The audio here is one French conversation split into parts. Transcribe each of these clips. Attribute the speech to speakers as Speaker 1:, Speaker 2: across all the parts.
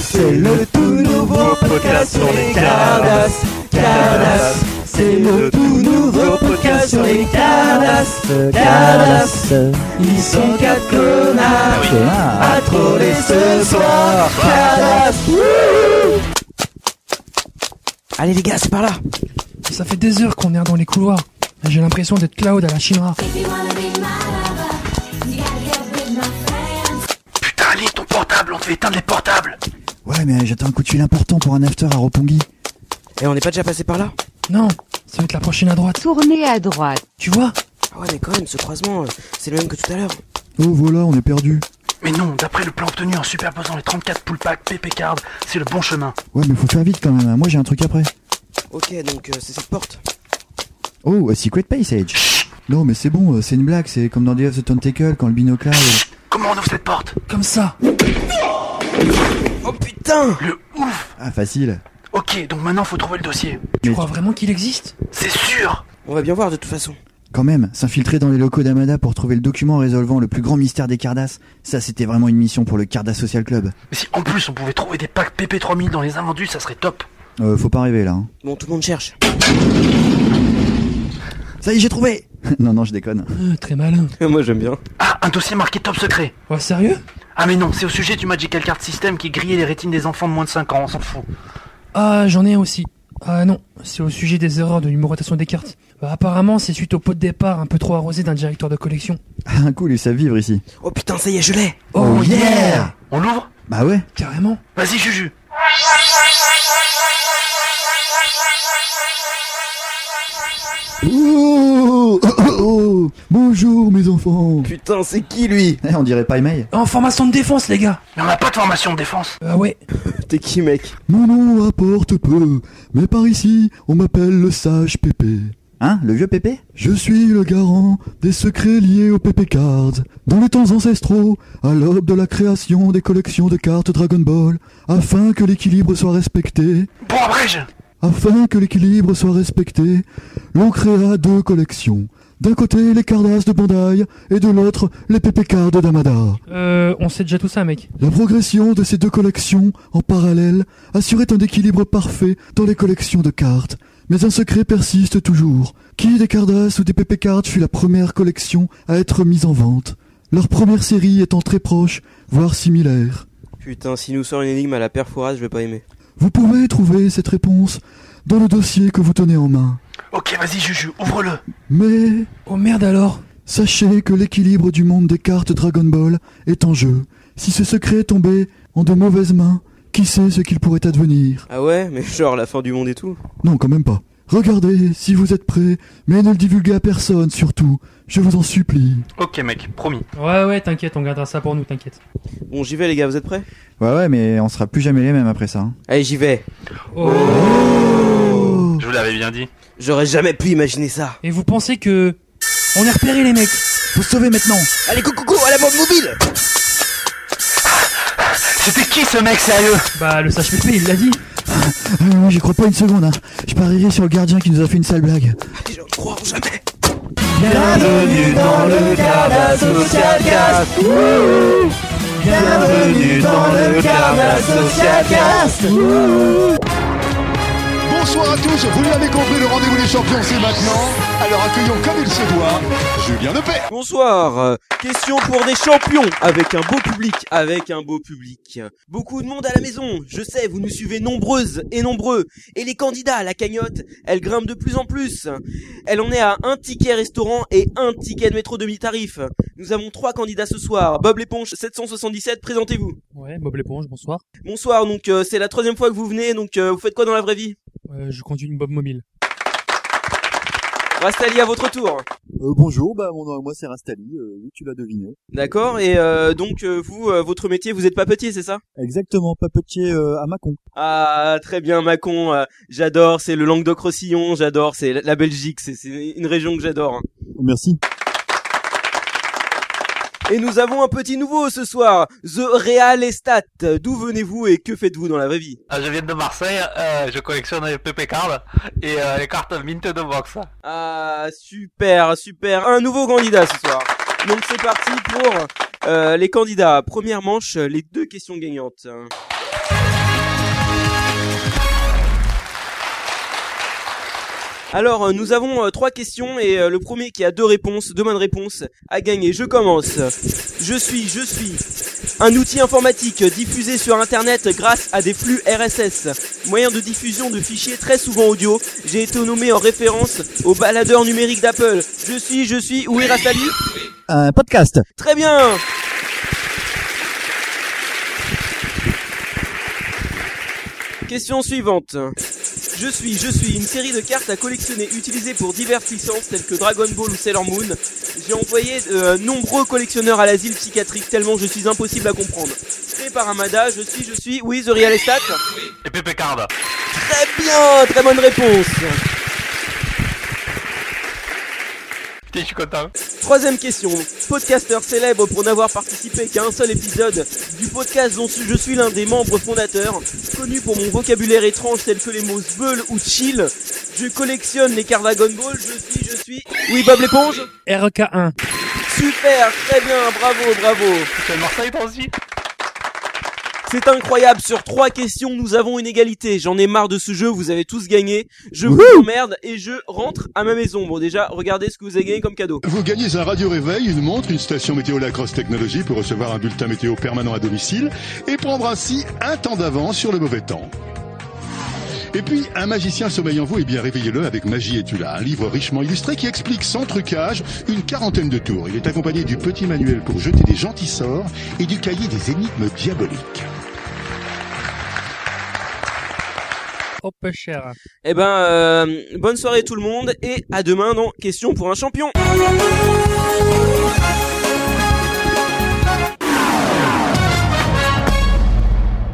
Speaker 1: C'est le tout nouveau podcast sur les Cardass, Cardass. C'est le tout nouveau podcast sur les Cardass, Cardass. Ils sont quatre connards à troller ce soir, Cardass. Allez les gars, c'est par là.
Speaker 2: Ça fait des heures qu'on erre dans les couloirs. J'ai l'impression d'être Cloud à la Shinra.
Speaker 3: If you wanna be my lover, you gotta get with my friends.
Speaker 4: Putain, Nick, ton portable, on te fait éteindre les portables
Speaker 5: Ouais, mais j'attends un coup de fil important pour un after à Roppongi.
Speaker 1: Et Eh, on n'est pas déjà passé par là
Speaker 2: Non, ça va être la prochaine à droite.
Speaker 6: Tournez à droite.
Speaker 2: Tu vois
Speaker 1: Ah ouais, mais quand même, ce croisement, euh, c'est le même que tout à l'heure.
Speaker 5: Oh voilà, on est perdu.
Speaker 4: Mais non, d'après le plan obtenu en superposant les 34 pool packs PP Card, c'est le bon chemin.
Speaker 5: Ouais, mais faut faire vite quand même, hein. moi j'ai un truc après.
Speaker 1: Ok, donc euh, c'est cette porte.
Speaker 5: Oh, a secret passage. Non, mais c'est bon, euh, c'est une blague, c'est comme dans Day of the Tentacle quand le binocle. euh,
Speaker 4: Comment on ouvre cette porte
Speaker 2: Comme ça.
Speaker 1: Oh putain
Speaker 4: Le ouf
Speaker 5: Ah, facile.
Speaker 4: Ok, donc maintenant faut trouver le dossier.
Speaker 2: Tu
Speaker 5: Mais
Speaker 2: crois vraiment qu'il existe
Speaker 4: C'est sûr
Speaker 1: On va bien voir de toute façon.
Speaker 5: quand même, s'infiltrer dans les locaux d'Amada pour trouver le document résolvant le plus grand mystère des Cardass, ça c'était vraiment une mission pour le Cardass Social Club.
Speaker 4: Mais si en plus on pouvait trouver des packs PP3000 dans les invendus, ça serait top
Speaker 5: Euh, faut pas rêver là. hein.
Speaker 1: Bon, tout le monde cherche.
Speaker 5: Ça y est, j'ai trouvé Non, non, je déconne.
Speaker 2: Euh, Très malin.
Speaker 1: Moi j'aime bien.
Speaker 4: Ah, un dossier marqué top secret
Speaker 2: Ouais, sérieux
Speaker 4: Ah mais non, c'est au sujet du Magical Card System qui grillait les rétines des enfants de moins de 5 ans, on s'en fout.
Speaker 2: Ah, j'en ai un aussi. Ah non, c'est au sujet des erreurs de numérotation des cartes. Bah, apparemment, c'est suite au pot de départ un peu trop arrosé d'un directeur de collection.
Speaker 5: Ah, Un coup, ils savent vivre ici.
Speaker 1: Oh putain, ça y est, je l'ai
Speaker 2: Oh,
Speaker 4: On l'ouvre
Speaker 5: Bah ouais
Speaker 2: Carrément
Speaker 4: Vas-y Juju
Speaker 5: Ouh Oh, oh, oh. Bonjour mes enfants
Speaker 1: Putain, c'est qui lui
Speaker 5: Eh, On dirait pas Paimei.
Speaker 2: En formation de défense, les gars
Speaker 4: Mais on n'a pas de formation de défense
Speaker 2: Ah ouais.
Speaker 1: T'es qui, mec
Speaker 5: Mon nom apporte peu, mais par ici, on m'appelle le sage Pépé. Hein, le vieux Pépé Je suis le garant des secrets liés aux Pépé Cards. Dans les temps ancestraux, à l'aube de la création des collections de cartes Dragon Ball, afin que l'équilibre soit respecté,
Speaker 4: Bon abrège
Speaker 5: afin que l'équilibre soit respecté, l'on créa deux collections. D'un côté, les Cardas de Bandai, et de l'autre, les Pépé Cards d'Amada.
Speaker 2: Euh, on sait déjà tout ça, mec.
Speaker 5: La progression de ces deux collections en parallèle assurait un équilibre parfait dans les collections de cartes. Mais un secret persiste toujours. Qui des Cardass ou des PP Cards fut la première collection à être mise en vente Leur première série étant très proche, voire similaire.
Speaker 1: Putain, s'il nous sort une énigme à la perforate, je vais pas aimer.
Speaker 5: Vous pouvez trouver cette réponse dans le dossier que vous tenez en main.
Speaker 4: Ok, vas-y Juju, ouvre-le
Speaker 5: Mais
Speaker 2: Oh merde alors
Speaker 5: Sachez que l'équilibre du monde des cartes Dragon Ball est en jeu. Si ce secret tombait en de mauvaises mains, qui sait ce qu'il pourrait advenir
Speaker 1: Ah ouais Mais genre, la fin du monde et tout
Speaker 5: Non, quand même pas. Regardez, si vous êtes prêts, mais ne le divulguez à personne surtout, je vous en supplie.
Speaker 4: Ok mec, promis.
Speaker 2: Ouais, ouais, t'inquiète, on gardera ça pour nous, t'inquiète.
Speaker 1: Bon, j'y vais, les gars, vous êtes prêts
Speaker 5: Ouais, ouais, mais on sera plus jamais les mêmes après ça. hein.
Speaker 1: Allez, j'y vais.
Speaker 4: Je vous l'avais bien dit.
Speaker 1: J'aurais jamais pu imaginer ça.
Speaker 2: Et vous pensez que... On est repéré, les mecs
Speaker 5: Faut se sauver maintenant
Speaker 1: Allez, coucou, coucou, à la bombe mobile
Speaker 4: C'était qui ce mec sérieux
Speaker 2: Bah, le sage Pépé, il l'a dit
Speaker 5: Ah non, non, j'y crois pas une seconde, hein. Je parierais sur le gardien qui nous a fait une sale blague.
Speaker 1: Allez, j'en crois jamais Bienvenue
Speaker 3: Dans le Cardass Social Cast. Wouhou. Bienvenue dans le Cardass Social Cast.
Speaker 7: Bonsoir à tous, vous l'avez compris, le rendez-vous des champions c'est maintenant. Alors accueillons comme il se doit, Julien Lepay.
Speaker 1: Bonsoir euh, Question pour des champions Avec un beau public, avec un beau public. Beaucoup de monde à la maison, je sais, vous nous suivez nombreuses et nombreux. Et les candidats à la cagnotte, elle grimpe de plus en plus. Elle en est à un ticket restaurant et un ticket de métro demi-tarif. Nous avons trois candidats ce soir. Bob l'éponge 777, présentez-vous.
Speaker 2: Ouais, Bob l'éponge, bonsoir.
Speaker 1: Bonsoir, donc euh, c'est la troisième fois que vous venez, donc euh, vous faites quoi dans la vraie vie
Speaker 2: Euh, je conduis une Bob mobile.
Speaker 1: Rastali à votre tour.
Speaker 5: bonjour, bah mon nom moi c'est Rastali, euh, oui tu l'as deviné.
Speaker 1: D'accord, et euh, donc euh, vous, euh, votre métier, vous êtes papetier, c'est ça
Speaker 5: Exactement, papetier Euh, à Macon.
Speaker 1: Ah, très bien, Macon. euh, j'adore, c'est le Languedoc-Roussillon, j'adore, c'est la- la Belgique, c'est c'est une région que j'adore.
Speaker 5: merci.
Speaker 1: Et nous avons un petit nouveau ce soir, The Real Estate. D'où venez-vous et que faites-vous dans la vraie vie
Speaker 8: Ah, Je viens de Marseille, euh, je collectionne les PP cards et euh, les cartes Mint de box.
Speaker 1: Ah, super, super. Un nouveau candidat ce soir. Donc c'est parti pour Euh, les candidats, première manche, les deux questions gagnantes. Alors, euh, nous avons euh, trois questions et euh, le premier qui a deux réponses, deux bonnes réponses, a gagné. Je commence. Je suis, je suis un outil informatique diffusé sur Internet grâce à des flux RSS, moyen de diffusion de fichiers très souvent audio. J'ai été nommé en référence au baladeur numérique d'Apple. Je suis, je suis, oui, Rastali
Speaker 5: Un podcast.
Speaker 1: Très bien Question suivante. Je suis, je suis une série de cartes à collectionner utilisées pour diverses licences telles que Dragon Ball ou Sailor Moon. J'ai envoyé de euh, nombreux collectionneurs à l'asile psychiatrique tellement je suis impossible à comprendre. Créé par Amada, je suis, je suis, oui, The Real Estate.
Speaker 4: Et Pépé Card.
Speaker 1: Très bien, très bonne réponse.
Speaker 4: Putain, je suis content.
Speaker 1: Troisième question. Podcasteur célèbre pour n'avoir participé qu'à un seul épisode du podcast dont je suis l'un des membres fondateurs. Connu pour mon vocabulaire étrange tel que les mots zbeul ou chill, je collectionne les cartes Dragon Ball. Je suis, je suis. Oui, Bob l'éponge
Speaker 2: RK1.
Speaker 1: Super, très bien, bravo, bravo.
Speaker 4: C'est Marseille, toi aussi
Speaker 1: C'est incroyable. Sur trois questions, nous avons une égalité. J'en ai marre de ce jeu. Vous avez tous gagné. Je vous emmerde et je rentre à ma maison. Bon, déjà, regardez ce que vous avez gagné comme cadeau.
Speaker 9: Vous gagnez un radio réveil, une montre, une station météo Lacrosse Technologie pour recevoir un bulletin météo permanent à domicile et prendre ainsi un temps d'avance sur le mauvais temps. Et puis, un magicien sommeille en vous, et bien réveillez-le avec Magie et Tula, un livre richement illustré qui explique sans trucage une quarantaine de tours. Il est accompagné du petit manuel pour jeter des gentils sorts et du cahier des énigmes diaboliques.
Speaker 2: Oh, peu cher.
Speaker 1: Eh ben, euh, bonne soirée tout le monde et à demain dans Question pour un champion.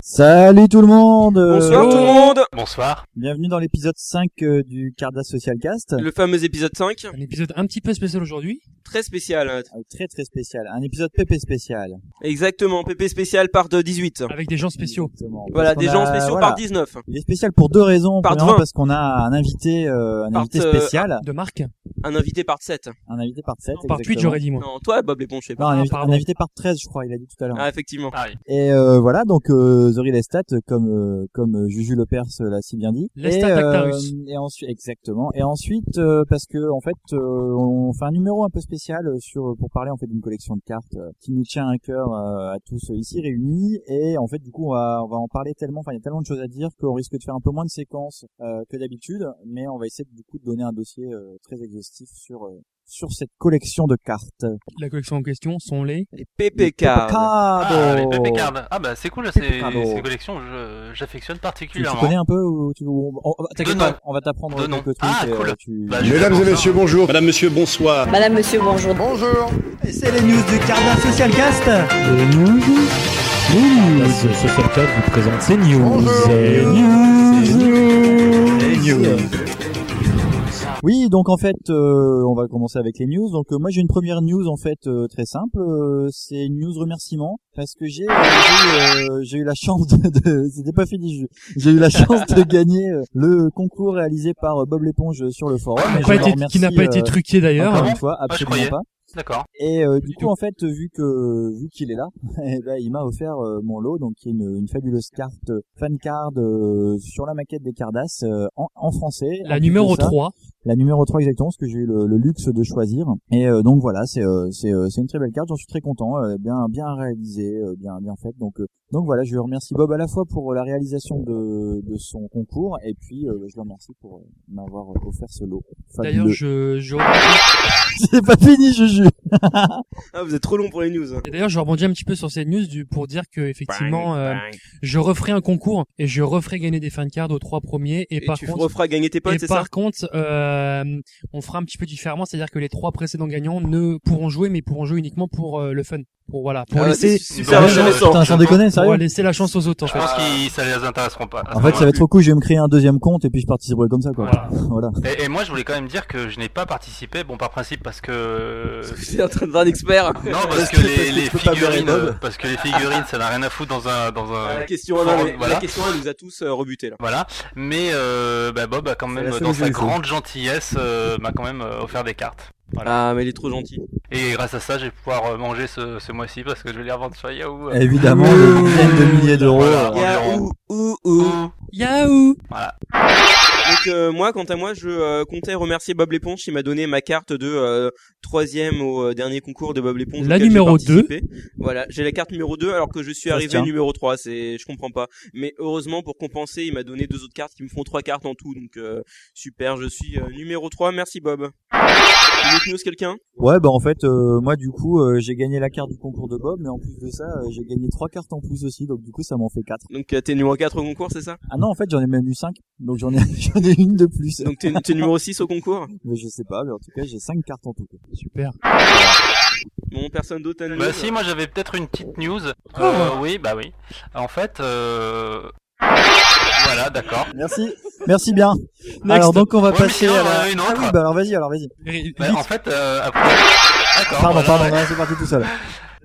Speaker 5: Salut tout le monde.
Speaker 2: Euh,
Speaker 1: Bonsoir tout le monde.
Speaker 4: Bonsoir.
Speaker 5: Bienvenue dans l'épisode 5 euh, du Carda Social Cast. Euh,
Speaker 1: Le fameux épisode 5,
Speaker 2: Un épisode un petit peu spécial aujourd'hui.
Speaker 1: très spécial. hein.
Speaker 5: Un Très très spécial. Un épisode PP spécial.
Speaker 1: Exactement, PP spécial part de 18.
Speaker 2: Avec des gens spéciaux.
Speaker 5: Exactement.
Speaker 1: Voilà,
Speaker 5: Parce
Speaker 1: des
Speaker 2: Bah,
Speaker 5: qu'on
Speaker 1: gens
Speaker 5: a-
Speaker 1: spéciaux
Speaker 5: voilà.
Speaker 1: par 19.
Speaker 5: Il est spécial pour deux raisons.
Speaker 1: Par
Speaker 5: Premièrement,
Speaker 1: 20.
Speaker 5: parce qu'on a un invité, euh, un
Speaker 1: Par,
Speaker 5: invité
Speaker 1: euh,
Speaker 5: spécial,
Speaker 2: De marque.
Speaker 1: Un invité par 7.
Speaker 5: un invité par 7.
Speaker 2: Par Twitch, j'aurais dit, moi.
Speaker 1: Non, toi, Bob l'éponge, je sais pas.
Speaker 5: Non, un,
Speaker 2: Ah,
Speaker 5: invité,
Speaker 2: pardon.
Speaker 5: un invité par 13, je crois, il a dit tout à l'heure.
Speaker 1: Ah, effectivement.
Speaker 4: Ah oui.
Speaker 5: Et euh, voilà, donc euh, The Real Estate, comme euh, comme euh, Juju Lepers euh, l'a si bien dit.
Speaker 2: Lestat
Speaker 5: et, euh,
Speaker 2: Actarus.
Speaker 5: et ensuite, exactement. Et ensuite, euh, parce que en fait, euh, on fait un numéro un peu spécial euh, sur pour parler en fait d'une collection de cartes euh, qui nous tient à cœur euh, à tous euh, ici réunis. Et en fait, du coup, on va on va en parler tellement. Enfin, il y a tellement de choses à dire qu'on risque de faire un peu moins de séquences euh, que d'habitude, mais on va essayer du coup de donner un dossier euh, très exhaustif sur euh, sur cette collection de cartes. euh,
Speaker 2: La collection en question sont les.
Speaker 1: Les PP cards.
Speaker 4: Ah, les
Speaker 5: Cardo.
Speaker 4: Pépé Card. Ah bah c'est cool, c'est
Speaker 5: Pépé Card.
Speaker 4: c'est une collection que je- j'affectionne
Speaker 5: Tu, tu
Speaker 4: particulièrement.
Speaker 5: connais un peu ou tu, on, on- on- t'inquiète
Speaker 4: De
Speaker 5: pas,
Speaker 4: nom.
Speaker 5: on va t'apprendre
Speaker 4: De nom.
Speaker 5: quelques trucs.
Speaker 4: Ah,
Speaker 5: euh,
Speaker 4: cool.
Speaker 5: tu-
Speaker 4: Bah, je-
Speaker 9: Mesdames et
Speaker 4: bonsoir.
Speaker 9: messieurs, bonjour. Madame, monsieur, bonsoir.
Speaker 6: Madame, monsieur, bonjour.
Speaker 9: Bonjour.
Speaker 5: C'est les news du Cardin Social Cast.
Speaker 10: Ce, ce podcast vous présente ses news.
Speaker 9: Bonjour.
Speaker 10: Ses
Speaker 5: Oui, donc en fait, euh, on va commencer avec les news. Donc euh, moi j'ai une première news en fait euh, très simple, euh, c'est une news remerciement parce que j'ai euh, eu, euh, j'ai eu la chance de, de- c'était pas fini, je- j'ai eu la chance de gagner euh, le concours réalisé par euh, Bob l'éponge sur le forum.
Speaker 2: Qui n'a
Speaker 5: et je
Speaker 2: Ah, pas
Speaker 5: leur
Speaker 2: été-
Speaker 5: remercie,
Speaker 2: qui n'a pas été
Speaker 5: euh,
Speaker 2: truqué d'ailleurs.
Speaker 5: Encore
Speaker 4: Ah
Speaker 5: une
Speaker 4: bon
Speaker 5: fois,
Speaker 4: je
Speaker 5: absolument
Speaker 4: croyais.
Speaker 5: pas.
Speaker 4: D'accord.
Speaker 5: Et euh, du
Speaker 2: Du
Speaker 5: coup,
Speaker 2: tout.
Speaker 5: en fait, vu que vu qu'il est là, eh ben, il m'a offert euh, mon lot, donc qui est une, une fabuleuse carte euh, fan card euh, sur la maquette des Cardas euh, en, en français. En
Speaker 2: La
Speaker 5: plus
Speaker 2: numéro
Speaker 5: de ça,
Speaker 2: 3.
Speaker 5: La numéro 3 exactement, parce que j'ai eu le, le luxe de choisir. Et euh, donc voilà, c'est euh, c'est euh, c'est une très belle carte, j'en suis très content, euh, bien bien réalisée, euh, bien bien faite. Donc euh, donc voilà, je remercie Bob à la fois pour la réalisation de, de son concours et puis euh, je le remercie pour euh, m'avoir offert ce lot.
Speaker 2: D'ailleurs, je,
Speaker 5: Fabuleux.
Speaker 2: je,
Speaker 5: c'est pas fini, Juju.
Speaker 1: Ah, vous êtes trop long pour les news.
Speaker 2: et d'ailleurs, je rebondis un petit peu sur cette news du- pour dire que, effectivement, euh, je referai un concours et je referai gagner des fan cards aux trois premiers et,
Speaker 1: Et,
Speaker 2: par
Speaker 1: tu
Speaker 2: contre,
Speaker 1: referas gagner tes potes,
Speaker 2: et
Speaker 1: c'est ça
Speaker 2: par contre, euh, on fera un petit peu différemment, c'est-à-dire que les trois précédents gagnants ne pourront jouer, mais pourront jouer uniquement pour euh, le fun, pour voilà, pour
Speaker 1: Ah,
Speaker 2: laisser,
Speaker 1: c'est super
Speaker 4: Ouais,
Speaker 1: intéressant.
Speaker 5: Putain, sans déconner,
Speaker 2: pour Ah,
Speaker 5: sérieux.
Speaker 2: laisser la chance aux autres. En
Speaker 4: Je
Speaker 2: fait.
Speaker 4: pense qu'ils ça les intéresseront pas.
Speaker 5: Euh, En fait, ça va être trop cool, je vais me créer un deuxième compte et puis je participerai comme ça, quoi.
Speaker 4: Voilà.
Speaker 5: Voilà.
Speaker 4: Et, et moi, je voulais quand même dire que je n'ai pas participé, bon par principe parce que
Speaker 1: C'est en train de faire un expert.
Speaker 4: non parce
Speaker 5: Parce
Speaker 4: que
Speaker 5: que- parce
Speaker 4: les,
Speaker 5: que
Speaker 4: les
Speaker 5: je peux pas
Speaker 4: figurines,
Speaker 5: blairer Bob.
Speaker 4: euh, parce que les figurines, ça n'a rien à foutre dans un dans un
Speaker 1: La question, ah non, mais
Speaker 4: Voilà.
Speaker 1: la question, elle nous a tous euh, rebutés là.
Speaker 4: Voilà, mais euh, bah, Bob a quand même
Speaker 5: la seule
Speaker 4: dans
Speaker 5: que je
Speaker 4: sa
Speaker 5: lui fais.
Speaker 4: grande gentillesse euh, m'a quand même euh, offert des cartes.
Speaker 1: Ah, mais il est trop gentil.
Speaker 4: Et grâce à ça, je vais pouvoir euh, manger ce, ce mois-ci parce que je vais les revendre sur Yahoo. euh.
Speaker 5: Évidemment,
Speaker 1: Ouh.
Speaker 5: des dizaines de milliers d'euros.
Speaker 4: Voilà, environ.
Speaker 1: Yaou, ou, ou.
Speaker 2: Yahoo
Speaker 4: Voilà.
Speaker 1: Donc euh, moi, quant à moi, je euh, comptais remercier Bob l'éponge qui m'a donné ma carte de euh, troisième au euh, dernier concours de Bob l'éponge.
Speaker 2: La
Speaker 1: auquel j'ai
Speaker 2: numéro deux.
Speaker 1: participé. Voilà, j'ai la carte numéro 2 alors que je suis
Speaker 5: Ça se
Speaker 1: arrivé
Speaker 5: tient.
Speaker 1: numéro 3, c'est je comprends pas. Mais heureusement pour compenser, il m'a donné deux autres cartes qui me font trois cartes en tout. Donc euh, super, je suis euh, numéro 3. Merci Bob. Une autre news quelqu'un
Speaker 5: Ouais, bah en fait, euh, moi du coup, euh, j'ai gagné la carte du concours de Bob, mais en plus de ça, euh, j'ai gagné trois cartes en plus aussi, donc du coup, ça m'en fait quatre.
Speaker 1: Donc euh, t'es numéro 4 au concours, c'est ça
Speaker 5: Ah non, en fait, j'en ai même eu cinq, donc j'en ai, j'en ai une de plus.
Speaker 1: Donc t'es t'es numéro 6 au concours
Speaker 5: Mais je sais pas, mais en tout cas, j'ai cinq cartes en tout.
Speaker 2: Super.
Speaker 1: Bon, personne d'autre a une
Speaker 4: Bah
Speaker 1: news
Speaker 4: si, moi j'avais peut-être une petite news.
Speaker 2: Ah
Speaker 4: Euh, oui, bah oui. En fait, euh... voilà, d'accord.
Speaker 5: Merci, merci bien. Alors donc, on va
Speaker 4: Ouais, mais
Speaker 5: passer
Speaker 4: sinon,
Speaker 5: à
Speaker 4: on en
Speaker 5: la...
Speaker 4: a une
Speaker 5: Ah
Speaker 4: autre.
Speaker 5: oui, bah alors vas-y, alors vas-y.
Speaker 4: Bah, en fait, euh, après... D'accord.
Speaker 5: Pardon,
Speaker 4: voilà,
Speaker 5: pardon,
Speaker 4: ouais.
Speaker 5: ouais, c'est parti tout seul.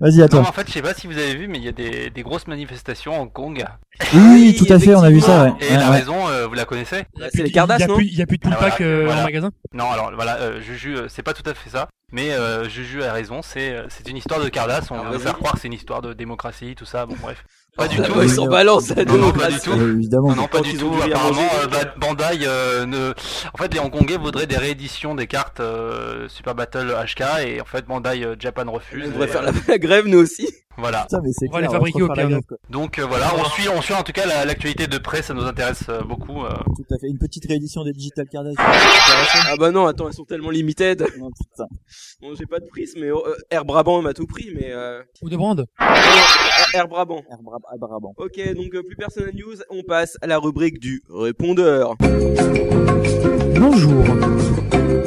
Speaker 5: Vas-y, à
Speaker 4: Non,
Speaker 5: toi.
Speaker 4: en fait, je sais pas si vous avez vu, mais il y a des, des grosses manifestations à Hong Kong.
Speaker 5: Ah Oui, tout à fait, on a vu ça, ouais.
Speaker 4: Et
Speaker 5: Ouais,
Speaker 4: la
Speaker 5: ouais.
Speaker 4: raison, euh, vous la connaissez
Speaker 1: Bah, C'est les Cardass, non
Speaker 2: Il n'y a plus de pool
Speaker 4: Ah, voilà,
Speaker 2: pack euh,
Speaker 4: voilà.
Speaker 2: en magasin
Speaker 4: Non, alors voilà, euh, Juju, euh, c'est pas tout à fait ça. Mais euh, Juju a raison, c'est euh, c'est une histoire de Cardass. On
Speaker 1: Ah,
Speaker 4: veut
Speaker 1: vas-y.
Speaker 4: faire croire que c'est une histoire de démocratie, tout ça. Bon, bref. Pas du
Speaker 1: Ah,
Speaker 4: tout.
Speaker 1: bah, ils s'en balancent, la
Speaker 4: Non, non, pas du
Speaker 1: démocratie.
Speaker 4: tout.
Speaker 5: Euh, évidemment.
Speaker 4: Non, non, pas
Speaker 1: Quand
Speaker 4: du
Speaker 1: ils
Speaker 4: tout.
Speaker 1: ont dû les
Speaker 4: Apparemment,
Speaker 1: ranger,
Speaker 4: euh, Ba- Bandai euh, ne. En fait, les Hongkongais voudraient des rééditions des cartes euh, Super Battle HK et en fait, Bandai euh, Japan refuse.
Speaker 1: On
Speaker 4: Et,
Speaker 1: devrait faire
Speaker 4: euh,
Speaker 1: la, la grève nous aussi.
Speaker 4: Voilà.
Speaker 5: Putain, mais c'est
Speaker 2: On va
Speaker 5: clair,
Speaker 2: les fabriquer
Speaker 5: te
Speaker 2: au
Speaker 5: refaire la
Speaker 2: piano.
Speaker 5: gaffe, quoi.
Speaker 4: Donc euh, voilà, on suit, on suit en tout cas la- l'actualité de près, ça nous intéresse euh, beaucoup. euh.
Speaker 5: Tout à fait, une petite réédition des Digital Cardass.
Speaker 1: Ah bah non, attends, elles sont tellement limited.
Speaker 5: Non, putain.
Speaker 1: Bon, j'ai pas de prise, mais euh, Air Brabant m'a tout pris, mais euh...
Speaker 2: Ou de brand
Speaker 1: non, non, Air Brabant.
Speaker 5: Air Brab- Air Brabant.
Speaker 1: Ok, donc euh, plus personne à news, on passe à la rubrique du répondeur.
Speaker 2: Euh, Bonjour.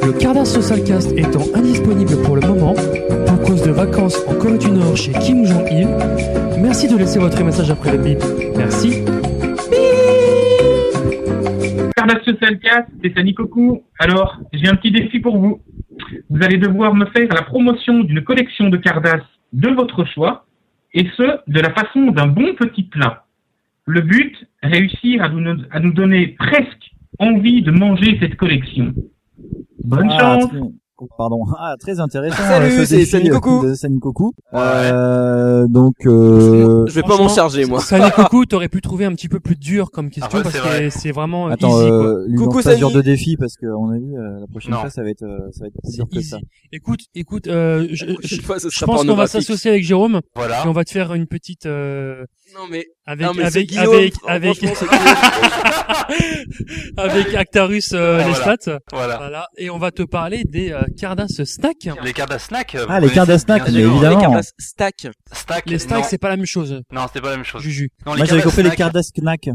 Speaker 2: Le Cardass Socialcast étant indisponible pour le moment, pour cause de vacances en Corée du Nord chez Kim Jong-il, merci de laisser votre message après le bip. Merci.
Speaker 7: Cardass Social Cast, c'est Sani Coco. Alors, j'ai un petit défi pour vous. Vous allez devoir me faire la promotion d'une collection de Cardass de votre choix, et ce, de la façon d'un bon petit plat. Le but, réussir à nous, à nous donner presque envie de manger cette collection. Bonne
Speaker 5: Ah,
Speaker 7: chance
Speaker 5: très- Pardon. Ah, très intéressant.
Speaker 1: Salut,
Speaker 5: euh, ce
Speaker 1: c'est
Speaker 5: défi,
Speaker 1: Sani
Speaker 5: euh,
Speaker 1: Koku.
Speaker 5: de Sani Koku. Euh, donc, euh,
Speaker 1: Je vais pas m'en
Speaker 2: franchement,
Speaker 1: charger, moi.
Speaker 2: Sani Coucou, t'aurais pu trouver un petit peu plus dur comme question
Speaker 4: Ah ouais,
Speaker 2: parce
Speaker 4: c'est
Speaker 2: que
Speaker 4: vrai.
Speaker 2: c'est vraiment euh,
Speaker 5: attends,
Speaker 2: easy quoi.
Speaker 5: euh, lui
Speaker 1: Coucou,
Speaker 5: lance pas ce
Speaker 1: Sani.
Speaker 5: genre de défi parce que, à mon avis, euh, la prochaine
Speaker 4: Non.
Speaker 5: fois, ça va être, euh, ça va être plus dur
Speaker 2: C'est
Speaker 5: que
Speaker 2: easy.
Speaker 5: ça.
Speaker 2: Écoute, écoute, euh, je,
Speaker 1: La prochaine
Speaker 2: je,
Speaker 1: fois, ce
Speaker 2: je
Speaker 1: sera
Speaker 2: pense qu'on va
Speaker 1: pornographique.
Speaker 2: s'associer avec Jérôme
Speaker 4: Voilà.
Speaker 2: et on va te faire une petite euh,
Speaker 1: Non mais,
Speaker 2: avec
Speaker 1: Ah. non, mais c'est
Speaker 2: avec
Speaker 1: Guillaume,
Speaker 2: avec
Speaker 1: fr-
Speaker 2: avec
Speaker 1: franchement, c'est Guillaume.
Speaker 2: avec Actarus euh,
Speaker 4: Ah,
Speaker 2: les
Speaker 4: voilà.
Speaker 2: stats.
Speaker 4: Voilà.
Speaker 2: Voilà, et on va te parler des euh, Cardass Snack.
Speaker 4: Les cartes à snack. euh,
Speaker 5: Ah,
Speaker 4: vous
Speaker 5: les cartes à
Speaker 4: connaissez,
Speaker 5: snack,
Speaker 4: bien
Speaker 5: mais
Speaker 4: sûr.
Speaker 5: évidemment.
Speaker 1: Les cartes stack.
Speaker 4: Stack.
Speaker 2: Les
Speaker 4: non.
Speaker 2: stacks, c'est pas la même chose,
Speaker 4: Non, c'était pas la même chose.
Speaker 2: Juju.
Speaker 4: Non,
Speaker 5: Moi, j'avais
Speaker 4: cartes à
Speaker 5: compris les
Speaker 4: snack.
Speaker 5: Cardass Knack.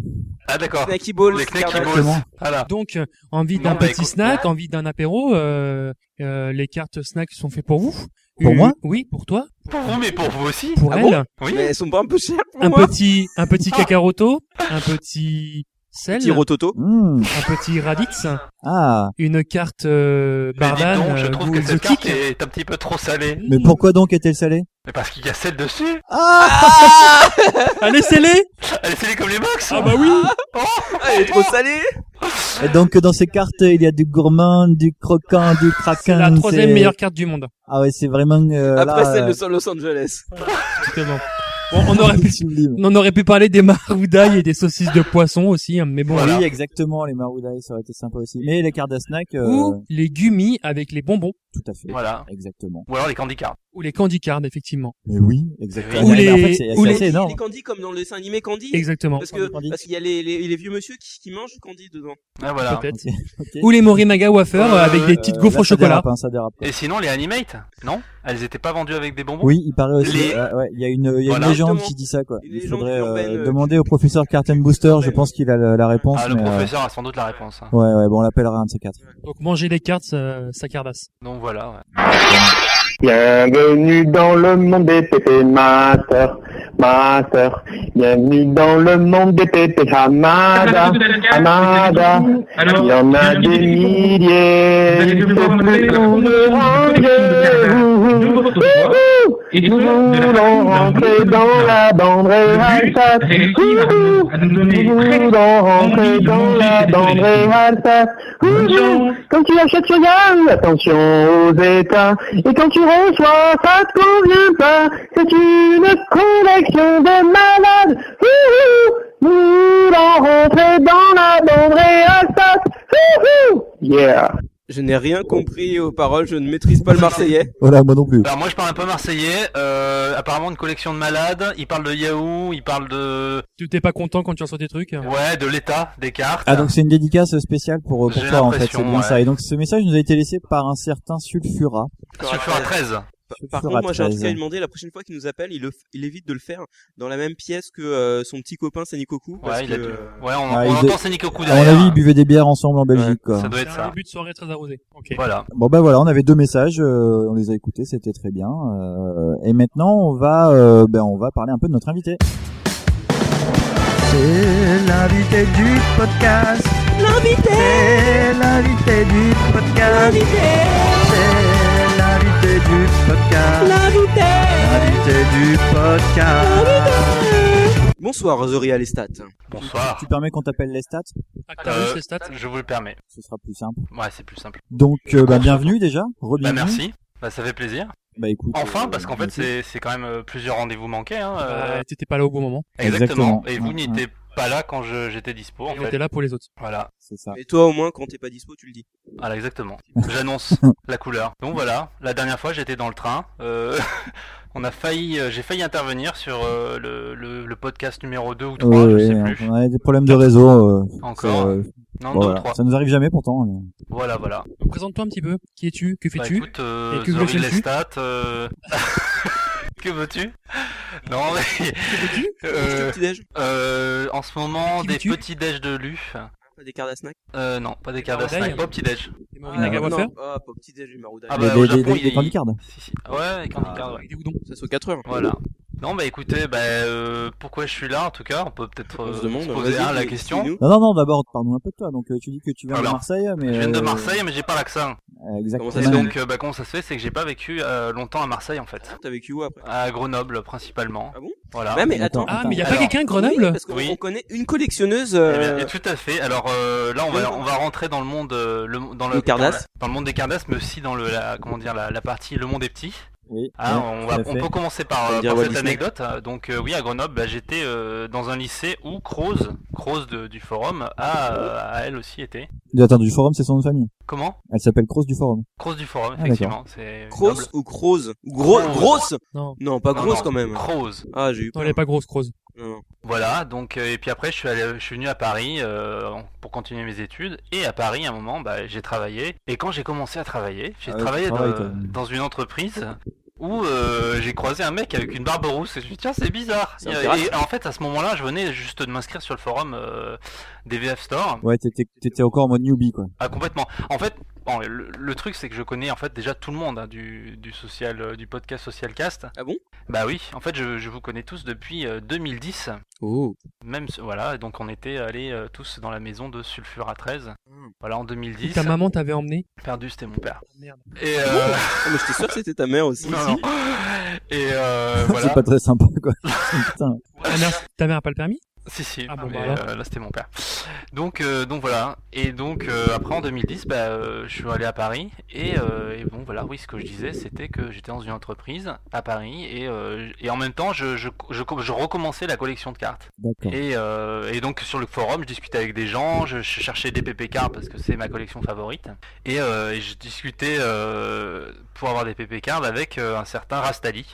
Speaker 4: Ah, d'accord.
Speaker 1: Snacky Balls.
Speaker 4: Les snack qui
Speaker 1: Cardass.
Speaker 4: bossent. Voilà.
Speaker 2: Donc, euh, envie
Speaker 4: Non,
Speaker 2: d'un
Speaker 4: bah,
Speaker 2: petit
Speaker 4: écoute,
Speaker 2: snack, envie d'un apéro, euh, euh, les cartes snack sont faites pour vous.
Speaker 5: Pour
Speaker 2: Euh,
Speaker 5: moi
Speaker 2: Oui, pour toi,
Speaker 4: Pour vous, mais pour vous aussi.
Speaker 2: pour
Speaker 1: Ah
Speaker 2: elle.
Speaker 1: bon
Speaker 4: Oui.
Speaker 1: Mais elles sont pas un peu chères pour
Speaker 2: un
Speaker 1: moi Ah.
Speaker 2: petit, un petit cacaroto, un petit sel,
Speaker 1: Petit rototo.
Speaker 5: Hmm.
Speaker 2: un petit raditz,
Speaker 5: Ah.
Speaker 2: une carte euh,
Speaker 4: Mais dis
Speaker 2: bardane,
Speaker 4: donc, je
Speaker 2: euh,
Speaker 4: trouve
Speaker 2: goût
Speaker 4: que cette carte
Speaker 2: exotique.
Speaker 4: est un petit peu trop salée.
Speaker 5: Mais pourquoi donc est-elle salée?
Speaker 4: Mais parce qu'il y a celle dessus.
Speaker 5: Ah!
Speaker 2: Allez, scellez
Speaker 4: Elle est salée comme les box.
Speaker 2: Ah bah oui
Speaker 1: Ah, elle est trop salée
Speaker 5: Et donc, euh, dans ces cartes, il y a du gourmand, du croquant, du
Speaker 2: C'est
Speaker 5: craquant.
Speaker 2: la troisième
Speaker 5: c'est-
Speaker 2: meilleure carte du monde.
Speaker 5: Ah ouais, c'est vraiment, euh,
Speaker 1: Après
Speaker 5: là,
Speaker 1: celle
Speaker 5: euh,
Speaker 1: de Los Angeles.
Speaker 2: Justement. Bon, on aurait pu,
Speaker 5: sublime.
Speaker 2: on aurait pu parler des maroudailles et des saucisses de poisson aussi, hein, mais bon.
Speaker 4: Voilà.
Speaker 5: Oui, exactement, les maroudailles, ça aurait été sympa aussi. Mais les cartes à snack, euh,
Speaker 2: Ou les gummies avec les bonbons,
Speaker 5: tout à fait.
Speaker 4: Voilà.
Speaker 5: Exactement.
Speaker 4: Ou alors les candy cards.
Speaker 2: ou les candy cards, effectivement.
Speaker 5: Mais oui, exactement.
Speaker 2: Ou
Speaker 5: Mais
Speaker 2: les-
Speaker 5: en fait, c'est
Speaker 2: ou
Speaker 5: c'est
Speaker 2: les-
Speaker 5: assez énorme.
Speaker 1: Les candy comme dans le dessin animé Candy.
Speaker 2: Exactement.
Speaker 1: Parce que,
Speaker 5: Candy.
Speaker 1: parce qu'il y a les, les, les vieux monsieur qui, qui mangent candy dedans.
Speaker 4: Ah, voilà.
Speaker 2: Peut-être.
Speaker 5: Ok, ok.
Speaker 2: Ou les Morimaga Wafer euh, avec des
Speaker 5: Euh,
Speaker 2: petites
Speaker 5: là,
Speaker 2: gaufres au
Speaker 5: ça
Speaker 2: chocolat.
Speaker 5: dérape, hein, ça dérape.
Speaker 4: Et sinon, les animate. Non? Elles étaient pas vendues avec des bonbons?
Speaker 5: Oui, il paraît aussi.
Speaker 4: Les-
Speaker 5: ah ouais, il y a une, il y a une
Speaker 4: Voilà.
Speaker 5: légende
Speaker 1: Exactement.
Speaker 5: qui dit ça, quoi.
Speaker 1: Une
Speaker 5: Il
Speaker 1: légende
Speaker 5: faudrait euh,
Speaker 1: urbaine, euh,
Speaker 5: demander au professeur Carten Booster. Je pense qu'il a la, la réponse.
Speaker 4: Ah, le
Speaker 5: mais, euh,
Speaker 4: professeur a sans doute la réponse. hein.
Speaker 5: Ouais, ouais, bon, on l'appellera un de ces quatre.
Speaker 2: Donc manger les cartes, ça, ça cardasse.
Speaker 4: Donc voilà. ouais.
Speaker 9: Bienvenue dans le monde des pépés, ma sœur, ma sœur. Bienvenue dans le monde des pépés, Hamada, Hamada. Il y en a des milliers, il faut plus nous ranger. Ouh, ouh, ouh.
Speaker 7: Et
Speaker 9: Nous voulons rentrer dans la bande Réalsace. Nous voulons rentrer dans la bande Réalsace. Ouh, Quand tu achètes ce gaz, attention aux états. Et quand tu reçois, ça te convient pas. C'est une collection de malades. Ouh, ouh, Nous voulons rentrer dans la bande Réalsace. Ouh, ouh. Yeah.
Speaker 1: Je n'ai rien compris aux paroles, je ne maîtrise pas le marseillais.
Speaker 11: Voilà, moi non plus.
Speaker 4: Alors moi je parle un peu marseillais, euh, apparemment une collection de malades, il parle de Yahoo, il parle de...
Speaker 2: Tu t'es pas content quand tu reçois des trucs
Speaker 4: Ouais, de l'état, des cartes.
Speaker 5: Ah donc c'est une dédicace spéciale pour, euh, pour
Speaker 4: J'ai
Speaker 5: toi en fait,
Speaker 4: l'impression,
Speaker 5: c'est bien
Speaker 4: ouais.
Speaker 5: ça. Et donc ce message nous a été laissé par un certain Sulfura.
Speaker 4: Sulfura 13.
Speaker 1: Par
Speaker 5: Sulfura
Speaker 1: contre, moi j'ai un truc à lui
Speaker 5: 13.
Speaker 1: demander, la prochaine fois qu'il nous appelle, il, le f- il évite de le faire dans la même pièce que euh, son petit copain Senikoku. parce
Speaker 4: Ouais, il a
Speaker 1: que,
Speaker 4: dû-
Speaker 1: euh,
Speaker 4: ouais, on,
Speaker 5: Ah,
Speaker 4: on
Speaker 5: ils
Speaker 4: entend
Speaker 5: dé-
Speaker 4: Senikoku
Speaker 5: À mon
Speaker 4: derrière.
Speaker 5: avis, ils buvaient des bières ensemble en Belgique. quoi.
Speaker 4: Ça doit être
Speaker 2: C'est un
Speaker 4: ça.
Speaker 2: début de soirée très arrosé. Ok.
Speaker 4: Voilà.
Speaker 5: Bon ben voilà, on avait deux messages, euh, on les a écoutés, c'était très bien. euh, et maintenant, on va, euh, ben on va parler un peu de notre invité.
Speaker 12: C'est l'invité du podcast. L'invité. C'est l'invité du podcast. L'invité. C'est l'invité du podcast. L'invité. L'invité du podcast.
Speaker 1: Bonsoir Zoria Lestat.
Speaker 4: Bonsoir.
Speaker 5: Tu permets qu'on t'appelle les stats
Speaker 2: Ah,
Speaker 4: Euh, je vous le permets.
Speaker 5: Ce sera plus simple.
Speaker 4: Ouais, c'est plus simple.
Speaker 5: Donc euh, ben, bienvenue déjà, re
Speaker 4: Bah merci, bah ça fait plaisir.
Speaker 5: Bah écoute.
Speaker 4: Enfin, parce
Speaker 5: euh,
Speaker 4: qu'en fait c'est c'est quand même euh, plusieurs rendez-vous manqués. Hein. euh,
Speaker 2: Euh, T'étais pas là au bon moment.
Speaker 4: Exactement.
Speaker 5: Exactement. Mmh.
Speaker 4: Et vous
Speaker 5: Ouais,
Speaker 4: n'étiez pas là quand je- j'étais dispo. En
Speaker 2: On
Speaker 4: fait.
Speaker 2: était là pour les autres.
Speaker 4: Voilà.
Speaker 5: C'est ça.
Speaker 1: Et toi au moins quand t'es pas dispo, tu le dis.
Speaker 4: Voilà, exactement.
Speaker 5: Mmh.
Speaker 4: J'annonce la couleur. Donc voilà, la dernière fois j'étais dans le train. euh, on a failli, euh, j'ai failli intervenir sur euh, le, le, le podcast numéro 2 ou 3,
Speaker 12: Oh,
Speaker 5: Ouais,
Speaker 4: je
Speaker 5: ouais,
Speaker 4: sais
Speaker 5: hein,
Speaker 4: plus.
Speaker 5: on a des problèmes de réseau. euh,
Speaker 4: Encore
Speaker 5: c'est, euh,
Speaker 4: Non, deux
Speaker 5: bon,
Speaker 4: ou
Speaker 5: voilà.
Speaker 4: trois.
Speaker 5: Ça nous arrive jamais pourtant. mais-
Speaker 4: Voilà, voilà.
Speaker 2: Donc, Présente-toi un petit peu. Qui es-tu Que
Speaker 4: Bah,
Speaker 2: fais-tu
Speaker 4: écoute, euh,
Speaker 2: Et que
Speaker 4: Zoril
Speaker 2: fais-tu
Speaker 4: Estat, euh, que veux-tu Non, mais. Euh,
Speaker 1: petit-déj
Speaker 4: euh, en ce moment, des
Speaker 2: veux-tu
Speaker 4: petits déj de Luf.
Speaker 1: Pas des cartes à snack.
Speaker 4: Euh, non, pas des cartes
Speaker 2: Maroudailles
Speaker 4: snack, pas petits déj.
Speaker 2: Des
Speaker 1: Ah,
Speaker 2: Maureen Nagawa
Speaker 1: non,
Speaker 2: faire
Speaker 1: ah, pas petit déj, Marouda.
Speaker 4: Ah
Speaker 5: Des-
Speaker 4: bah,
Speaker 5: des-
Speaker 4: au
Speaker 5: des-
Speaker 4: Japon,
Speaker 5: des- des
Speaker 4: il-
Speaker 5: candicards.
Speaker 4: Si, si. Ouais, des candicards, Ah, ouais.
Speaker 2: Avec des goudons.
Speaker 1: Ça soit 4 heures.
Speaker 4: Voilà. Non, bah écoutez, bah, euh, pourquoi je suis là en tout cas On peut peut-être
Speaker 1: On
Speaker 4: euh,
Speaker 1: se demande.
Speaker 4: poser
Speaker 1: vas-y,
Speaker 4: hein, la
Speaker 1: dis-
Speaker 4: question.
Speaker 1: dis-nous.
Speaker 5: Non non non, d'abord parle-nous un peu de toi. Donc euh, tu dis que tu viens
Speaker 4: Alors,
Speaker 5: de Marseille, mais
Speaker 4: Je viens de
Speaker 5: euh,
Speaker 4: Marseille, mais j'ai pas l'accent.
Speaker 5: euh, exactement.
Speaker 1: Comment
Speaker 4: Et
Speaker 1: ça se
Speaker 4: donc, euh, bah, comment ça se fait C'est que j'ai pas vécu euh, longtemps à Marseille en fait.
Speaker 1: T'as vécu où après
Speaker 4: À Grenoble principalement.
Speaker 1: Ah bon
Speaker 4: Voilà.
Speaker 1: Ouais, mais attends.
Speaker 5: Attends.
Speaker 2: Ah, mais il y a pas
Speaker 4: Alors,
Speaker 2: quelqu'un de
Speaker 1: Oui,
Speaker 2: Grenoble
Speaker 1: parce qu'on
Speaker 4: Oui.
Speaker 1: on connaît une collectionneuse.
Speaker 4: Eh bien,
Speaker 1: euh,
Speaker 4: et tout à fait. Alors euh, là, on va,
Speaker 1: Grenoble.
Speaker 4: on va rentrer dans le monde, euh, le, dans le
Speaker 1: Des Cardass.
Speaker 4: dans, la- dans le monde des Cardass, mais aussi dans le, la, comment dire, la, la partie le monde est petit.
Speaker 5: Oui,
Speaker 4: Ah,
Speaker 5: ouais,
Speaker 4: on,
Speaker 5: tout
Speaker 4: va-
Speaker 5: à
Speaker 4: on
Speaker 5: fait.
Speaker 4: peut commencer par,
Speaker 1: Ça veut
Speaker 4: euh,
Speaker 1: dire
Speaker 4: par
Speaker 1: Walt
Speaker 4: cette
Speaker 1: Disney.
Speaker 4: anecdote. Donc euh, oui, à Grenoble, bah, j'étais euh, dans un lycée où Croze, Croze de- du forum, a, euh, a elle aussi été.
Speaker 5: Attends, du forum, c'est son nom de famille.
Speaker 4: Comment
Speaker 5: Elle s'appelle Cross du forum.
Speaker 4: Cross du forum,
Speaker 5: Ah,
Speaker 4: effectivement. c'est
Speaker 1: Cross ou Croze Gro-
Speaker 4: Croze.
Speaker 1: Grosse
Speaker 2: Non.
Speaker 1: Non, pas grosse quand même.
Speaker 4: Cross.
Speaker 1: Ah, j'ai eu
Speaker 2: Non,
Speaker 1: peur.
Speaker 2: elle est pas grosse, Croze.
Speaker 1: Non, non.
Speaker 4: Voilà, donc euh, et puis après je suis allé, je suis venu à Paris euh, pour continuer mes études et à Paris à un moment bah, j'ai travaillé et quand j'ai commencé à travailler, j'ai
Speaker 5: Ah ouais,
Speaker 4: travaillé
Speaker 5: tu travailles,
Speaker 4: dans,
Speaker 5: toi.
Speaker 4: dans une entreprise où euh, j'ai croisé un mec avec une barbe rousse et je me suis dit tiens c'est bizarre.
Speaker 1: C'est un pirate.
Speaker 4: Et, et en fait à ce moment-là je venais juste de m'inscrire sur le forum euh, des VF Store.
Speaker 5: Ouais, t'étais, t'étais encore en mode newbie, quoi.
Speaker 4: Ah complètement. En fait, bon, le, le truc c'est que je connais en fait déjà tout le monde hein, du, du social euh, du podcast Socialcast.
Speaker 1: Ah bon
Speaker 4: Bah oui, en fait je, je vous connais tous depuis euh, 2010.
Speaker 1: Oh.
Speaker 4: Même ce- voilà, et donc on était allés euh, tous dans la maison de Sulfura 13.
Speaker 1: Hmm.
Speaker 4: Voilà en 2010.
Speaker 2: Ta maman t'avait emmené
Speaker 4: Perdu, c'était mon père.
Speaker 2: Merde.
Speaker 4: Et euh...
Speaker 1: Ah, mais j'étais sûr que c'était ta mère
Speaker 2: Oh,
Speaker 1: aussi.
Speaker 4: non, non. Et euh,
Speaker 5: C'est
Speaker 4: voilà.
Speaker 5: pas très sympa, quoi. Putain.
Speaker 2: Ta mère, ta mère a pas le permis
Speaker 4: Si si.
Speaker 2: Ah bon,
Speaker 4: mais,
Speaker 2: bah alors.
Speaker 4: euh, là c'était mon père. Donc euh, donc voilà. Et donc euh, après en 2010, bah, euh, je suis allé à Paris et, euh, et bon voilà, oui, ce que je disais, c'était que j'étais dans une entreprise à Paris et euh, et en même temps je je, je je recommençais la collection de cartes.
Speaker 5: D'accord.
Speaker 4: Et, euh, et donc sur le forum, je discutais avec des gens, je, je cherchais des PP cards parce que c'est ma collection favorite. Et, euh, et je discutais euh, pour avoir des PP cards avec euh, un certain Rastali.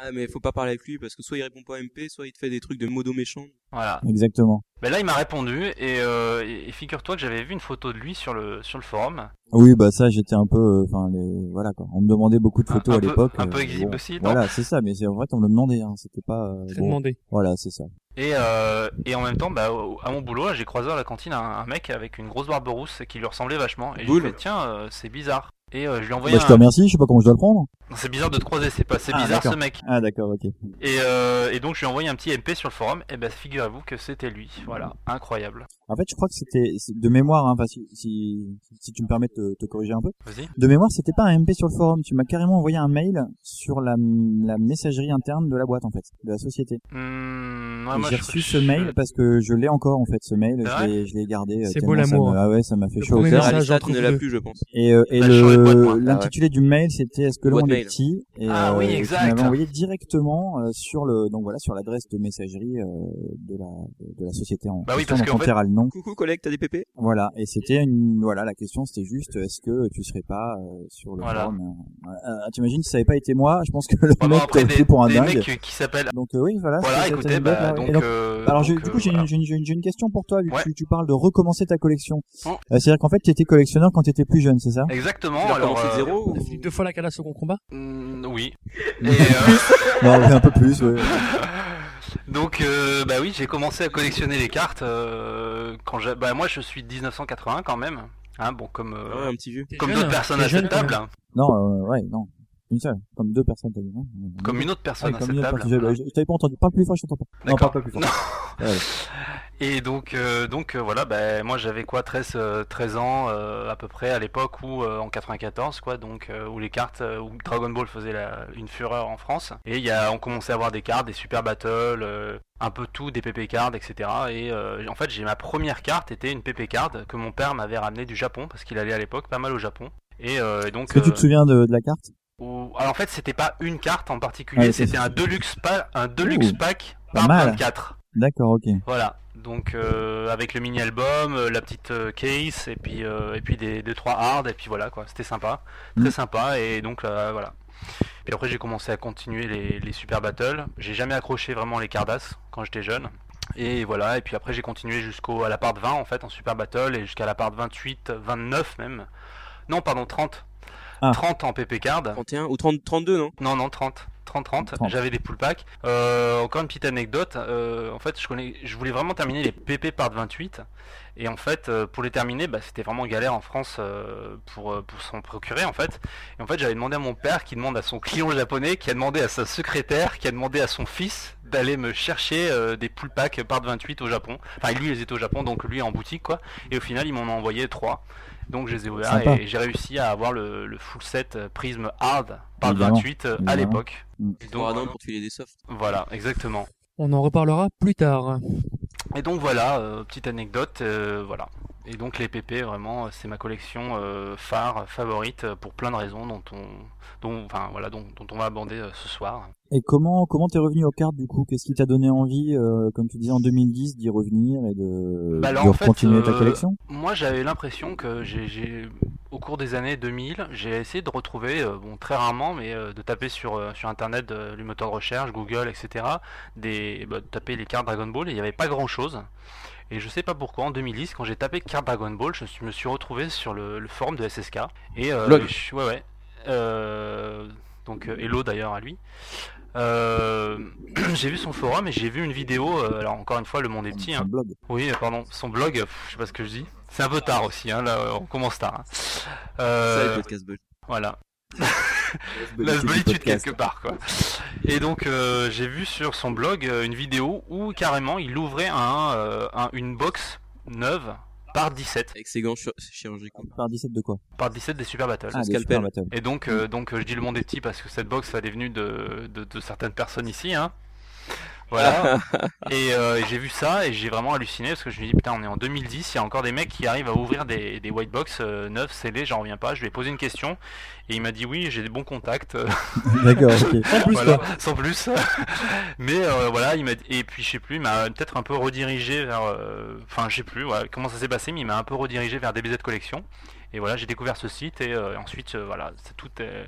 Speaker 1: Ah, mais faut pas parler avec lui parce que soit il répond pas à MP, soit il te fait des trucs de modo méchant.
Speaker 4: Voilà.
Speaker 5: Exactement.
Speaker 4: Ben là, il m'a répondu et, euh, et- et figure-toi que j'avais vu une photo de lui sur le sur le forum.
Speaker 5: Oui, bah ça, j'étais un peu, euh, enfin, les... voilà, quoi. On me demandait beaucoup de
Speaker 4: Un-
Speaker 5: photos
Speaker 4: un
Speaker 5: à
Speaker 4: peu-
Speaker 5: l'époque.
Speaker 4: un peu
Speaker 5: euh,
Speaker 4: exhibe aussi, non
Speaker 5: Voilà, c'est ça, mais c'est, en fait, on me le demandait, hein. C'était pas, euh,
Speaker 2: Très
Speaker 5: bon,
Speaker 2: demandé.
Speaker 5: Voilà, c'est ça.
Speaker 4: Et, euh, et en même temps, bah, au- à mon boulot, là, j'ai croisé à la cantine un, un mec avec une grosse barbe rousse qui lui ressemblait vachement. Et j'ai
Speaker 1: Boule.
Speaker 4: fait tiens, euh, c'est bizarre. Et euh, je lui ai envoyé
Speaker 5: Bah, je te
Speaker 4: un-
Speaker 5: remercie, je sais pas comment je dois le prendre.
Speaker 4: Non, C'est bizarre de te croiser, c'est pas, c'est
Speaker 5: Ah,
Speaker 4: bizarre ce
Speaker 5: d'accord.
Speaker 4: mec.
Speaker 5: Ah, d'accord, ok.
Speaker 4: Et, euh, et donc je lui ai envoyé un petit MP sur le forum, et ben figurez-vous que c'était lui, voilà, incroyable.
Speaker 5: En fait, je crois que c'était c'est de mémoire, hein, enfin, si, si, si tu me permets de te, te corriger un peu.
Speaker 4: Vas-y.
Speaker 5: De mémoire, c'était pas un MP sur le forum. Tu m'as carrément envoyé un mail sur la, la messagerie interne de la boîte, en fait, de la société.
Speaker 4: Hmm, ouais,
Speaker 5: Et
Speaker 4: moi,
Speaker 5: J'ai
Speaker 4: je-
Speaker 5: reçu ce mail parce que je l'ai encore, en fait, ce mail.
Speaker 4: C'est
Speaker 5: Je l'ai- je l'ai gardé. euh,
Speaker 2: C'est
Speaker 5: tellement
Speaker 2: beau
Speaker 5: ça
Speaker 2: l'amour.
Speaker 5: me- Ah ouais, ça m'a fait
Speaker 2: Le
Speaker 5: chaud au
Speaker 2: premier
Speaker 5: cœur.
Speaker 2: message
Speaker 1: Alexandre ne l'a plus, je pense.
Speaker 5: Et, euh, et
Speaker 1: Bah, je saurais pas, moi.
Speaker 5: le-
Speaker 1: Ah,
Speaker 5: l'intitulé du mail, c'était Est-ce que l'on
Speaker 1: Boîte
Speaker 5: est
Speaker 1: mail.
Speaker 5: petit et, euh,
Speaker 1: Ah oui,
Speaker 5: et tu
Speaker 1: exact.
Speaker 5: m'avais envoyé directement euh, sur le donc voilà sur l'adresse de messagerie euh, de la de la société en
Speaker 1: Bah oui,
Speaker 5: question,
Speaker 1: parce
Speaker 5: donc
Speaker 1: qu'en
Speaker 5: on
Speaker 1: fait-
Speaker 5: taira le nom.
Speaker 1: Coucou collègue, t'as des pépés
Speaker 5: Voilà, et c'était une voilà la question c'était juste euh, est-ce que tu serais pas euh, sur le
Speaker 4: Voilà.
Speaker 5: forum euh, euh, T'imagines si ça avait pas été moi, je pense que le
Speaker 4: Vraiment,
Speaker 5: mec
Speaker 4: après,
Speaker 5: t'aurait
Speaker 4: des-
Speaker 5: pris pour un
Speaker 4: des
Speaker 5: dingue.
Speaker 4: mecs qui s'appellent-
Speaker 5: Donc euh, oui voilà.
Speaker 4: Voilà,
Speaker 5: c'est- c'est-
Speaker 4: écoutez,
Speaker 5: c'est-
Speaker 4: bah,
Speaker 5: voilà.
Speaker 4: donc,
Speaker 5: Et
Speaker 4: euh,
Speaker 5: alors j'ai-
Speaker 4: donc,
Speaker 5: du
Speaker 4: euh,
Speaker 5: coup j'ai une-
Speaker 4: voilà.
Speaker 5: j'ai une, j'ai une- j'ai une question pour toi vu que
Speaker 4: Ouais.
Speaker 5: tu, tu parles de recommencer ta collection.
Speaker 4: Oh.
Speaker 5: Euh, C'est-à-dire qu'en fait tu étais collectionneur quand tu étais plus jeune, c'est ça
Speaker 4: Exactement.
Speaker 5: Tu l'as
Speaker 4: Oh, alors, euh,
Speaker 5: commencé de zéro
Speaker 2: Deux fois la cale à second combat
Speaker 4: Mm, Oui. Et, euh,
Speaker 5: Non, mais un peu plus, ouais.
Speaker 4: Donc, euh, bah oui, j'ai commencé à collectionner les cartes euh, quand j'ai. Bah moi, je suis de 1980 quand même. Hein, bon, comme euh,
Speaker 5: Ah
Speaker 1: ouais, un petit vieux.
Speaker 4: Comme
Speaker 1: jeune,
Speaker 4: d'autres
Speaker 1: hein.
Speaker 4: personnes
Speaker 1: T'es
Speaker 4: à cette
Speaker 1: jeune, quand
Speaker 4: table.
Speaker 1: même.
Speaker 4: hein.
Speaker 5: Non, euh, ouais, non. Une seule, comme deux personnes, t'as dit, non
Speaker 4: Comme une autre personne
Speaker 5: Ah,
Speaker 4: à
Speaker 5: comme
Speaker 4: cette
Speaker 5: une autre
Speaker 4: table.
Speaker 5: personne. Je, je t'avais pas entendu. Parle plus fort, je t'entends pas. Non, parle
Speaker 4: D'accord.
Speaker 5: pas plus fort.
Speaker 4: Non.
Speaker 5: Ouais.
Speaker 4: Et donc, euh, donc euh, voilà, bah, moi j'avais quoi, 13, euh, 13 ans euh, à peu près à l'époque où euh, en 94, quoi, donc euh, où les cartes, euh, où Dragon Ball faisait la- une fureur en France. Et il y a, on commençait à avoir des cartes, des Super Battle, euh, un peu tout, des PP cards, etc. Et euh, en fait, j'ai ma première carte était une PP card que mon père m'avait ramenée du Japon parce qu'il allait à l'époque pas mal au Japon. Et, euh, et donc.
Speaker 5: Est-ce que tu te
Speaker 4: euh,
Speaker 5: souviens de, de la carte
Speaker 4: ou- Alors en fait, c'était pas une carte en
Speaker 5: Ah,
Speaker 4: particulier,
Speaker 5: ok.
Speaker 4: c'était un Deluxe, pa- un Deluxe
Speaker 5: Ouh,
Speaker 4: Pack
Speaker 5: pas
Speaker 4: par
Speaker 5: mal.
Speaker 4: 24.
Speaker 5: D'accord, ok.
Speaker 4: Voilà, donc euh, avec le mini album, la petite euh, case et puis euh, et puis des deux trois hard et puis voilà quoi, c'était sympa, très
Speaker 5: Mm.
Speaker 4: sympa et donc euh, voilà. Puis après j'ai commencé à continuer les, les super battles. J'ai jamais accroché vraiment les Cardass quand j'étais jeune. Et voilà, et puis après j'ai continué jusqu'au à la part 20 en fait en super battle et jusqu'à la part 28, 29 même. Non, pardon, 30. 30 en PP card.
Speaker 1: 31 ou 30, 32, non
Speaker 4: Non, non, 30. 30-30,
Speaker 1: 30.
Speaker 4: j'avais des pull packs. Euh, encore une petite anecdote, euh, en fait je, connais, je voulais vraiment terminer les PP par 28 et en fait euh, pour les terminer bah, c'était vraiment galère en France euh, pour, euh, pour s'en procurer en fait. Et en fait j'avais demandé à mon père qui demande à son client japonais, qui a demandé à sa secrétaire, qui a demandé à son fils d'aller me chercher euh, des pull packs par 28 au Japon. Enfin lui ils étaient au Japon donc lui en boutique quoi. Et au final ils m'en ont envoyé 3. Donc je les ai ouverts
Speaker 5: Sympa.
Speaker 4: et j'ai réussi à avoir le, le full set euh, Prism Hard par
Speaker 5: Évidemment.
Speaker 4: 28 euh, à
Speaker 5: Évidemment.
Speaker 4: l'époque.
Speaker 5: Mm.
Speaker 4: Et donc, euh, voilà. Voilà, exactement.
Speaker 2: On en reparlera plus tard.
Speaker 4: Et donc voilà, euh, petite anecdote, euh, voilà. Et donc les PP, vraiment, euh, c'est ma collection euh, phare, favorite, euh, pour plein de raisons dont on, dont, enfin, voilà, dont, dont on va aborder euh, ce soir.
Speaker 5: Et comment comment t'es revenu aux cartes du coup Qu'est-ce qui t'a donné envie, euh, comme tu disais en 2010, d'y revenir et de,
Speaker 4: Bah alors,
Speaker 5: de
Speaker 4: en fait,
Speaker 5: continuer ta
Speaker 4: euh,
Speaker 5: collection
Speaker 4: Moi j'avais l'impression que j'ai, j'ai- au cours des années 2000, j'ai essayé de retrouver, euh, bon très rarement, mais euh, de taper sur, euh, sur internet euh, les moteurs de recherche, Google, etc. Des, bah, de taper les cartes Dragon Ball et il n'y avait pas grand chose. Et je sais pas pourquoi, en 2010, quand j'ai tapé carte Dragon Ball, je suis- me suis retrouvé sur le, le forum de SSK. Et euh,
Speaker 1: Blog.
Speaker 4: je- ouais, ouais. Euh, donc, euh, hello d'ailleurs à lui. Euh, j'ai vu son forum et j'ai vu une vidéo. euh, alors, encore une fois, le monde est petit. hein. Oui, euh, pardon, son blog, pff, je sais pas ce que je dis. C'est un peu tard aussi, hein, là, on commence tard. hein. Euh,
Speaker 1: Ça, les podcasts bull.
Speaker 4: Voilà.
Speaker 1: bull-
Speaker 4: La
Speaker 1: Bah, du
Speaker 4: solitude
Speaker 1: podcast.
Speaker 4: quelque part, quoi. Et donc, euh, j'ai vu sur son blog euh, une vidéo où carrément il ouvrait un, euh, un- une box neuve par 17.
Speaker 1: Avec ses gants chi- chirurgicaux.
Speaker 5: Par 17 de quoi
Speaker 4: Par 17 des Super Battles.
Speaker 1: Ah, des Scalpel. Super Battles.
Speaker 4: Et donc, euh, donc euh, je dis le monde est petit parce que cette box, elle est venue de, de, de certaines personnes ici. Hein. Voilà. et euh, et j'ai vu ça et j'ai vraiment halluciné parce que je me dis putain on est en 2010, il y a encore des mecs qui arrivent à ouvrir des, des white box euh, neufs scellés, j'en reviens pas. Je lui ai posé une question et il m'a dit oui j'ai des bons contacts. euh,
Speaker 5: D'accord, ok. Sans plus,
Speaker 4: Voilà,
Speaker 5: quoi.
Speaker 4: sans plus. Mais euh, voilà, il m'a et puis je sais plus, il m'a peut-être un peu redirigé vers, euh, enfin je sais plus ouais, comment ça s'est passé, mais il m'a un peu redirigé vers DBZ Collection. Et voilà, j'ai découvert ce site et euh, ensuite euh, voilà, c'est tout est-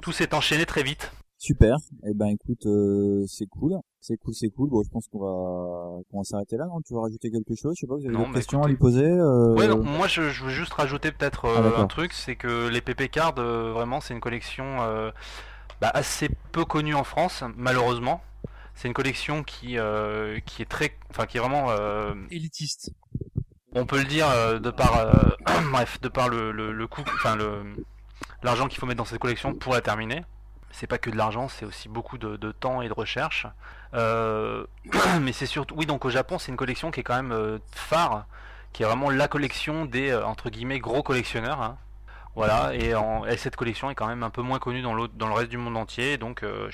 Speaker 4: tout s'est enchaîné très vite.
Speaker 5: Super. Eh ben écoute, euh, c'est cool, c'est cool, c'est cool. Bon, je pense qu'on va qu'on va s'arrêter là. non tu veux rajouter quelque chose Je sais pas, vous avez
Speaker 4: Non,
Speaker 5: des
Speaker 4: bah,
Speaker 5: questions à lui poser euh...
Speaker 4: Ouais, non, moi je, je veux juste rajouter peut-être euh,
Speaker 5: Ah, d'accord.
Speaker 4: un truc, c'est que les PP Cards, euh, vraiment, c'est une collection euh, bah, assez peu connue en France, malheureusement. C'est une collection qui, euh, qui est très, enfin qui est vraiment
Speaker 2: élitiste.
Speaker 4: euh, On peut le dire euh, de par, euh, bref, de par le, le, le coût, enfin le l'argent qu'il faut mettre dans cette collection pour la terminer. C'est pas que de l'argent, c'est aussi beaucoup de, de temps et de recherche. Euh, mais c'est surtout, oui, donc au Japon, c'est une collection qui est quand même euh, phare, qui est vraiment la collection des euh, entre guillemets gros collectionneurs. hein. Voilà, et, en- et cette collection est quand même un peu moins connue dans, l'autre- dans le reste du monde entier, donc euh,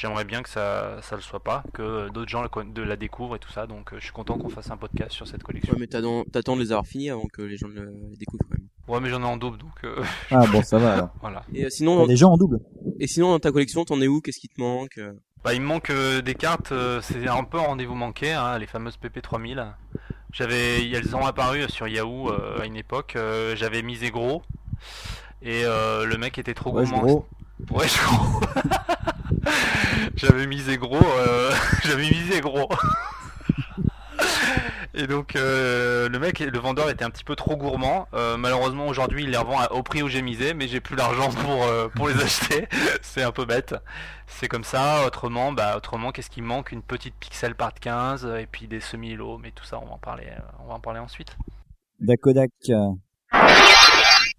Speaker 4: j'aimerais bien que ça, ça le soit pas, que euh, d'autres gens la, con- de la découvrent et tout ça, donc euh, je suis content qu'on fasse un podcast sur cette collection.
Speaker 1: Ouais, mais t'attends t'attends de les avoir finis avant que les gens le les découvrent quand même.
Speaker 4: Ouais, mais j'en ai en double, donc. euh,
Speaker 5: Ah, bon, ça va, alors.
Speaker 4: voilà.
Speaker 1: Et euh, sinon,
Speaker 5: T'as des gens en double.
Speaker 1: Et sinon, dans ta collection, t'en es où Qu'est-ce qui te manque euh
Speaker 4: Bah, il me manque euh, des cartes, euh, c'est un peu un rendez-vous manqué, hein, les fameuses PP3000. J'avais, elles ont apparu sur Yahoo euh, à une époque, euh, j'avais misé gros, et euh, le mec était trop
Speaker 5: Ouais, je
Speaker 4: gourmand.
Speaker 5: gros.
Speaker 4: Ouais, je gros. j'avais misé gros, euh, j'avais misé gros. Et donc euh, le mec, le vendeur était un petit peu trop gourmand. Euh, malheureusement aujourd'hui il les revend à- au prix où j'ai misé, mais j'ai plus l'argent pour euh, pour les acheter. C'est un peu bête. C'est comme ça. Autrement, bah autrement qu'est-ce qui manque Une petite pixel part 15 euh, et puis des semi lots mais tout ça on va en parler. euh, on va en parler ensuite.
Speaker 5: Dakodak. euh.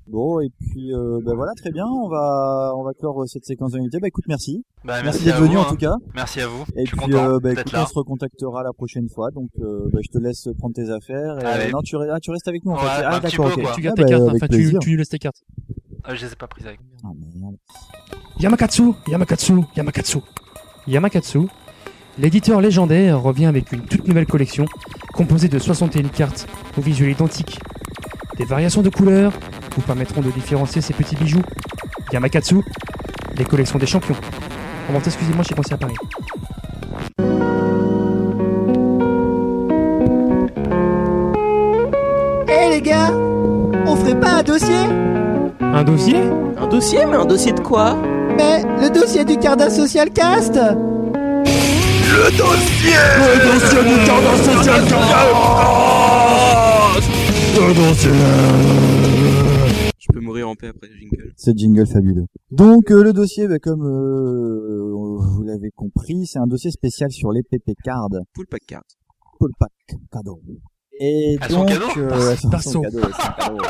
Speaker 5: Bon et puis euh, bah voilà très bien on va on va clore euh, cette séquence d'invités bah écoute merci
Speaker 4: Bah, merci à
Speaker 5: d'être venu
Speaker 4: vous,
Speaker 5: en
Speaker 4: hein.
Speaker 5: tout cas
Speaker 4: Merci à vous.
Speaker 5: et
Speaker 4: Je suis
Speaker 5: puis
Speaker 4: content
Speaker 5: euh, bah
Speaker 4: d'être
Speaker 5: écoute
Speaker 4: là.
Speaker 5: on se recontactera la prochaine fois donc euh, bah, je te laisse prendre tes affaires et,
Speaker 4: Allez.
Speaker 5: euh, non tu, re- ah, tu restes avec nous en
Speaker 4: Ouais,
Speaker 5: fait ah
Speaker 4: un petit
Speaker 5: d'accord
Speaker 4: peu,
Speaker 5: ok
Speaker 4: quoi.
Speaker 2: Tu gardes tes
Speaker 5: Ah, bah,
Speaker 2: cartes, hein.
Speaker 5: avec
Speaker 2: enfin, tu,
Speaker 5: plaisir.
Speaker 2: tu nous laisses tes cartes.
Speaker 4: Euh, je les ai pas prises avec.
Speaker 2: Yamakatsu, Yamakatsu, Yamakatsu. Yamakatsu, l'éditeur légendaire revient avec une toute nouvelle collection composée de 61 cartes au visuel identique. Des variations de couleurs vous permettront de différencier ces petits bijoux. Yamakatsu, les collections des champions. On excusez-moi, j'ai pensé à Paris.
Speaker 13: Eh les gars, on ferait pas un dossier
Speaker 2: Un dossier
Speaker 1: Un dossier, mais un dossier de quoi
Speaker 13: Mais le dossier du Carda Social Cast
Speaker 14: Le dossier Le dossier du carnet social Oh Le dossier
Speaker 1: Je peux mourir en paix après ce jingle.
Speaker 5: Ce jingle fabuleux. Donc euh, le dossier, bah, comme euh, vous l'avez compris, c'est un dossier spécial sur les PP cards.
Speaker 1: Poule pack card.
Speaker 5: Poule pack cadeau. Et
Speaker 1: Elles sont
Speaker 5: donc,
Speaker 1: cadeaux
Speaker 5: euh, elles sont- elles
Speaker 1: Elles
Speaker 5: sont
Speaker 1: sont
Speaker 5: cadeaux, elles sont cadeaux.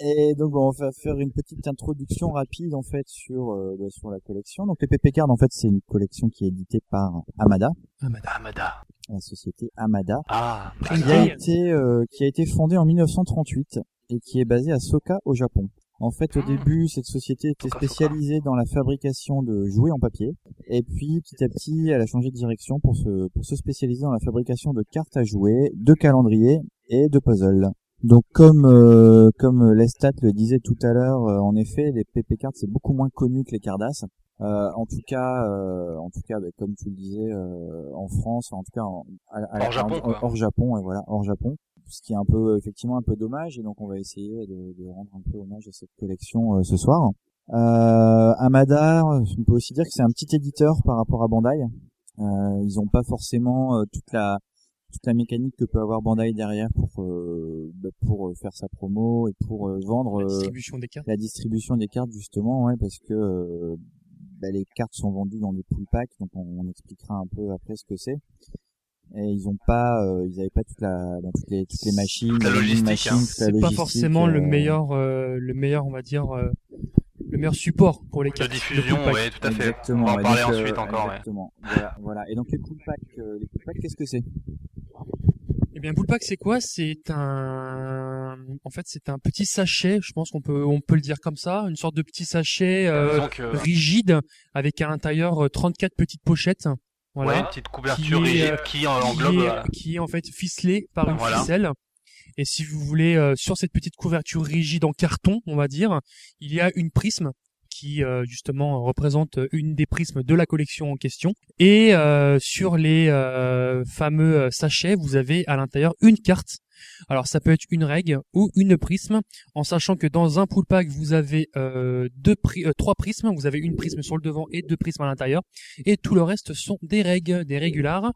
Speaker 5: Et donc bon, on va faire une petite introduction rapide en fait sur euh, bah, sur la collection. Donc les PP cards en fait c'est une collection qui est éditée par Amada,
Speaker 13: Ah,
Speaker 4: Amada. Amada.
Speaker 5: la société Amada,
Speaker 4: Ah,
Speaker 5: qui a été euh, qui a été fondée en 1938 et qui est basée à Soka au Japon. En fait, au début, cette société était spécialisée dans la fabrication de jouets en papier. Et puis, petit à petit, elle a changé de direction pour se, pour se spécialiser dans la fabrication de cartes à jouer, de calendriers et de puzzles. Donc, comme, euh, comme l'Estat le disait tout à l'heure, euh, en effet, les PP cartes, c'est beaucoup moins connu que les Cardas. Euh, en tout cas, euh, en tout cas, bah, comme tu le disais, euh, en France, en tout cas, en, à, à-
Speaker 4: Hors Japon,
Speaker 5: en-
Speaker 4: quoi.
Speaker 5: hors Japon, et voilà, hors Japon, ce qui est un peu, effectivement, un peu dommage. Et donc, on va essayer de, de rendre un peu hommage à cette collection euh, ce soir. Euh, Amada, on peut aussi dire que c'est un petit éditeur par rapport à Bandai. Euh, ils n'ont pas forcément euh, toute la toute la mécanique que peut avoir Bandai derrière pour euh, bah, pour euh, faire sa promo et pour euh, vendre
Speaker 2: La
Speaker 5: euh,
Speaker 2: distribution des cartes.
Speaker 5: la distribution des cartes justement, ouais, parce que euh, bah, les cartes sont vendues dans des pool packs, donc on, on expliquera un peu après ce que c'est. Et ils ont pas, euh, ils avaient pas toute la, dans toutes les toutes les machines,
Speaker 4: Toute la
Speaker 5: les
Speaker 4: logistique,
Speaker 5: machines,
Speaker 4: hein.
Speaker 5: toute la
Speaker 2: C'est pas
Speaker 5: logistique,
Speaker 2: forcément le
Speaker 5: euh,
Speaker 2: meilleur, euh, le meilleur, on va dire, euh, le meilleur support pour les cartes.
Speaker 4: diffusion,
Speaker 2: pool pack.
Speaker 4: ouais, tout à fait.
Speaker 5: Exactement,
Speaker 4: On va en
Speaker 5: ouais,
Speaker 4: parler
Speaker 5: donc, euh,
Speaker 4: ensuite encore, ouais.
Speaker 5: Exactement. Voilà, voilà. Et donc les pool packs, euh, les pool packs, qu'est-ce que c'est
Speaker 2: Eh bien, Bullpack, c'est quoi C'est un, en fait, c'est un petit sachet. Je pense qu'on peut, on peut le dire comme ça, une sorte de petit sachet euh,
Speaker 4: Disons que-
Speaker 2: rigide avec à l'intérieur euh, 34 petites pochettes. Voilà.
Speaker 4: Ouais, une petite couverture
Speaker 2: Qui est,
Speaker 4: rigide qui, en-
Speaker 2: qui
Speaker 4: englobe,
Speaker 2: est-
Speaker 4: euh,
Speaker 2: qui est en fait ficelée par une
Speaker 4: Voilà.
Speaker 2: ficelle. Et si vous voulez, euh, sur cette petite couverture rigide en carton, on va dire, il y a une prisme qui euh, justement représente une des prismes de la collection en question. Et euh, sur les euh, fameux euh, sachets, vous avez à l'intérieur une carte. Alors ça peut être une règle ou une prisme, en sachant que dans un pool pack vous avez euh, deux pri- euh, trois prismes, vous avez une prisme sur le devant et deux prismes à l'intérieur, et tout le reste sont des règles, des régulars.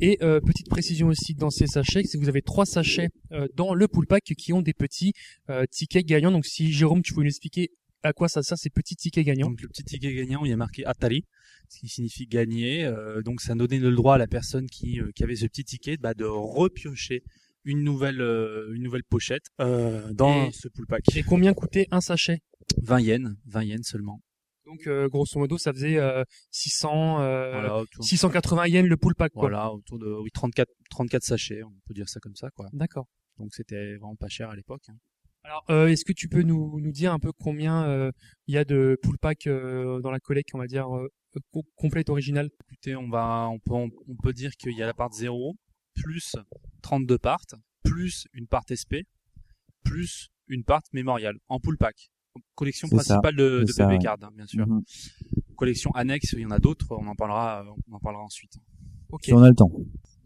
Speaker 2: Et euh, petite précision aussi dans ces sachets, c'est que vous avez trois sachets euh, dans le pool pack qui ont des petits euh, tickets gagnants. Donc si Jérôme, tu peux nous expliquer à quoi ça sert ces petits tickets gagnants
Speaker 15: Donc le petit ticket gagnant, il y a marqué Atari, ce qui signifie gagner. Euh, donc ça donnait le droit à la personne qui, euh, qui avait ce petit ticket bah, de repiocher une nouvelle, euh, une nouvelle pochette euh, dans
Speaker 2: Et-
Speaker 15: ce pool pack.
Speaker 2: Et combien coûtait un sachet
Speaker 12: 20 yens, 20 yens seulement.
Speaker 2: Donc euh, grosso modo, ça faisait euh, 600, euh,
Speaker 12: Voilà, autour.
Speaker 2: 680 yens le pool pack. Quoi.
Speaker 12: Voilà, autour de oui, 34, 34 sachets, on peut dire ça comme ça, quoi.
Speaker 2: D'accord.
Speaker 12: Donc c'était vraiment pas cher à l'époque. hein.
Speaker 2: Alors, euh, est-ce que tu peux nous, nous dire un peu combien euh, il y a de pool pack euh, dans la collecte, on va dire euh, co- complète originale
Speaker 12: Écoutez, on va, on peut, on peut dire qu'il y a la part 0, plus 32 parts, plus une part SP, plus une part mémoriale, en pool pack. Donc, Collection
Speaker 5: C'est ça,
Speaker 12: principale de,
Speaker 5: c'est
Speaker 12: de
Speaker 5: ça,
Speaker 12: PB
Speaker 5: ouais.
Speaker 12: Card, hein, bien sûr.
Speaker 5: Mhm.
Speaker 12: Collection annexe, il y en a d'autres, on en parlera, euh, on en parlera ensuite.
Speaker 2: Ok.
Speaker 5: Si on a le temps.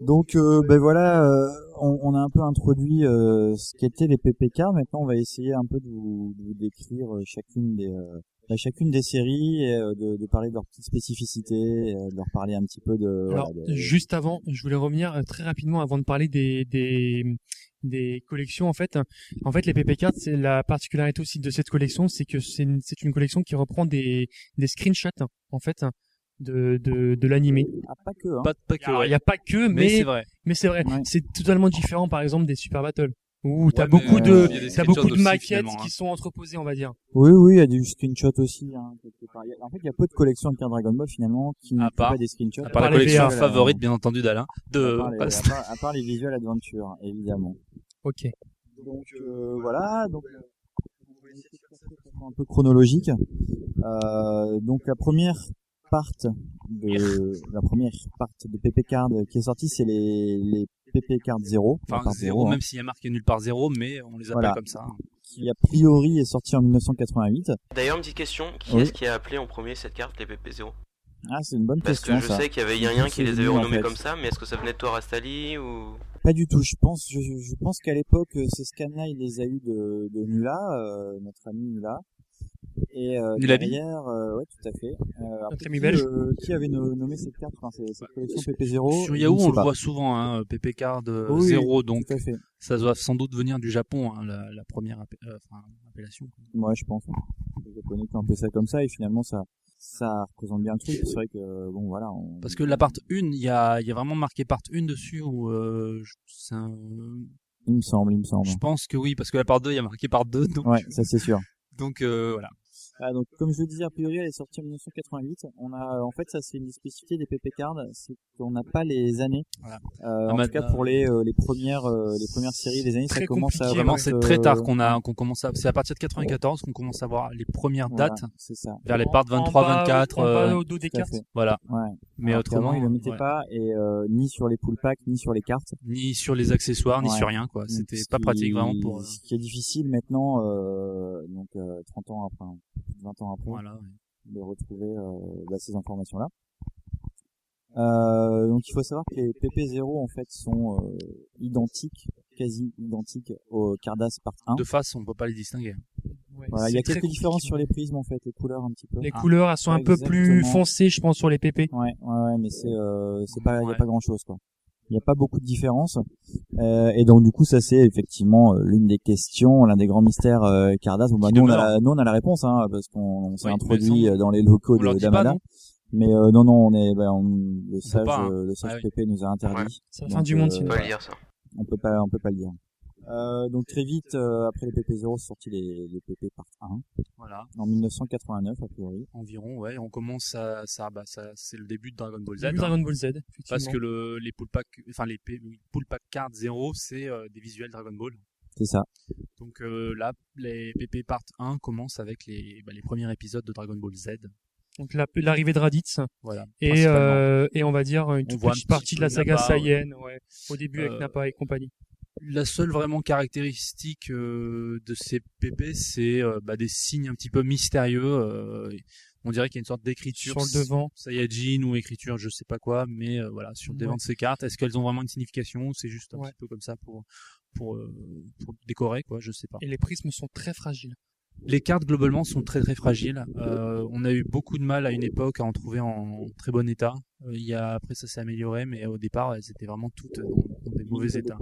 Speaker 5: Donc euh, ben voilà, euh, on, on a un peu introduit euh, ce qu'étaient les PPK. Maintenant, on va essayer un peu de vous, de vous décrire euh, chacune des euh, bah, chacune des séries, et, euh, de, de parler de leurs petites spécificités, et, euh, de leur parler un petit peu de.
Speaker 2: Alors,
Speaker 5: voilà, de-
Speaker 2: juste avant, je voulais revenir euh, très rapidement avant de parler des, des, des collections. En fait, en fait, les PP cards, c'est la particularité aussi de cette collection, c'est que c'est une, c'est une collection qui reprend des, des screenshots, en fait, de, de, de l'animé.
Speaker 5: pas que. Hein.
Speaker 12: Pas, pas que.
Speaker 2: Alors, il n'y a pas que, mais,
Speaker 12: Mais c'est vrai.
Speaker 2: Mais c'est vrai. C'est totalement différent, par exemple, des Super Battle. Où t'as
Speaker 12: Ouais, mais,
Speaker 2: beaucoup
Speaker 12: euh,
Speaker 2: de,
Speaker 12: il y a des
Speaker 2: t'as
Speaker 12: screenshots
Speaker 2: beaucoup de
Speaker 12: aussi,
Speaker 2: maquettes
Speaker 12: finalement, hein.
Speaker 2: qui sont entreposées, on va dire.
Speaker 5: Oui, oui, il y a du screenshot aussi. Hein, quelque part. Il y a- en fait, il y a peu de collections de cartes Dragon Ball finalement qui n'ont
Speaker 12: part-
Speaker 5: pas des screenshots.
Speaker 12: à part la collection favorite, bien entendu, d'Alain. De...
Speaker 5: hein. à, part les, à part- à part les Visual Adventure, évidemment.
Speaker 2: Ok.
Speaker 5: Donc euh, voilà, donc euh, un peu chronologique. Euh, donc la première part de la première part de PP Card qui est sortie, c'est les, les PP Card 0. la
Speaker 12: Enfin,
Speaker 5: part
Speaker 12: zéro,
Speaker 5: hein,
Speaker 12: même s'il y a marqué nulle part zéro, mais on les appelle
Speaker 5: Voilà.
Speaker 12: comme ça. hein.
Speaker 5: qui a priori est sortie en 1988.
Speaker 4: D'ailleurs, une petite question. Qui
Speaker 5: Oui.
Speaker 4: est-ce qui a appelé en premier cette carte, les PP0
Speaker 5: Ah, c'est une bonne
Speaker 4: Parce
Speaker 5: question.
Speaker 4: que je
Speaker 5: ça.
Speaker 4: sais qu'il y avait
Speaker 5: Je
Speaker 4: Yanien
Speaker 5: sais
Speaker 4: qui les avait
Speaker 5: plus, en
Speaker 4: renommés
Speaker 5: fait.
Speaker 4: comme ça, mais est-ce que ça venait de toi, Rastali ou...
Speaker 5: Pas du tout. Je pense, je, je pense qu'à l'époque, euh, ces scans-là, il les a eu de, de Nula, euh, notre ami Nula. Et euh,
Speaker 12: Nulabi
Speaker 5: derrière, euh, ouais, tout à fait. Euh, après,
Speaker 12: ami
Speaker 5: qui,
Speaker 12: belge. Bah,
Speaker 5: euh, qui avait no- nommé cette carte, enfin, cette cette collection PP0
Speaker 12: Sur
Speaker 5: Oh, je
Speaker 12: Yahoo,
Speaker 5: ne sais
Speaker 12: on le
Speaker 5: pas.
Speaker 12: voit souvent, hein, PP Card euh,
Speaker 5: Oui,
Speaker 12: 0, donc
Speaker 5: tout à fait.
Speaker 12: ça doit sans doute venir du Japon, hein, la, la première appel- euh, enfin, appellation.
Speaker 5: Moi, je pense. Les Japonais qui ont fait ça comme ça, et finalement, ça, ça représente bien le truc. C'est vrai que, euh, bon, voilà. On...
Speaker 12: Parce que la part 1, il y a, il y a vraiment marqué part 1 dessus, ou euh, je- c'est un-
Speaker 5: Il me semble, il me semble.
Speaker 12: je pense que oui, parce que la part 2, il y a marqué part 2, donc,
Speaker 5: Ouais, ça c'est sûr.
Speaker 12: donc euh, voilà.
Speaker 5: Ah, donc, comme je le disais, a priori, elle est sortie en 1988. On a, en fait, ça c'est une spécificité des PP Cards, c'est qu'on n'a pas les années.
Speaker 12: Voilà.
Speaker 5: Euh,
Speaker 12: Ah,
Speaker 5: en tout
Speaker 12: maintenant-
Speaker 5: cas, pour les, euh, les premières, euh, les premières séries, les années, ça commence à
Speaker 12: vraiment,
Speaker 5: vraiment
Speaker 12: c'est
Speaker 5: se-
Speaker 12: très tard qu'on a, qu'on commence à, c'est à partir de 94 qu'on commence à voir les premières
Speaker 5: Voilà,
Speaker 12: dates.
Speaker 5: c'est ça.
Speaker 12: Vers les parts
Speaker 5: En- en
Speaker 12: 23,
Speaker 5: bas,
Speaker 12: 24.
Speaker 5: en bas
Speaker 12: euh,
Speaker 5: au dos des Tout à cartes. fait.
Speaker 12: Voilà.
Speaker 5: Ouais.
Speaker 12: Mais
Speaker 5: Alors qu'avant,
Speaker 12: autrement,
Speaker 5: ils le mettaient
Speaker 12: ouais.
Speaker 5: pas et euh, ni sur les pool packs, ni sur les cartes,
Speaker 12: ni sur les accessoires, ni
Speaker 5: Ouais.
Speaker 12: sur rien, quoi.
Speaker 5: Donc,
Speaker 12: C'était
Speaker 5: ce
Speaker 12: pas pratique
Speaker 5: qui-
Speaker 12: vraiment pour. euh,
Speaker 5: Ce qui est difficile maintenant, euh, donc euh, 30 ans après, hein, plus de 20 ans après,
Speaker 12: Voilà,
Speaker 5: de retrouver euh, bah, ces informations-là. Euh, donc il faut savoir que les PP0 en fait sont euh, identiques, quasi identiques aux Cardas Part 1.
Speaker 12: De face, on peut pas les distinguer.
Speaker 5: Voilà, il y a
Speaker 12: C'est très
Speaker 5: quelques différences sur les prismes en fait, les couleurs un petit peu.
Speaker 12: Ah.
Speaker 5: Ah.
Speaker 2: Les couleurs, elles sont un peu plus
Speaker 5: Exactement.
Speaker 2: foncées, je pense, sur les PP.
Speaker 5: Ouais, ouais, ouais, mais c'est euh, c'est pas y a pas grand chose quoi. Il n'y a pas beaucoup de différence. Euh, et donc du coup ça c'est effectivement euh, l'une des questions, l'un des grands mystères euh, Cardas. Bon, bah, nous, on a la, nous on a la réponse hein, parce qu'on on s'est
Speaker 12: Oui, mais
Speaker 5: introduit
Speaker 12: sans-
Speaker 5: euh, dans les locaux
Speaker 12: on leur
Speaker 5: de
Speaker 12: dit pas,
Speaker 5: d'Amada.
Speaker 12: non
Speaker 5: Mais euh, non non on est bah, on- le sage
Speaker 12: pas, hein.
Speaker 5: euh, le sage
Speaker 12: Ah oui.
Speaker 5: PP nous a interdit.
Speaker 2: C'est la fin du monde, sinon. On peut
Speaker 5: euh,
Speaker 2: pas le dire, ça.
Speaker 5: On peut pas on peut pas le dire. Euh, donc très vite euh, après les PP0 sont sortis les, les PP part 1
Speaker 12: Voilà.
Speaker 5: en 1989 a priori.
Speaker 12: Environ, ouais. On commence à ça, bah, ça c'est le début de Dragon Ball Z. hein.
Speaker 2: Début de Dragon Ball Z, effectivement.
Speaker 12: Parce que le, les pull pack, enfin les P- oui, pull pack card 0, c'est euh, des visuels Dragon Ball.
Speaker 5: C'est ça.
Speaker 12: Donc euh, là, les PP part 1 commence avec les, bah, les premiers épisodes de Dragon Ball Z.
Speaker 2: Donc la- l'arrivée de Raditz.
Speaker 12: Voilà,
Speaker 2: Et,
Speaker 12: principalement.
Speaker 2: euh, et on va dire une
Speaker 12: On
Speaker 2: toute
Speaker 12: voit un
Speaker 2: petite
Speaker 12: petit
Speaker 2: partie de la
Speaker 12: peu
Speaker 2: saga
Speaker 12: Nappa, ouais.
Speaker 2: Saiyan, ouais. Au début
Speaker 12: Euh,
Speaker 2: avec Nappa et compagnie.
Speaker 12: La seule vraiment caractéristique euh, de ces PP, c'est euh, bah, des signes un petit peu mystérieux. euh, on dirait qu'il y a une sorte d'écriture
Speaker 2: Sur le devant.
Speaker 12: Saiyajin ou écriture, je sais pas quoi, mais euh, voilà, sur le devant
Speaker 2: Ouais.
Speaker 12: de ces cartes, est-ce qu'elles ont vraiment une signification ou c'est juste un
Speaker 2: Ouais.
Speaker 12: petit peu comme ça pour pour, euh, pour décorer quoi, je sais pas.
Speaker 2: Et les prismes sont très fragiles.
Speaker 12: Les cartes globalement sont très très fragiles. Euh, on a eu beaucoup de mal à une époque à en trouver en très bon état. Euh, Il y a après ça s'est amélioré, mais au départ elles étaient vraiment toutes dans, dans des mauvais états.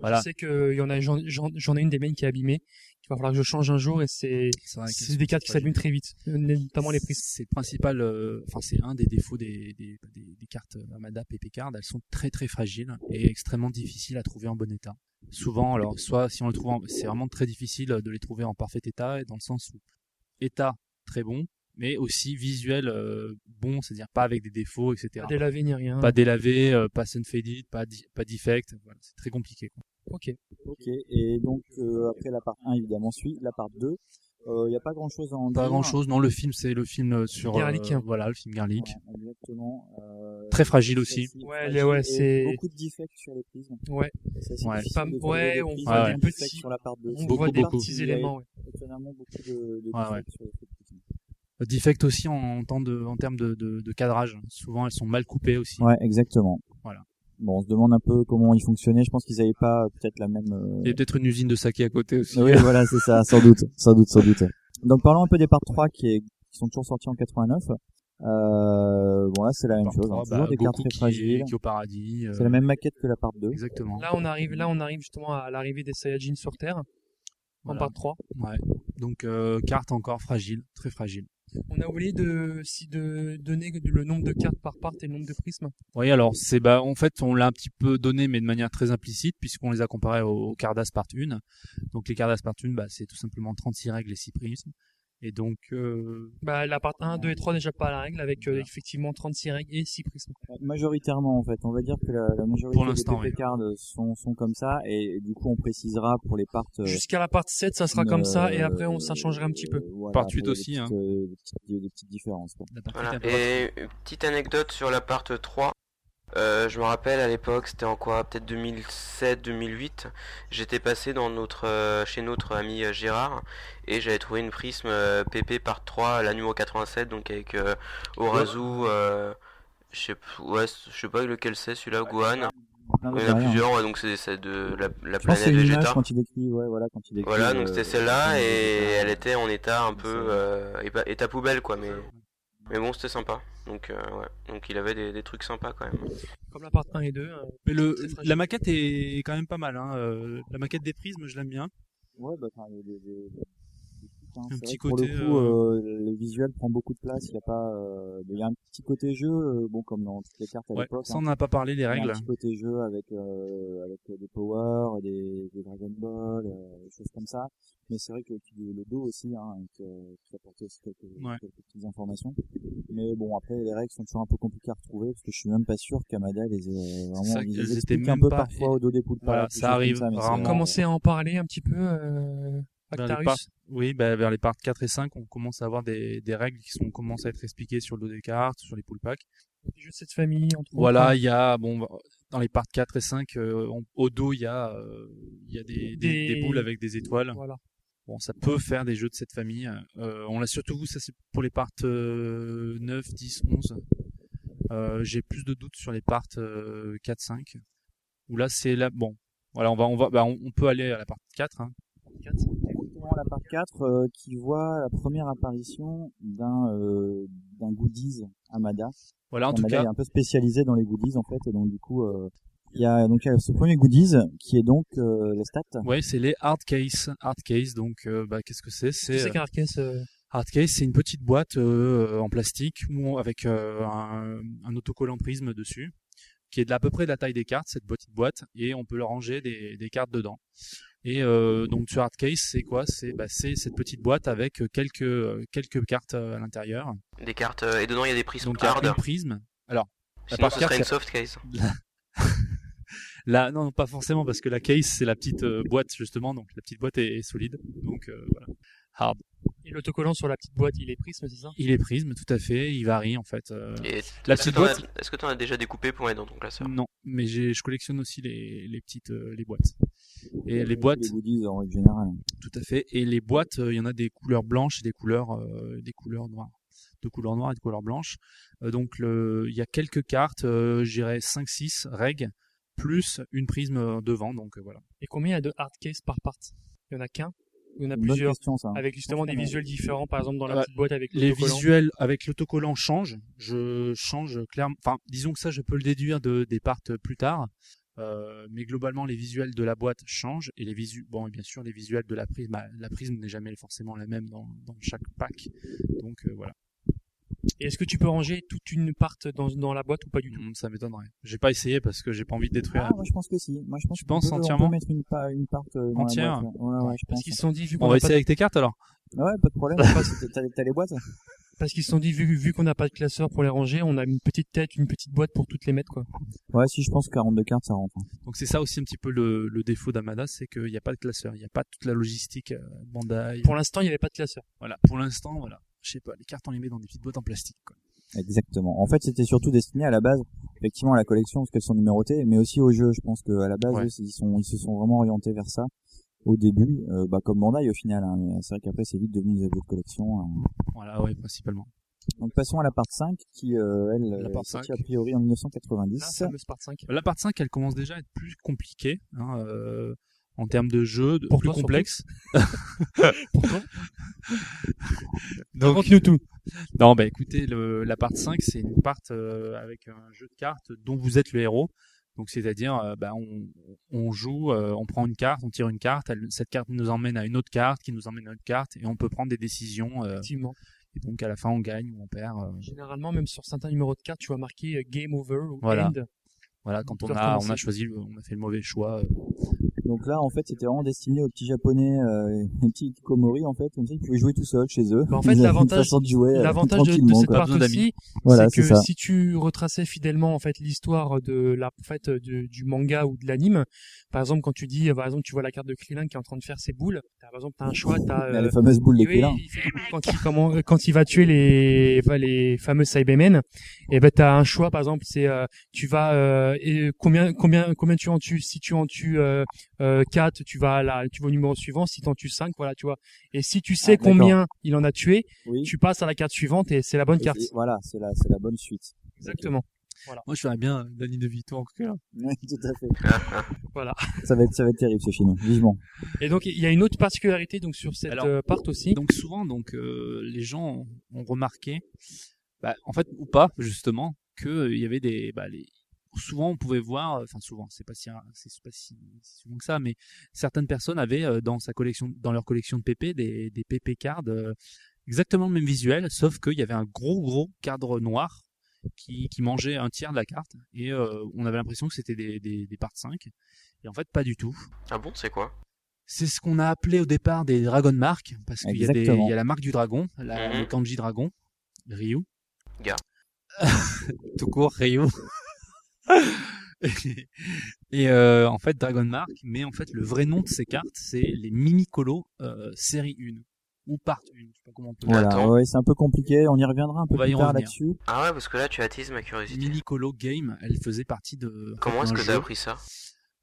Speaker 12: Voilà.
Speaker 2: Je sais que il y en a, j'en- j'en j'en ai une des miennes qui est abîmée. Il va falloir que je change un jour et c'est
Speaker 12: vrai qu'elles
Speaker 2: c'est
Speaker 12: sont
Speaker 2: des cartes qui
Speaker 12: fragiles.
Speaker 2: s'abîment très vite, euh, notamment les prismes.
Speaker 12: C'est le principal, euh, enfin c'est un des défauts des, des, des- des cartes Amada PP Card. Elles sont très très fragiles et extrêmement difficiles à trouver en bon état. Souvent, alors soit si on le trouve, en- c'est vraiment très difficile de les trouver en parfait état, dans le sens où état très bon, mais aussi visuel euh, bon, c'est-à-dire pas avec des défauts, etc.
Speaker 2: Pas
Speaker 5: Ah,
Speaker 2: délavé ni rien.
Speaker 12: Pas délavé, euh, pas sunfaded, pas, di- pas defect. Voilà, c'est très compliqué. quoi.
Speaker 2: Ok.
Speaker 5: Ok. Et donc euh, après la part 1 évidemment suit la part 2. Il n'y a pas grand chose à en
Speaker 12: Pas
Speaker 5: dire.
Speaker 12: grand-chose. Non, le film, c'est le film euh, sur.
Speaker 5: Garlic.
Speaker 2: hein.
Speaker 12: voilà, le film Garlic.
Speaker 5: Ouais, exactement. Euh,
Speaker 12: Très fragile aussi.
Speaker 5: celle-ci,
Speaker 2: Ouais,
Speaker 5: fragile
Speaker 2: les- ouais,
Speaker 5: et
Speaker 2: c'est-
Speaker 5: Beaucoup de defects sur les prises.
Speaker 2: Ouais.
Speaker 5: Ça, c'est
Speaker 12: Ouais.
Speaker 5: difficile
Speaker 2: Pas-
Speaker 5: de trouver
Speaker 2: ouais,
Speaker 5: des
Speaker 2: on
Speaker 5: prises
Speaker 12: voit
Speaker 5: avec
Speaker 12: des
Speaker 5: des defects
Speaker 12: petits-
Speaker 5: sur la part 2.
Speaker 12: on voit des petits
Speaker 2: éléments, ouais.
Speaker 5: Étonnamment beaucoup de, de
Speaker 12: Ouais,
Speaker 5: defects
Speaker 12: ouais.
Speaker 5: sur les prises.
Speaker 12: Defect aussi en, en, temps de, en termes de, de, de cadrage. Souvent, elles sont mal coupées aussi.
Speaker 5: Ouais, exactement.
Speaker 12: Voilà.
Speaker 5: Bon, on se demande un peu comment ils fonctionnaient. Je pense qu'ils n'avaient pas euh, peut-être la même. euh,
Speaker 12: Il y a peut-être une usine de saké à côté aussi.
Speaker 5: Oui, voilà, c'est ça, sans doute, sans doute, sans doute. Donc parlons un peu des parts 3 qui, est- qui sont toujours sortis en 89. Euh, bon là c'est la même
Speaker 12: Part
Speaker 5: chose, hein.
Speaker 12: trois,
Speaker 5: toujours
Speaker 12: bah,
Speaker 5: des cartes
Speaker 12: Goku
Speaker 5: très
Speaker 12: qui-
Speaker 5: fragiles.
Speaker 12: qui est au paradis, euh,
Speaker 5: C'est la même maquette que la part 2.
Speaker 12: Exactement.
Speaker 2: Là, on arrive, là, on arrive justement à l'arrivée des Saiyajins sur Terre. En
Speaker 12: Voilà.
Speaker 2: part 3.
Speaker 12: Ouais. Donc, euh, carte encore fragile, très fragile.
Speaker 2: On a oublié de, si de donner le nombre de cartes par part et le nombre de prismes.
Speaker 12: Oui, alors c'est bah en fait on l'a un petit peu donné mais de manière très implicite puisqu'on les a comparés aux, aux Cardas Part 1. Donc les Cardas Part 1 bah, c'est tout simplement 36 règles et 6 prismes. Et donc euh,
Speaker 2: Bah, la part 1, 2 et 3 déjà pas à la règle avec euh, effectivement 36 règles et 6 prismes.
Speaker 5: Euh, Majoritairement en fait, on va dire que la, la majorité
Speaker 2: Pour
Speaker 5: des
Speaker 2: l'instant,
Speaker 5: PP
Speaker 2: oui.
Speaker 5: cards sont, sont comme ça et, du coup on précisera pour les parts. euh,
Speaker 2: Jusqu'à la part 7, ça sera
Speaker 5: une,
Speaker 2: comme ça et
Speaker 5: euh,
Speaker 2: après on s'en changera un petit peu.
Speaker 5: voilà, pour les
Speaker 2: hein.
Speaker 5: petites, euh, des petites, des- des petites différences. quoi.
Speaker 1: Voilà. Et une petite anecdote sur la part 3. Euh, je me rappelle à l'époque, c'était en quoi Peut-être 2007-2008. J'étais passé dans notre, euh, chez notre ami euh, Gérard et j'avais trouvé une prisme euh, PP part 3, la numéro 87, donc avec euh, Orazu, euh, je sais p- ouais, c- je sais pas lequel c'est celui-là, Gohan. Il y
Speaker 5: Non,
Speaker 1: en
Speaker 5: derrière.
Speaker 1: a plusieurs, ouais, donc c'est celle de la, la
Speaker 5: Je pense que c'est
Speaker 1: planète
Speaker 5: une
Speaker 1: Vegeta.
Speaker 5: image quand il décrit, ouais, voilà, quand il décrit.
Speaker 1: Voilà,
Speaker 5: euh,
Speaker 1: donc c'était celle-là et elle était en état un peu euh, épa- état poubelle quoi, mais mais bon c'était sympa. Donc euh, ouais, donc il avait des, des trucs sympas quand même.
Speaker 2: Comme la part 1 et 2. euh,
Speaker 12: mais le
Speaker 2: très fragile.
Speaker 12: la maquette est quand même pas mal hein. Euh, la maquette des prismes, je l'aime bien.
Speaker 5: Ouais, bah, enfin, il y a des, des- des trucs, hein.
Speaker 12: Un
Speaker 5: C'est
Speaker 12: petit
Speaker 5: vrai que pour
Speaker 12: côté,
Speaker 5: le coup, euh, le visuel prend beaucoup de place. Il y a pas, euh, il y a un petit côté jeu, euh, bon comme dans toutes les cartes à
Speaker 12: Ouais,
Speaker 5: l'époque. hein.
Speaker 12: ça, on en a pas parlé, les
Speaker 5: Il y a
Speaker 12: règles.
Speaker 5: Un petit côté jeu avec euh, avec euh, des Power, des, des Dragon Ball, euh, des choses comme ça. Mais c'est vrai que puis le, le dos aussi, hein, qui, euh, qui apportait aussi quelques,
Speaker 12: Ouais.
Speaker 5: quelques petites informations. Mais bon, après les règles sont toujours un peu compliquées à retrouver parce que je suis même pas sûr qu'Amada les ait euh, vraiment.
Speaker 12: ça,
Speaker 5: ils
Speaker 12: elles
Speaker 5: les
Speaker 12: étaient
Speaker 5: expliquent un
Speaker 12: même
Speaker 5: peu
Speaker 12: pas-
Speaker 5: parfois au dos des poules.
Speaker 12: Voilà, ça arrive
Speaker 2: On
Speaker 12: rarement.
Speaker 2: a
Speaker 5: euh,
Speaker 2: commencé à en parler un petit peu, euh,
Speaker 12: Vers les
Speaker 2: Actarus.
Speaker 12: parts- oui, bah, vers les parts 4 et 5, on commence à avoir des, des règles qui sont commencent à être expliquées sur le dos des cartes, sur les pull packs.
Speaker 2: Les jeux de cette famille, entre
Speaker 12: Voilà,
Speaker 2: autres.
Speaker 12: il y a bon bah, dans les parts 4 et 5 euh, on- au dos il y a euh, il y a des, des,
Speaker 2: Des-
Speaker 12: des boules avec des étoiles.
Speaker 2: Voilà.
Speaker 12: Bon, ça peut faire des jeux de cette famille. Euh, on l'a surtout ça c'est pour les parts euh, 9, 10, 11. Euh, j'ai plus de doutes sur les parts euh, 4 5 où là c'est là bon. Voilà, on va on va bah, on, on peut aller à la part 4 hein.
Speaker 5: Exactement, la part 4 euh, qui voit la première apparition d'un euh, d'un goodies Amada.
Speaker 12: Voilà, en
Speaker 5: Amada
Speaker 12: tout cas-
Speaker 5: est un peu spécialisé dans les goodies en fait et donc du coup euh, il y a donc il y a ce premier goodies qui est donc euh, les stats.
Speaker 12: Ouais, c'est les hard case. Hard case, donc euh, bah, qu'est-ce que c'est C'est
Speaker 2: Qu'est-ce que c'est qu'un hard case, euh
Speaker 12: hard case, c'est une petite boîte euh, en plastique où on- avec euh, un, un autocollant prisme dessus, qui est de à peu près de la taille des cartes cette petite boîte, et on peut leur ranger des, des cartes dedans. Et euh, donc sur hard case, c'est quoi C'est bah, c'est cette petite boîte avec quelques euh, quelques cartes euh, à l'intérieur.
Speaker 1: Des cartes euh, et dedans il y a des prises
Speaker 12: Donc il y a
Speaker 1: hard.
Speaker 12: une prisme. Alors, la
Speaker 1: Sinon,
Speaker 12: part
Speaker 1: ce
Speaker 12: carte,
Speaker 1: serait une
Speaker 12: c'est-
Speaker 1: soft case.
Speaker 12: Là, non, pas forcément, parce que la case, c'est la petite euh, boîte, justement, donc la petite boîte est, est solide. Donc, euh, voilà. Hard.
Speaker 2: Et l'autocollant sur la petite boîte, il est prisme, c'est ça
Speaker 12: Il est prisme, tout à fait, il varie, en fait. euh,
Speaker 1: Et
Speaker 12: la
Speaker 1: est-ce que
Speaker 12: petite
Speaker 1: t'en as-
Speaker 12: boîte,
Speaker 1: est-ce que t'en as déjà découpé pour mettre dans ton classeur
Speaker 12: non, mais j'ai- je collectionne aussi les, les petites euh, les boîtes. Et les boîtes.
Speaker 5: Les goodies en règle générale.
Speaker 12: Tout à fait. Et les boîtes, euh, il y en a des couleurs blanches et des couleurs, euh, des couleurs noires. De couleurs noires et de couleurs blanches. Euh, donc, le- il y a quelques cartes, euh, je dirais 5-6 règles, plus une prisme euh, devant, donc euh, voilà.
Speaker 2: Et combien il y a de hard case par part Il y en a qu'un Il y en a
Speaker 12: Bonne
Speaker 2: plusieurs
Speaker 12: question,
Speaker 5: hein.
Speaker 12: ça.
Speaker 2: Avec justement des
Speaker 12: Franchement,
Speaker 2: visuels différents, par exemple dans la
Speaker 12: Ah bah,
Speaker 2: petite boîte avec
Speaker 12: les
Speaker 2: l'autocollant.
Speaker 12: visuels avec l'autocollant changent. Je change clairement. Enfin, disons que ça, je peux le déduire de, des parts plus tard. Euh, mais globalement, les visuels de la boîte changent et les visu... bon, et bien sûr, les visuels de la prisme, bah, la prisme n'est jamais forcément la même dans, dans chaque pack. Donc euh, voilà.
Speaker 2: Et est-ce que tu peux ranger toute une part dans, dans la boîte ou pas du
Speaker 12: tout Ça m'étonnerait. J'ai pas essayé parce que j'ai pas envie de détruire.
Speaker 5: Ah, moi je pense que si. Moi je pense.
Speaker 12: Tu
Speaker 5: qu'on
Speaker 12: penses
Speaker 5: peut- on peut
Speaker 12: entièrement
Speaker 5: mettre une, pa- une part euh, dans la
Speaker 12: Entière
Speaker 5: boîte, ouais. Ouais, ouais, je
Speaker 12: Parce
Speaker 5: pense.
Speaker 12: qu'ils
Speaker 2: se sont dit, vu
Speaker 12: On va essayer avec tes cartes alors.
Speaker 5: Ouais, pas de problème. Après, c'était- T'as t'as les boîtes
Speaker 6: Parce qu'ils se sont dit, vu, vu qu'on n'a pas de classeur pour les ranger, on a une petite tête, une petite boîte pour toutes les mettre, quoi.
Speaker 5: Ouais, si je pense que 42 cartes, ça rentre.
Speaker 2: Donc c'est ça aussi un petit peu le, le défaut d'Amada, c'est qu'il n'y a pas de classeur, il n'y a pas toute la logistique euh, Bandai.
Speaker 6: Pour l'instant, il n'y avait pas de classeur.
Speaker 2: Voilà, pour l'instant, voilà. Je sais pas, les cartes on les met dans des petites boîtes en plastique. Quoi.
Speaker 5: Exactement. En fait, c'était surtout destiné à la base, effectivement, à la collection parce qu'elles sont numérotées, mais aussi au jeu. Je pense que à la base,
Speaker 2: Ouais.
Speaker 5: eux, ils, sont, ils se sont vraiment orientés vers ça au début, euh, bah, comme Bandai au final. hein. Mais C'est vrai qu'après, c'est vite devenu des jeux de collection. hein.
Speaker 2: Voilà, ouais, principalement.
Speaker 5: Donc passons à la part 5 qui, euh, elle,
Speaker 2: La
Speaker 5: est
Speaker 2: part
Speaker 5: sortie a priori en 1990.
Speaker 6: part 5.
Speaker 2: La part 5, elle commence déjà à être plus compliquée hein, euh, en termes de jeu, de,
Speaker 6: Pour
Speaker 2: plus
Speaker 6: toi, surtout.
Speaker 2: complexe.
Speaker 6: Pour toi
Speaker 2: Donc,
Speaker 6: Raconte-nous tout.
Speaker 2: Non, bah écoutez, le, la part 5, c'est une part euh, avec un jeu de cartes dont vous êtes le héros. Donc, c'est-à-dire, euh, bah, on, on joue, euh, on prend une carte, on tire une carte, elle- cette carte nous emmène à une autre carte, qui nous emmène à une autre carte, et on peut prendre des décisions. euh,
Speaker 6: Effectivement.
Speaker 2: Et donc, à la fin, on gagne ou on perd. euh,
Speaker 6: Généralement, même sur certains numéros de cartes, tu vas marquer euh, Game Over ou
Speaker 2: voilà.
Speaker 6: End.
Speaker 2: Voilà, quand on
Speaker 6: Ils peuvent
Speaker 2: a, on a
Speaker 6: commencer.
Speaker 2: choisi, le- on a fait le mauvais choix. euh,
Speaker 5: Donc là, en fait, c'était vraiment destiné aux petits japonais, euh, les petits Komori, en fait, comme ça, ils pouvaient jouer tout seuls chez eux.
Speaker 6: Bah, en
Speaker 5: Ils
Speaker 6: fait,
Speaker 5: avaient une
Speaker 6: l'avantage,
Speaker 5: façon de jouer, euh,
Speaker 6: l'avantage de, de
Speaker 5: tranquillement,
Speaker 6: cette
Speaker 5: quoi.
Speaker 6: part aussi,
Speaker 5: Voilà,
Speaker 6: c'est
Speaker 5: c'est
Speaker 6: que
Speaker 5: ça.
Speaker 6: si tu retraçais fidèlement en fait l'histoire de la en fait de- du manga ou de l'anime, par exemple quand tu dis euh, par exemple tu vois la carte de Krillin qui est en train de faire ses boules, t'as, par exemple t'as un choix, t'as
Speaker 5: Mais les fameuses boules des
Speaker 6: oui,
Speaker 5: Krillin.
Speaker 6: il fait des boules quand il comment euh, quand il va tuer les enfin, les fameux Cybermen, et ben t'as un choix par exemple c'est euh, tu vas euh, et combien combien combien tu en tues si tu en tues euh, 4 tu vas à la tu vas au numéro suivant si t'en tues 5 voilà tu vois et si tu sais
Speaker 5: Ah, d'accord.
Speaker 6: combien il en a tué,
Speaker 5: Oui.
Speaker 6: tu passes à la carte suivante et c'est la bonne
Speaker 5: Et
Speaker 6: carte.
Speaker 5: c'est- Voilà, c'est la, c'est la bonne suite.
Speaker 6: Exactement.
Speaker 2: Moi, je ferais bien euh, Danny DeVito en coquin.
Speaker 5: Oui, tout à fait.
Speaker 6: Voilà.
Speaker 5: Ça va être, ça va être terrible ce film, vivement.
Speaker 6: Et donc il y a une autre particularité donc sur cette
Speaker 2: Alors,
Speaker 6: euh, part aussi.
Speaker 2: Donc souvent, donc euh, les gens ont, ont remarqué, bah, en fait ou pas justement, que euh, il y avait des, bah, les- souvent on pouvait voir, euh, enfin souvent, c'est pas si, c'est pas si, si souvent que ça, mais certaines personnes avaient euh, dans sa collection, dans leur collection de PP des, des PP cards euh, exactement le même visuel, sauf qu'il y avait un gros gros cadre noir qui, qui mangeait un tiers de la carte et euh, on avait l'impression que c'était des, des, des parts 5 et en fait pas du tout.
Speaker 4: Ah bon, c'est quoi
Speaker 2: C'est ce qu'on a appelé au départ des Dragon Mark, parce qu'il y, a des-
Speaker 5: Exactement.
Speaker 2: il y a la marque du dragon, la,
Speaker 4: Mhm.
Speaker 2: le Kanji Dragon, Ryu.
Speaker 4: Gars.
Speaker 2: Tout court, Ryu. et et, euh, en fait, Dragon Mark, mais en fait, le vrai nom de ces cartes, c'est les Mimicolos euh, série 1 ou part 1. Je sais pas comment on peut
Speaker 5: Voilà,
Speaker 2: Attends.
Speaker 5: ouais, c'est un peu compliqué, on y reviendra un peu
Speaker 2: On va
Speaker 5: plus
Speaker 2: y
Speaker 5: tard
Speaker 2: revenir.
Speaker 5: là-dessus.
Speaker 4: Ah ouais, parce que là tu attises ma curiosité.
Speaker 2: Minicolo Game, elle faisait partie de.
Speaker 4: Comment est-ce
Speaker 2: un
Speaker 4: que t'as
Speaker 2: jeu.
Speaker 4: appris ça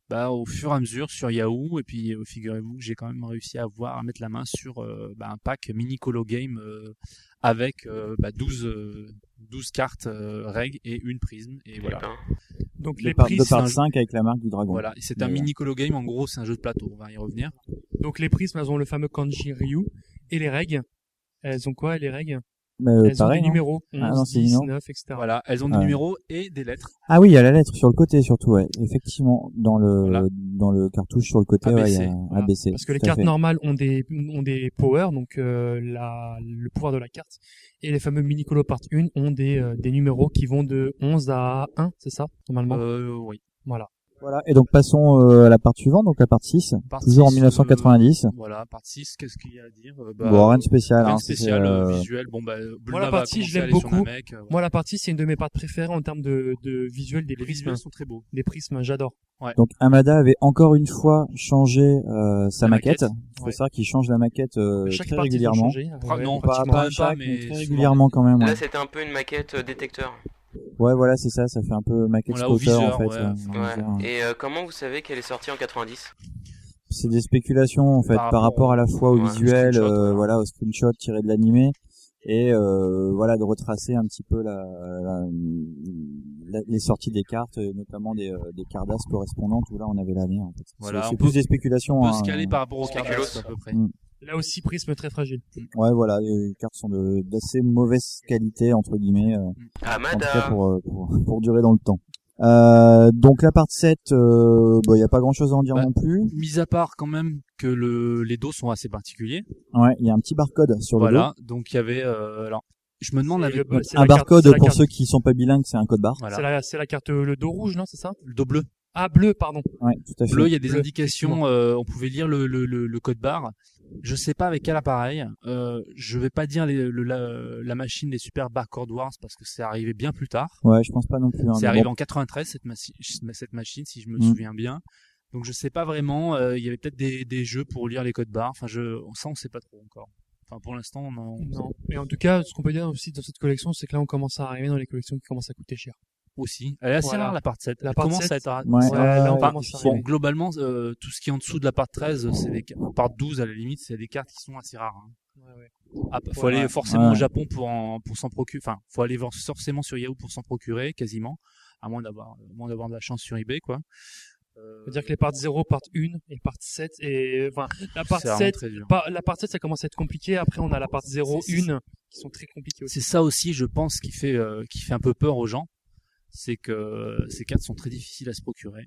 Speaker 2: bah, au fur et à mesure sur Yahoo, et puis euh, figurez-vous que j'ai quand même réussi à voir, à mettre la main sur euh, bah, un pack mini colo game euh, avec euh, bah, 12, euh, 12 cartes euh, règles et une prisme, et voilà.
Speaker 4: ben.
Speaker 6: Donc
Speaker 5: De
Speaker 6: les
Speaker 5: par,
Speaker 6: prises,
Speaker 5: de
Speaker 6: c'est un
Speaker 5: par
Speaker 6: jeu-
Speaker 5: 5 avec la marque du dragon.
Speaker 2: Voilà, et c'est un
Speaker 5: Mais,
Speaker 2: mini colo game, en gros, c'est un jeu de plateau, on va y revenir.
Speaker 6: donc les prismes elles ont le fameux kanji Ryu et les règles. Elles ont quoi les règles
Speaker 5: Mais, euh,
Speaker 6: Elles
Speaker 5: pareil,
Speaker 6: ont des
Speaker 5: hein.
Speaker 6: numéros
Speaker 5: Ah,
Speaker 6: 11,
Speaker 5: non, c'est
Speaker 6: 10,
Speaker 5: énorme.
Speaker 6: 9 etc.
Speaker 2: Voilà, elles ont des
Speaker 5: Ouais.
Speaker 2: numéros et des lettres.
Speaker 5: Ah oui, il y a la lettre sur le côté surtout, ouais. Effectivement, dans le dans le cartouche sur le côté, ouais, il y a
Speaker 2: ABC, voilà.
Speaker 5: ABC.
Speaker 6: Parce que les
Speaker 5: tout à
Speaker 6: cartes
Speaker 5: fait.
Speaker 6: normales ont des ont des powers donc euh, la le pouvoir de la carte et les fameux mini colo part 1 ont des euh, des numéros qui vont de 11 à 1, c'est ça normalement
Speaker 2: Euh, oui.
Speaker 6: Voilà.
Speaker 5: Voilà, et donc passons euh, à la part suivante, donc la part 6,
Speaker 2: Part
Speaker 5: toujours en
Speaker 2: 6,
Speaker 5: 1990.
Speaker 2: euh, voilà, part 6, qu'est-ce qu'il y a à dire Euh, bah,
Speaker 5: Bon, rien de spécial,
Speaker 2: Rien
Speaker 5: hein,
Speaker 2: de
Speaker 5: c'est-
Speaker 2: spécial, euh,
Speaker 5: euh,
Speaker 2: visuel. Bon, bah,
Speaker 6: Moi la
Speaker 2: Bulma va
Speaker 6: partie
Speaker 2: commencer
Speaker 6: je
Speaker 2: à
Speaker 6: l'aime
Speaker 2: aller sur
Speaker 6: beaucoup.
Speaker 2: Namek, euh,
Speaker 6: Moi la partie c'est une de mes parties préférées en termes de de visuel des
Speaker 2: Les
Speaker 6: prismes.
Speaker 2: visuels sont très beaux.
Speaker 6: Des prismes, j'adore.
Speaker 2: Ouais.
Speaker 5: Donc Amada avait encore une fois changé euh, sa
Speaker 2: La
Speaker 5: maquette.
Speaker 2: maquette,
Speaker 5: Il faut
Speaker 2: ouais.
Speaker 5: savoir qu'il change la maquette euh,
Speaker 6: Chaque partie, ils
Speaker 5: très
Speaker 6: ont
Speaker 5: régulièrement.
Speaker 6: changé, euh,
Speaker 2: Pro-
Speaker 6: ouais,
Speaker 2: non,
Speaker 5: pas,
Speaker 2: pratiquement.
Speaker 5: pas à
Speaker 2: Même pas,
Speaker 5: chaque,
Speaker 2: mais
Speaker 5: mais très
Speaker 2: souvent.
Speaker 5: régulièrement quand même.
Speaker 4: Là
Speaker 5: Ouais,
Speaker 4: c'était un peu une maquette euh, détecteur.
Speaker 5: Ouais, voilà, c'est ça, ça fait un peu maquette
Speaker 2: On l'a au
Speaker 5: spotter en
Speaker 2: viseur,
Speaker 5: fait.
Speaker 2: ouais,
Speaker 5: ouais,
Speaker 2: enfin,
Speaker 5: on va
Speaker 4: Ouais.
Speaker 5: dire.
Speaker 4: Et euh, comment vous savez qu'elle est sortie en 90
Speaker 5: C'est des spéculations en fait par,
Speaker 2: Par
Speaker 5: rapport
Speaker 2: rapport
Speaker 5: à la fois au
Speaker 4: ouais,
Speaker 5: visuel,
Speaker 2: screenshot,
Speaker 5: euh,
Speaker 2: voilà.
Speaker 5: voilà, au screenshot tiré de l'animé et euh, voilà de retracer un petit peu la, la- la- les sorties des cartes, et notamment des, euh, des cardas correspondantes où là on avait l'année en fait. C'est-
Speaker 2: Voilà,
Speaker 5: c'est
Speaker 2: on
Speaker 5: plus
Speaker 2: peut-
Speaker 5: des spéculations.
Speaker 2: On peut
Speaker 5: hein. Mm.
Speaker 2: se caler par rapport aux cartes
Speaker 4: Spéculos.
Speaker 2: à peu près.
Speaker 6: Là aussi prisme très fragile.
Speaker 5: Ouais, voilà, les cartes sont de d'assez mauvaise qualité entre guillemets. euh, En tout cas
Speaker 4: Amada
Speaker 5: pour, euh, pour, pour durer dans le temps. Euh, donc la part 7, il euh, n'y a pas grand chose à en dire
Speaker 2: Bah.
Speaker 5: non plus.
Speaker 2: Mis à part quand même que le, les dos sont assez particuliers.
Speaker 5: Ouais, il y a un petit barcode sur
Speaker 2: Voilà, donc il y avait. euh, alors, je me demande
Speaker 6: C'est
Speaker 2: avec
Speaker 6: le-
Speaker 5: le dos.
Speaker 6: c'est
Speaker 5: Un
Speaker 6: la carte-
Speaker 5: barcode
Speaker 6: c'est la
Speaker 5: pour
Speaker 6: carte-
Speaker 5: ceux qui sont pas bilingues, c'est un code barre.
Speaker 2: voilà.
Speaker 6: C'est la c'est la carte euh, le dos rouge non, c'est ça
Speaker 2: le dos bleu.
Speaker 6: Ah bleu pardon.
Speaker 5: Ouais, tout à fait.
Speaker 2: Bleu, il y a des
Speaker 6: Bleu,
Speaker 2: indications. euh, on pouvait lire le, le, le, le code barre. Je sais pas avec quel appareil. Euh, je vais pas dire les- le- la, la machine des Super Barcode Wars parce que c'est arrivé bien plus tard.
Speaker 5: Ouais, je pense pas non plus, hein,
Speaker 2: c'est
Speaker 5: mais
Speaker 2: arrivé
Speaker 5: bon.
Speaker 2: en 93 cette, machi- cette machine, si je me
Speaker 5: Mm.
Speaker 2: souviens bien. Donc je sais pas vraiment. euh, Il y avait peut-être des, des jeux pour lire les codes barres. Enfin, je, ça on sait pas trop encore. Enfin, pour l'instant, on en...
Speaker 6: Non. Et en tout cas, ce qu'on peut dire aussi dans cette collection, c'est que là, on commence à arriver dans les collections qui commencent à coûter cher.
Speaker 2: aussi. Elle est assez
Speaker 6: Voilà.
Speaker 2: rare la part 7.
Speaker 6: La
Speaker 2: Elle
Speaker 6: part
Speaker 2: commence
Speaker 6: 7,
Speaker 2: à être rare.
Speaker 6: ouais, ouais, là, on
Speaker 2: Enfin,
Speaker 6: commence à
Speaker 2: bon,
Speaker 6: arriver.
Speaker 2: globalement, euh, tout ce qui est en dessous de la part 13, c'est des car- part 12 à la limite, c'est des cartes qui sont assez rares. hein. Ah, faut
Speaker 6: Ouais,
Speaker 2: aller
Speaker 6: ouais.
Speaker 2: forcément
Speaker 6: Ouais.
Speaker 2: au Japon pour en- pour s'en procurer. Enfin, faut aller voir forcément sur Yahoo pour s'en procurer, quasiment, à moins d'avoir à moins d'avoir de la chance sur eBay, quoi.
Speaker 6: C'est-à-dire que les parts 0 partent 1 et partent 7 et enfin la part
Speaker 2: C'est vraiment
Speaker 6: 7
Speaker 2: très dur.
Speaker 6: par- la part 7 ça commence à être compliqué après on a la part 0 1 qui sont très compliquées aussi.
Speaker 2: C'est ça aussi, je pense, qui fait, euh, qui fait un peu peur aux gens. C'est que ces cartes sont très difficiles à se procurer.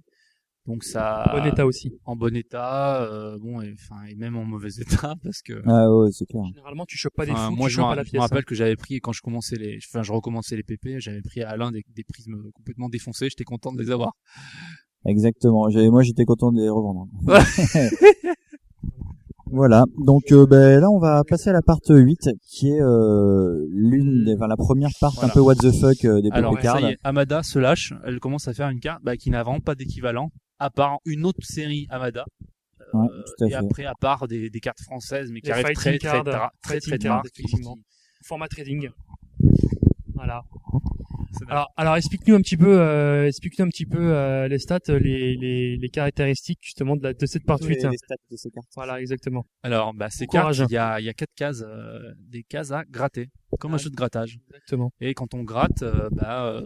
Speaker 2: Donc ça.
Speaker 6: En bon état aussi.
Speaker 2: En bon état, euh, bon, et, enfin, et même en mauvais état, parce que.
Speaker 5: Ah ouais, c'est clair.
Speaker 6: Généralement tu chopes pas des
Speaker 2: Enfin,
Speaker 6: fous,
Speaker 2: moi,
Speaker 6: tu
Speaker 2: je me
Speaker 6: chopes pas
Speaker 2: ra-
Speaker 6: la
Speaker 2: je me
Speaker 6: pièce.
Speaker 2: rappelle
Speaker 6: hein.
Speaker 2: que j'avais pris quand je commençais les, enfin, je recommençais les PP, j'avais pris à Alain des, des prismes complètement défoncés. J'étais content de les avoir.
Speaker 5: Exactement. J'ai- Moi, j'étais content de les revendre. voilà. Donc, euh, ben, là, on va passer à la part 8, qui est euh, l'une des, enfin, la première part
Speaker 2: Voilà.
Speaker 5: un peu what the fuck euh, des
Speaker 2: Alors,
Speaker 5: PP
Speaker 2: ça
Speaker 5: cards.
Speaker 2: y est, Amada se lâche. Elle commence à faire une carte bah, qui n'a vraiment pas d'équivalent, à part une autre série Amada. Euh,
Speaker 5: Ouais, tout à
Speaker 2: et
Speaker 5: fait.
Speaker 2: après, à part des, des cartes françaises, mais qui
Speaker 6: Les
Speaker 2: arrivent très,
Speaker 6: fighting
Speaker 2: très,
Speaker 6: cards,
Speaker 2: tard- très,
Speaker 6: fighting
Speaker 2: très,
Speaker 6: cards
Speaker 2: tard.
Speaker 6: effectivement. Format trading. Voilà. Alors, alors explique-nous un petit peu, euh, explique-nous un petit peu euh, les stats, les, les, les caractéristiques justement de, la, de cette part
Speaker 2: Les-
Speaker 6: 8. hein.
Speaker 2: les stats
Speaker 6: Voilà, exactement.
Speaker 2: Alors, bah, ces
Speaker 6: Courage.
Speaker 2: cartes, il y a, il y a quatre cases, euh, des cases à gratter, comme un jeu de grattage.
Speaker 6: Exactement.
Speaker 2: Et quand on gratte, euh, bah, euh,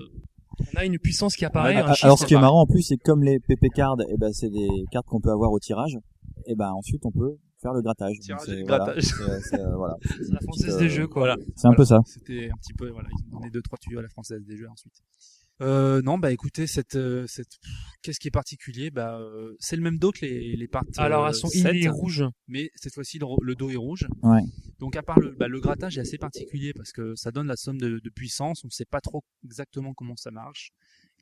Speaker 6: On a une puissance qui apparaît. hein,
Speaker 2: Ouais,
Speaker 6: un
Speaker 5: Ah,
Speaker 6: chiffre
Speaker 5: Alors, ce qui est
Speaker 6: apparaît.
Speaker 5: marrant en plus, c'est que comme les PP cards, et ben, c'est des cartes qu'on peut avoir au tirage. Et ben, ensuite, on peut faire le grattage.
Speaker 2: Tirage
Speaker 5: C'est-
Speaker 2: et
Speaker 5: voilà.
Speaker 2: grattage.
Speaker 5: C'est- c'est, euh, voilà.
Speaker 2: C'est la
Speaker 5: française
Speaker 2: des jeux, quoi. Voilà.
Speaker 5: C'est un peu ça.
Speaker 2: Voilà. C'était un petit peu, voilà, ils ont donné deux trois tuyaux à la française des jeux ensuite. Euh, non, bah écoutez, cette, euh, cette, pff, qu'est-ce qui est particulier Bah, euh, c'est le même dos que les les parties.
Speaker 6: Alors,
Speaker 2: euh,
Speaker 6: elles sont
Speaker 2: 7,
Speaker 6: il est rouge.
Speaker 2: mais cette fois-ci le, ro- le dos est rouge.
Speaker 5: Ouais.
Speaker 2: Donc à part le, bah, le grattage est assez particulier parce que ça donne la somme de, de puissance. On ne sait pas trop exactement comment ça marche.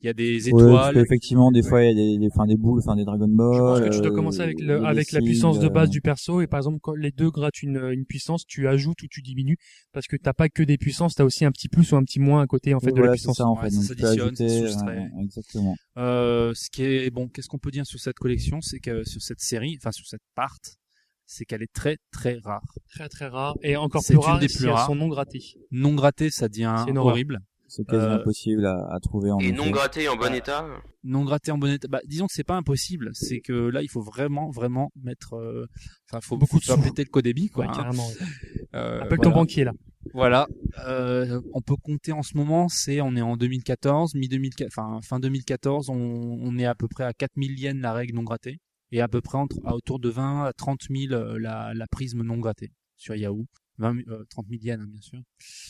Speaker 2: Il y a des
Speaker 5: Ouais, parce
Speaker 2: étoiles.
Speaker 5: que, effectivement, des fois, il y a des, des, enfin, des boules, enfin, des Dragon Ball. euh,
Speaker 6: Je pense que tu dois commencer avec, le- avec la puissance de base du perso et par exemple quand les deux grattent une, une puissance, tu ajoutes ou tu diminues parce que t'as pas que des puissances, t'as aussi un petit plus ou un petit moins à côté en fait de la
Speaker 5: Voilà, c'est
Speaker 6: puissance.
Speaker 5: ça, en fait.
Speaker 2: Ouais,
Speaker 5: Donc,
Speaker 2: ça
Speaker 5: tu peux
Speaker 2: s'additionne,
Speaker 5: ajouter,
Speaker 2: ça se soustrait.
Speaker 5: ouais, ouais, exactement.
Speaker 2: Euh, ce qui est bon, qu'est-ce qu'on peut dire sur cette collection, c'est que sur cette série, enfin sur cette part, c'est qu'elle est très très rare.
Speaker 6: Très très rare et encore
Speaker 2: C'est
Speaker 6: plus rare
Speaker 2: une des
Speaker 6: si
Speaker 2: plus
Speaker 6: elles
Speaker 2: rares.
Speaker 6: sont non grattées.
Speaker 2: Non grattée, ça devient
Speaker 6: C'est une horreur.
Speaker 2: horrible.
Speaker 5: C'est quasi
Speaker 2: Euh,
Speaker 5: impossible à, à trouver en
Speaker 4: Et
Speaker 5: effet.
Speaker 4: non gratté en bon état euh,
Speaker 2: non gratté en bon état. Bah, disons que c'est pas impossible. C'est que là, il faut vraiment, vraiment mettre. euh, Enfin, faut beaucoup de péter le codébit, quoi.
Speaker 6: Ouais,
Speaker 2: hein.
Speaker 6: carrément, ouais.
Speaker 2: Euh,
Speaker 6: Appelle ton banquier, là.
Speaker 2: Voilà. Euh, on peut compter en ce moment. C'est, on est en 2014, mi 2014, enfin fin 2014, on, on est à peu près à 4000 yens la règle non grattée et à peu près entre, à autour de 20 à 30 000 euh, la, la prisme non grattée sur Yahoo. 20, euh, 30 000 yens, hein, bien sûr.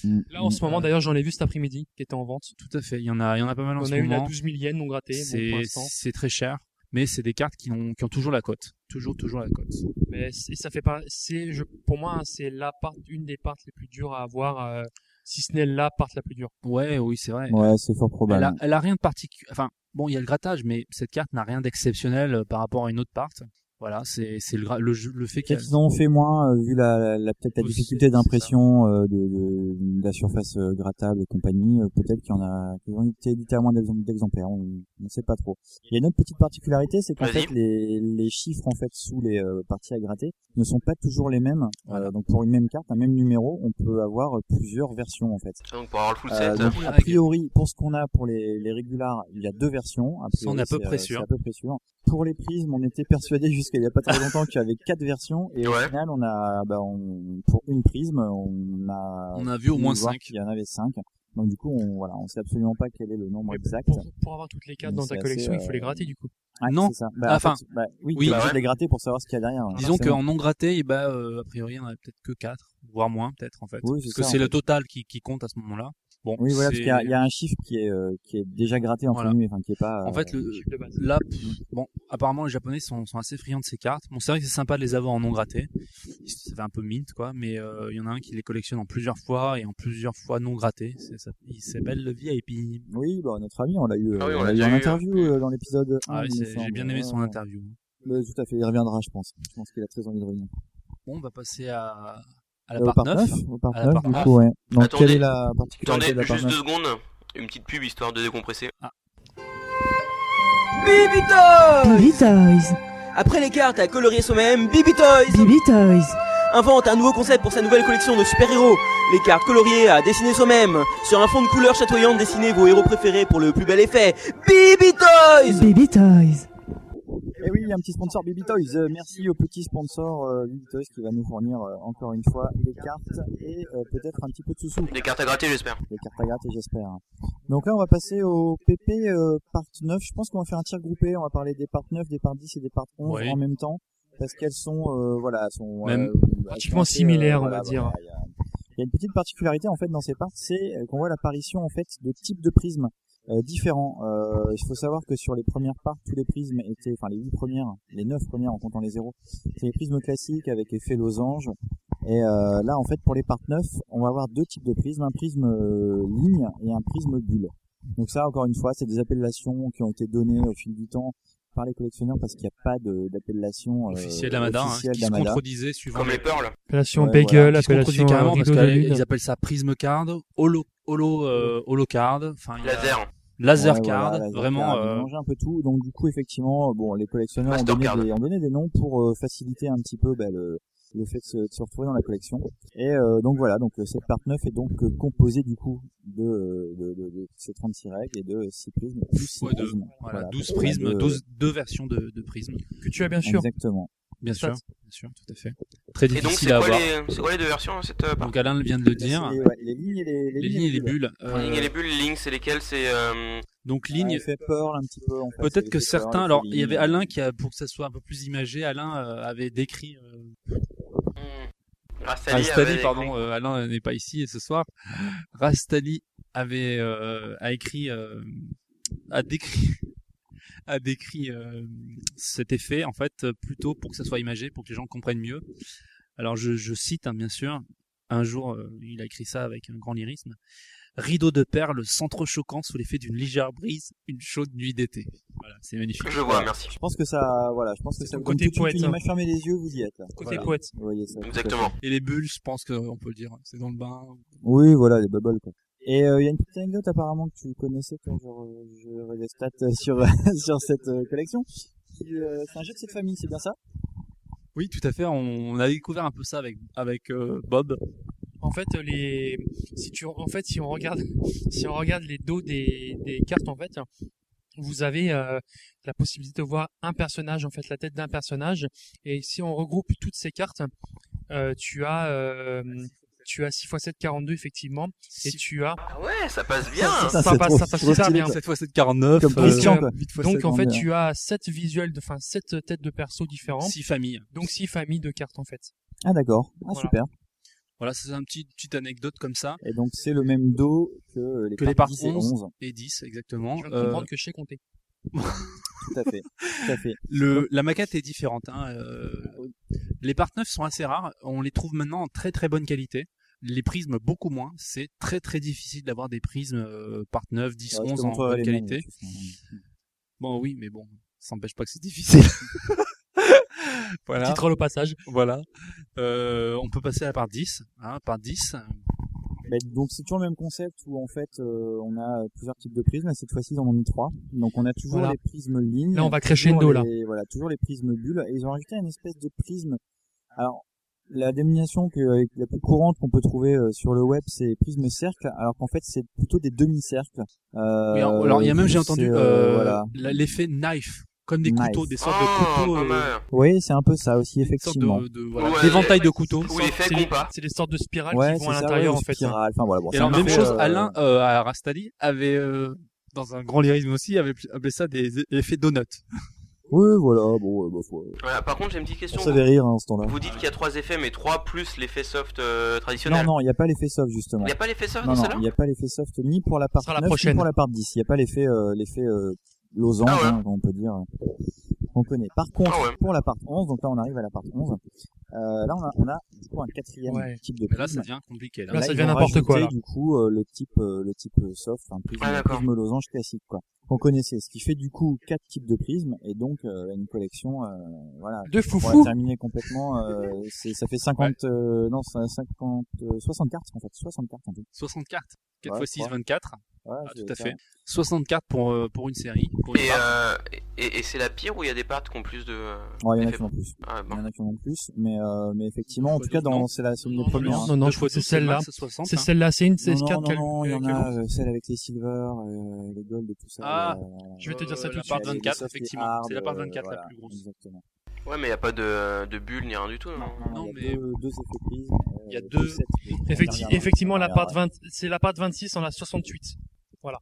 Speaker 5: Mm,
Speaker 6: Là en ce moment d'ailleurs j'en ai vu cet après-midi qui était en vente.
Speaker 2: Tout à fait. Il y en a, il y en a pas mal en
Speaker 6: On
Speaker 2: ce
Speaker 6: a
Speaker 2: moment.
Speaker 6: une à 12 000 yens non grattée, bon,
Speaker 2: C'est,
Speaker 6: pour l'instant.
Speaker 2: c'est très cher, mais c'est des cartes qui ont, qui ont toujours la cote. Toujours, toujours la cote.
Speaker 6: Mais c'est- ça fait pas, c'est, je, pour moi hein, c'est la part, une des parts les plus dures à avoir, euh, si ce n'est la part la plus dure.
Speaker 2: Ouais, oui, c'est vrai.
Speaker 5: Ouais, bah c'est fort probable.
Speaker 2: Elle a, elle a rien de particulier. Enfin, bon, il y a le grattage, mais cette carte n'a rien d'exceptionnel euh, par rapport à une autre part. Voilà, c'est c'est le, gra- le, jeu- le fait qu'elle.
Speaker 5: Peut-être qu'ils en ont fait moins, euh, vu la, la, la- peut-être la difficulté d'impression euh, de, de- de la surface euh, grattable et compagnie. euh, peut-être qu'il y en a, qu'ils ont été édités à moins d'exem- d'exemplaires. On on ne sait pas trop. Il y a une autre petite particularité, c'est qu'en fait les, les chiffres en fait sous les euh, parties à gratter ne sont pas toujours les mêmes. Euh, donc pour une même carte, un même numéro, on peut avoir euh, plusieurs versions en fait.
Speaker 4: Donc pour avoir le full
Speaker 5: Euh,
Speaker 4: set.
Speaker 5: donc, a priori, pour ce qu'on a pour les, les régulars, il y a deux versions. A
Speaker 2: Ça, on est à peu
Speaker 5: priori, c'est,
Speaker 2: près
Speaker 5: euh,
Speaker 2: sûr.
Speaker 5: c'est à peu près sûr. Pour les prismes, on était persuadé jusqu'à il y a pas très longtemps qu'il y avait quatre versions et au final, on a, bah, on, pour une prisme, on a,
Speaker 2: On a vu au moins
Speaker 5: voir
Speaker 2: cinq.
Speaker 5: qu'il y en avait cinq. Donc du coup, on, voilà, on sait absolument pas quel est le nombre
Speaker 2: bah,
Speaker 5: exact.
Speaker 6: Pour avoir toutes les cartes
Speaker 5: Mais
Speaker 6: dans ta
Speaker 5: c'est
Speaker 6: collection,
Speaker 5: assez,
Speaker 6: il faut les
Speaker 5: euh,
Speaker 6: gratter du coup.
Speaker 5: Ouais,
Speaker 2: non,
Speaker 5: c'est ça. Bah, en
Speaker 2: enfin,
Speaker 5: fait, bah, oui,
Speaker 2: oui,
Speaker 5: t'es
Speaker 2: bah
Speaker 5: obligé
Speaker 2: ouais.
Speaker 5: de les gratter pour savoir ce qu'il y a derrière. hein.
Speaker 2: Disons
Speaker 5: forcément.
Speaker 2: qu'en non gratté, eh ben, euh, a priori, il y en a peut-être que 4, voire moins, peut-être, en fait.
Speaker 5: Oui, c'est
Speaker 2: Parce que
Speaker 5: ça, en
Speaker 2: c'est le
Speaker 5: fait.
Speaker 2: total qui, qui compte à ce moment-là. Bon,
Speaker 5: Oui, voilà,
Speaker 2: c'est-
Speaker 5: parce qu'il y a, il y a un chiffre qui est, euh, qui est déjà gratté entre
Speaker 2: Voilà.
Speaker 5: guillemets, enfin, qui est pas.
Speaker 2: En
Speaker 5: euh,
Speaker 2: fait, le, là, pff, bon, apparemment, les Japonais sont, sont assez friands de ces cartes. Bon, c'est vrai que c'est sympa de les avoir en non gratté. Ça fait un peu mint, quoi. Mais euh, il y en a un qui les collectionne en plusieurs fois et en plusieurs fois non gratté. C'est- ça- Il s'appelle le VIP.
Speaker 5: Oui, bah, notre ami, on l'a eu, euh,
Speaker 2: Ah oui, on
Speaker 5: on
Speaker 2: l'a
Speaker 5: l'a eu
Speaker 2: déjà
Speaker 5: en
Speaker 2: eu.
Speaker 5: interview euh, dans l'épisode.
Speaker 2: Ah
Speaker 5: un,
Speaker 2: oui,
Speaker 5: il me
Speaker 2: c'est-
Speaker 5: semble.
Speaker 2: j'ai bien aimé son
Speaker 5: Ouais.
Speaker 2: interview.
Speaker 5: Mais tout à fait, il reviendra, je pense. Je pense qu'il a très envie de revenir.
Speaker 2: Bon, on va passer à, à la
Speaker 5: Euh, au
Speaker 2: part,
Speaker 5: part
Speaker 2: 9.
Speaker 5: neuf, au part
Speaker 2: À la
Speaker 5: neuf,
Speaker 2: part
Speaker 5: du
Speaker 2: 9.
Speaker 5: coup, ouais. Donc,
Speaker 4: Attendez,
Speaker 5: quelle est la particularité
Speaker 4: attendez,
Speaker 5: de la part
Speaker 4: juste deux
Speaker 5: neuf
Speaker 4: secondes, une petite pub histoire de décompresser.
Speaker 1: Bibi Toys
Speaker 16: Bibi Toys.
Speaker 1: Après les cartes à colorier soi-même, Bibi Toys
Speaker 16: Bibi Toys.
Speaker 1: invente un nouveau concept pour sa nouvelle collection de super-héros. Les cartes coloriées à dessiner soi-même. Sur un fond de couleur chatoyante, dessinez vos héros préférés pour le plus bel effet. Bibi Toys
Speaker 16: Bibi Toys.
Speaker 5: Et Eh oui, il y a un petit sponsor Baby Toys. Euh, merci au petit sponsor euh, Baby Toys qui va nous fournir euh, encore une fois des cartes et euh, peut-être un petit peu de sous-sous.
Speaker 4: Des cartes à gratter, j'espère.
Speaker 5: Des cartes à gratter, j'espère. Donc là, on va passer au PP euh, part 9. Je pense qu'on va faire un tir groupé. On va parler des parts 9, des parts 10 et des parts 11
Speaker 2: Oui.
Speaker 5: en même temps parce qu'elles sont, euh, voilà, elles sont
Speaker 2: Même
Speaker 5: elles
Speaker 2: pratiquement
Speaker 5: sont assez, euh,
Speaker 2: similaires, on va
Speaker 5: voilà,
Speaker 2: dire.
Speaker 5: Il y a- il y a une petite particularité en fait dans ces parts, c'est euh, qu'on voit l'apparition en fait de types de prismes euh, différents. Euh, Il faut savoir que sur les premières parts, tous les prismes étaient, enfin les huit premières, les neuf premières en comptant les zéros, c'est les prismes classiques avec effet losange. Et euh, là en fait pour les parts 9, on va avoir deux types de prismes, un prisme euh, ligne et un prisme bulle. Donc ça encore une fois, c'est des appellations qui ont été données au fil du temps par les collectionneurs parce qu'il n'y a pas de- d'appellation euh,
Speaker 2: Officiel Amada, hein,
Speaker 5: officielle
Speaker 2: qui se
Speaker 5: d'Amada.
Speaker 2: contredisait suivant.
Speaker 4: Comme les perles.
Speaker 6: Appellation bagel,
Speaker 2: Qui se contredisait
Speaker 6: appellation,
Speaker 2: carrément parce
Speaker 6: rideau de
Speaker 2: qu'ils
Speaker 6: lune.
Speaker 2: appellent ça prisme card, holo, holo, euh, holo card, enfin. il y a-
Speaker 4: Laser.
Speaker 2: Laser
Speaker 5: Ouais,
Speaker 2: card,
Speaker 5: voilà, laser
Speaker 2: vraiment.
Speaker 5: card, ils
Speaker 2: euh,
Speaker 5: mélangeaient un peu tout. Donc du coup, effectivement, euh, bon, les collectionneurs ont
Speaker 2: Master
Speaker 5: donné,
Speaker 2: card.
Speaker 5: des, ont donné des noms pour euh, faciliter un petit peu bah, le, le fait de se, de se retrouver dans la collection. Et euh, donc voilà, donc euh, cette part 9 est donc euh, composée du coup de, euh, de, de- de ces 36 règles et de 6 prismes plus six
Speaker 2: Ouais, de-
Speaker 5: prismes.
Speaker 2: voilà,
Speaker 5: Voilà,
Speaker 2: 12
Speaker 5: parce qu'on a
Speaker 2: prismes,
Speaker 5: deux-
Speaker 2: 12, deux versions de, de prismes.
Speaker 6: Que tu as bien sûr.
Speaker 5: Exactement.
Speaker 2: Bien sûr,
Speaker 6: Ça,
Speaker 2: bien sûr, tout à fait. Très
Speaker 4: Et donc, c'est
Speaker 2: difficile à
Speaker 4: quoi,
Speaker 2: avoir.
Speaker 4: les... c'est quoi les deux versions cette euh, part
Speaker 2: Donc Alain vient de le dire.
Speaker 5: Les, ouais, les lignes et les,
Speaker 2: Les lignes et les bulles.
Speaker 4: Les lignes
Speaker 2: euh,
Speaker 4: et les bulles, les lignes, c'est lesquelles C'est. euh,
Speaker 2: Donc ligne.
Speaker 5: fait peur un petit peu. en fait.
Speaker 2: Peut-être
Speaker 5: Il
Speaker 2: que
Speaker 5: fait peur,
Speaker 2: certains.
Speaker 5: il fait
Speaker 2: Alors il y
Speaker 5: ligne.
Speaker 2: avait Alain qui a, pour que ça soit un peu plus imagé, Alain euh, avait décrit. euh,
Speaker 4: Rastali,
Speaker 2: Rastali,
Speaker 4: avait-
Speaker 2: pardon, euh, Alain n'est pas ici ce soir. Rastali avait euh, a écrit, euh, a décrit, a décrit euh, cet effet en fait euh, plutôt pour que ça soit imagé, pour que les gens comprennent mieux. Alors je, je cite hein, bien sûr. Un jour, euh, il a écrit ça avec un grand lyrisme. Rideau de perles s'entrechoquant sous l'effet d'une légère brise, une chaude nuit d'été. Voilà, c'est magnifique.
Speaker 5: Voilà. Je pense que ça, voilà, je pense que ça. vous donne
Speaker 2: côté
Speaker 5: tout de suite
Speaker 2: poète,
Speaker 5: Une
Speaker 2: hein.
Speaker 5: image fermée les yeux, vous y êtes là.
Speaker 2: Côté
Speaker 5: Voilà.
Speaker 2: poète.
Speaker 5: Vous voyez ça, tout à fait.
Speaker 2: Et les bulles, je pense qu'on peut le dire, hein, c'est dans le bain.
Speaker 5: Oui, voilà, les bubbles, quoi. Et euh, il y a une petite anecdote apparemment que tu connaissais quand je, re- je regardais les stats euh, sur, sur cette euh, collection. Qui, euh, c'est un jeu de cette famille, c'est bien ça
Speaker 2: Oui, tout à fait. On, on a découvert un peu ça avec avec euh, Bob.
Speaker 6: En fait, les si tu en fait si on regarde si on regarde les dos des, des cartes en fait, vous avez euh, la possibilité de voir un personnage en fait la tête d'un personnage et si on regroupe toutes ces cartes, euh, tu as euh, tu as 6 x 7 42 effectivement et tu as
Speaker 4: Ah ouais, ça passe bien.
Speaker 6: ça, passe ça passe super bien
Speaker 2: 7 x 7, 49.
Speaker 6: Comme
Speaker 2: euh,
Speaker 6: Christian.
Speaker 2: euh, 8 fois
Speaker 6: donc en fait
Speaker 2: 7,
Speaker 6: tu as 7 visuels de enfin 7 têtes de perso différents
Speaker 2: Six familles.
Speaker 6: donc 6 familles de cartes en fait
Speaker 5: Ah d'accord, ah
Speaker 6: Voilà.
Speaker 5: super.
Speaker 2: Voilà, c'est une petite, petite anecdote comme ça.
Speaker 5: Et donc c'est le même dos que euh, les,
Speaker 2: que les parts
Speaker 5: parties 10 et
Speaker 2: 11
Speaker 5: 11.
Speaker 2: et 10, exactement.
Speaker 6: je viens de comprendre que je sais compter
Speaker 5: Tout à fait, tout à fait.
Speaker 2: Euh, Le, la maquette est différente. hein, euh, les parts neufs sont assez rares. On les trouve maintenant en très très bonne qualité. Les prismes beaucoup moins. C'est très très difficile d'avoir des prismes euh, part 9, 10,
Speaker 5: Ouais, je
Speaker 2: 11
Speaker 5: te
Speaker 2: en
Speaker 5: montrerai
Speaker 2: bonne
Speaker 5: euh, les mêmes,
Speaker 2: qualité.
Speaker 5: de toute façon.
Speaker 2: Bon oui, mais bon, ça n'empêche pas que c'est difficile. voilà.
Speaker 6: Petite troll au passage.
Speaker 2: Voilà. Euh, on peut passer à la part 10. Hein, part 10.
Speaker 5: Ben, donc c'est toujours le même concept où en fait euh, on a plusieurs types de prismes. Cette fois-ci ils en ont mis trois. Donc on a toujours
Speaker 6: Voilà.
Speaker 5: les prismes lignes.
Speaker 6: Là, on va
Speaker 5: toujours
Speaker 6: crescendo, là.
Speaker 5: les- Voilà, toujours les prismes bulles. Et ils ont rajouté une espèce de prisme. Alors la dénomination que, la plus courante qu'on peut trouver euh, sur le web c'est prisme cercle. Alors qu'en fait c'est plutôt des demi-cercles. Euh,
Speaker 2: Oui, alors, alors, il y a même, j'ai
Speaker 5: c'est,
Speaker 2: entendu,
Speaker 5: euh,
Speaker 2: euh,
Speaker 5: voilà.
Speaker 2: la- l'effet knife. Comme des
Speaker 5: Knife.
Speaker 2: couteaux, des sortes
Speaker 4: Oh,
Speaker 2: de couteaux. euh,
Speaker 5: Oui, c'est un peu ça aussi
Speaker 2: sortes
Speaker 5: effectivement.
Speaker 2: de, de, voilà,
Speaker 6: Ouais.
Speaker 2: d'éventail de couteaux.
Speaker 6: Ou effet
Speaker 2: C'est-
Speaker 6: compas. c'est des sortes de spirales
Speaker 2: Ouais,
Speaker 6: qui vont
Speaker 2: c'est
Speaker 6: à
Speaker 2: ça,
Speaker 6: l'intérieur
Speaker 2: ouais,
Speaker 6: en fait
Speaker 5: spirale. Enfin, voilà, bon,
Speaker 2: hein. Et
Speaker 5: ça
Speaker 2: alors,
Speaker 5: me
Speaker 2: même
Speaker 5: fait,
Speaker 2: chose,
Speaker 5: euh,
Speaker 2: Alain, euh, à Rastali, avait, euh, dans un grand lyrisme aussi, avait appelé ça des effets donuts.
Speaker 5: Oui, voilà. Bon, euh, bah, faut...
Speaker 4: Voilà, par contre, j'ai une petite question.
Speaker 5: On savait rire, hein, ce temps-là.
Speaker 4: Vous dites qu'il y a trois effets, mais trois plus l'effet soft euh,
Speaker 5: Non,
Speaker 4: traditionnel.
Speaker 5: non, il n'y a pas l'effet soft justement.
Speaker 4: Il y a pas l'effet soft
Speaker 5: Non,
Speaker 4: dans
Speaker 5: non,
Speaker 4: celle-là
Speaker 5: il n'y a pas l'effet soft ni pour la part
Speaker 4: sera la
Speaker 5: 9, ni
Speaker 4: prochaine.
Speaker 5: pour la part 10. Il n'y a pas l'effet euh, l'effet euh, losange,
Speaker 2: Ah
Speaker 5: euh, Ah hein, on peut dire. On connaît. Par contre, pour la part 11, donc là on arrive à la part 11, Euh, là, on a, on a du coup un quatrième
Speaker 2: Ouais.
Speaker 5: type de
Speaker 2: Mais là, ça
Speaker 5: prisme.
Speaker 2: devient compliqué, là.
Speaker 5: Et
Speaker 2: Là, ça
Speaker 5: ils
Speaker 2: devient
Speaker 5: vont
Speaker 2: n'importe quoi,
Speaker 5: rajouter,
Speaker 2: là.
Speaker 5: Du coup, euh, le type, euh, le type euh, soft, un prisme, prisme losange classique, quoi. Qu'on connaissait, ce qui fait du coup quatre types de prismes et donc euh, une collection, euh, voilà.
Speaker 6: De
Speaker 5: On
Speaker 6: foufou.
Speaker 5: va terminer complètement. Euh, c'est- ça fait 50, euh, non, ça- 50, euh, 60 cartes en fait, 60 cartes en tout.
Speaker 2: 60 cartes. 4
Speaker 5: Ouais,
Speaker 2: x 6,
Speaker 5: je crois.
Speaker 2: 24.
Speaker 5: Ouais,
Speaker 2: Ah,
Speaker 5: c'est
Speaker 2: tout à
Speaker 5: ça.
Speaker 2: fait. 60 cartes pour, euh, pour une série. Pour une
Speaker 4: Et,
Speaker 2: part.
Speaker 4: euh, et, et c'est la pire où il y a des parts qui ont plus de. euh,
Speaker 5: Ouais, il y en a
Speaker 4: d'effets
Speaker 5: qui en ont plus.
Speaker 4: Ah,
Speaker 5: Il y en a qui en ont plus, mais euh, mais effectivement, en tout cas, dans c'est la c'est une des
Speaker 6: non,
Speaker 5: premières.
Speaker 6: non, non, non, je crois que c'est celle-là. C'est
Speaker 2: hein.
Speaker 6: celle-là, c'est une CS4
Speaker 5: Non, non,
Speaker 6: qu'elle-
Speaker 5: non, il y en
Speaker 6: qu'elle
Speaker 5: a
Speaker 6: montre.
Speaker 5: euh, celle avec les silver, euh, les gold et tout ça.
Speaker 2: Ah,
Speaker 5: euh,
Speaker 2: je vais te dire ça
Speaker 5: euh,
Speaker 2: tout de
Speaker 5: la
Speaker 2: suite.
Speaker 5: part
Speaker 2: 24,
Speaker 5: soft et
Speaker 2: effectivement.
Speaker 5: hard,
Speaker 2: C'est la part
Speaker 5: euh,
Speaker 2: 24 la
Speaker 5: voilà,
Speaker 2: plus grosse.
Speaker 5: Exactement.
Speaker 4: Ouais, mais il n'y a pas de, de bulle ni rien du tout, non,
Speaker 2: Non,
Speaker 5: Il y a deux, deux effets prises. euh,
Speaker 2: Il y a deux.
Speaker 5: sets.
Speaker 6: Effecti-
Speaker 5: Dernière,
Speaker 6: effectivement, la
Speaker 5: dernière,
Speaker 6: part
Speaker 5: ouais.
Speaker 6: 20, c'est la part 26 en la 68. Voilà.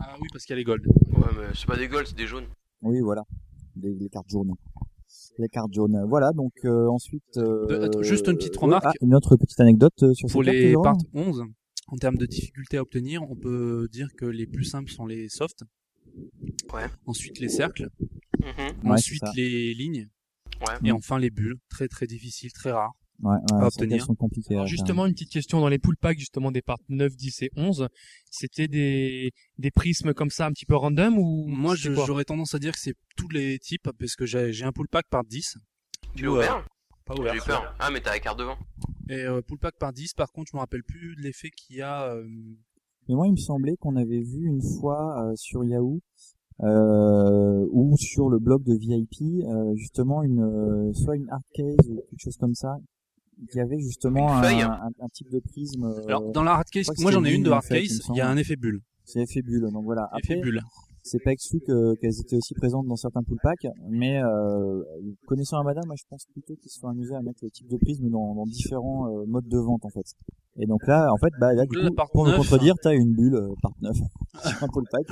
Speaker 2: Ah oui, parce qu'il y a les golds.
Speaker 4: Ouais, mais c'est pas des golds, c'est des jaunes.
Speaker 5: Oui, voilà. Les, les cartes jaunes. Les cartes jaunes. Voilà, donc euh, ensuite. euh,
Speaker 2: De- attends, juste une petite
Speaker 5: oui,
Speaker 2: remarque.
Speaker 5: ah, une autre petite anecdote euh, sur
Speaker 2: Pour
Speaker 5: ces cartes,
Speaker 2: les
Speaker 5: Jérôme
Speaker 2: parts 11, en termes de difficulté à obtenir, on peut dire que les plus simples sont les softs. Ensuite les cercles.
Speaker 4: Mhm.
Speaker 5: Ouais,
Speaker 2: Ensuite
Speaker 5: c'est ça. Mm.
Speaker 2: les lignes. Et enfin les bulles. Très très difficile, très rare.
Speaker 5: Ouais, ouais,
Speaker 2: à
Speaker 5: c'est
Speaker 2: Ah, obtenir.
Speaker 5: qu'elles sont compliquées à
Speaker 6: Alors,
Speaker 5: faire.
Speaker 6: justement, une petite question dans les pool packs, justement, des parts 9, 10 et 11. C'était des, des prismes comme ça, un petit peu random ou?
Speaker 2: Moi,
Speaker 6: c'était
Speaker 2: je-
Speaker 6: quoi
Speaker 2: j'aurais tendance à dire que c'est tous les types, parce que j'ai j'ai un pull pack par 10.
Speaker 4: Tu l'as
Speaker 2: Ou, euh,
Speaker 4: ouvert
Speaker 2: Pas ouvert.
Speaker 4: J'ai eu peur. Ah, mais t'as la carte devant.
Speaker 2: Et euh, pull pack par 10, par contre, je me rappelle plus de l'effet qu'il y a. euh,
Speaker 5: Mais moi, il me semblait qu'on avait vu une fois euh, sur Yahoo euh, ou sur le blog de VIP, euh, justement, une, euh, soit une arcade ou quelque chose comme ça. Il y avait justement
Speaker 2: Une
Speaker 5: un,
Speaker 2: feuille.
Speaker 5: un, un type de prisme. euh,
Speaker 2: Alors, dans la hard case,
Speaker 5: je crois que
Speaker 2: moi, j'en
Speaker 5: c'était
Speaker 2: ai une de hard
Speaker 5: en fait,
Speaker 2: case,
Speaker 5: me
Speaker 2: il y a un
Speaker 5: semble.
Speaker 2: effet bulle.
Speaker 5: C'est effet bulle, donc voilà.
Speaker 2: Effet
Speaker 5: Après,
Speaker 2: bulle.
Speaker 5: c'est pas exclu que- qu'elles étaient aussi présentes dans certains pool packs, mais euh, connaissant Amada, moi je pense plutôt qu'ils se sont amusés à mettre le type de prisme dans, dans différents euh, modes de vente en fait. Et donc là, en fait, bah là, du
Speaker 2: Là,
Speaker 5: coup,
Speaker 2: par
Speaker 5: pour me
Speaker 2: neuf.
Speaker 5: contredire, t'as une bulle euh, par 9 sur un pool pack.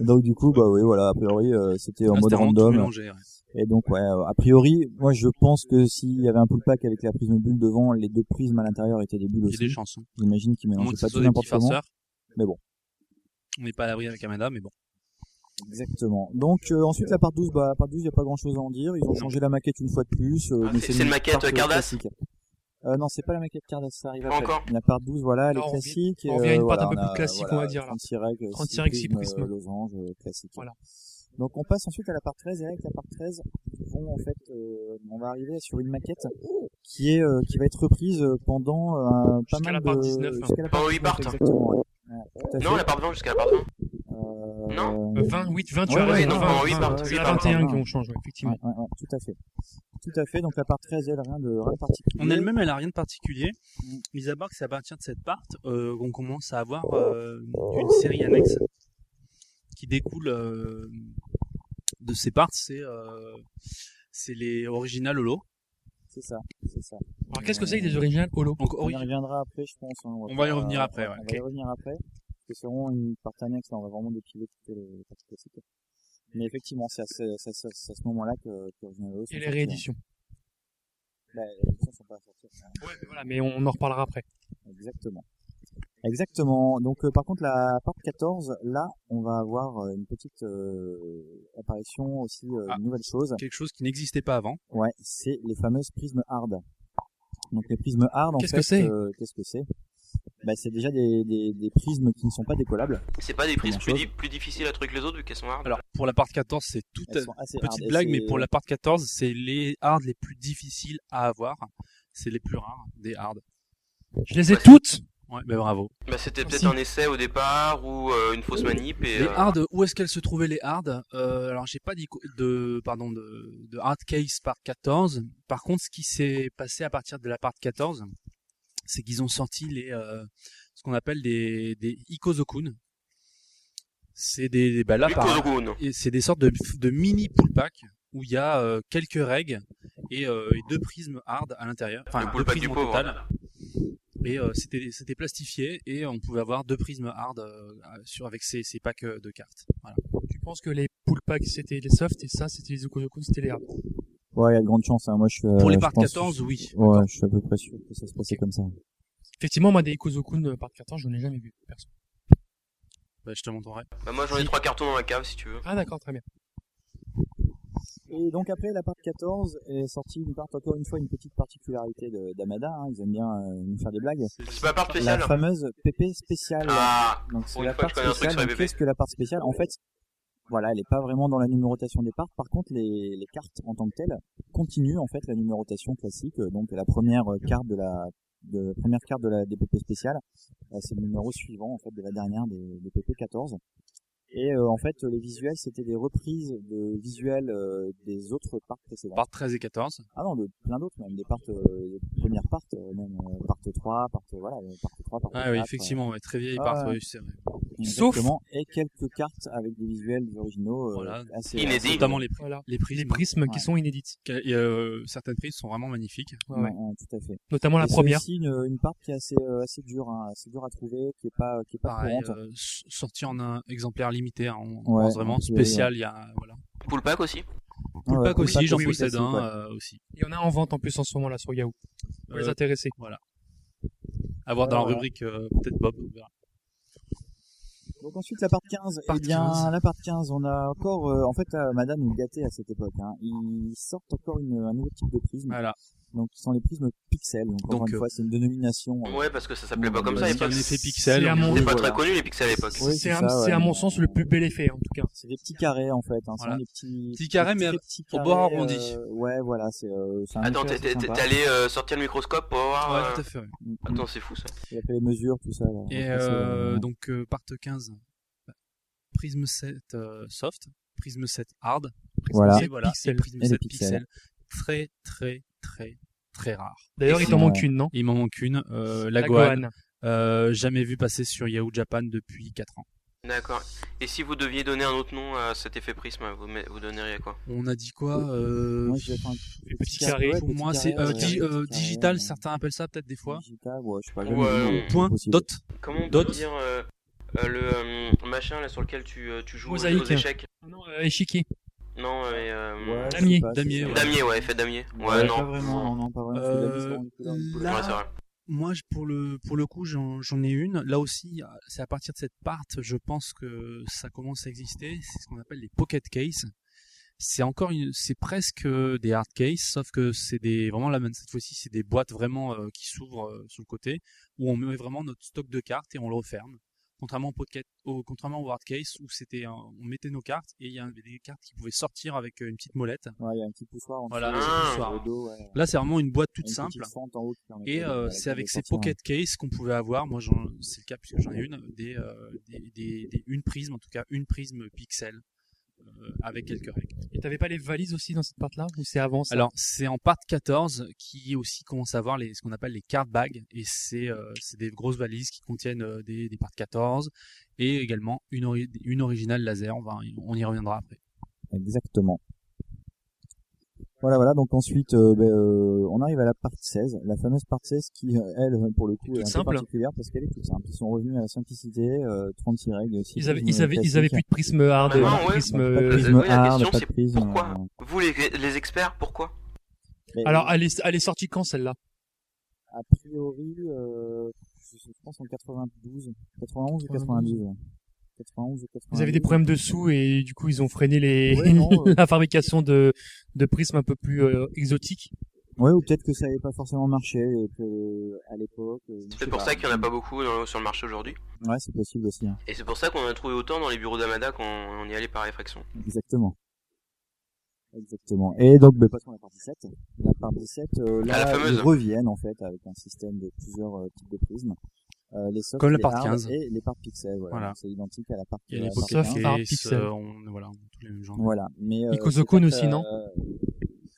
Speaker 5: donc du coup, bah oui, voilà, a priori, euh, c'était en
Speaker 2: Ah,
Speaker 5: mode
Speaker 2: c'était vraiment tout
Speaker 5: random.
Speaker 2: mélangé, ouais.
Speaker 5: Et donc, ouais, euh, a priori, moi je pense que s'il y avait un pool pack avec la prisme bulle devant, les deux prismes à l'intérieur étaient des bulles
Speaker 2: Il y
Speaker 5: aussi.
Speaker 2: a des chances, hein.
Speaker 5: J'imagine qu'ils
Speaker 2: À moins
Speaker 5: mélangeaient
Speaker 2: que ce
Speaker 5: pas
Speaker 2: soit
Speaker 5: tout
Speaker 2: des
Speaker 5: n'importe
Speaker 2: petits
Speaker 5: comment.
Speaker 2: farceurs.
Speaker 5: Mais bon.
Speaker 2: On n'est pas à l'abri avec Amanda, mais bon.
Speaker 5: Exactement. Donc euh, ensuite la part 12, bah la part 12, il y a pas grand-chose à en dire, ils ont changé la maquette une fois de plus, euh,
Speaker 6: Ah,
Speaker 5: mais
Speaker 4: c'est
Speaker 5: une
Speaker 4: le maquette,
Speaker 5: carte,
Speaker 4: euh,
Speaker 5: euh,
Speaker 4: Cardass
Speaker 5: classique. Euh, non, c'est pas la maquette Cardass, ça arrive après.
Speaker 4: Encore
Speaker 5: La part 12, voilà, elle
Speaker 6: Là,
Speaker 5: est
Speaker 6: on revient-
Speaker 5: classique.
Speaker 6: on
Speaker 5: et,
Speaker 6: revient à une
Speaker 5: euh,
Speaker 6: part un
Speaker 5: voilà,
Speaker 6: peu
Speaker 5: on
Speaker 6: plus
Speaker 5: a,
Speaker 6: classique, on
Speaker 5: voilà,
Speaker 6: va dire, là.
Speaker 5: 36
Speaker 6: 36
Speaker 5: règles, 36
Speaker 6: règles, six
Speaker 5: prismes,
Speaker 6: prismes.
Speaker 5: euh, losange, euh, classique. Donc on passe ensuite à la part 13, et là, avec la part 13, bon, en fait, euh, on va arriver sur une maquette qui est euh, qui va être reprise euh, pendant euh, un- pas
Speaker 4: Jusqu'à
Speaker 5: mal
Speaker 4: la part
Speaker 5: de
Speaker 4: 19, hein.
Speaker 5: jusqu'à la part
Speaker 6: Oh,
Speaker 4: Pendant huit
Speaker 5: 19,
Speaker 4: parts.
Speaker 5: exactement, ouais. Ouais, tout à
Speaker 4: Non,
Speaker 5: fait.
Speaker 4: la part 20 jusqu'à la part 20.
Speaker 5: Non
Speaker 6: Euh, 20, oui, 20, tu as raison, 20, 20, c'est la 21 qu'on change, ouais,
Speaker 2: Mm.
Speaker 6: effectivement.
Speaker 5: Ouais, ouais, ouais, tout à fait. Tout à fait, donc la part 13, elle, rien de, rien de particulier.
Speaker 2: En elle-même, elle a rien de particulier. Mis à part que c'est à partir de cette part euh, qu'on commence à avoir euh, une série annexe qui découle euh, de ces parts. C'est euh, c'est les originales holo.
Speaker 5: C'est ça, c'est ça.
Speaker 6: Alors, qu'est-ce que c'est que des originales holo?
Speaker 2: Donc,
Speaker 5: On y
Speaker 2: ori-
Speaker 5: reviendra après, je pense. hein,
Speaker 2: On va y
Speaker 5: pas-
Speaker 2: revenir après, ouais,
Speaker 5: On
Speaker 2: ok.
Speaker 5: va y revenir après. Parce que c'est vraiment une part annexe, là, on va vraiment dépiler toutes les les parties classiques. Mais effectivement, c'est à, ce- c'est à ce- c'est à ce moment-là que, que Original Holo sont
Speaker 6: Et les
Speaker 5: sortis,
Speaker 6: rééditions.
Speaker 5: hein. Bah, les rééditions sont pas sorties.
Speaker 6: Ouais, mais voilà, mais on en reparlera après.
Speaker 5: Exactement. Exactement. Donc euh, par contre la part 14, là on va avoir euh, une petite euh, apparition aussi, euh,
Speaker 2: Ah.
Speaker 5: une nouvelle chose.
Speaker 2: Quelque chose qui n'existait pas avant.
Speaker 5: Ouais, c'est les fameuses prismes hard. Donc les prismes hard en
Speaker 2: Qu'est-ce
Speaker 5: fait,
Speaker 2: que c'est
Speaker 5: euh, qu'est-ce que c'est Bah c'est déjà des, des, des prismes qui ne sont pas décollables.
Speaker 4: C'est pas des prises
Speaker 5: Première
Speaker 4: plus,
Speaker 5: chose.
Speaker 4: di- plus difficiles à trouver que les autres vu qu'elles sont hard.
Speaker 2: Alors pour la part 14, c'est toute
Speaker 5: Elles sont assez hard
Speaker 2: petite
Speaker 5: et
Speaker 2: blague,
Speaker 5: c'est-
Speaker 2: mais pour la part 14, c'est les hards les plus difficiles à avoir. C'est les plus rares des hards.
Speaker 6: Je les ai toutes!
Speaker 2: Ouais, bah bravo.
Speaker 4: Bah, c'était peut-être
Speaker 2: Si.
Speaker 4: un essai au départ ou euh, une fausse manip et.
Speaker 2: Les
Speaker 4: euh,
Speaker 2: hard, où est-ce qu'elles se trouvaient les hard euh, Alors j'ai pas dit co- de pardon de, de hard case par 14. Par contre, ce qui s'est passé à partir de la part 14, c'est qu'ils ont sorti les euh, ce qu'on appelle des des Ikozokun. C'est des bah là par-
Speaker 4: Ikozokun.
Speaker 2: et c'est des sortes de, de mini pull pack où il y a euh, quelques règles et, euh, et deux prismes hard à l'intérieur. Enfin,
Speaker 4: Le pull
Speaker 2: deux
Speaker 4: pack du
Speaker 2: prismes au
Speaker 4: pauvre.
Speaker 2: total. Et euh, c'était c'était plastifié et on pouvait avoir deux prismes hard euh, sur avec ces, ces packs euh, de cartes. Voilà.
Speaker 6: Tu penses que les pool packs c'était les softs et ça c'était les Okozokun, c'était les hard.
Speaker 5: Ouais, il y a de grandes chances. hein. Moi je suis, euh,
Speaker 2: Pour les
Speaker 5: je
Speaker 2: parts
Speaker 5: pense-
Speaker 2: 14, oui.
Speaker 5: Ouais, je suis à peu près sûr que ça se passait comme ça.
Speaker 6: Effectivement, moi, des Ikozokun euh, par 14, je n'ai jamais vu, perso.
Speaker 2: Bah, je te montrerai.
Speaker 4: Bah, moi j'en ai trois cartons dans la cave si tu veux.
Speaker 6: Ah, d'accord, très bien.
Speaker 5: Et donc après, la part 14 est sortie une part, encore une fois, une petite particularité de- d'Amada. hein, ils aiment bien euh, nous faire des blagues.
Speaker 4: C'est ma part spéciale.
Speaker 5: La fameuse PP spéciale.
Speaker 4: Ah,
Speaker 5: donc
Speaker 4: pour
Speaker 5: c'est
Speaker 4: une
Speaker 5: la
Speaker 4: fois,
Speaker 5: part
Speaker 4: je connais un truc
Speaker 5: spéciale.
Speaker 4: sur les
Speaker 5: Donc,
Speaker 4: PP.
Speaker 5: Qu'est-ce que la part spéciale En fait, voilà, elle n'est pas vraiment dans la numérotation des parts. Par contre, les, les cartes en tant que telles continuent en fait la numérotation classique. Euh, Donc la première euh, carte de la de la première carte de la DPP spéciale, euh, c'est le numéro suivant en fait de la dernière des, des PP 14. Et euh, en fait, euh, les visuels, c'était des reprises de visuels euh, des autres parts précédentes.
Speaker 2: Part 13 et 14.
Speaker 5: Ah non, de plein d'autres même, des parts, euh, des premières parts, euh, même euh, part 3, part euh, voilà, euh, part 3, part
Speaker 2: Ah oui,
Speaker 5: 4,
Speaker 2: effectivement, ouais, très vieille
Speaker 5: Ah,
Speaker 2: part,
Speaker 5: ouais.
Speaker 2: oui, c'est vrai.
Speaker 5: Sauf
Speaker 2: Exactement.
Speaker 5: et quelques cartes avec des visuels originaux euh,
Speaker 2: Voilà.
Speaker 5: assez
Speaker 2: notamment les, les prismes,
Speaker 6: Les prismes qui sont inédites.
Speaker 2: Et, euh, certaines prises sont vraiment magnifiques.
Speaker 5: Ouais, ouais, tout à fait.
Speaker 6: Notamment la
Speaker 5: Et c'est
Speaker 6: première.
Speaker 5: aussi une, une part qui est assez euh, assez dure hein, assez dure à trouver, qui est pas qui est pas
Speaker 2: Pareil,
Speaker 5: courante.
Speaker 2: euh, s- sorti en un exemplaire limité, hein, on
Speaker 5: Ouais,
Speaker 2: pense vraiment
Speaker 5: ok,
Speaker 2: spécial,
Speaker 5: ouais.
Speaker 2: il y a voilà.
Speaker 4: Poulpac aussi.
Speaker 2: Poulpac
Speaker 6: ouais,
Speaker 2: aussi, j'en
Speaker 6: oui, oui,
Speaker 2: possède
Speaker 6: classique,
Speaker 2: un
Speaker 6: ouais.
Speaker 2: euh, aussi.
Speaker 6: Il y en a en vente en plus en ce moment là sur Yahoo. Pour les
Speaker 2: Euh,
Speaker 6: intéressés.
Speaker 2: Voilà. À voir dans la
Speaker 5: Voilà.
Speaker 2: rubrique euh, peut-être Bob, on verra.
Speaker 5: Donc ensuite la part 15, eh
Speaker 2: euh. Part
Speaker 5: bien
Speaker 2: 15.
Speaker 5: la part 15, on a encore euh, en fait euh, madame nous gâtait à cette époque hein. Ils sortent encore une, un nouveau type de prisme.
Speaker 2: Voilà.
Speaker 5: Donc qui sont les prismes pixels. Donc, encore
Speaker 2: Donc,
Speaker 5: une
Speaker 2: euh,
Speaker 5: fois, c'est une dénomination. euh,
Speaker 4: Ouais, parce que ça s'appelait pas comme ça à
Speaker 2: Parce qu'il y a
Speaker 4: l'époque.
Speaker 2: un effet pixel.
Speaker 4: C'est à mon- C'était pas
Speaker 5: voilà.
Speaker 4: très connu, les pixels, à l'époque.
Speaker 5: Oui,
Speaker 6: c'est un-
Speaker 5: ça, ouais.
Speaker 6: c'est à mon sens le plus bel effet en tout cas.
Speaker 5: C'est des petits carrés en fait, hein.
Speaker 2: Voilà.
Speaker 5: c'est des petits,
Speaker 2: Petits carrés, mais
Speaker 5: très
Speaker 2: avec-
Speaker 5: petits
Speaker 2: au bord
Speaker 5: carrés,
Speaker 2: arrondi.
Speaker 5: euh, ouais, voilà, c'est. Euh, c'est un
Speaker 4: Attends,
Speaker 5: effet
Speaker 4: t'es
Speaker 5: assez
Speaker 4: t'es-
Speaker 5: sympa.
Speaker 4: t'es allé euh, sortir le microscope pour voir.
Speaker 2: Ouais,
Speaker 4: euh,
Speaker 2: tout à fait, ouais.
Speaker 4: Attends, c'est fou ça.
Speaker 5: Il a fait les mesures, tout ça. là.
Speaker 2: Et
Speaker 5: Ouais, c'est,
Speaker 2: euh,
Speaker 5: euh,
Speaker 2: donc euh, part 15, bah, Prism 7 euh, soft, Prism 7 hard, Prism
Speaker 5: Voilà.
Speaker 2: 7, voilà,
Speaker 6: Pixel.
Speaker 2: et Prism
Speaker 6: Et les
Speaker 2: 7
Speaker 6: pixels.
Speaker 2: pixel. Très très très très rare.
Speaker 6: D'ailleurs, il t'en
Speaker 2: Ouais.
Speaker 6: manque une, non
Speaker 2: Il m'en manque une, euh, la,
Speaker 6: La
Speaker 2: Gohan.
Speaker 6: Gohan.
Speaker 2: Euh, jamais vue passer sur Yahoo Japan depuis 4 ans.
Speaker 4: D'accord. Et si vous deviez donner un autre nom à cet effet prisme, vous, met- vous donneriez quoi
Speaker 2: On a dit quoi euh,
Speaker 5: Oh, Moi, je vais faire un
Speaker 2: les
Speaker 5: petit
Speaker 2: petits
Speaker 5: carré,
Speaker 2: carrés,
Speaker 5: ouais,
Speaker 2: pour
Speaker 5: petit
Speaker 2: moi,
Speaker 5: carré,
Speaker 2: c'est euh,
Speaker 5: ouais,
Speaker 2: di-
Speaker 5: petit
Speaker 2: euh,
Speaker 5: carré,
Speaker 2: digital,
Speaker 5: ouais.
Speaker 2: certains appellent ça peut-être des fois.
Speaker 5: Digital, ouais, je sais pas.
Speaker 4: Ou,
Speaker 5: j'aime bien,
Speaker 4: euh,
Speaker 5: mais c'est
Speaker 2: Point,
Speaker 5: possible.
Speaker 2: dot.
Speaker 4: Comment on peut
Speaker 2: Dot.
Speaker 4: dire euh, euh, le euh, machin là sur lequel tu, euh, tu joues aux-
Speaker 6: Mosaïque.
Speaker 4: aux échecs
Speaker 6: Non, euh, échiquier.
Speaker 4: Non, mais. Euh...
Speaker 5: Ouais, je sais
Speaker 6: Damier.
Speaker 5: pas, c'est
Speaker 2: Damier,
Speaker 5: ça.
Speaker 2: ouais.
Speaker 4: Damier, ouais, effet damier. Ouais,
Speaker 5: Ouais,
Speaker 4: non.
Speaker 5: Pas vraiment, non, pas vraiment. parce que Damier, c'est
Speaker 2: Euh,
Speaker 5: vraiment une couleur, une couleur.
Speaker 2: là,
Speaker 4: Ouais, c'est vrai.
Speaker 2: moi, je- pour le, pour le coup, j'en j'en ai une. Là aussi, euh, c'est à partir de cette part, je pense que ça commence à exister. C'est ce qu'on appelle les pocket cases. C'est encore une, c'est presque euh, des hard cases, sauf que c'est des, vraiment la même, cette fois-ci, c'est des boîtes vraiment euh, qui s'ouvrent euh, sur le côté, où on met vraiment notre stock de cartes et on le referme. Contrairement au pocket, au, contrairement au hard case, où c'était, un- on mettait nos cartes et il y avait des cartes qui pouvaient sortir avec euh, une petite molette.
Speaker 5: Ouais, il y a un petit poussoir en
Speaker 2: Voilà, un
Speaker 5: dessous,
Speaker 2: petit
Speaker 5: euh,
Speaker 2: poussoir.
Speaker 5: au dos, ouais.
Speaker 2: Là, c'est vraiment une boîte toute
Speaker 5: Une petite
Speaker 2: simple.
Speaker 5: fente en haut qui permet
Speaker 2: Et
Speaker 5: de-
Speaker 2: euh,
Speaker 5: voilà,
Speaker 2: c'est avec
Speaker 5: de
Speaker 2: ces
Speaker 5: sortir,
Speaker 2: pocket cases qu'on pouvait avoir. Moi, j'en- c'est le cas puisque j'en ai une, des, euh, des, des- des- une prisme, en tout cas une prisme pixel euh, avec quelques règles.
Speaker 6: Et t'avais pas les valises aussi dans cette part là ou c'est avant ça
Speaker 2: Alors, c'est en part 14 qui aussi commence à avoir les, ce qu'on appelle les card bags. Et c'est euh, c'est des grosses valises qui contiennent euh, des, des parts 14 et également une, ori- une originale laser. On, va, on y reviendra après.
Speaker 5: Exactement. Voilà, voilà. Donc ensuite, euh, ben, euh, on arrive à la partie 16, la fameuse partie 16 qui, euh, elle, pour le coup, est,
Speaker 6: Toute
Speaker 5: un
Speaker 6: simple.
Speaker 5: peu particulière parce qu'elle est toute simple. Ils sont revenus à la simplicité, euh, 36 règles. euh, aussi.
Speaker 6: Ils avaient- ils avaient- ils avaient plus de prisme hard,
Speaker 4: Maintenant,
Speaker 6: euh,
Speaker 4: ouais,
Speaker 6: prisme,
Speaker 4: bah,
Speaker 6: euh,
Speaker 5: pas de
Speaker 4: la-
Speaker 5: prisme
Speaker 4: oui, la
Speaker 5: hard,
Speaker 4: question
Speaker 5: ah, pas de
Speaker 4: c'est
Speaker 5: prisme,
Speaker 4: pourquoi
Speaker 5: euh,
Speaker 4: Vous les, les experts, pourquoi
Speaker 5: Mais
Speaker 6: Alors, elle est, elle est sortie quand celle-là
Speaker 5: a priori, euh, je sais- je pense en 92, 91 ou 92. ouais. 91 ou 92.
Speaker 6: Ils avaient des problèmes de sous et du coup ils ont freiné les
Speaker 5: Ouais, non, euh.
Speaker 6: la fabrication de de prismes un peu plus euh, exotiques.
Speaker 5: Ouais, ou peut-être que ça n'avait pas forcément marché et que, à l'époque. euh, je
Speaker 4: C'est
Speaker 5: sais
Speaker 4: pour
Speaker 5: pas.
Speaker 4: ça qu'il n'y en a pas beaucoup dans- sur le marché aujourd'hui.
Speaker 5: Ouais, c'est possible aussi. hein.
Speaker 4: Et c'est pour ça qu'on en a trouvé autant dans les bureaux d'Amada quand on y allait par effraction.
Speaker 5: Exactement. Exactement. Et donc, ben, passons à la partie 7. La partie 7, euh,
Speaker 4: Ah, la
Speaker 5: là,
Speaker 4: fameuse.
Speaker 5: ils reviennent en fait avec un système de plusieurs euh, types de prismes. Euh, les softs,
Speaker 2: Comme la
Speaker 5: les
Speaker 2: part
Speaker 5: hard
Speaker 2: 15.
Speaker 5: et les parts pixels. Voilà.
Speaker 2: Voilà.
Speaker 5: Donc, C'est identique à la part
Speaker 2: Il y a
Speaker 5: à
Speaker 2: les
Speaker 5: la part
Speaker 2: pocket
Speaker 5: 15.
Speaker 6: Hard
Speaker 2: cases,
Speaker 6: pixel.
Speaker 2: euh, on, voilà, on a tous les mêmes genres.
Speaker 5: Voilà. Mais, euh,
Speaker 6: Ikozokun
Speaker 5: cette,
Speaker 6: aussi, non
Speaker 5: euh,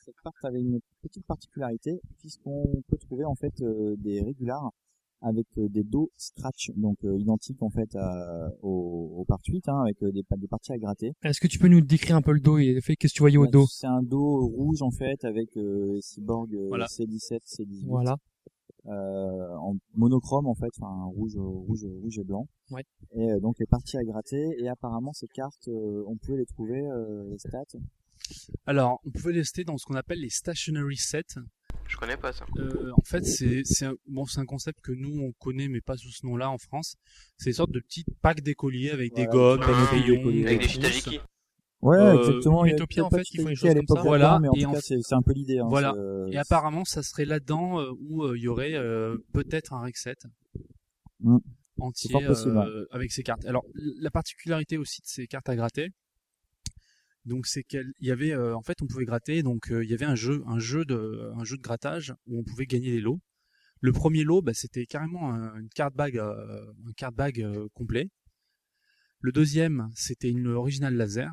Speaker 5: Cette part avait une petite particularité puisqu'on peut trouver en fait euh, des régulars avec euh, des dos scratch, donc euh, identiques en fait à, aux, aux parts 8, hein, avec euh, des, des parties à gratter.
Speaker 6: Est-ce que tu peux nous décrire un peu le dos et fait qu'est-ce que tu voyais au
Speaker 5: Ouais,
Speaker 6: dos
Speaker 5: C'est un dos rouge en fait avec euh, Cyborg euh,
Speaker 2: Voilà.
Speaker 5: C17, C18.
Speaker 6: Voilà.
Speaker 5: Euh, en monochrome en fait, enfin rouge, euh, rouge, euh, rouge et blanc.
Speaker 6: Ouais.
Speaker 5: Et euh, donc les parties à gratter et apparemment ces cartes, euh, on pouvait les trouver euh, les stats.
Speaker 2: Alors, on pouvait rester dans ce qu'on appelle les stationary sets.
Speaker 4: Je connais pas ça.
Speaker 2: Euh, en fait, c'est c'est un, bon, c'est un concept que nous on connaît, mais pas sous ce nom-là en France. C'est une sorte de petite pack d'écoliers avec des
Speaker 5: Voilà,
Speaker 2: gommes,
Speaker 4: des petits
Speaker 2: des
Speaker 4: packs
Speaker 2: crayons,
Speaker 4: Avec des
Speaker 2: trousses.
Speaker 4: shiitageki.
Speaker 5: Ouais,
Speaker 2: Euh,
Speaker 5: exactement. Il y a
Speaker 2: Utopia, en
Speaker 5: peut-être
Speaker 2: fait, ils font
Speaker 5: pas de
Speaker 2: des choses
Speaker 5: qualité à
Speaker 2: comme
Speaker 5: l'époque
Speaker 2: ça.
Speaker 5: là-dedans,
Speaker 2: Voilà,
Speaker 5: mais en
Speaker 2: et
Speaker 5: tout
Speaker 2: en
Speaker 5: cas,
Speaker 2: fait-
Speaker 5: c'est c'est un peu l'idée. hein,
Speaker 2: voilà.
Speaker 5: c'est, euh,
Speaker 2: Et apparemment, ça serait là-dedans euh, où euh, il y aurait euh, peut-être un Rexet
Speaker 5: Mm.
Speaker 2: entier
Speaker 5: C'est fort possible,
Speaker 2: euh, avec ces cartes. Alors, l- la particularité aussi de ces cartes à gratter, donc c'est qu'il y avait, euh, en fait, on pouvait gratter. Donc, euh, il y avait un jeu, un jeu de, un jeu de grattage où on pouvait gagner des lots. Le premier lot, bah, c'était carrément un- une carte bag, euh, un carte bag euh, complet. Le deuxième, c'était une originale laser.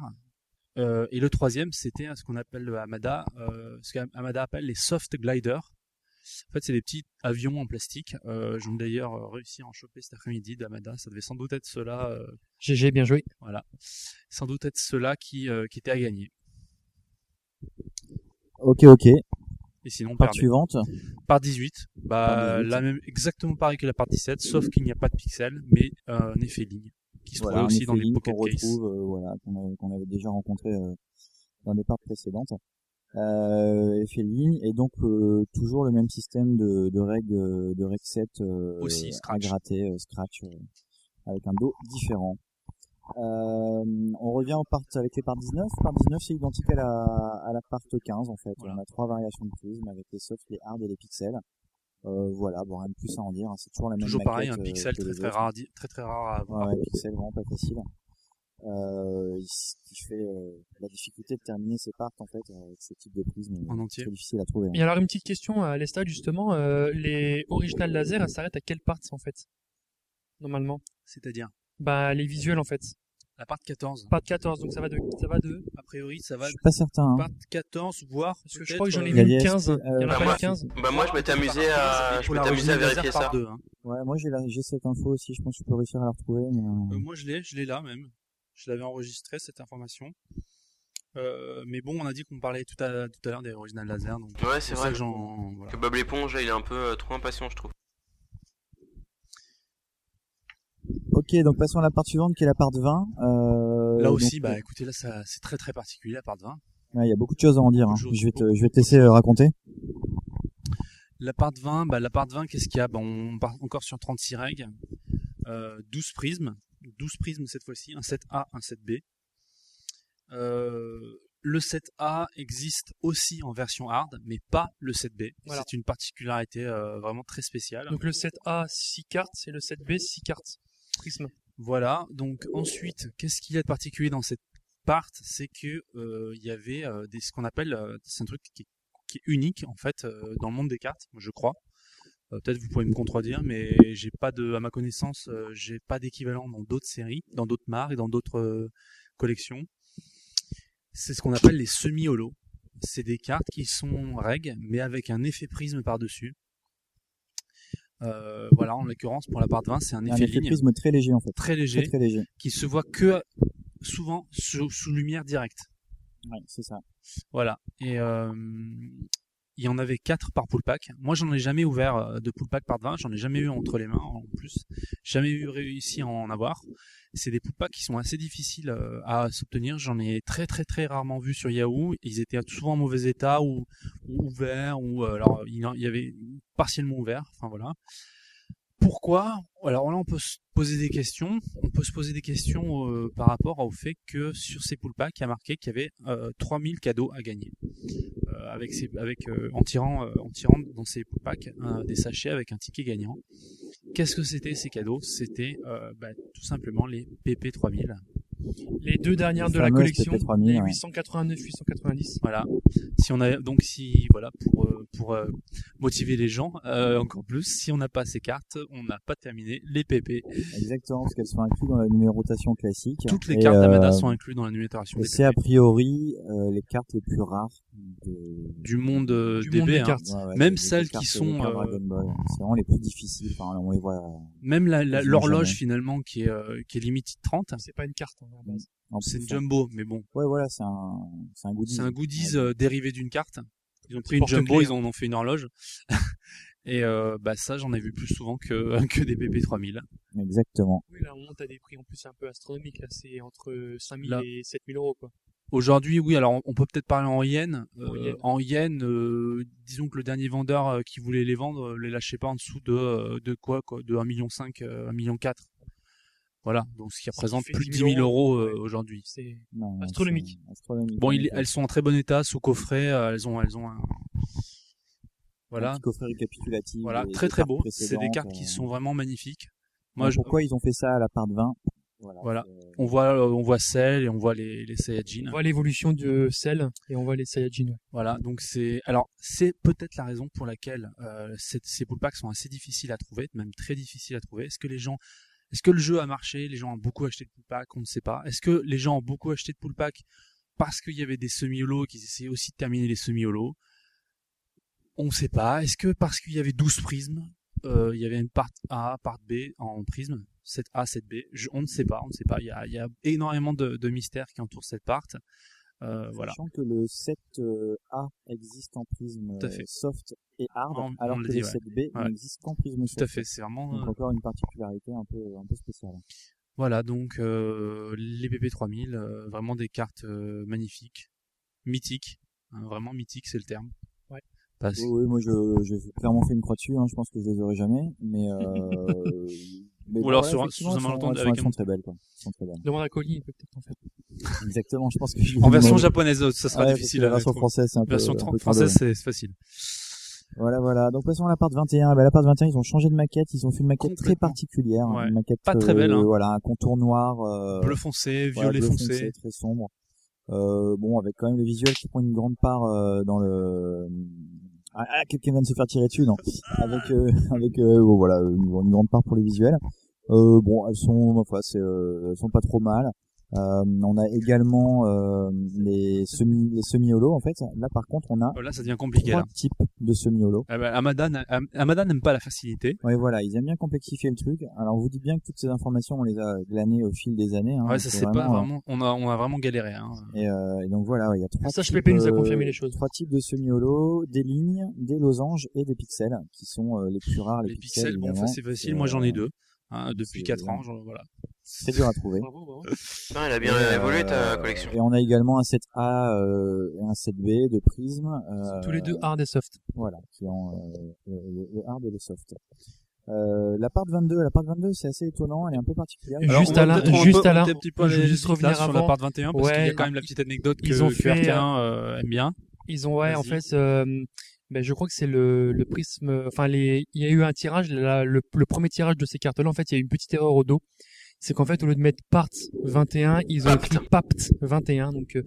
Speaker 2: Euh, et le troisième, c'était ce qu'on appelle le Hamada, euh, ce qu'Hamada appelle les soft gliders. En fait, c'est des petits avions en plastique. Euh, J'ai d'ailleurs euh, réussi à en choper cet après-midi d'Hamada. Ça devait sans doute être cela. Euh,
Speaker 6: GG, bien joué.
Speaker 2: Voilà. Sans doute être cela qui, euh, qui était à gagner.
Speaker 5: Ok, ok.
Speaker 2: Et sinon,
Speaker 5: Part
Speaker 2: perdait.
Speaker 5: suivante.
Speaker 2: Par 18. Bah,
Speaker 5: Par 18.
Speaker 2: la même, exactement pareil que la part 17, sauf qu'il n'y a pas de pixels, mais euh, un effet ligne qui se
Speaker 5: Voilà,
Speaker 2: trouvait
Speaker 5: un
Speaker 2: aussi dans
Speaker 5: effet
Speaker 2: les
Speaker 5: ligne
Speaker 2: pocket
Speaker 5: qu'on
Speaker 2: cases.
Speaker 5: retrouve, euh, voilà, qu'on avait, qu'on avait déjà rencontré euh, dans des parts précédentes. Euh, effet ligne et donc euh, toujours le même système de, de règles euh, de règle 7 euh,
Speaker 2: Aussi,
Speaker 5: à
Speaker 2: scratch.
Speaker 5: gratter euh, scratch euh, avec un dos différent. Euh, on revient aux parts avec les parts 19. Part 19 c'est identique à la, à la part 15 en fait. On a trois variations de prismes avec les softs, les hard et les pixels. Euh, voilà, bon rien de plus à en dire. hein. C'est toujours la même
Speaker 2: Toujours pareil,
Speaker 5: maquette,
Speaker 2: un
Speaker 5: euh,
Speaker 2: pixel
Speaker 5: que
Speaker 2: très
Speaker 5: les
Speaker 2: très
Speaker 5: autres.
Speaker 2: rare, à di- très très rare à avoir.
Speaker 5: Ouais, ouais, puis c'est vraiment pas facile. Euh, il- ce qui fait euh, la difficulté de terminer ses parts en fait avec ce type de prisme.
Speaker 2: En entier.
Speaker 5: C'est difficile à trouver. hein.
Speaker 6: Et alors une petite question à Lestal justement, euh, les original laser, elles s'arrêtent à quelle part en fait Normalement
Speaker 2: C'est-à-dire
Speaker 6: Bah les visuels en fait.
Speaker 2: La part 14.
Speaker 6: Part 14, donc ça va de ça va de
Speaker 2: A priori, ça va. Je suis
Speaker 5: pas certain, hein.
Speaker 2: Part 14, voire. Parce
Speaker 6: que je crois que j'en ai
Speaker 5: Il y a
Speaker 6: vu
Speaker 5: des-
Speaker 6: 15, il y en
Speaker 5: euh,
Speaker 6: a pas
Speaker 5: bah,
Speaker 6: eu 15.
Speaker 4: Bah moi je m'étais amusé à je
Speaker 2: Pour
Speaker 4: m'étais
Speaker 2: la
Speaker 4: amusé à
Speaker 2: revue
Speaker 4: vérifier
Speaker 2: laser par
Speaker 4: ça.
Speaker 2: deux, hein.
Speaker 5: Ouais, moi j'ai la- j'ai cette info aussi. Je pense que je peux réussir à la retrouver. Mais... euh,
Speaker 2: Euh, moi, je l'ai, je l'ai là même. Je l'avais enregistré cette information. Euh, mais bon, on a dit qu'on parlait tout à, tout à l'heure des originales laser. Donc
Speaker 4: Ouais, c'est
Speaker 2: pour
Speaker 4: vrai.
Speaker 2: ça que j'en- voilà.
Speaker 4: Que Bob l'éponge, il est un peu euh, trop impatient, je trouve.
Speaker 5: Ok, donc passons à la part suivante qui est la part 20. Euh,
Speaker 2: là
Speaker 5: donc,
Speaker 2: aussi,
Speaker 5: euh,
Speaker 2: bah écoutez, là, ça, c'est très très particulier la part 20.
Speaker 5: ouais, il y a beaucoup de choses à en dire. hein.
Speaker 2: Beaucoup de choses,
Speaker 5: Je vais te, je vais te laisser euh, raconter.
Speaker 2: La part 20, bah, la part 20, qu'est-ce qu'il y a Bah, On part encore sur 36 règles, euh, 12 prismes, 12 prismes cette fois-ci, un 7A, un 7B. Euh, le 7A existe aussi en version hard, mais pas le 7B.
Speaker 6: Voilà.
Speaker 2: C'est une particularité euh, vraiment très spéciale.
Speaker 6: Donc le 7A 6 cartes et le 7B 6 cartes. Prisme.
Speaker 2: Voilà, donc ensuite, qu'est-ce qu'il y a de particulier dans cette part C'est que euh, il y avait euh, des, ce qu'on appelle, euh, c'est un truc qui est, qui est unique en fait euh, dans le monde des cartes, je crois. Euh, Peut-être vous pouvez me contredire, mais j'ai pas de, à ma connaissance, euh, j'ai pas d'équivalent dans d'autres séries, dans d'autres marques, dans d'autres euh, collections. C'est ce qu'on appelle les semi-holos. C'est des cartes qui sont règles, mais avec un effet prisme par-dessus. Euh, voilà, en l'occurrence, pour la part 20, c'est un
Speaker 5: Un
Speaker 2: effet,
Speaker 5: effet
Speaker 2: ligne.
Speaker 5: prisme très léger en fait.
Speaker 2: Très léger.
Speaker 5: Très, très léger.
Speaker 2: Qui se voit que souvent sous, sous lumière directe.
Speaker 5: Ouais, c'est ça.
Speaker 2: Voilà. Et euh, il y en avait quatre par pool pack. Moi, j'en ai jamais ouvert euh, de pool pack par 20. J'en ai jamais eu entre les mains, en plus. Jamais eu réussi à en avoir. C'est des pool packs qui sont assez difficiles euh, à s'obtenir. J'en ai très, très, très rarement vu sur Yahoo. Ils étaient souvent en mauvais état ou, ou ouverts ou euh, alors il y en- il y avait partiellement ouvert. Enfin, voilà. Pourquoi Alors là, on peut se poser des questions. On peut se poser des questions euh, par rapport au fait que sur ces pool packs, il y a marqué qu'il y avait euh, 3000 cadeaux à gagner. Euh, avec ces- avec, euh, en, tirant, euh, en tirant dans ces pool packs un- des sachets avec un ticket gagnant. Qu'est-ce que c'était ces cadeaux C'était euh, bah, tout simplement les PP3000.
Speaker 6: Les deux dernières
Speaker 2: Les
Speaker 6: de la
Speaker 2: fameuses
Speaker 6: collection,
Speaker 2: PP3000,
Speaker 6: les
Speaker 2: ouais.
Speaker 6: 889, 890.
Speaker 2: Voilà. Si on a donc si voilà pour euh, pour euh, motiver les gens euh, encore plus, si on n'a pas ces cartes, on n'a pas terminé les PP.
Speaker 5: Exactement, parce qu'elles sont incluses dans la numérotation classique.
Speaker 2: Toutes les
Speaker 5: Et,
Speaker 2: cartes d'Amada
Speaker 5: euh,
Speaker 2: sont incluses dans la numérotation
Speaker 5: et
Speaker 2: des
Speaker 5: C'est a priori euh, les cartes les plus rares de-
Speaker 2: du monde euh,
Speaker 5: du
Speaker 2: DB,
Speaker 5: monde des
Speaker 2: hein.
Speaker 5: cartes. Ouais, ouais,
Speaker 2: même
Speaker 5: des- des
Speaker 2: celles
Speaker 5: cartes
Speaker 2: qui
Speaker 5: de
Speaker 2: sont
Speaker 5: Dragon
Speaker 2: euh,
Speaker 5: Ball. C'est vraiment les plus difficiles. Enfin, on les voit. euh,
Speaker 2: même la- la-
Speaker 5: quasiment
Speaker 2: l'horloge
Speaker 5: jamais.
Speaker 2: finalement qui est euh, qui est limite 30.
Speaker 6: Ah, C'est pas une carte. hein,
Speaker 5: En
Speaker 2: C'est
Speaker 5: plus,
Speaker 2: une jumbo, mais bon.
Speaker 5: Ouais, voilà, c'est un, c'est un goodies.
Speaker 2: C'est un goodies euh, dérivé d'une carte. Ils ont pris une
Speaker 5: porte-clés,
Speaker 2: jumbo,
Speaker 5: hein.
Speaker 2: ils en ont fait une horloge. Et euh, bah ça, j'en ai vu plus souvent que que des PP 3000.
Speaker 5: Exactement.
Speaker 6: Oui, là, on monte à des prix en plus un peu astronomiques. Là, c'est entre 5000
Speaker 2: Là.
Speaker 6: et 7000 euros, quoi.
Speaker 2: Aujourd'hui, oui, alors on peut peut-être parler en yens. Euh,
Speaker 6: En yens.
Speaker 2: en yens, euh, disons que le dernier vendeur euh, qui voulait les vendre euh, les lâchait pas en dessous de, euh, de quoi, quoi De 1,5 million, 1,4 million. Voilà, donc ce qui
Speaker 6: Ça
Speaker 2: représente
Speaker 6: fait
Speaker 2: plus de 10
Speaker 6: 10 000
Speaker 2: 000 euros euh, aujourd'hui.
Speaker 6: C'est
Speaker 5: Non,
Speaker 6: astronomique.
Speaker 5: c'est astronomique.
Speaker 2: Bon, il- elles sont en très bon état, sous coffret, euh, elles ont, elles ont un...
Speaker 5: Un
Speaker 2: Voilà.
Speaker 5: petit coffret récapitulatif.
Speaker 2: Voilà,
Speaker 5: des-
Speaker 2: très
Speaker 5: des
Speaker 2: très
Speaker 5: cartes
Speaker 2: beau. C'est des
Speaker 5: précédentes,
Speaker 2: cartes qui
Speaker 5: euh.
Speaker 2: sont vraiment magnifiques.
Speaker 5: Moi, Pourquoi ils ont fait ça à la part de 20
Speaker 2: Voilà. On voit, euh, on voit Cell et on voit les, les Saiyajin.
Speaker 6: On voit l'évolution de Cell et on voit les Saiyajin. ouais.
Speaker 2: Voilà, donc c'est alors c'est peut-être la raison pour laquelle euh, cette- ces pull packs sont assez difficiles à trouver, même très difficiles à trouver. Est-ce que les gens, est-ce que le jeu a marché Les gens ont beaucoup acheté de pull packs, on ne sait pas. Est-ce que les gens ont beaucoup acheté de pull packs parce qu'il y avait des semi-holos qu'ils essayaient aussi de terminer les semi-holos On ne sait pas. Est-ce que parce qu'il y avait 12 prismes, euh, il y avait une part A, part B en prisme, 7A, 7B Je- On ne sait pas, on ne sait pas. Il y a, il y a énormément de, de mystères qui entourent cette part. Euh, voilà.
Speaker 5: Sachant que le 7A existe en prisme
Speaker 2: Tout à fait.
Speaker 5: soft et hard,
Speaker 2: On-
Speaker 5: alors
Speaker 2: on
Speaker 5: que
Speaker 2: l'a
Speaker 5: le
Speaker 2: dit, ouais.
Speaker 5: 7B
Speaker 2: Ouais.
Speaker 5: n'existe qu'en prisme soft.
Speaker 2: Tout à fait, c'est vraiment,
Speaker 5: Donc
Speaker 2: euh,
Speaker 5: encore une particularité un peu, un peu spéciale.
Speaker 2: Voilà, donc euh, les PP3000, euh, vraiment des cartes euh, magnifiques, mythiques, hein, vraiment mythiques, c'est le terme. Parce-
Speaker 5: Oui, oui, moi je- j'ai clairement fait une croix dessus, hein, je pense que je les aurai jamais, mais. Euh... mais
Speaker 2: Ou
Speaker 5: bon,
Speaker 2: alors
Speaker 5: ouais,
Speaker 2: sur un-
Speaker 5: effectivement,
Speaker 2: sous un
Speaker 5: elles sont-
Speaker 2: malentendu
Speaker 5: elles
Speaker 2: avec un-
Speaker 5: sont, elles sont très belles, quoi. Elles sont très belles.
Speaker 6: Demande à Colin, il peut peut-être en faire.
Speaker 5: Exactement, je pense que je vais
Speaker 2: En version
Speaker 5: demander.
Speaker 2: japonaise, ça sera
Speaker 5: Ouais, parce
Speaker 2: difficile.
Speaker 5: que
Speaker 2: à
Speaker 5: La version
Speaker 2: trouver.
Speaker 5: française, c'est un peu.
Speaker 2: Version
Speaker 5: un peu
Speaker 2: tran-
Speaker 5: crado,
Speaker 2: française,
Speaker 5: ouais.
Speaker 2: c'est c'est facile.
Speaker 5: Voilà, voilà. Donc passons à la part 21. Eh ben, la part 21, ils ont changé de maquette. Ils ont fait une maquette très particulière,
Speaker 2: Ouais.
Speaker 5: une maquette euh,
Speaker 2: Pas très belle, hein.
Speaker 5: Voilà, un contour noir, euh,
Speaker 2: Bleu foncé,
Speaker 5: voilà,
Speaker 2: violet
Speaker 5: bleu
Speaker 2: foncé.
Speaker 5: très sombre. Euh, bon, avec quand même le visuel qui prend une grande part euh, dans le. Ah, ah, quelqu'un vient de se faire tirer dessus, non Avec, euh, avec, euh, bon, voilà, une, une grande part pour le visuel. Euh, bon, elles sont, enfin, c'est, euh, elles sont pas trop mal. Euh, on a également euh, les semi, les semi-holo en fait. Là, par contre, on a
Speaker 2: Euh, Là, ça devient compliqué.
Speaker 5: trois
Speaker 2: Là.
Speaker 5: types de semi-holo.
Speaker 2: Ah bah, Amadan, Am- Amadan n'aime pas la facilité.
Speaker 5: Oui, voilà, ils aiment bien complexifier le truc. Alors, on vous dit bien que toutes ces informations, on les a glanées au fil des années. Hein,
Speaker 2: ouais, ça
Speaker 5: C'est
Speaker 2: c'est pas
Speaker 5: euh,
Speaker 2: vraiment. On a, on a vraiment galéré. Hein.
Speaker 5: Et, euh, et donc voilà, ouais, il y a trois.
Speaker 6: Le sage
Speaker 5: types,
Speaker 6: Pépé nous a
Speaker 5: euh,
Speaker 6: confirmé les choses.
Speaker 5: Trois types de semi-holo, des lignes, des losanges et des pixels, qui sont euh, les plus rares. Les,
Speaker 2: Les pixels, bon, ça
Speaker 5: évidemment.
Speaker 2: c'est facile.
Speaker 5: Et,
Speaker 2: Moi,
Speaker 5: euh,
Speaker 2: j'en ai deux hein, depuis
Speaker 5: c'est
Speaker 2: 4
Speaker 5: bien.
Speaker 2: ans. j'en- Voilà.
Speaker 5: C'est dur à trouver.
Speaker 4: Putain, elle Ah, a bien
Speaker 5: Et, euh,
Speaker 4: évolué ta collection.
Speaker 5: Et on a également un 7A euh, et un 7B de prisme. euh,
Speaker 6: Tous les deux hard et soft.
Speaker 5: Voilà, qui ont euh, le, le hard et le soft. Euh, la part 22, la part 22, c'est assez étonnant, elle est un peu particulière.
Speaker 6: juste à la, juste à la,
Speaker 2: un petit peu
Speaker 6: je veux juste revenir
Speaker 2: sur
Speaker 6: avant.
Speaker 2: la part 21 parce qu'il y a
Speaker 6: Ouais,
Speaker 2: quand même la petite anecdote que
Speaker 6: ils ont fait,
Speaker 2: QRK1 euh, aime bien.
Speaker 6: Ils ont ouais en
Speaker 2: Vas-y.
Speaker 6: fait euh, ben, je crois que c'est le, le prisme enfin les il y a eu un tirage là, le, le premier tirage de ces cartes là en fait il y a eu une petite erreur au dos c'est qu'en fait au lieu de mettre part 21 ils ont écrit papt 21 donc euh,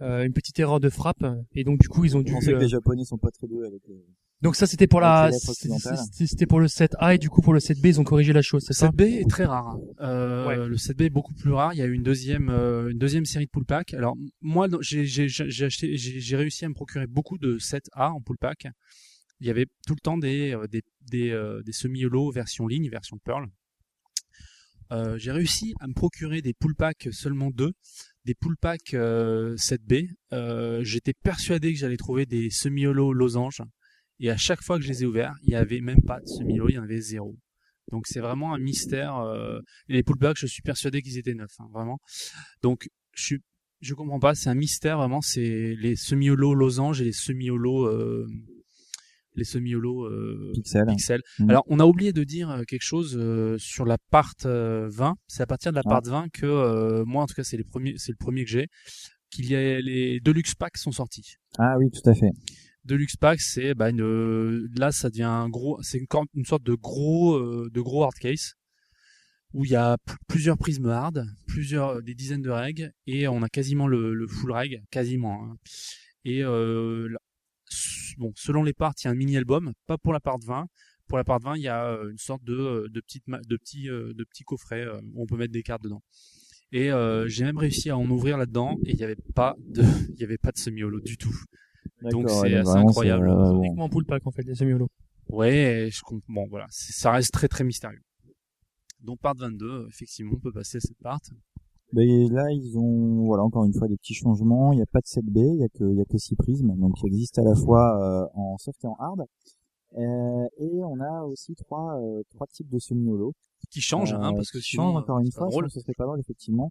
Speaker 6: euh, une petite erreur de frappe et donc du coup ils ont dû
Speaker 5: On sait que
Speaker 6: euh,
Speaker 5: les japonais sont pas très doués avec les...
Speaker 6: donc ça c'était pour la
Speaker 5: avec les lettres occidentales.
Speaker 6: c'était c'était pour le 7A et du coup pour le 7B ils ont corrigé la chose c'est ça
Speaker 2: 7B est très rare. hein. Euh, Le 7B est beaucoup plus rare. Il y a eu une deuxième, euh, une deuxième série de pull pack. Alors m- moi, dans- j'ai j'ai- j'ai acheté, j'ai j'ai réussi à me procurer beaucoup de 7A en pull pack. Il y avait tout le temps des, euh, des, des, euh, des semi-holo version ligne, version Pearl. Euh, j'ai réussi à me procurer des pull packs seulement deux, des pull packs euh, 7B. Euh, J'étais persuadé que j'allais trouver des semi-holo losanges. Et à chaque fois que je les ai ouverts, il n'y avait même pas de semi-holo, il y en avait zéro. Donc c'est vraiment un mystère. euh, et les pull packs, je suis persuadé qu'ils étaient neufs, hein, vraiment. Donc je suis, je comprends pas. C'est un mystère vraiment. C'est les semi-holo losanges et les semi-holo, euh, les semi-holo euh,
Speaker 5: Pixels. Mm.
Speaker 2: Alors on a oublié de dire euh, quelque chose euh, sur la part euh, 20. C'est à partir de la
Speaker 5: Ah.
Speaker 2: part 20 que euh, moi, en tout cas, c'est les premiers, c'est le premier que j'ai. Qu'il y a les deluxe packs sont sortis.
Speaker 5: Ah oui, tout à fait.
Speaker 2: Deluxe Pack, c'est bah, une, là ça devient un gros, c'est une, cor- une sorte de gros, euh, de gros hard case où il y a p- plusieurs prismes hard, plusieurs euh, des dizaines de règles et on a quasiment le, le full reg, quasiment. hein. Et euh, là- s- bon, selon les parts, il y a un mini album, pas pour la part 20. Pour la part 20, il y a euh, une sorte de euh, de petite ma- de petits euh, de petits coffrets euh, où on peut mettre des cartes dedans. Et euh, j'ai même réussi à en ouvrir là-dedans et il n'y avait pas de il y avait pas de semi-holo du tout.
Speaker 6: D'accord,
Speaker 2: Donc
Speaker 6: ouais,
Speaker 2: c'est
Speaker 6: donc
Speaker 2: assez
Speaker 6: vraiment,
Speaker 2: incroyable.
Speaker 6: c'est, euh, uniquement en pool pack en fait les semi holo
Speaker 2: Ouais, je comprends. Bon, voilà, c'est- ça reste très très mystérieux. Donc part 22, effectivement, on peut passer à cette part.
Speaker 5: Mais là, ils ont, voilà, encore une fois, des petits changements. Il n'y a pas de 7B, il n'y a que, il y a que 6 prismes. Donc, qui existent à la fois euh, en soft et en hard. Euh, et on a aussi trois, euh, trois types de semi-holo.
Speaker 2: Qui changent, hein, parce
Speaker 5: qui
Speaker 2: que sinon,
Speaker 5: changent
Speaker 2: euh,
Speaker 5: encore une
Speaker 2: c'est pas
Speaker 5: fois,
Speaker 2: drôle.
Speaker 5: sinon ce serait pas drôle, effectivement.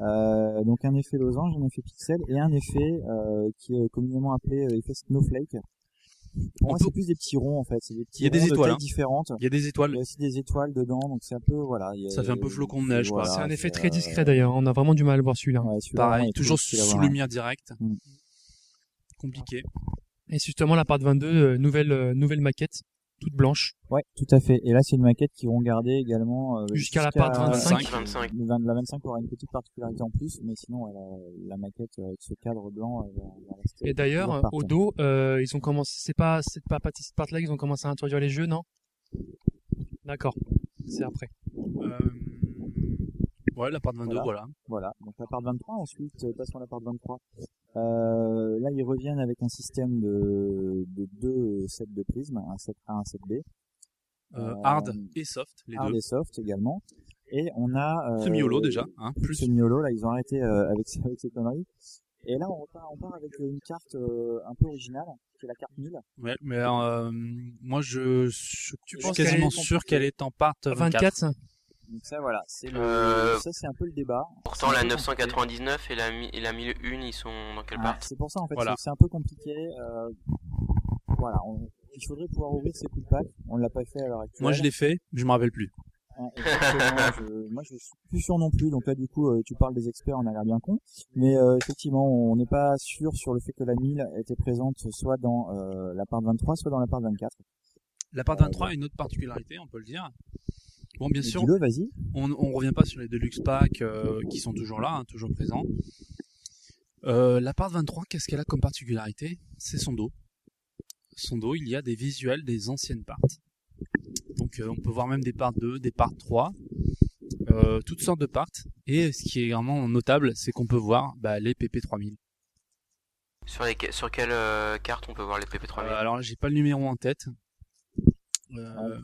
Speaker 5: euh, donc, un effet losange, un effet pixel et un effet euh, qui est communément appelé euh, effet snowflake. Pour moi,
Speaker 2: On peut-
Speaker 5: c'est plus des petits ronds en fait. C'est des petits
Speaker 2: Il y a des
Speaker 5: ronds de
Speaker 2: étoiles,
Speaker 5: tailles
Speaker 2: hein.
Speaker 5: différentes.
Speaker 2: Il y a des étoiles.
Speaker 5: Il y a aussi des étoiles dedans, donc c'est un peu voilà. il y a-
Speaker 2: Ça fait un peu flocon de neige, quoi.
Speaker 5: voilà,
Speaker 2: C'est
Speaker 6: Ah, C'est un effet
Speaker 5: c'est,
Speaker 6: très
Speaker 5: euh,
Speaker 6: discret d'ailleurs. On a vraiment du mal à voir celui-là.
Speaker 2: Pareil, toujours sous
Speaker 6: l'avoir.
Speaker 2: lumière directe.
Speaker 5: Mm.
Speaker 2: Compliqué.
Speaker 6: Et c'est justement, la part 22, euh, nouvelle, euh, nouvelle maquette, toute blanche.
Speaker 5: Ouais, tout à fait. Et là, c'est une maquette qu'ils vont garder également euh,
Speaker 6: Jusqu'à la part 25.
Speaker 4: 25.
Speaker 5: Le vingt- La 25 aura une petite particularité en plus, mais sinon, elle a- la maquette euh, avec ce cadre blanc euh, va, va rester.
Speaker 6: Et d'ailleurs,
Speaker 5: toujours
Speaker 6: euh,
Speaker 5: par
Speaker 6: au
Speaker 5: contre.
Speaker 6: dos, euh, ils ont commencé, c'est pas cette part- cette part-là qu'ils ont commencé à introduire les jeux, non D'accord, c'est après.
Speaker 2: euh, Ouais, la part 22, voilà.
Speaker 5: Voilà. Donc la part 23, ensuite, euh, passons à la part 23. Euh, là, ils reviennent avec un système de, de deux sets de prismes, un set A, un set B.
Speaker 2: Euh, hard et soft, les
Speaker 5: hard
Speaker 2: deux.
Speaker 5: et soft également. Et on a... euh,
Speaker 2: Semi-holo, déjà, hein,
Speaker 5: plus. Semi-holo, là, ils ont arrêté euh, avec, ces- avec ces conneries. Et là, on repart, on part avec une carte euh, un peu originale, qui est la carte 1000.
Speaker 2: Ouais, mais euh, moi je, je- je suis
Speaker 5: penses
Speaker 2: quasiment
Speaker 5: qu'elle est-
Speaker 2: sûr qu'elle est en part
Speaker 6: Euh,
Speaker 2: 24.
Speaker 5: Donc ça, voilà. C'est le,
Speaker 4: Euh,
Speaker 5: ça, c'est un peu le débat.
Speaker 4: Pourtant,
Speaker 5: C'est
Speaker 4: la
Speaker 5: un peu
Speaker 4: 999 et la, mi- et la 1001, ils sont dans quelle
Speaker 5: Ah,
Speaker 4: part
Speaker 5: c'est pour ça en fait,
Speaker 4: Voilà.
Speaker 5: c'est c'est un peu compliqué. euh, voilà, on- il faudrait pouvoir ouvrir ces coups de pack. On l'a pas fait à l'heure actuelle.
Speaker 2: Moi je l'ai fait, je me rappelle plus.
Speaker 5: Ouais, exactement, je- moi je suis plus sûr non plus. Donc là du coup, euh, tu parles des experts, on a l'air bien con. Mais euh, effectivement, on n'est pas sûr sur le fait que la 1000 était présente soit dans euh, la part 23, soit dans la part 24.
Speaker 2: La part 23 a une autre particularité, on peut le dire. Bon, bien
Speaker 5: Euh, Mais
Speaker 2: sûr,
Speaker 5: dis-le, vas-y.
Speaker 2: on ne revient pas sur les Deluxe Pack euh, qui sont toujours là, hein, toujours présents. Euh, la part 23, qu'est-ce qu'elle a comme particularité C'est son dos. Son dos, il y a des visuels des anciennes parts. Donc euh, on peut voir même des parts 2, des parts 3, euh, toutes sortes de parts. Et ce qui est vraiment notable, c'est qu'on peut voir bah, les PP3000.
Speaker 4: Sur, les, sur quelle euh, carte on peut voir les PP3000
Speaker 2: Euh, alors là, j'ai pas le numéro en tête.
Speaker 5: Ah,
Speaker 2: Euh,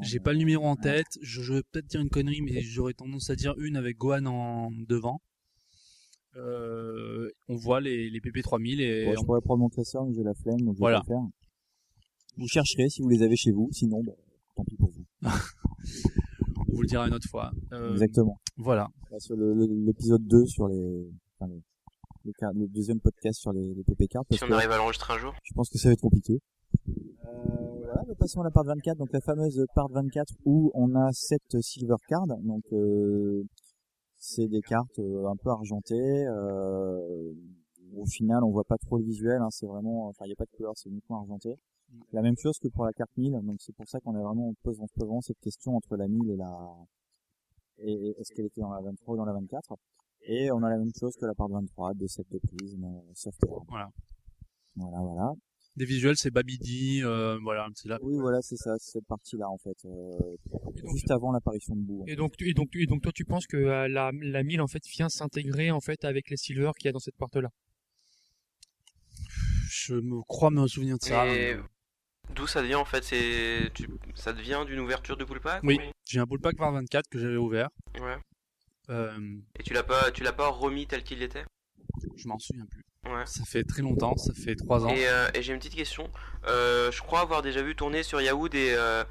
Speaker 2: j'ai pas le numéro en tête. Je, je vais peut-être dire une connerie, mais j'aurais tendance à dire une avec Gohan en devant. Euh, on voit les, les PP3000 et
Speaker 5: Bon, je
Speaker 2: on-
Speaker 5: pourrais prendre mon classeur, mais j'ai la flemme, donc je vais
Speaker 2: Voilà.
Speaker 5: pas le faire. Vous chercherez si vous les avez chez vous, sinon, bon, tant pis pour vous.
Speaker 2: on vous le dira une autre fois. Euh,
Speaker 5: Exactement.
Speaker 2: Voilà.
Speaker 5: Là, sur le- le- l'épisode 2, sur les, enfin, les- les car- le deuxième podcast sur les, les PP cartes. parce
Speaker 4: Si on
Speaker 5: que
Speaker 4: arrive à l'enregistrer un jour
Speaker 5: Je pense que ça va être compliqué. Euh, voilà, nous passons à la part 24, donc la fameuse part 24 où on a 7 silver cards, donc euh, c'est des cartes euh, un peu argentées. euh, au final, on voit pas trop le visuel, hein, c'est vraiment, enfin, il n'y a pas de couleur, c'est uniquement argenté. La même chose que pour la carte 1000, donc c'est pour ça qu'on a vraiment, on pose, on se pose vraiment cette question entre la 1000 et la, et et est-ce qu'elle était dans la 23 ou dans la 24 Et on a la même chose que la part 23, de 7 de prisme, euh, software.
Speaker 2: Voilà.
Speaker 5: Voilà, voilà.
Speaker 2: Des visuels, c'est Babidi, euh, voilà, c'est là.
Speaker 5: Oui, voilà, c'est ça, c'est cette partie-là en fait, euh, juste avant l'apparition de Bou.
Speaker 6: Et donc, tu- et donc, tu- et donc, toi, tu penses que euh, la, la 1000, en fait, vient s'intégrer, en fait, avec les silver qu'il y a dans cette porte-là.
Speaker 2: Je me crois me souvenir de ça.
Speaker 4: Et
Speaker 5: hein.
Speaker 4: d'où ça devient en fait C'est tu- ça devient d'une ouverture de pool pack
Speaker 2: Oui, j'ai un bullpack par 24 que j'avais ouvert.
Speaker 4: Ouais.
Speaker 2: Euh,
Speaker 4: Et tu l'as pas tu l'as pas remis tel qu'il était
Speaker 2: je m'en souviens plus.
Speaker 4: Ouais.
Speaker 2: Ça fait très longtemps, ça fait 3 ans.
Speaker 4: Et, euh, et j'ai une petite question. Euh, je crois avoir déjà vu tourner sur Yahoo des euh,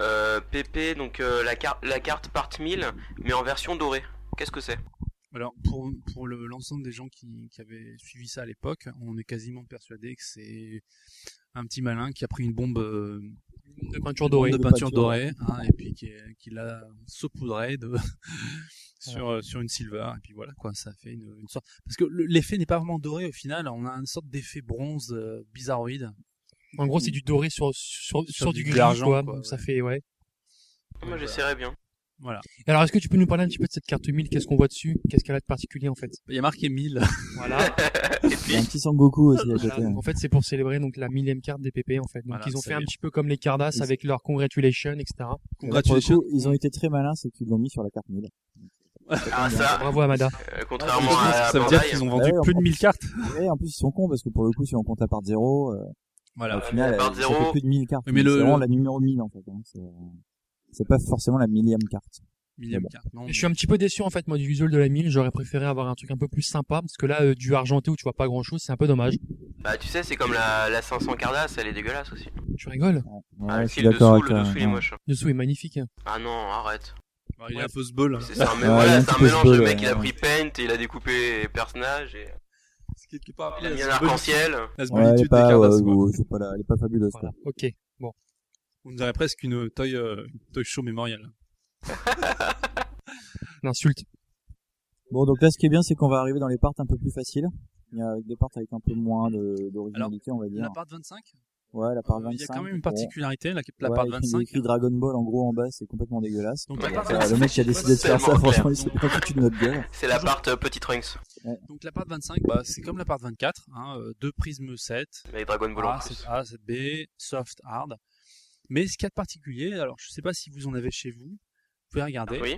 Speaker 4: euh, PP, donc euh, la, carte la carte part 1000, mais en version dorée. Qu'est-ce que c'est
Speaker 2: Alors pour, pour le- l'ensemble des gens qui, qui avaient suivi ça à l'époque, on est quasiment persuadé que c'est un petit malin qui a pris une bombe euh,
Speaker 6: de peinture dorée.
Speaker 2: de
Speaker 6: De
Speaker 2: peinture
Speaker 6: peinture.
Speaker 2: dorée hein, et puis qui, est- qui l'a saupoudré de sur euh, sur une silver et puis voilà quoi ça fait une, une sorte parce que le- l'effet n'est pas vraiment doré au final on a une sorte d'effet bronze euh, bizarroïde.
Speaker 6: En gros, c'est du doré sur, sur, sur, du,
Speaker 2: Mm. du
Speaker 6: gris,
Speaker 2: l'argent,
Speaker 6: quoi.
Speaker 2: quoi,
Speaker 6: Ça fait, ouais.
Speaker 4: Moi j'essaierais bien.
Speaker 2: Voilà.
Speaker 6: Et Alors, est-ce que tu peux nous parler un petit peu de cette carte 1000 Qu'est-ce qu'on voit dessus Qu'est-ce qu'elle a de particulier, en fait
Speaker 2: Il y a marqué 1000.
Speaker 6: Voilà.
Speaker 5: Il y a un petit Sangoku aussi à
Speaker 2: Ah,
Speaker 5: côté.
Speaker 6: Voilà, donc, en fait, c'est pour célébrer donc la millième carte des PP en fait. Donc
Speaker 2: Voilà,
Speaker 6: ils ont
Speaker 2: ça y
Speaker 6: fait un
Speaker 2: est.
Speaker 6: petit peu comme les Cardass
Speaker 2: Ils-
Speaker 6: avec leur congratulations, etc.
Speaker 5: Et là, pour le coup, ils ont été très malins, c'est qu'ils l'ont mis sur la carte 1000.
Speaker 4: Ah, ça.
Speaker 6: Bravo Amada.
Speaker 4: Euh, contrairement à
Speaker 5: Ah, Ça veut dire
Speaker 4: Bandai,
Speaker 5: qu'ils ont
Speaker 4: euh,
Speaker 5: vendu Ouais, plus de 1000
Speaker 2: cartes.
Speaker 5: Et en plus, ils sont cons parce que pour le coup, si on compte la part 0, euh,
Speaker 2: Voilà.
Speaker 5: au final,
Speaker 2: Ah, La part
Speaker 5: euh, ça
Speaker 2: zéro.
Speaker 5: fait plus de 1000 cartes.
Speaker 2: Oui, mais
Speaker 5: Donc,
Speaker 2: le-
Speaker 5: c'est vraiment
Speaker 2: le-
Speaker 5: la numéro 1000 en fait. hein, c'est- C'est pas forcément la millième carte.
Speaker 2: Millième
Speaker 5: Mais bon.
Speaker 2: carte, non.
Speaker 6: Je suis un petit peu déçu en fait moi du visuel de la 1000. J'aurais préféré avoir un truc un peu plus sympa parce que là euh, du argenté où tu vois pas grand chose, c'est un peu dommage.
Speaker 4: Bah tu sais, c'est comme la, la 500 Cardass, elle est dégueulasse aussi.
Speaker 6: Tu rigoles
Speaker 4: Ah,
Speaker 5: je
Speaker 4: si,
Speaker 5: suis
Speaker 4: le
Speaker 5: d'accord
Speaker 4: dessous,
Speaker 5: avec
Speaker 4: le
Speaker 5: toi,
Speaker 4: dessous il est
Speaker 5: ouais.
Speaker 4: moche.
Speaker 6: Dessous est magnifique. hein.
Speaker 4: Ah non, arrête.
Speaker 2: il est un peu sbeul.
Speaker 4: C'est c'est un, mé-
Speaker 5: Ouais, il est
Speaker 4: voilà,
Speaker 5: un
Speaker 4: c'est
Speaker 5: petit
Speaker 4: un
Speaker 5: peu
Speaker 4: mélange de
Speaker 5: sbeul,
Speaker 4: mec,
Speaker 5: ouais,
Speaker 4: il a
Speaker 5: ouais.
Speaker 4: pris Paint et il a découpé les personnages et...
Speaker 17: quelque part.
Speaker 4: Il a
Speaker 17: la
Speaker 4: mis un
Speaker 17: similitude-
Speaker 4: arc-en-ciel.
Speaker 17: La
Speaker 5: Ouais, elle est
Speaker 17: similitude
Speaker 5: pas,
Speaker 17: des
Speaker 2: hein,
Speaker 5: euh,
Speaker 17: Cardass,
Speaker 5: ouais,
Speaker 17: quoi.
Speaker 5: ou- c'est pas la- elle est pas fabuleuse. quoi.
Speaker 6: Ok, bon.
Speaker 17: On dirait presque une toy, euh, une toy show mémorial.
Speaker 6: L'insulte.
Speaker 5: Bon, donc là, ce qui est bien, c'est qu'on va arriver dans les parts un peu plus faciles. Il y a des parts avec un peu moins de- d'originalité, on va dire.
Speaker 2: La part 25
Speaker 5: Ouais, la part
Speaker 2: Euh,
Speaker 5: 25.
Speaker 2: il y a quand même une
Speaker 5: bon.
Speaker 2: particularité, la- la
Speaker 5: Ouais,
Speaker 2: part
Speaker 5: écrit-
Speaker 2: 25,
Speaker 5: écrit Dragon Ball en gros en bas, c'est complètement dégueulasse.
Speaker 2: Donc, la
Speaker 5: Euh,
Speaker 2: part
Speaker 5: le
Speaker 2: 25,
Speaker 5: mec qui a
Speaker 2: c'est
Speaker 5: décidé de faire ça,
Speaker 4: tellement clair.
Speaker 5: franchement, il s'est pas foutu de notre gueule.
Speaker 4: C'est la part euh, Petit Trunks.
Speaker 2: Donc la part 25, bah, c'est comme la part 24, hein, euh, deux prismes 7.
Speaker 4: Avec Dragon Ball en
Speaker 5: Ah,
Speaker 2: A,
Speaker 4: plus.
Speaker 2: 7A, 7B, soft, hard. Mais ce qu'il y a de particulier, alors je sais pas si vous en avez chez vous, vous pouvez regarder.
Speaker 4: Oui.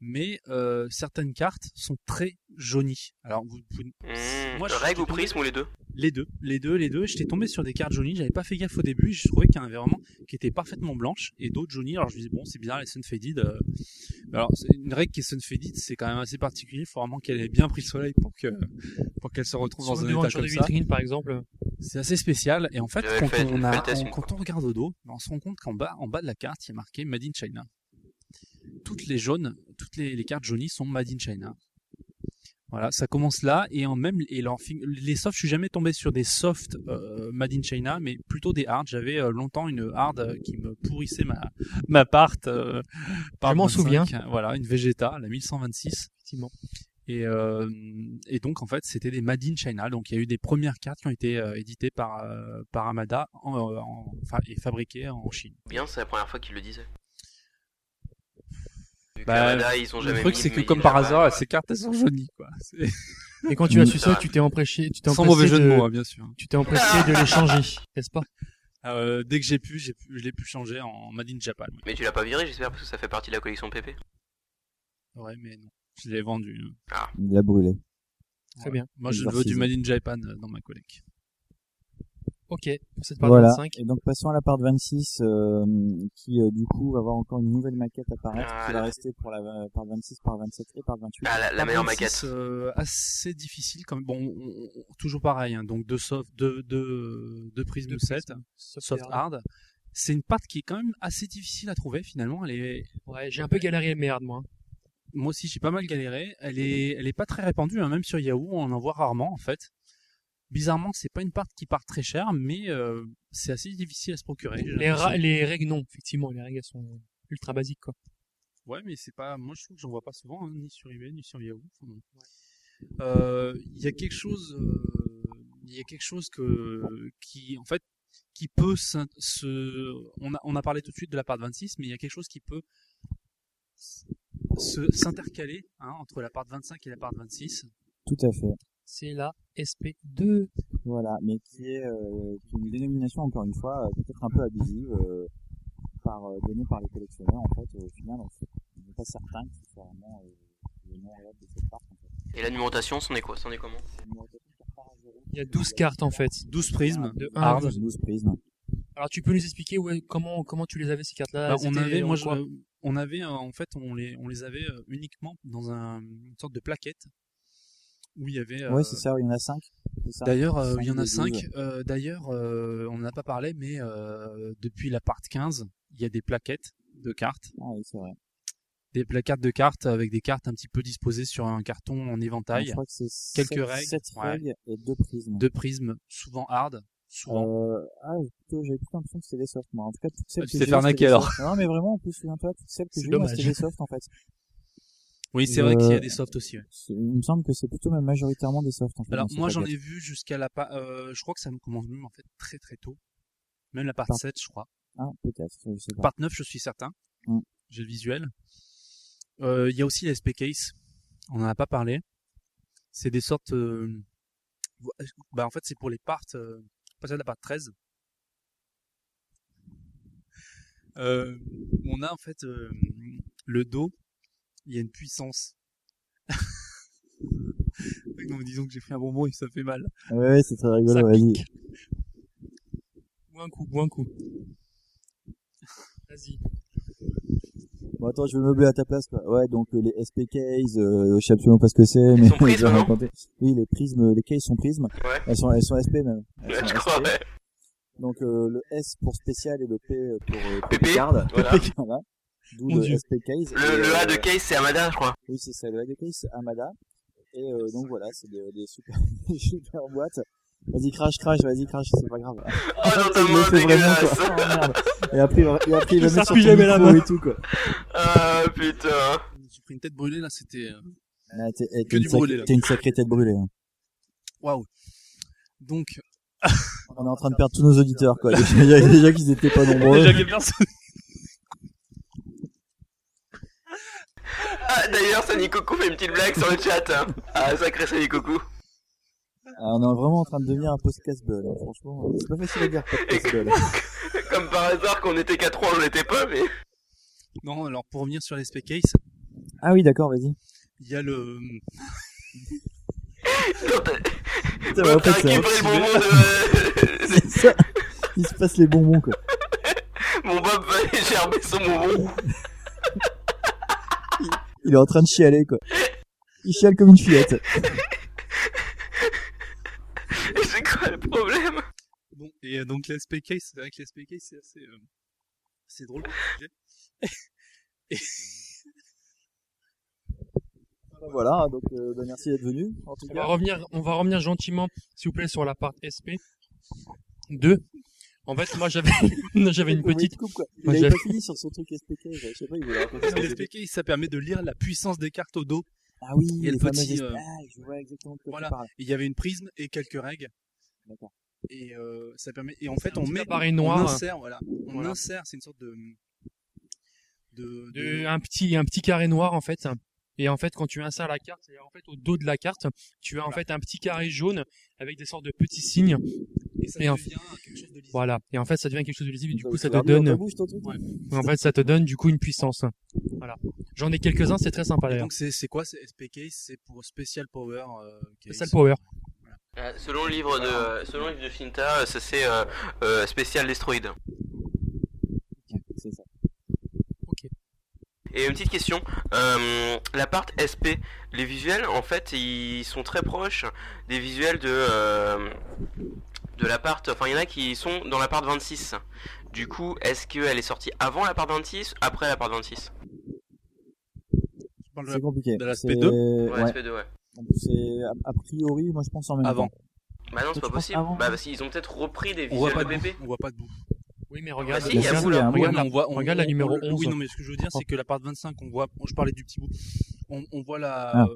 Speaker 2: Mais euh, certaines cartes sont très jaunies. Alors vous, vous-
Speaker 4: Mmh,
Speaker 2: moi, je
Speaker 4: règle
Speaker 2: suis
Speaker 4: ou prisme ou les deux
Speaker 2: les deux, les deux, les deux. J'étais tombé sur des cartes jaunies, j'avais pas fait gaffe au début, je trouvais qu'il y en avait vraiment qui étaient parfaitement blanches et d'autres jaunies. Alors je me disais bon, c'est bizarre les Sunfaded. euh. Alors c'est une règle qui est Sunfaded, c'est quand même assez particulier. Il faut vraiment qu'elle ait bien pris le soleil pour que pour qu'elle se retrouve
Speaker 6: Sur
Speaker 2: dans
Speaker 6: le
Speaker 2: un état
Speaker 6: devanture
Speaker 2: comme
Speaker 6: des
Speaker 2: ça.
Speaker 6: vitrines, par exemple.
Speaker 2: C'est assez spécial et en fait
Speaker 6: J'avais
Speaker 2: quand
Speaker 6: fait-
Speaker 2: on,
Speaker 6: j'avais
Speaker 2: a-
Speaker 6: fait le test
Speaker 2: on-
Speaker 6: une
Speaker 2: quand on regarde au dos, ben, on se rend compte qu'en bas en bas de la carte il y a marqué Made in China. Toutes les jaunes, toutes les, les cartes jaunies sont Made in China. Voilà, ça commence là et en même et leur fig- les softs, je suis jamais tombé sur des softs euh, made in China, mais plutôt des hard. J'avais euh, longtemps une hard euh, qui me pourrissait ma ma part. euh, par
Speaker 6: Je m'en
Speaker 2: 25.
Speaker 6: souviens.
Speaker 2: Voilà, une Vegeta, la 1126.
Speaker 6: Effectivement.
Speaker 2: Et, euh, et donc en fait c'était des Made in China. Donc il y a eu des premières cartes qui ont été euh, éditées par euh, par Amada en, euh, en- enfin, et fabriquées en Chine.
Speaker 4: Bien, c'est la première fois qu'il le disait. Vu
Speaker 2: Bah,
Speaker 4: Canada, ils ont
Speaker 2: le
Speaker 4: jamais
Speaker 2: truc
Speaker 4: mis
Speaker 2: c'est que
Speaker 4: Made
Speaker 2: comme
Speaker 4: in
Speaker 2: par
Speaker 4: Japan.
Speaker 2: hasard ces cartes elles sont jaunies quoi. C'est-
Speaker 6: Et quand tu as su ça, tu t'es empêché, tu t'es
Speaker 2: Ah. Sans
Speaker 6: empressé
Speaker 2: mauvais jeu de mots, hein, bien sûr.
Speaker 6: Tu t'es empressé de les changer, n'est-ce pas
Speaker 2: Euh, dès que j'ai pu, j'ai pu- je l'ai pu changer en Made in Japan.
Speaker 4: Mais tu l'as pas viré, j'espère, parce que ça fait partie de la collection PP.
Speaker 2: Ouais, mais non, je l'ai vendu. hein.
Speaker 5: Il l'a brûlé.
Speaker 6: Très bien.
Speaker 2: Moi, je veux
Speaker 5: Exorcisme.
Speaker 2: du Made in Japan euh, dans ma collecte.
Speaker 6: Ok, pour cette part
Speaker 5: voilà.
Speaker 6: 25.
Speaker 5: Et donc passons à la part 26, euh, qui euh, du coup va avoir encore une nouvelle maquette apparaître,
Speaker 4: Ah,
Speaker 5: qui va
Speaker 4: là.
Speaker 5: rester pour la euh, part 26, part 27 et part 28.
Speaker 4: Ah, la- la meilleure maquette.
Speaker 2: euh, assez difficile quand même. Bon, on- on- toujours pareil, hein, donc deux soft, deux, deux, deux prismes 7,
Speaker 6: soft,
Speaker 2: hard. C'est une part qui est quand même assez difficile à trouver finalement. Elle est...
Speaker 6: Ouais, j'ai un peu galéré, merde, moi.
Speaker 2: Moi aussi, j'ai pas mal galéré. Elle est, elle est pas très répandue, hein, même sur Yahoo, on en voit rarement en fait. Bizarrement, c'est pas une part qui part très cher, mais euh, c'est assez difficile à se procurer. j'ai
Speaker 6: Les, ra-
Speaker 2: l'impression.
Speaker 6: les règles, non, effectivement, les règles, elles sont ultra basiques, quoi.
Speaker 2: Ouais, mais c'est pas. Moi, je trouve que j'en vois pas souvent, hein, ni sur eBay, ni sur Yahoo. Enfin, bon. Euh, Il y a quelque chose. euh, Il y a quelque chose que qui, en fait, qui peut s'in- se. On a, on a parlé tout de suite de la part 26, mais il y a quelque chose qui peut se s'intercaler hein, entre la part 25 et la part 26.
Speaker 5: Tout à fait.
Speaker 6: C'est la SP2.
Speaker 5: Voilà, mais qui est, euh, qui est une dénomination encore une fois euh, peut-être un peu abusive, euh, par, euh, donnée par les collectionneurs en fait. euh, au final, on on n'est pas certain que ce soit vraiment euh, le nom réel de cette part. En fait.
Speaker 4: Et l'alimentation, c'en est quoi C'en est comment
Speaker 6: Il y a 12 cartes, en fait.
Speaker 2: 12 prismes.
Speaker 6: De 1 à
Speaker 2: Hard.
Speaker 6: 12. Alors, tu peux nous expliquer ouais, comment, comment tu les avais, ces cartes-là
Speaker 2: Bah,
Speaker 6: elles
Speaker 2: on
Speaker 6: étaient
Speaker 2: avait,
Speaker 6: en
Speaker 2: moi, je-
Speaker 6: quoi
Speaker 2: on avait, euh, en fait, on les, on les avait euh, uniquement dans un, une sorte de plaquette où il y avait. euh,
Speaker 5: Ouais, c'est ça, il y en a 5.
Speaker 2: D'ailleurs, euh, il y en a 5. D'ailleurs, euh, on n'en a pas parlé, mais euh, depuis la part 15, il y a des plaquettes de cartes.
Speaker 5: Ah oui, c'est vrai.
Speaker 2: Des plaquettes de cartes avec des cartes un petit peu disposées sur un carton en éventail.
Speaker 5: Je crois que c'est
Speaker 2: Quelques
Speaker 5: sept-
Speaker 2: règles.
Speaker 5: sept
Speaker 2: ouais.
Speaker 5: règles et deux prismes.
Speaker 2: Deux prismes, souvent hard, souvent.
Speaker 5: Euh, ah, j'ai plutôt, j'avais plutôt l'impression que c'était des softs, moi. En tout cas, toutes celles
Speaker 2: Ah,
Speaker 5: que
Speaker 2: tu t'es
Speaker 5: j'ai
Speaker 2: fait
Speaker 5: eues,
Speaker 2: arnaquer,
Speaker 5: c'était des
Speaker 2: alors.
Speaker 5: softs. Non, mais vraiment, en plus, je me souviens pas, toutes celles que
Speaker 2: C'est
Speaker 5: j'ai eues, moi,
Speaker 2: dommage.
Speaker 5: c'était des softs, en fait.
Speaker 2: Oui, c'est
Speaker 5: Et,
Speaker 2: vrai qu'il y a
Speaker 5: euh,
Speaker 2: des softs aussi. ouais.
Speaker 5: c'est- Il me semble que c'est plutôt même majoritairement des softs, en fait.
Speaker 2: Alors
Speaker 5: dans ces
Speaker 2: moi j'en ai
Speaker 5: paquets.
Speaker 2: vu jusqu'à la part, euh, je crois que ça me commence même en fait très très tôt, même la part
Speaker 5: Par-
Speaker 2: 7 je crois.
Speaker 5: Ah, peut-être, je sais pas.
Speaker 2: Part 9 je suis certain,
Speaker 5: Mm.
Speaker 2: j'ai le visuel. Euh, Il y a aussi les SP Case, on n'en a pas parlé. C'est des sortes, euh, bah en fait c'est pour les parts, euh, pas celle de la part 13. Euh, on a en fait euh, le dos, il y a une puissance. non mais disons que j'ai fait un bon mot et ça fait mal.
Speaker 5: Ouais, ouais, c'est très rigolo, vas-y.
Speaker 6: Bois un coup, bois un coup. Vas-y.
Speaker 5: Bon, attends, je vais meubler à ta place, quoi. Ouais, donc, euh, les SP cases, euh, je sais absolument pas ce que c'est, mais
Speaker 4: sont
Speaker 5: je vais
Speaker 4: prismes, non
Speaker 5: raconter. Oui, les prismes, les cases sont prismes.
Speaker 4: Ouais.
Speaker 5: Elles sont, elles sont SP même. Elles
Speaker 4: Ouais,
Speaker 5: sont
Speaker 4: je
Speaker 5: SP.
Speaker 4: crois, ouais.
Speaker 5: Donc, euh, le S pour spécial et le P pour, euh, pour
Speaker 4: PP,
Speaker 5: garde.
Speaker 4: voilà.
Speaker 5: voilà. D'où
Speaker 4: Mon
Speaker 5: le
Speaker 4: Dieu.
Speaker 5: SP case.
Speaker 4: Le,
Speaker 5: Et,
Speaker 4: le A de
Speaker 5: euh,
Speaker 4: Case, c'est Amada, je crois.
Speaker 5: Oui, c'est ça, le Head Case Amada. Et euh, donc voilà, c'est des, des super, des super boîtes. Vas-y, crash, crash, vas-y, crash, c'est pas grave.
Speaker 4: Oh non,
Speaker 5: Il le fait vraiment, quoi. Oh, merde. Et après, il va- et après, il va
Speaker 2: Je
Speaker 5: mettre
Speaker 2: sors
Speaker 5: sur
Speaker 2: plus
Speaker 5: ton
Speaker 2: jamais la
Speaker 5: micro
Speaker 2: main.
Speaker 5: et tout, quoi.
Speaker 4: Ah putain.
Speaker 2: J'ai pris une tête brûlée là, c'était. euh,
Speaker 5: Ah, t'es, eh,
Speaker 2: Que
Speaker 5: t'es une
Speaker 2: du
Speaker 5: sac-
Speaker 2: brûlé, là.
Speaker 5: t'es une sacrée tête brûlée. hein.
Speaker 2: Waouh. Donc.
Speaker 5: On est en train de perdre tous nos auditeurs, quoi. Déjà, il y a- déjà qu'ils étaient pas nombreux.
Speaker 2: Déjà qu'il y a personne.
Speaker 4: Ah, d'ailleurs, Sani Coucou fait une petite blague sur le chat. hein. Ah, sacré Sani Coucou.
Speaker 5: Ah, on est vraiment en train de devenir un podcast ball, hein. franchement. euh, C'est pas facile à dire, podcast ball.
Speaker 4: Comme par hasard, qu'on était qu'à 3, on l'était pas, mais.
Speaker 2: Non, alors pour revenir sur les spec case,
Speaker 5: Ah oui, d'accord, vas-y.
Speaker 2: il y a le. euh,
Speaker 5: Putain, mais en fait, c'est un- C'est ça. Il se passe les bonbons, quoi.
Speaker 4: Mon Bob va aller gerber son bonbon.
Speaker 5: Il est en train de chialer, quoi. Il chiale comme une fillette.
Speaker 4: C'est quoi le problème
Speaker 2: Bon, et euh, donc les spec case, c'est vrai que les spec case, c'est assez. euh, C'est drôle.
Speaker 5: Voilà, donc euh, bah, merci d'être venu. En tout
Speaker 6: On
Speaker 5: cas.
Speaker 6: va revenir, on va revenir gentiment, s'il vous plaît, sur la part SP. Deux. En fait, moi, j'avais, non, j'avais une
Speaker 5: Comment il
Speaker 6: petite.
Speaker 5: coupe, quoi. Il
Speaker 6: Moi,
Speaker 5: avait
Speaker 6: j'avais-
Speaker 5: pas fini sur son truc SPK, je sais pas, il voulait raconter
Speaker 2: Parce que
Speaker 5: son
Speaker 2: les
Speaker 5: truc.
Speaker 2: spec case, ça permet de lire la puissance des cartes au dos.
Speaker 5: Ah oui,
Speaker 2: et le
Speaker 5: les fameuses
Speaker 2: petit.
Speaker 5: espèces.
Speaker 2: euh,
Speaker 5: Ah, je vois exactement de quoi
Speaker 2: voilà,
Speaker 5: tu parles.
Speaker 2: il y avait une prisme et quelques règles.
Speaker 5: D'accord.
Speaker 2: Et euh, ça permet. Et en fait,
Speaker 6: un
Speaker 2: on
Speaker 6: petit
Speaker 2: met.
Speaker 6: appareil
Speaker 2: On
Speaker 6: noir.
Speaker 2: insère, voilà. On
Speaker 6: Voilà.
Speaker 2: insère, c'est une sorte de. De.
Speaker 6: de- un petit, un petit carré noir, en fait. Et en fait, quand tu insères la carte, c'est-à-dire, en fait, au dos de la carte, tu as, en fait, un petit carré jaune avec des sortes de petits signes.
Speaker 2: Et ça
Speaker 6: en
Speaker 2: devient quelque chose de lisible.
Speaker 6: Voilà. Et en fait, ça devient quelque chose de lisible. et Du coup, ça
Speaker 5: Tu l'as
Speaker 6: te
Speaker 5: mis dans ta
Speaker 6: donne,
Speaker 5: bouche, ton truc
Speaker 6: en fait, ça te donne, du coup, une puissance. Voilà. J'en ai quelques-uns, c'est très sympa,
Speaker 2: Et
Speaker 6: d'ailleurs.
Speaker 2: donc c'est c'est quoi c'est SPK C'est pour Special Power. euh, case.
Speaker 6: Special Power.
Speaker 4: Euh, Selon le livre de, selon le livre de Shinta, euh, ça c'est euh, euh, spécial destroid.
Speaker 5: C'est ça.
Speaker 4: Et une petite question, euh, la part SP, les visuels en fait ils sont très proches des visuels de euh, de la part, enfin il y en a qui sont dans la part 26. Du coup, est-ce qu'elle est sortie avant la part 26, après la part 26
Speaker 2: Tu parles de
Speaker 5: C'est compliqué.
Speaker 2: de l'aspect
Speaker 5: C'est-
Speaker 2: 2
Speaker 4: Ouais,
Speaker 5: Euh, ouais.
Speaker 4: SP2, ouais.
Speaker 5: Donc, C'est a- a priori, moi je pense en même
Speaker 2: Avant.
Speaker 5: temps.
Speaker 4: Bah non, c'est pas
Speaker 5: penses
Speaker 4: possible.
Speaker 5: avant
Speaker 4: Bah parce qu'ils ont peut-être repris des
Speaker 2: On voit
Speaker 4: visuels
Speaker 2: pas
Speaker 4: de
Speaker 2: de bout.
Speaker 4: bébé.
Speaker 2: On voit pas de bout.
Speaker 6: Oui, mais regarde,
Speaker 4: Bah, si, il y a
Speaker 6: regarde,
Speaker 4: vous, là.
Speaker 5: hein,
Speaker 6: regarde,
Speaker 2: Ouais, mais
Speaker 6: la-
Speaker 2: on voit, on-
Speaker 6: regarde la
Speaker 2: on-
Speaker 6: numéro
Speaker 2: on-
Speaker 6: 11.
Speaker 2: Oui, non, mais ce que je veux dire, c'est que la part 25, on voit. Je parlais du petit bout. On, on voit la.
Speaker 5: Ah.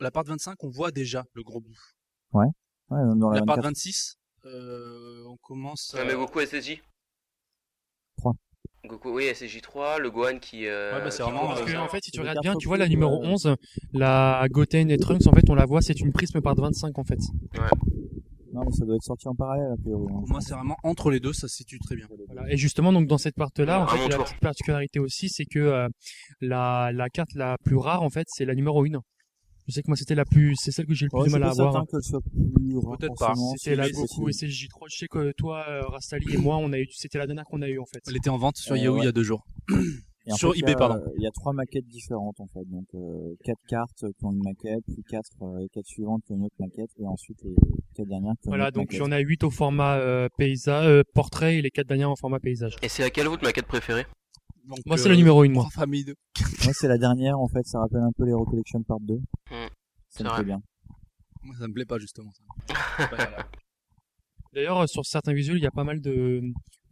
Speaker 2: La part 25, on voit déjà le gros bout.
Speaker 5: Ouais, même dans la,
Speaker 2: la part
Speaker 5: 24.
Speaker 2: 26, euh, on commence.
Speaker 4: Non mais
Speaker 2: euh,
Speaker 4: Goku SSJ.
Speaker 5: Trois.
Speaker 4: Goku, oui, SSJ 3, le Gohan qui... Euh,
Speaker 2: Ouais, bah, c'est
Speaker 4: qui
Speaker 2: vraiment,
Speaker 4: prend-
Speaker 2: euh,
Speaker 6: Parce que, en fait, si tu
Speaker 5: Les
Speaker 6: regardes
Speaker 5: cartes
Speaker 6: bien, tu vois la
Speaker 5: copies,
Speaker 6: numéro
Speaker 5: euh,
Speaker 6: 11, la Goten et Trunks, en fait, on la voit, c'est une prisme par 25, en fait.
Speaker 5: Non, mais ça doit être sorti en parallèle a priori. hein.
Speaker 2: Pour moi, c'est vraiment entre les deux, ça se situe très bien.
Speaker 6: Voilà. Et justement, donc, dans cette part-là, en
Speaker 4: À
Speaker 6: fait,
Speaker 4: Ah, mon
Speaker 6: la
Speaker 4: tour.
Speaker 6: petite particularité aussi, c'est que euh, la, la carte la plus rare, en fait, c'est la numéro 1. Je sais que moi, c'était la plus, c'est celle que j'ai le plus
Speaker 5: Ouais,
Speaker 6: de
Speaker 5: je suis
Speaker 6: mal à
Speaker 5: pas certain
Speaker 6: avoir.
Speaker 5: que le soit plus rare
Speaker 2: Peut-être
Speaker 5: en ce
Speaker 2: pas.
Speaker 5: moment,
Speaker 6: C'était la
Speaker 5: c'est
Speaker 6: Goku
Speaker 5: possible.
Speaker 6: et CJ3. Je sais que toi, euh, Rastali et moi, on a eu, c'était la dernière qu'on a eu, en fait.
Speaker 2: Elle était en vente sur
Speaker 5: Euh,
Speaker 2: Yahoo
Speaker 5: ouais.
Speaker 2: il y a deux jours.
Speaker 5: Et en
Speaker 2: Sur
Speaker 5: fait, il y
Speaker 2: eBay,
Speaker 5: a-
Speaker 2: pardon.
Speaker 5: Il y a trois maquettes différentes en fait. Donc euh, quatre cartes qui ont une maquette, puis quatre, euh, les quatre suivantes qui ont une autre maquette, et ensuite les quatre dernières qui ont une
Speaker 6: Voilà,
Speaker 5: autre
Speaker 6: donc il y
Speaker 5: maquette.
Speaker 6: en a 8 au format euh, paysage, euh, portrait et les 4 dernières en format paysage.
Speaker 4: Et c'est laquelle votre maquette préférée
Speaker 2: Donc,
Speaker 6: Moi, c'est
Speaker 2: euh,
Speaker 6: la numéro 1, moi.
Speaker 2: trois familles de-
Speaker 5: Moi c'est la dernière en fait, ça rappelle un peu les Recollection Part 2.
Speaker 4: Hmm. c'est
Speaker 5: Ça me
Speaker 4: vrai.
Speaker 5: plaît bien.
Speaker 2: Moi, ça me plaît pas justement. Ça. Ouais, voilà.
Speaker 6: D'ailleurs, euh, sur certains visuels, il y a pas mal de,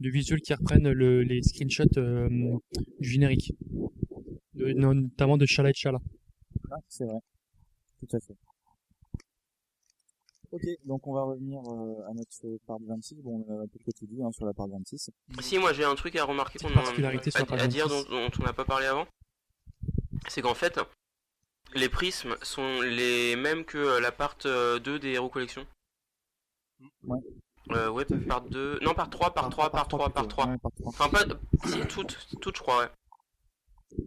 Speaker 6: de visuels qui reprennent le, les screenshots euh, du générique. De- notamment de Chala et Chala.
Speaker 5: Ah, c'est vrai. Tout à fait. Ok, donc on va revenir euh, à notre part 26. Bon, on a tout tout dit hein, sur la part 26.
Speaker 4: Si, moi j'ai un truc à remarquer qu'on
Speaker 6: Mmh. Petite
Speaker 4: a-
Speaker 6: particularité sur la
Speaker 4: à,
Speaker 6: page
Speaker 4: à dire dont,
Speaker 6: 26.
Speaker 4: dont on n'a pas parlé avant. C'est qu'en fait, les prismes sont les mêmes que euh, la part euh, 2 des héros collection.
Speaker 5: Ouais.
Speaker 4: Euh, ouais, part 2. Non, part 3, part 3, part 3, part 3.
Speaker 5: Ouais, part 3.
Speaker 4: Enfin, pas. Si, toutes, toutes, je crois, ouais.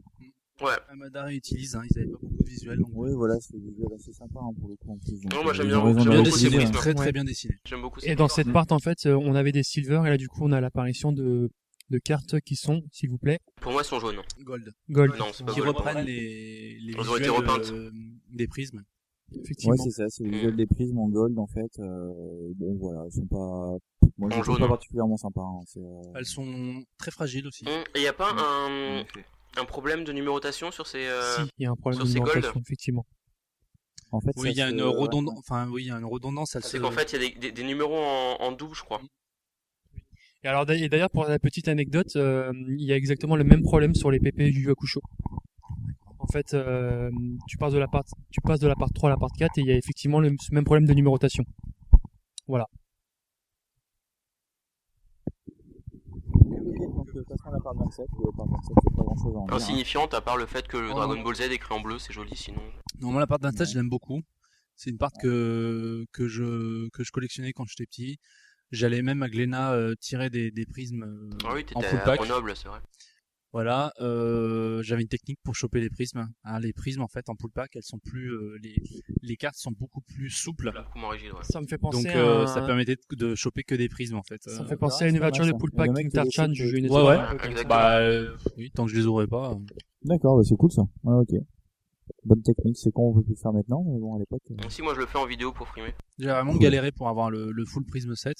Speaker 2: Amada réutilise, hein, ils avaient pas beaucoup de visuels. Donc...
Speaker 5: Bah, Oui, voilà, c'est visuel assez sympa hein, pour le coup en plus. Donc,
Speaker 4: Non, moi,
Speaker 5: euh,
Speaker 4: j'aime
Speaker 5: ils
Speaker 4: bien-
Speaker 5: ont raison
Speaker 4: j'aime
Speaker 5: de
Speaker 2: Bien
Speaker 4: beaucoup ces
Speaker 5: l'utiliser,
Speaker 2: dessiné, hein.
Speaker 4: prismes.
Speaker 2: très très
Speaker 6: Ouais.
Speaker 2: bien dessiné.
Speaker 4: J'aime beaucoup ça.
Speaker 6: Et dans cette part, en fait, euh, on avait des silver et là, du coup, on a l'apparition de, de cartes qui sont, s'il vous plaît,
Speaker 4: Pour moi, elles sont jaunes.
Speaker 2: Gold.
Speaker 6: gold.
Speaker 4: Non, c'est pas
Speaker 2: Qui
Speaker 4: gold.
Speaker 2: reprennent les, les
Speaker 4: Elles ont été
Speaker 2: visuels
Speaker 4: repeintes.
Speaker 2: euh, des prismes.
Speaker 5: Ouais,
Speaker 6: Effectivement.
Speaker 5: c'est ça, c'est le
Speaker 4: Mm.
Speaker 5: visuel des prismes en gold en fait. Euh, bon, voilà, ils sont pas. Moi, je
Speaker 4: En
Speaker 5: les trouve
Speaker 4: jaune.
Speaker 5: pas particulièrement sympas. Hein, c'est, euh,
Speaker 2: Elles sont très fragiles
Speaker 5: Mmh.
Speaker 2: aussi.
Speaker 4: Hum, Et y a pas un, un problème de numérotation sur ces. euh,
Speaker 6: si, il y a un problème
Speaker 4: sur
Speaker 6: de
Speaker 4: ces gold.
Speaker 6: numérotation, effectivement.
Speaker 5: En fait,
Speaker 2: oui,
Speaker 5: ça
Speaker 2: il y a
Speaker 5: se-
Speaker 2: une
Speaker 5: ouais.
Speaker 2: redondance. Enfin, oui, il y a une redondance. elle
Speaker 4: C'est
Speaker 2: se-
Speaker 4: qu'en fait, il y a des, des- des numéros en, en double, je crois.
Speaker 6: Et alors d'ailleurs- et d'ailleurs pour la petite anecdote, euh, il y a exactement le même problème sur les PP du Hakusho. En fait, euh, tu passes de la part tu passes de la part 3 à la part 4 et il y a effectivement le ce même problème de numérotation. Voilà.
Speaker 5: Ok, donc euh, passons à la part 27. La part 27, c'est pas grand chose à en
Speaker 4: Ah,
Speaker 5: dire.
Speaker 4: Insignifiante, à part le fait que le
Speaker 5: Oh,
Speaker 4: Dragon Ball Z est écrit en bleu, c'est joli sinon.
Speaker 2: Non, moi, la part d'un stage, je l'aime beaucoup. C'est une part que, que, je, que je collectionnais quand j'étais petit. J'allais même à Glénat euh, tirer des, des prismes euh,
Speaker 4: Ah oui,
Speaker 2: en
Speaker 4: t'étais
Speaker 2: full
Speaker 4: à
Speaker 2: pack.
Speaker 4: Grenoble, c'est vrai.
Speaker 2: Voilà, euh, j'avais une technique pour choper les prismes. hein. les prismes, en fait, en pull pack, elles sont plus, euh, les, les cartes sont beaucoup plus souples.
Speaker 4: Beaucoup moins rigides, ouais.
Speaker 6: Ça me fait penser
Speaker 2: Donc, euh,
Speaker 6: à-
Speaker 2: ça permettait de, de choper que des prismes, en fait.
Speaker 6: Ça
Speaker 2: Euh,
Speaker 6: me fait penser à une ouverture de pull pack King Tarchan du jeu
Speaker 2: Ouais,
Speaker 6: Netflix.
Speaker 2: ouais.
Speaker 6: Exactement.
Speaker 2: Bah, euh, oui, tant que je les aurais pas. euh.
Speaker 5: D'accord, bah, c'est cool ça. Ouais, ok. Bonne technique, c'est qu'on veut plus le faire maintenant, mais bon à l'époque. euh,
Speaker 4: Donc si moi je le fais en vidéo pour frimer.
Speaker 2: J'ai vraiment galéré pour avoir le, le full Prism 7.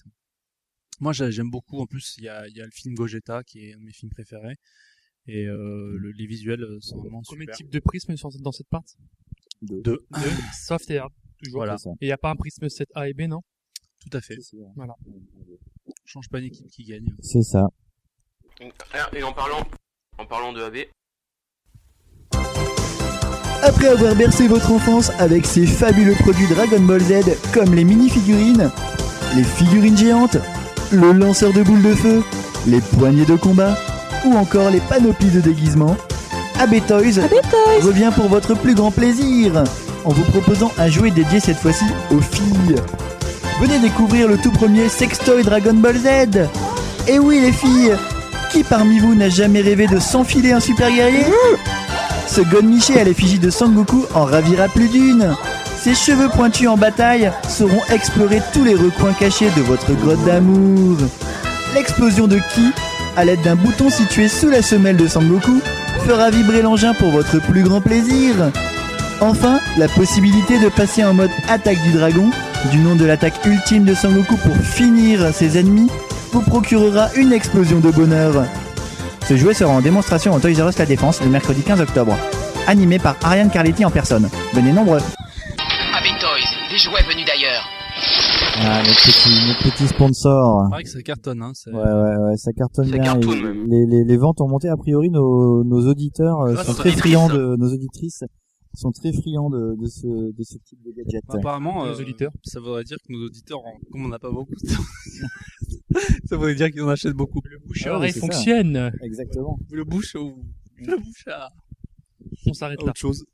Speaker 2: Moi, j'ai- j'aime beaucoup. En plus, il y a, il y a le film Gogeta qui est un de mes films préférés. Et euh,
Speaker 5: Mmh.
Speaker 2: le- les visuels euh, sont vraiment
Speaker 6: Combien de
Speaker 2: super.
Speaker 6: types de prismes sont dans cette part
Speaker 5: Deux.
Speaker 2: Deux.
Speaker 6: Soft et hard. Toujours.
Speaker 2: Voilà.
Speaker 6: Et il n'y a pas un prisme 7A et B, non
Speaker 2: Tout à fait.
Speaker 6: Voilà.
Speaker 2: Change pas une équipe qui gagne.
Speaker 5: C'est ça.
Speaker 4: Ah, Et en parlant, en parlant de AB,
Speaker 12: Après avoir bercé votre enfance avec ces fabuleux produits Dragon Ball Z comme les mini-figurines, les figurines géantes, le lanceur de boules de feu, les poignées de combat ou encore les panoplies de déguisement, AB Toys, revient pour votre plus grand plaisir en vous proposant un jouet dédié cette fois-ci aux filles. Venez découvrir le tout premier sextoy Dragon Ball Z Et oui les filles Qui parmi vous n'a jamais rêvé de s'enfiler un super guerrier ce Gonmiché à l'effigie de Sangoku en ravira plus d'une. Ses cheveux pointus en bataille sauront explorer tous les recoins cachés de votre grotte d'amour. L'explosion de Ki, à l'aide d'un bouton situé sous la semelle de Sangoku, fera vibrer l'engin pour votre plus grand plaisir. Enfin, la possibilité de passer en mode attaque du dragon, du nom de l'attaque ultime de Sangoku pour finir ses ennemis, vous procurera une explosion de bonheur. Ce jouet sera en démonstration au Toys R Us La Défense le mercredi 15 octobre. Animé par Ariane Carletti en personne. Venez nombreux.
Speaker 18: AB Toys, des jouets venus d'ailleurs.
Speaker 5: Ah, notre petit, notre petit sponsor.
Speaker 2: Pareil que ça cartonne, hein. ça-
Speaker 5: Ouais, ouais, ouais, ça cartonne bien.
Speaker 2: cartonne
Speaker 5: et
Speaker 2: même.
Speaker 5: les, les, les ventes ont monté. A priori, nos, nos auditeurs euh,
Speaker 2: Grâce
Speaker 5: sont
Speaker 2: aux
Speaker 5: très
Speaker 2: auditrices.
Speaker 5: friands de, nos auditrices sont très friands de, de ce, de ce type de gadget.
Speaker 2: Apparemment, euh, ça voudrait dire que nos auditeurs, en- comme on n'a pas beaucoup, ça voudrait dire qu'ils en achètent beaucoup. Le
Speaker 6: bouche à
Speaker 5: Ah,
Speaker 6: oreille fonctionne.
Speaker 5: Exactement.
Speaker 2: Le bouche au... Le bouche à...
Speaker 6: On s'arrête là.
Speaker 2: Autre chose.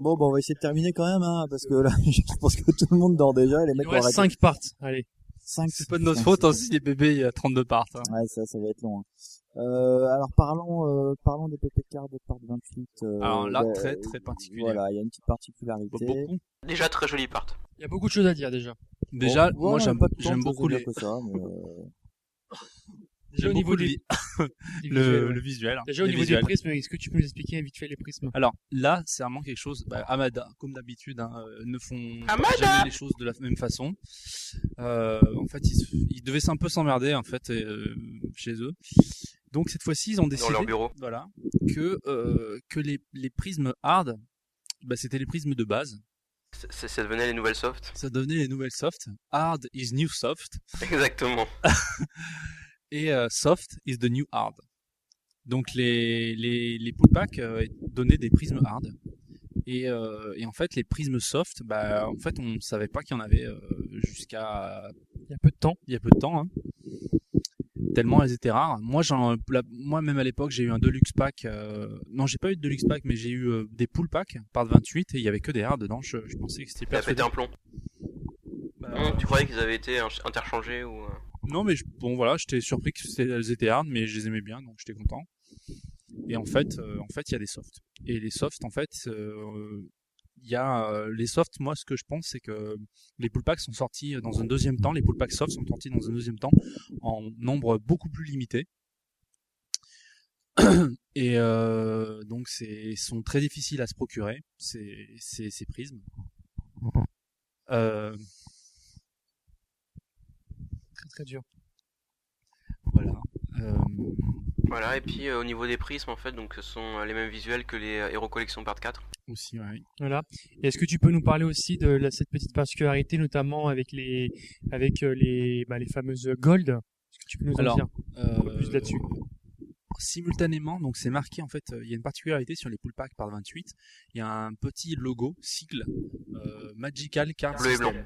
Speaker 5: Bon, bon, on va essayer de terminer quand même, hein, parce que là, je pense que tout le monde dort déjà, et les mecs
Speaker 6: Il
Speaker 5: vont
Speaker 6: nous reste
Speaker 5: arrêter.
Speaker 6: 5 parts. Allez.
Speaker 2: C'est pas de notre faute, hein, si les bébés, il y a 32 parts. hein.
Speaker 5: Ouais, ça, ça va être long. hein. Euh, alors parlons, euh, parlons des PP cards de part 28. euh,
Speaker 2: Alors là,
Speaker 5: ouais,
Speaker 2: très, très particulier.
Speaker 5: Voilà, il y a une petite particularité.
Speaker 4: déjà très jolie part.
Speaker 6: Il y a beaucoup de choses à dire déjà.
Speaker 2: Déjà,
Speaker 5: Bon,
Speaker 2: moi,
Speaker 5: ouais,
Speaker 2: j'aime
Speaker 5: pas tant
Speaker 2: j'aime
Speaker 5: de choses
Speaker 2: beaucoup
Speaker 5: à dire
Speaker 2: les...
Speaker 5: que ça, mais, euh,
Speaker 2: Déjà au
Speaker 6: J'aime
Speaker 2: niveau
Speaker 6: beaucoup
Speaker 2: du
Speaker 6: les-
Speaker 2: le,
Speaker 6: les visuels, ouais.
Speaker 2: le visuel. hein,
Speaker 6: Déjà au
Speaker 2: les
Speaker 6: niveau
Speaker 2: visuels.
Speaker 6: des prismes, est-ce que tu peux nous expliquer vite fait les prismes
Speaker 2: Alors là, c'est vraiment quelque chose. Bah, Amada, comme d'habitude, hein, euh, ne font
Speaker 6: Amada
Speaker 2: jamais les choses de la même façon. Euh, en fait, ils, se- ils devaient un peu s'emmerder en fait euh, chez eux. Donc cette fois-ci, ils ont décidé
Speaker 4: leur bureau.
Speaker 2: voilà, que euh, que les, les prismes hard, bah, c'était les prismes de base.
Speaker 4: C'est- ça devenait les nouvelles softs.
Speaker 2: Ça devenait les nouvelles soft. Hard is new soft.
Speaker 4: Exactement.
Speaker 2: et euh, soft is the new hard. Donc les les les pull packs euh, donnaient des prismes hard et, euh, et en fait les prismes soft bah en fait on savait pas qu'il y en avait euh, jusqu'à
Speaker 6: il y a peu de temps
Speaker 2: il y a peu de temps hein. tellement elles étaient rares moi j'en la- moi même à l'époque j'ai eu un deluxe pack euh, non j'ai pas eu de deluxe pack mais j'ai eu euh, des pull packs par 28 et il y avait que des hard dedans je, je pensais que c'était
Speaker 4: Il a pété
Speaker 2: persuadé.
Speaker 4: un plomb. Hum, tu croyais qu'ils avaient été inch- interchangés ou. euh,
Speaker 2: Non, mais je- bon, voilà, j'étais surpris que c'était- elles étaient hard, mais je les aimais bien, donc j'étais content. Et en fait, euh, en fait, il y a des softs. Et les softs, en fait, euh, il y a euh, les softs. Moi, ce que je pense, c'est que les pull packs sont sortis dans un deuxième temps. Les pull packs soft sont sortis dans un deuxième temps en nombre beaucoup plus limité. Et euh, donc, c'est sont très difficiles à se procurer ces, ces, ces prismes. Euh,
Speaker 6: Très très dur.
Speaker 2: Voilà. Euh,
Speaker 4: Voilà, et puis euh, au niveau des prismes, en fait, donc ce sont euh, les mêmes visuels que les euh, Hero Collection Part 4.
Speaker 2: Aussi, ouais.
Speaker 6: Voilà. Et Est-ce que tu peux nous parler aussi de la- cette petite particularité, notamment avec les, avec euh, les, bah, les fameuses gold Est-ce que tu peux nous en
Speaker 2: Alors,
Speaker 6: dire un peu
Speaker 2: euh,
Speaker 6: plus là-dessus
Speaker 2: Simultanément, donc c'est marqué en fait, euh, il y a une particularité sur les pull packs par 28, il y a un petit logo, sigle, euh, Magical Card
Speaker 4: Bleu et
Speaker 2: System.
Speaker 4: blanc.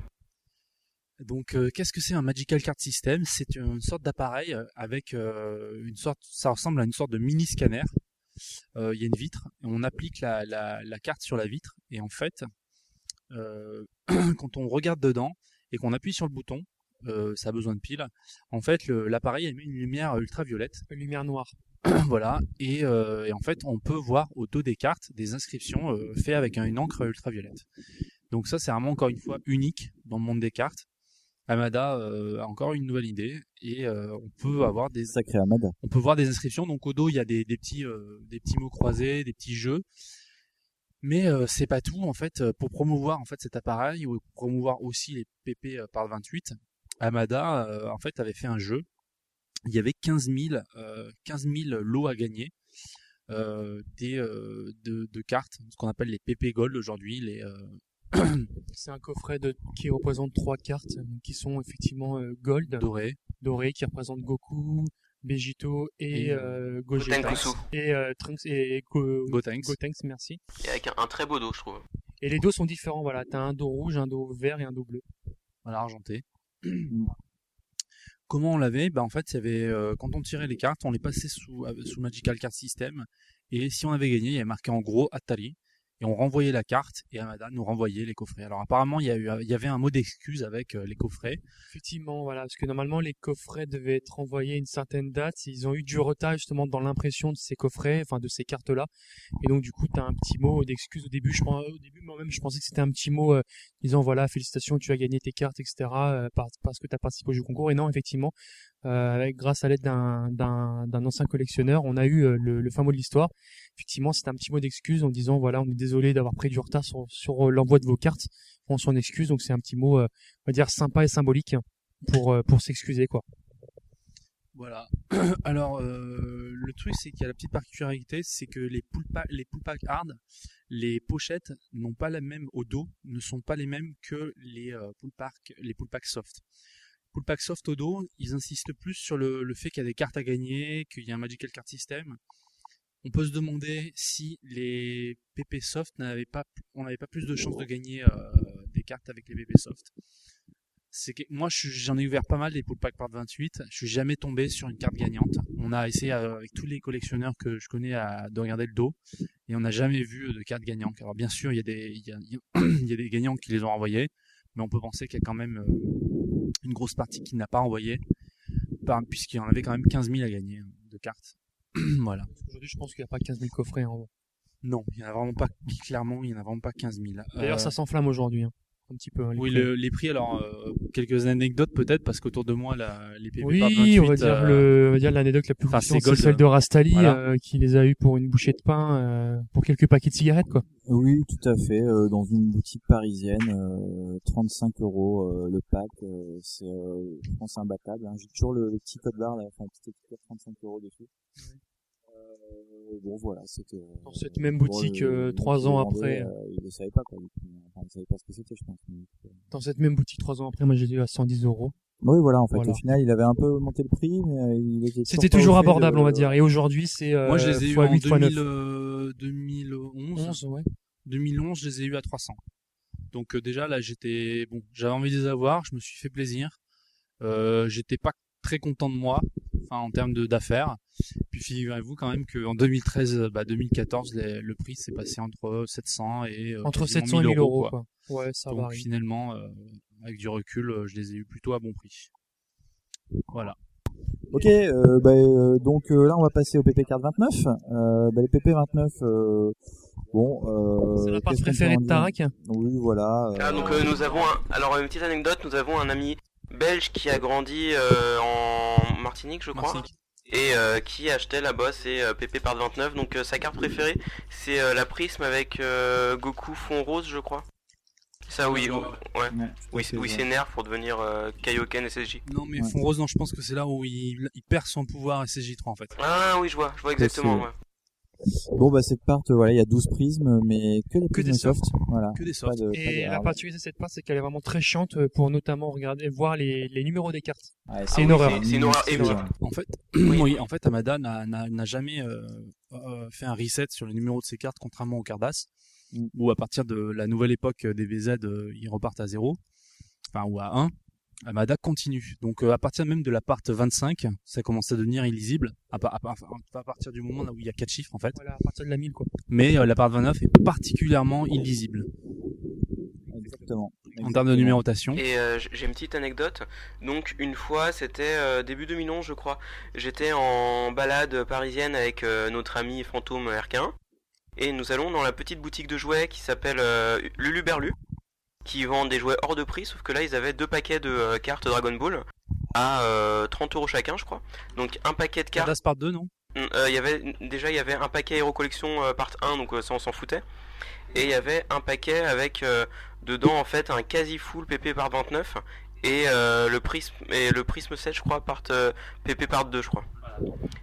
Speaker 2: Donc euh, qu'est-ce que c'est un Magical Card System C'est une sorte d'appareil euh, avec euh, une sorte, ça ressemble à une sorte de mini scanner. Euh, Il y a une vitre, et on applique la, la- la carte sur la vitre et en fait, euh, quand on regarde dedans et qu'on appuie sur le bouton, euh, ça a besoin de piles. En fait, le- l'appareil émet une lumière ultraviolette,
Speaker 6: une lumière noire.
Speaker 2: voilà, et, euh, et en fait, on peut voir au dos des cartes des inscriptions euh, faites avec un- une encre ultraviolette. Donc ça, c'est vraiment encore une fois unique dans le monde des cartes. Amada euh, a encore une nouvelle idée et euh, on peut avoir des
Speaker 5: Sacré Amada.
Speaker 2: on peut voir des inscriptions. Donc au dos, il y a des, des petits, euh, des petits mots croisés, des petits jeux. Mais euh, c'est pas tout en fait. euh, Pour promouvoir en fait cet appareil ou promouvoir aussi les PP euh, par le 28, Amada euh, en fait avait fait un jeu. Il y avait 15 000, euh, 15 000 lots à gagner euh, des, euh, de, de cartes, ce qu'on appelle les PP Gold aujourd'hui, les euh,
Speaker 6: C'est un coffret de, qui représente trois cartes euh, qui sont effectivement euh, gold,
Speaker 2: doré,
Speaker 6: doré qui représente Goku, Vegito et,
Speaker 2: Et,
Speaker 6: euh, Gogeta.
Speaker 4: Gotenkusu.
Speaker 6: et euh, Trunks et Go-
Speaker 2: Gotenks.
Speaker 6: merci.
Speaker 4: Et avec un, un très beau dos, je trouve.
Speaker 6: Et les dos sont différents, voilà, t'as un dos rouge, un dos vert et un dos bleu.
Speaker 2: voilà, argenté. Comment on l'avait ben, En fait, il y avait, euh, quand on tirait les cartes, on les passait sous, euh, sous Magical Card System. Et si on avait gagné, il y avait marqué en gros Atari. Et on renvoyait la carte et Amada nous renvoyait les coffrets. Alors apparemment, il y, a eu, il y avait un mot d'excuse avec euh, les coffrets.
Speaker 6: Effectivement, voilà, parce que normalement les coffrets devaient être envoyés à une certaine date. Ils ont eu du retard justement dans l'impression de ces coffrets, enfin de ces cartes-là. Et donc du coup, t'as un petit mot d'excuse au début. Je pense, au début moi-même, je pensais que c'était un petit mot euh, disant voilà, félicitations, tu as gagné tes cartes, etc. euh, par- parce que t'as participé au jeu concours. Et non, effectivement, euh, avec- grâce à l'aide d'un- d'un d'un ancien collectionneur, on a eu euh, le, le fin mot de l'histoire. Effectivement, c'était un petit mot d'excuse en disant voilà, on est désolé d'avoir pris du retard sur, sur, euh, l'envoi de vos cartes. On s'en excuse, donc c'est un petit mot, euh, on va dire sympa et symbolique pour euh, pour s'excuser quoi.
Speaker 2: Voilà. Alors, euh, le truc, c'est qu'il y a la petite particularité, c'est que les pull pa- les pull pack hard, les pochettes n'ont pas la même au dos, ne sont pas les mêmes que les euh, pull pack, les pull pack soft. Pull pack soft au dos, ils insistent plus sur le, le fait qu'il y a des cartes à gagner, qu'il y a un magical card system. On peut se demander si les PP soft n'avaient pas, on n'avait pas plus de chances de gagner euh, des cartes avec les PP soft c'est que moi je suis- j'en ai ouvert pas mal des pull packs par 28. Je suis jamais tombé sur une carte gagnante. On a essayé euh, avec tous les collectionneurs que je connais à, de regarder le dos et on n'a jamais vu de carte gagnante. Alors bien sûr, il y a des il y a- il y a des gagnants qui les ont envoyés, mais on peut penser qu'il y a quand même euh, une grosse partie qui n'a pas envoyé par- puisqu'il y en avait quand même 15 000 à gagner hein, de cartes. voilà.
Speaker 6: Aujourd'hui, je pense qu'il n'y a pas 15 000 coffrets hein, en
Speaker 2: Non, il y en a vraiment pas clairement, il y en a vraiment pas 15 000.
Speaker 6: D'ailleurs,
Speaker 2: Euh,
Speaker 6: ça s'enflamme aujourd'hui hein, un petit peu. hein, les
Speaker 2: oui,
Speaker 6: prix.
Speaker 2: le- les prix, alors, euh, quelques anecdotes peut-être, parce qu'autour de moi, la, les PP
Speaker 6: Oui,
Speaker 2: par 28,
Speaker 6: on va dire le, on va dire l'anecdote la plus
Speaker 2: euh, enfin,
Speaker 6: puissante,
Speaker 2: c'est gold.
Speaker 6: c'est celle de Rastali
Speaker 2: Voilà.
Speaker 6: euh, qui les a eu pour une bouchée de pain, euh, pour quelques paquets de cigarettes quoi.
Speaker 5: Oui, tout à fait. euh, dans une boutique parisienne, euh, 35 euros euh, le pack. euh, c'est, euh, je pense, imbattable. hein. J'ai toujours le, le petit code barre, là, enfin, petite étiquette 35 euros dessus. Euh, bon, voilà, c'était. Dans
Speaker 6: cette même boutique, euh, trois ans après.
Speaker 5: ils ne savaient pas quoi. du coup. Enfin, ils ne savaient pas ce que c'était, je pense. mais-
Speaker 6: Dans cette même boutique trois ans après, moi j'ai eu à 110 euros.
Speaker 5: Oui, voilà, en fait,
Speaker 6: Voilà.
Speaker 5: au final, il avait un peu monté le prix, mais euh, il était.
Speaker 6: C'était
Speaker 5: pas au
Speaker 6: toujours
Speaker 5: fait de-
Speaker 6: abordable, on va dire. Et aujourd'hui, c'est euh,
Speaker 2: Moi, je les ai eu
Speaker 6: fois
Speaker 2: en
Speaker 6: 8, fois 9.
Speaker 2: 2000, euh, 2011. 2011, je les ai eu à 300. Donc euh, déjà, là, j'étais bon, j'avais envie de les avoir, je me suis fait plaisir. Euh, j'étais pas très content de moi, enfin en termes de- d'affaires. Puis figurez-vous quand même qu'en 2013, euh, bah 2014, les- le prix s'est passé entre 700 et euh,
Speaker 6: Entre
Speaker 2: quasiment
Speaker 6: 700 et 1000 euros,
Speaker 2: quoi.
Speaker 6: quoi. Ouais, ça
Speaker 2: Donc
Speaker 6: varie.
Speaker 2: finalement, euh, avec du recul, euh, je les ai eu plutôt à bon prix. Voilà.
Speaker 5: Ok, euh, bah, euh, donc euh, là on va passer au PP card 29. Euh, bah, les PP 29, euh, bon. Euh,
Speaker 6: C'est la part
Speaker 5: qu'est-ce qu'on peut
Speaker 6: préférée
Speaker 5: en
Speaker 6: de
Speaker 5: dire
Speaker 6: Tarak.
Speaker 5: Oui, voilà. euh,
Speaker 4: Ah, donc euh, nous avons un- alors une petite anecdote, nous avons un ami belge qui a grandi euh, en Martinique, je crois, et euh, qui achetait la bosse et euh, PP par 29. Donc euh, sa carte préférée, c'est euh, la prisme avec euh, Goku fond rose, je crois. Ça oui,
Speaker 2: Ouais.
Speaker 4: oh, ouais.
Speaker 2: Ouais,
Speaker 4: oui,
Speaker 2: tout à fait,
Speaker 4: oui,
Speaker 2: ouais.
Speaker 4: s'énerve pour devenir euh, Kaioken et SSJ.
Speaker 2: Non mais Fonrose, non, je pense que c'est là où il, il perd son pouvoir et CJ3 en fait.
Speaker 4: Ah oui, je vois, je vois exactement.
Speaker 2: Possible.
Speaker 4: ouais.
Speaker 5: Bon, bah, cette part, euh, voilà, il y a 12 prismes, mais que des prismes
Speaker 6: des
Speaker 5: soft.
Speaker 6: softs.
Speaker 5: Voilà.
Speaker 6: Que des
Speaker 5: Ah, Pas de- pas de
Speaker 6: Et la
Speaker 5: hard.
Speaker 6: particularité de cette part, c'est qu'elle est vraiment très chiante euh, pour notamment regarder, voir les, les numéros des cartes.
Speaker 5: Ouais,
Speaker 4: Ah
Speaker 6: c'est une horreur.
Speaker 2: En fait, oui. en fait, Amada n'a- n'a n'a jamais euh, euh, fait un reset sur les numéros de ses cartes, contrairement au Cardass, où à partir de la nouvelle époque euh, des VZ, euh, ils repartent à 0, enfin, ou à 1. Amada continue. Donc, euh, à partir même de la part 25, ça commence à devenir illisible, à, pa- à pa- à partir du moment là où il y a 4 chiffres, en fait.
Speaker 6: Voilà, à partir de la 1000, quoi.
Speaker 2: Mais euh, la part 29 est particulièrement illisible.
Speaker 5: Exactement.
Speaker 2: En termes de numérotation.
Speaker 4: Et euh, j- j'ai une petite anecdote. Donc une fois, c'était euh, début 2011 je crois, j'étais en balade parisienne avec euh, notre ami fantôme Erquin. Et nous allons dans la petite boutique de jouets qui s'appelle euh, Lulu Berlu, qui vend des jouets hors de prix, sauf que là ils avaient deux paquets de euh, cartes Dragon Ball à euh, 30 euros chacun je crois. Donc un paquet de cartes...
Speaker 2: Cardass part 2, non
Speaker 4: Mm, euh, il y avait déjà il y avait un paquet Hero Collection euh, part 1 donc euh, ça on s'en foutait et il y avait un paquet avec euh, dedans en fait un quasi full PP par 29 et euh, le prisme et le prisme 7 je crois part euh, PP par 2 je crois.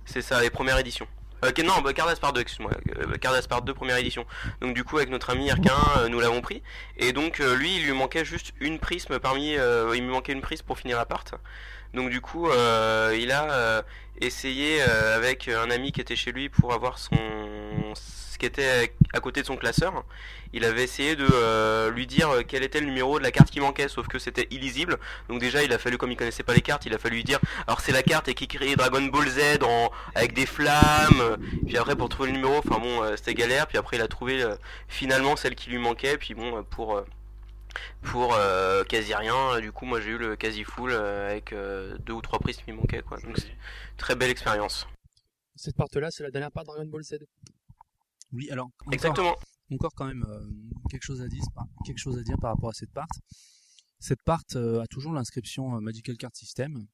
Speaker 4: C'est ça les premières éditions. Euh, que- non, bah, Cardass par 2, excuse-moi. Euh, Cardass par 2, première édition. Donc du coup, avec notre ami Erquin, euh, nous l'avons pris. Et donc, euh, lui, il lui manquait juste une prisme parmi... euh, il lui manquait une prise pour finir la part. Donc du coup, euh, il a euh, essayé euh, avec un ami qui était chez lui pour avoir son... ce qui était à côté de son classeur. Il avait essayé de euh, lui dire quel était le numéro de la carte qui manquait, sauf que c'était illisible. Donc déjà, il a fallu, comme il connaissait pas les cartes, il a fallu lui dire, alors c'est la carte et qui crée Dragon Ball Z en... avec des flammes. Puis après, pour trouver le numéro, enfin bon, euh, c'était galère. Puis après, il a trouvé euh, finalement celle qui lui manquait. Puis bon, euh, pour... euh, pour euh, quasi rien. euh, Du coup, moi j'ai eu le quasi full euh, avec euh, deux ou trois prises qui me manquaient. Quoi. Donc, c'est très belle expérience.
Speaker 6: Cette part-là, c'est la dernière part de Dragon Ball Z.
Speaker 2: Oui, alors. encore-
Speaker 4: Exactement.
Speaker 2: Encore quand même euh, quelque chose à dire, par- quelque chose à dire par rapport à cette part. Cette part euh, a toujours l'inscription euh, Magical Card System.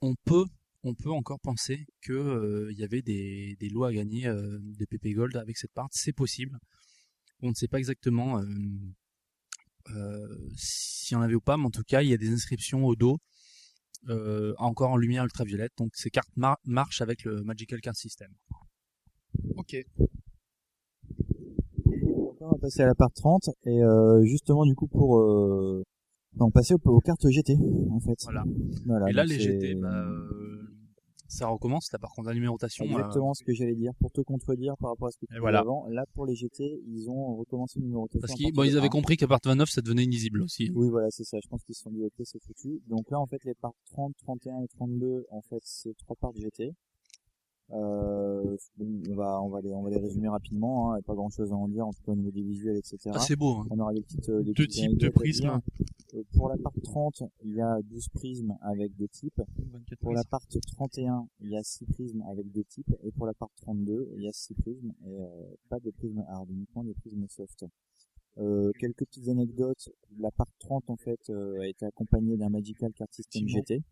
Speaker 2: On peut, on peut encore penser que euh, il y avait des, des lots à gagner euh, des PP Gold avec cette part. C'est possible. On ne sait pas exactement euh, euh, s'il y en avait ou pas, mais en tout cas, il y a des inscriptions au dos. euh, encore en lumière ultraviolette, donc ces cartes mar- marchent avec le Magical Card System.
Speaker 6: Ok.
Speaker 5: On va passer à la part 30 et euh, justement du coup pour euh, on passer aux, aux cartes GT en fait.
Speaker 2: Voilà.
Speaker 5: Voilà,
Speaker 2: et là,
Speaker 5: donc
Speaker 2: les
Speaker 5: c'est
Speaker 2: GT, bah, euh, ça recommence là par contre la euh, numérotation.
Speaker 5: Exactement ce que j'allais dire pour te contredire par rapport à ce que tu
Speaker 2: hein. Et
Speaker 5: disais
Speaker 2: voilà.
Speaker 5: avant. Là pour les GT, ils ont recommencé une numérotation.
Speaker 2: Parce
Speaker 5: à
Speaker 2: qu'ils
Speaker 5: partir
Speaker 2: bon,
Speaker 5: de
Speaker 2: ils
Speaker 5: un.
Speaker 2: avaient compris qu'à part 29, ça devenait illisible aussi. hein.
Speaker 5: Oui, voilà, c'est ça. Je pense qu'ils se sont dit, ok, c'est foutu. Donc là, en fait, les parts 30, 31 et 32, en fait, c'est trois parts de GT. Euh, bon, on va, on va les, on va les résumer rapidement, hein. Il y a Pas grand chose à en dire, en tout cas au niveau des visuels, etc.
Speaker 2: Ah, c'est beau, hein.
Speaker 5: On aura des petites, euh, des
Speaker 2: Deux
Speaker 5: petites
Speaker 2: types de
Speaker 5: anecdotes à
Speaker 2: prismes.
Speaker 5: dire. Euh, Pour la part 30, il y a 12 prismes avec deux types. Pour la part 31, il y a 6 prismes avec deux types. Et pour la part 32, il y a 6 prismes et euh, pas de prismes hard, uniquement des prismes soft. Euh, quelques petites anecdotes. La part 30, en fait, euh, a été accompagnée d'un Magical Card System
Speaker 2: Simon.
Speaker 5: GT.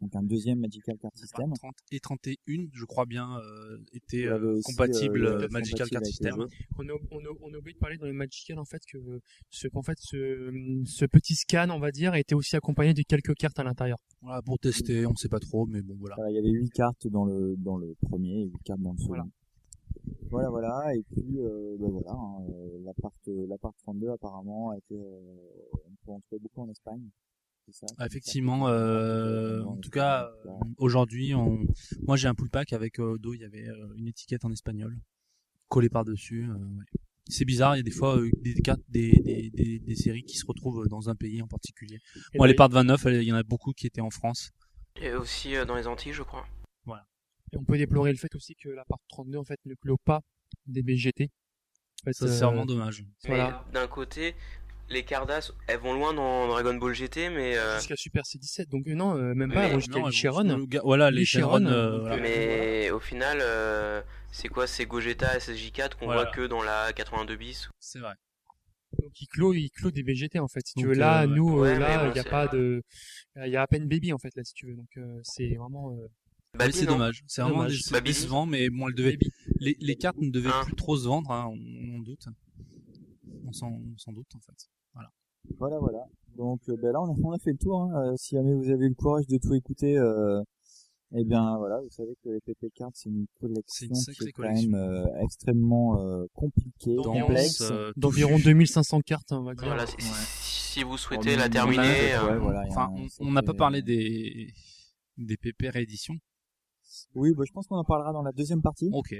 Speaker 5: Donc un deuxième Magical Card System.
Speaker 2: 30 et 31, je crois bien, euh, étaient
Speaker 5: Vous avez
Speaker 2: euh,
Speaker 5: aussi,
Speaker 2: compatibles
Speaker 5: euh,
Speaker 2: euh, Magical Card
Speaker 5: compatible
Speaker 2: System.
Speaker 5: avec
Speaker 6: On a, on, a, on a oublié de parler dans le Magical en fait que ce, qu'en fait ce, ce petit scan, on va dire, était aussi accompagné de quelques cartes à l'intérieur.
Speaker 2: Voilà, pour tester, on sait pas trop, mais bon, voilà.
Speaker 5: Voilà, il y avait 8 cartes dans le, dans le premier et 8 cartes dans le second. Voilà. Voilà, et puis euh, bah voilà, hein, euh, la part euh, la part 32 apparemment a été euh, on peut en trouver beaucoup en Espagne. C'est ça
Speaker 2: Ah, Effectivement, euh, en tout cas, euh, aujourd'hui, on... moi j'ai un pull pack avec euh, au dos, il y avait euh, une étiquette en espagnol collée par-dessus. euh, ouais. C'est bizarre, il y a des fois euh, des cartes, des, des, des, des séries qui se retrouvent dans un pays en particulier.
Speaker 4: Et dans
Speaker 2: Moi, les
Speaker 4: les-
Speaker 2: parts de 29, il y en a beaucoup qui étaient en France.
Speaker 4: Et aussi euh, dans les Antilles, je crois.
Speaker 6: Et on peut déplorer le fait aussi que la part 32 en fait ne clôt pas des BGT. En fait, euh,
Speaker 2: Ça, c'est vraiment dommage.
Speaker 6: Voilà.
Speaker 4: Mais D'un côté, les Cardass, elles vont loin dans Dragon Ball GT, mais... euh,
Speaker 6: Jusqu'à Super C17, donc euh, non, euh, même
Speaker 4: Mais-
Speaker 6: pas,
Speaker 4: non,
Speaker 6: jusqu'à
Speaker 4: elles vont-
Speaker 6: Lee Sharon.
Speaker 2: le gars- voilà,
Speaker 6: Lee
Speaker 2: les Sharon, euh,
Speaker 6: donc,
Speaker 2: voilà.
Speaker 4: Mais au final, euh, c'est quoi C'est Gogeta SSJ4 qu'on
Speaker 2: Voilà.
Speaker 4: voit que dans la 82 bis
Speaker 2: C'est vrai.
Speaker 6: Donc il clôt, il clôt des BGT en fait. Si tu
Speaker 2: Donc,
Speaker 6: veux, là,
Speaker 2: euh,
Speaker 6: nous, euh,
Speaker 2: ouais,
Speaker 6: là,
Speaker 2: mais
Speaker 6: il
Speaker 2: bon,
Speaker 6: n'y a
Speaker 2: c'est-
Speaker 6: pas de, il y a à peine baby en fait là, si tu veux. Donc euh, c'est vraiment. euh,
Speaker 4: Bah,
Speaker 2: Ouais, c'est dommage. C'est vraiment dé- c'est décevant, mais bon, elle devait... les, les cartes ne devaient plus trop se vendre, hein, on, on en doute. On s'en on s'en doute en fait. Voilà.
Speaker 5: Voilà, voilà. Donc euh, ben là, on a, on a fait le tour. hein. Euh, si jamais vous avez eu le courage de tout écouter, euh, eh bien voilà, vous savez que les PP cards, c'est une collection
Speaker 2: une sacrée
Speaker 5: qui est quand
Speaker 2: collection.
Speaker 5: même euh, extrêmement euh, compliquée,
Speaker 2: D'ambiance,
Speaker 5: complexe,
Speaker 2: euh,
Speaker 6: D'environ 2500 cartes, on va dire.
Speaker 4: Voilà, si- si vous souhaitez
Speaker 2: On a-
Speaker 4: la terminer,
Speaker 2: on a-
Speaker 4: euh,
Speaker 2: voilà, enfin,
Speaker 4: on-
Speaker 2: on-
Speaker 4: c'était-
Speaker 2: on n'a pas parlé des des PP rééditions.
Speaker 5: Oui, bah, je pense qu'on en parlera dans la deuxième partie.
Speaker 2: Ok.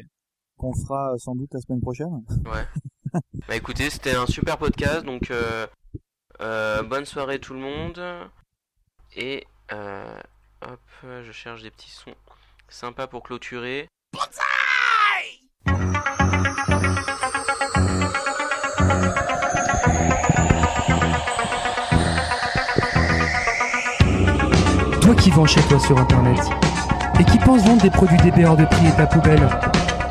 Speaker 5: Qu'on fera euh, sans doute la semaine prochaine.
Speaker 4: Ouais. bah écoutez, c'était un super podcast, donc euh, euh, bonne soirée tout le monde. Et euh, hop, je cherche des petits sons sympas pour clôturer.
Speaker 6: Toi qui vends chez toi sur internet et qui pense vendre des produits DB hors de prix et ta poubelle,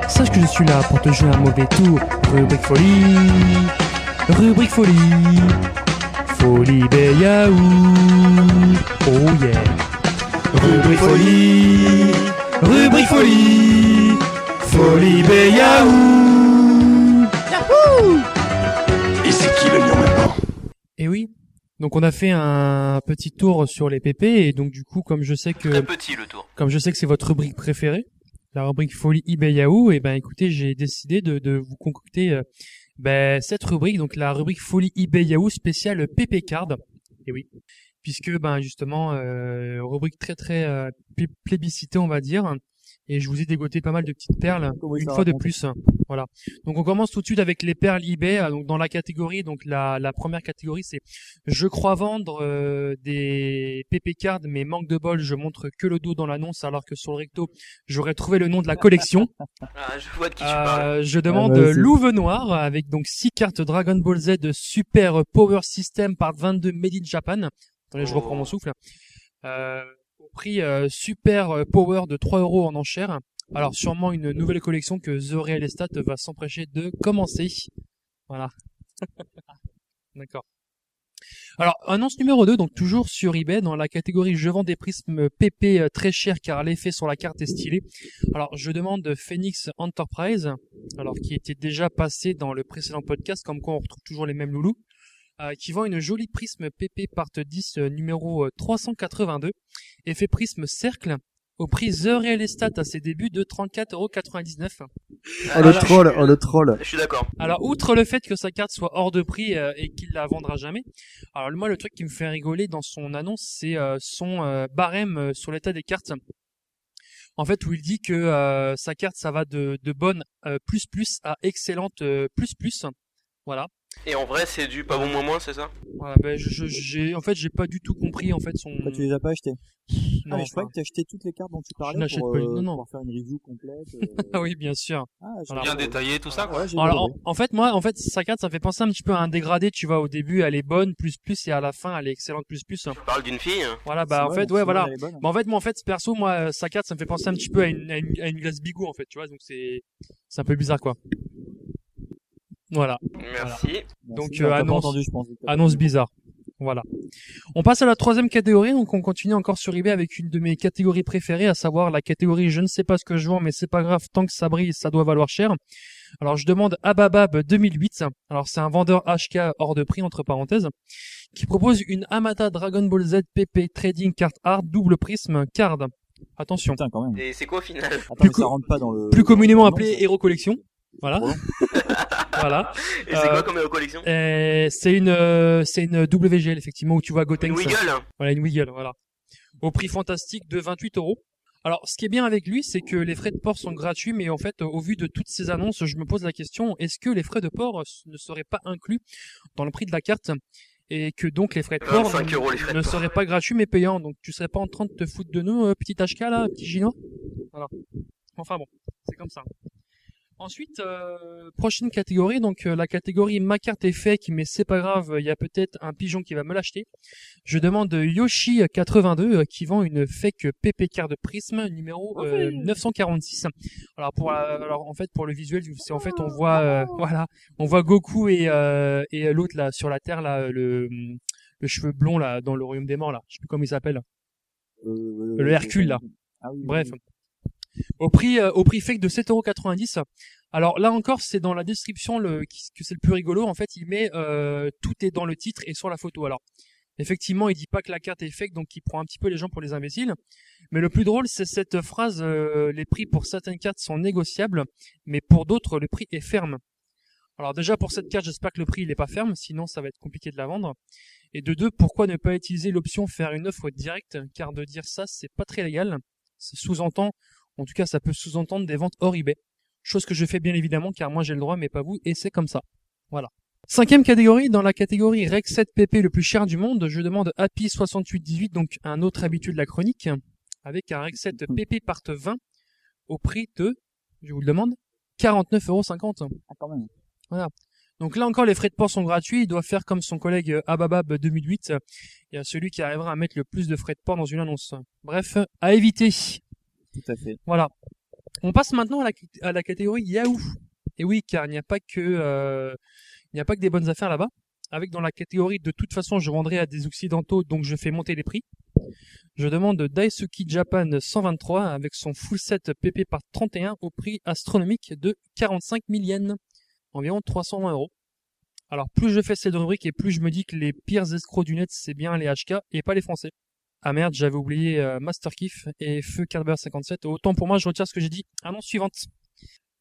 Speaker 6: sache que je suis là pour te jouer un mauvais tour. Rubrique folie, rubrique folie, folie des Yahoo. Oh yeah. Rubrique folie, rubrique folie, folie des Yahoo. Et c'est qui le lion maintenant Eh oui. Donc on a fait un petit tour sur les PP et donc du coup comme je sais que
Speaker 2: Euh,
Speaker 4: Très petit, le tour.
Speaker 6: comme je sais que c'est votre rubrique préférée, la rubrique folie eBay Yahoo, et ben écoutez j'ai décidé de, de vous concocter euh, ben, cette rubrique donc la rubrique folie eBay Yahoo spéciale PP card. Et oui, puisque ben justement euh, rubrique très très euh, plé- plébiscitée on va dire et je vous ai dégoté pas mal de petites perles
Speaker 5: Comment il
Speaker 6: une
Speaker 5: s'en
Speaker 6: fois de
Speaker 5: raconte.
Speaker 6: plus. Voilà. Donc on commence tout de suite avec les perles eBay euh, donc dans la catégorie donc la, la première catégorie c'est je crois vendre euh, des PP cards mais manque de bol je montre que le dos dans l'annonce alors que sur le recto j'aurais trouvé le nom de la collection.
Speaker 4: Ah, je vois de qui tu
Speaker 6: Euh,
Speaker 4: parles.
Speaker 6: je demande
Speaker 2: Ah bah, c'est-
Speaker 6: Louve Noir avec donc 6 cartes Dragon Ball Z de Super Power System par 22 Made in Japan. Attendez, je reprends mon souffle. Euh, au prix euh, Super Power de 3 euros en enchère. Alors sûrement une nouvelle collection que The Real Estate va s'empêcher de commencer. Voilà. D'accord. Alors, annonce numéro 2, donc toujours sur eBay, dans la catégorie Je vends des prismes PP euh, très chers car l'effet sur la carte est stylé. Alors, je demande Phoenix Enterprise, alors qui était déjà passé dans le précédent podcast, comme quoi on retrouve toujours les mêmes loulous, euh, qui vend une jolie prisme PP part 10 euh, numéro euh, 382, effet prisme cercle, au prix The Real Estate à ses débuts de 34,99€.
Speaker 12: Oh, le troll, oh, le troll.
Speaker 4: Je Ah, suis d'accord.
Speaker 6: Alors, outre le fait que sa carte soit hors de prix euh, et qu'il la vendra jamais, alors moi, le truc qui me fait rigoler dans son annonce, c'est euh, son euh, barème euh, sur l'état des cartes. En fait, où il dit que euh, sa carte, ça va de, de bonne euh, plus plus à excellente euh, plus plus. Voilà.
Speaker 4: Et en vrai, c'est du pas bon moins moins, c'est ça
Speaker 6: Voilà, ben, je, je- j'ai, en fait, j'ai pas du tout compris en fait son.
Speaker 5: Bah, tu les as pas achetées
Speaker 6: Mm. Non,
Speaker 5: ah, mais je
Speaker 6: enfin,
Speaker 5: crois que t'as acheté toutes les cartes dont tu
Speaker 6: je
Speaker 5: parlais
Speaker 6: n'achète
Speaker 5: pour,
Speaker 6: pas.
Speaker 5: euh,
Speaker 6: Non, non.
Speaker 5: pour faire une review complète. euh.
Speaker 6: Ah oui, bien sûr. Voilà.
Speaker 8: Bien détaillé tout
Speaker 5: Ah,
Speaker 8: ça, quoi.
Speaker 6: Alors, en, en fait, moi, en fait, sa carte, ça fait penser un petit peu à un dégradé. Tu vois, au début, elle est bonne plus plus, et à la fin, elle est excellente plus plus.
Speaker 4: Je parle d'une fille.
Speaker 6: Voilà, bah en fait, ouais, voilà. Bah, en fait, moi, en fait, perso, moi, euh, sa carte, ça me fait penser un petit peu à une, à une, à une glace Bigot, en fait, tu vois. Donc c'est, c'est un peu bizarre, quoi. Voilà.
Speaker 4: Merci.
Speaker 6: Donc euh,
Speaker 5: on t'a pas
Speaker 6: annonce,
Speaker 5: entendu, je pense, Victor.
Speaker 6: annonce bizarre. Voilà. On passe à la troisième catégorie, donc on continue encore sur eBay avec une de mes catégories préférées, à savoir la catégorie je ne sais pas ce que je vends, mais c'est pas grave, tant que ça brille, ça doit valoir cher. Alors je demande Ababab 2008, alors c'est un vendeur HK hors de prix entre parenthèses, qui propose une Amata Dragon Ball Z PP Trading Card Art double prisme card. Attention.
Speaker 4: Et c'est quoi au final
Speaker 5: Euh,
Speaker 6: Plus co- plus communément
Speaker 4: Non,
Speaker 6: appelé Hero Collection. Voilà. voilà.
Speaker 4: Et c'est quoi comme Hero Collection
Speaker 6: euh, C'est une, euh, c'est une WGL effectivement où tu vois Gotenks.
Speaker 4: Une Wiggle.
Speaker 6: Voilà une Wiggle. Voilà. Au prix fantastique de 28 euros. Alors, ce qui est bien avec lui, c'est que les frais de port sont gratuits, mais en fait, euh, au vu de toutes ces annonces, je me pose la question est-ce que les frais de port euh, ne seraient pas inclus dans le prix de la carte et que donc les frais de port
Speaker 4: 25 euros, les frais de
Speaker 6: ne
Speaker 4: port.
Speaker 6: seraient pas gratuits mais payants Donc, tu serais pas en train de te foutre de nous, euh, petit HK là, petit Gino Voilà. Enfin bon, c'est comme ça. Ensuite, euh, prochaine catégorie, donc euh, la catégorie ma carte est faite, mais c'est pas grave, il y a peut-être un pigeon qui va me l'acheter. Je demande Yoshi82 euh, qui vend une fake PP card prisme numéro euh, 946. Alors pour la- alors en fait pour le visuel, c'est en fait on voit euh, voilà, on voit Goku et euh, et l'autre là sur la terre là le le cheveu blond là dans le royaume des morts là, je sais plus comment il s'appelle.
Speaker 5: Euh,
Speaker 6: Le Hercule là.
Speaker 5: Ah oui, oui,
Speaker 6: Bref.
Speaker 5: oui.
Speaker 6: Au prix, euh, au prix fake de 7,90€. Alors là encore, c'est dans la description le, qui- que c'est le plus rigolo. En fait, il met euh, tout est dans le titre et sur la photo. Alors effectivement, il dit pas que la carte est fake, donc il prend un petit peu les gens pour les imbéciles. Mais le plus drôle, c'est cette phrase euh, les prix pour certaines cartes sont négociables, mais pour d'autres, le prix est ferme. Alors déjà pour cette carte, j'espère que le prix il est pas ferme, sinon ça va être compliqué de la vendre. Et de deux, pourquoi ne pas utiliser l'option faire une offre directe Car de dire ça, c'est pas très légal. Ça sous-entend, en tout cas, ça peut sous-entendre des ventes hors eBay. Chose que je fais bien évidemment, car moi j'ai le droit, mais pas vous, et c'est comme ça. Voilà. Cinquième catégorie, dans la catégorie Rec 7 PP le plus cher du monde, je demande Happy 6818, donc un autre habitué de la chronique, avec un Rec 7 PP part 20 au prix de, je vous le demande, 49,50€. Ah, quand même. Voilà. Donc là encore, les frais de port sont gratuits. Il doit faire comme son collègue euh, Ababab 2008. euh, Il y a celui qui arrivera à mettre le plus de frais de port dans une annonce. Bref, euh, à éviter.
Speaker 5: Tout à fait.
Speaker 6: Voilà. On passe maintenant à la, à la catégorie Yahoo. Et oui, car il n'y a pas que euh, il n'y a pas que des bonnes affaires là-bas. Avec dans la catégorie de toute façon, je vendrai à des occidentaux, donc je fais monter les prix. Je demande Daisuki Japan 123 avec son full set PP par 31 au prix astronomique de 45 000 yens, environ 320 euros. Alors plus je fais cette rubrique et plus je me dis que les pires escrocs du net, c'est bien les HK et pas les Français. Ah merde, j'avais oublié euh, Master Kiff et Feu Kerber 57. Autant pour moi, je retire ce que j'ai dit. Annonce suivante.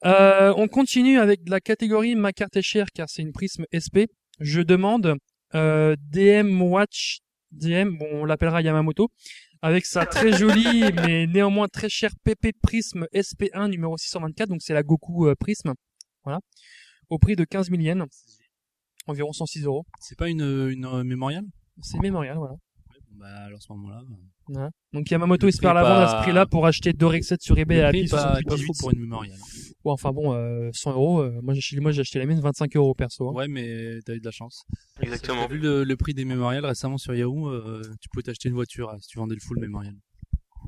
Speaker 6: Euh, on continue avec la catégorie ma carte est chère car c'est une prisme SP. Je demande euh, DM Watch DM, bon, on l'appellera Yamamoto, avec sa très jolie mais néanmoins très chère PP Prism SP1 numéro 624, donc c'est la Goku euh, Prism, voilà, au prix de 15 000 yens, environ 106 euros.
Speaker 2: C'est pas une, une euh, mémorial
Speaker 6: C'est mémorial, voilà.
Speaker 2: Bah, alors à ce moment-là.
Speaker 6: Voilà. Donc Yamamoto
Speaker 2: Le
Speaker 6: espère
Speaker 2: prix
Speaker 6: la vendre à
Speaker 2: pas-
Speaker 6: ce prix-là pour acheter 2 Rexet sur eBay
Speaker 2: Le
Speaker 6: à
Speaker 2: prix pas- pas
Speaker 6: 18
Speaker 2: fou pour une mémorial.
Speaker 6: Ouais, enfin bon, euh, 100 euros, euh, moi j'ai acheté- moi, j'ai acheté la mienne 25 euros perso. hein.
Speaker 2: Ouais, mais t'as eu de la chance.
Speaker 4: Exactement.
Speaker 2: T'as vu le, le prix des mémorials récemment sur Yahoo euh, Tu pouvais t'acheter une voiture euh, si tu vendais le full mémorial.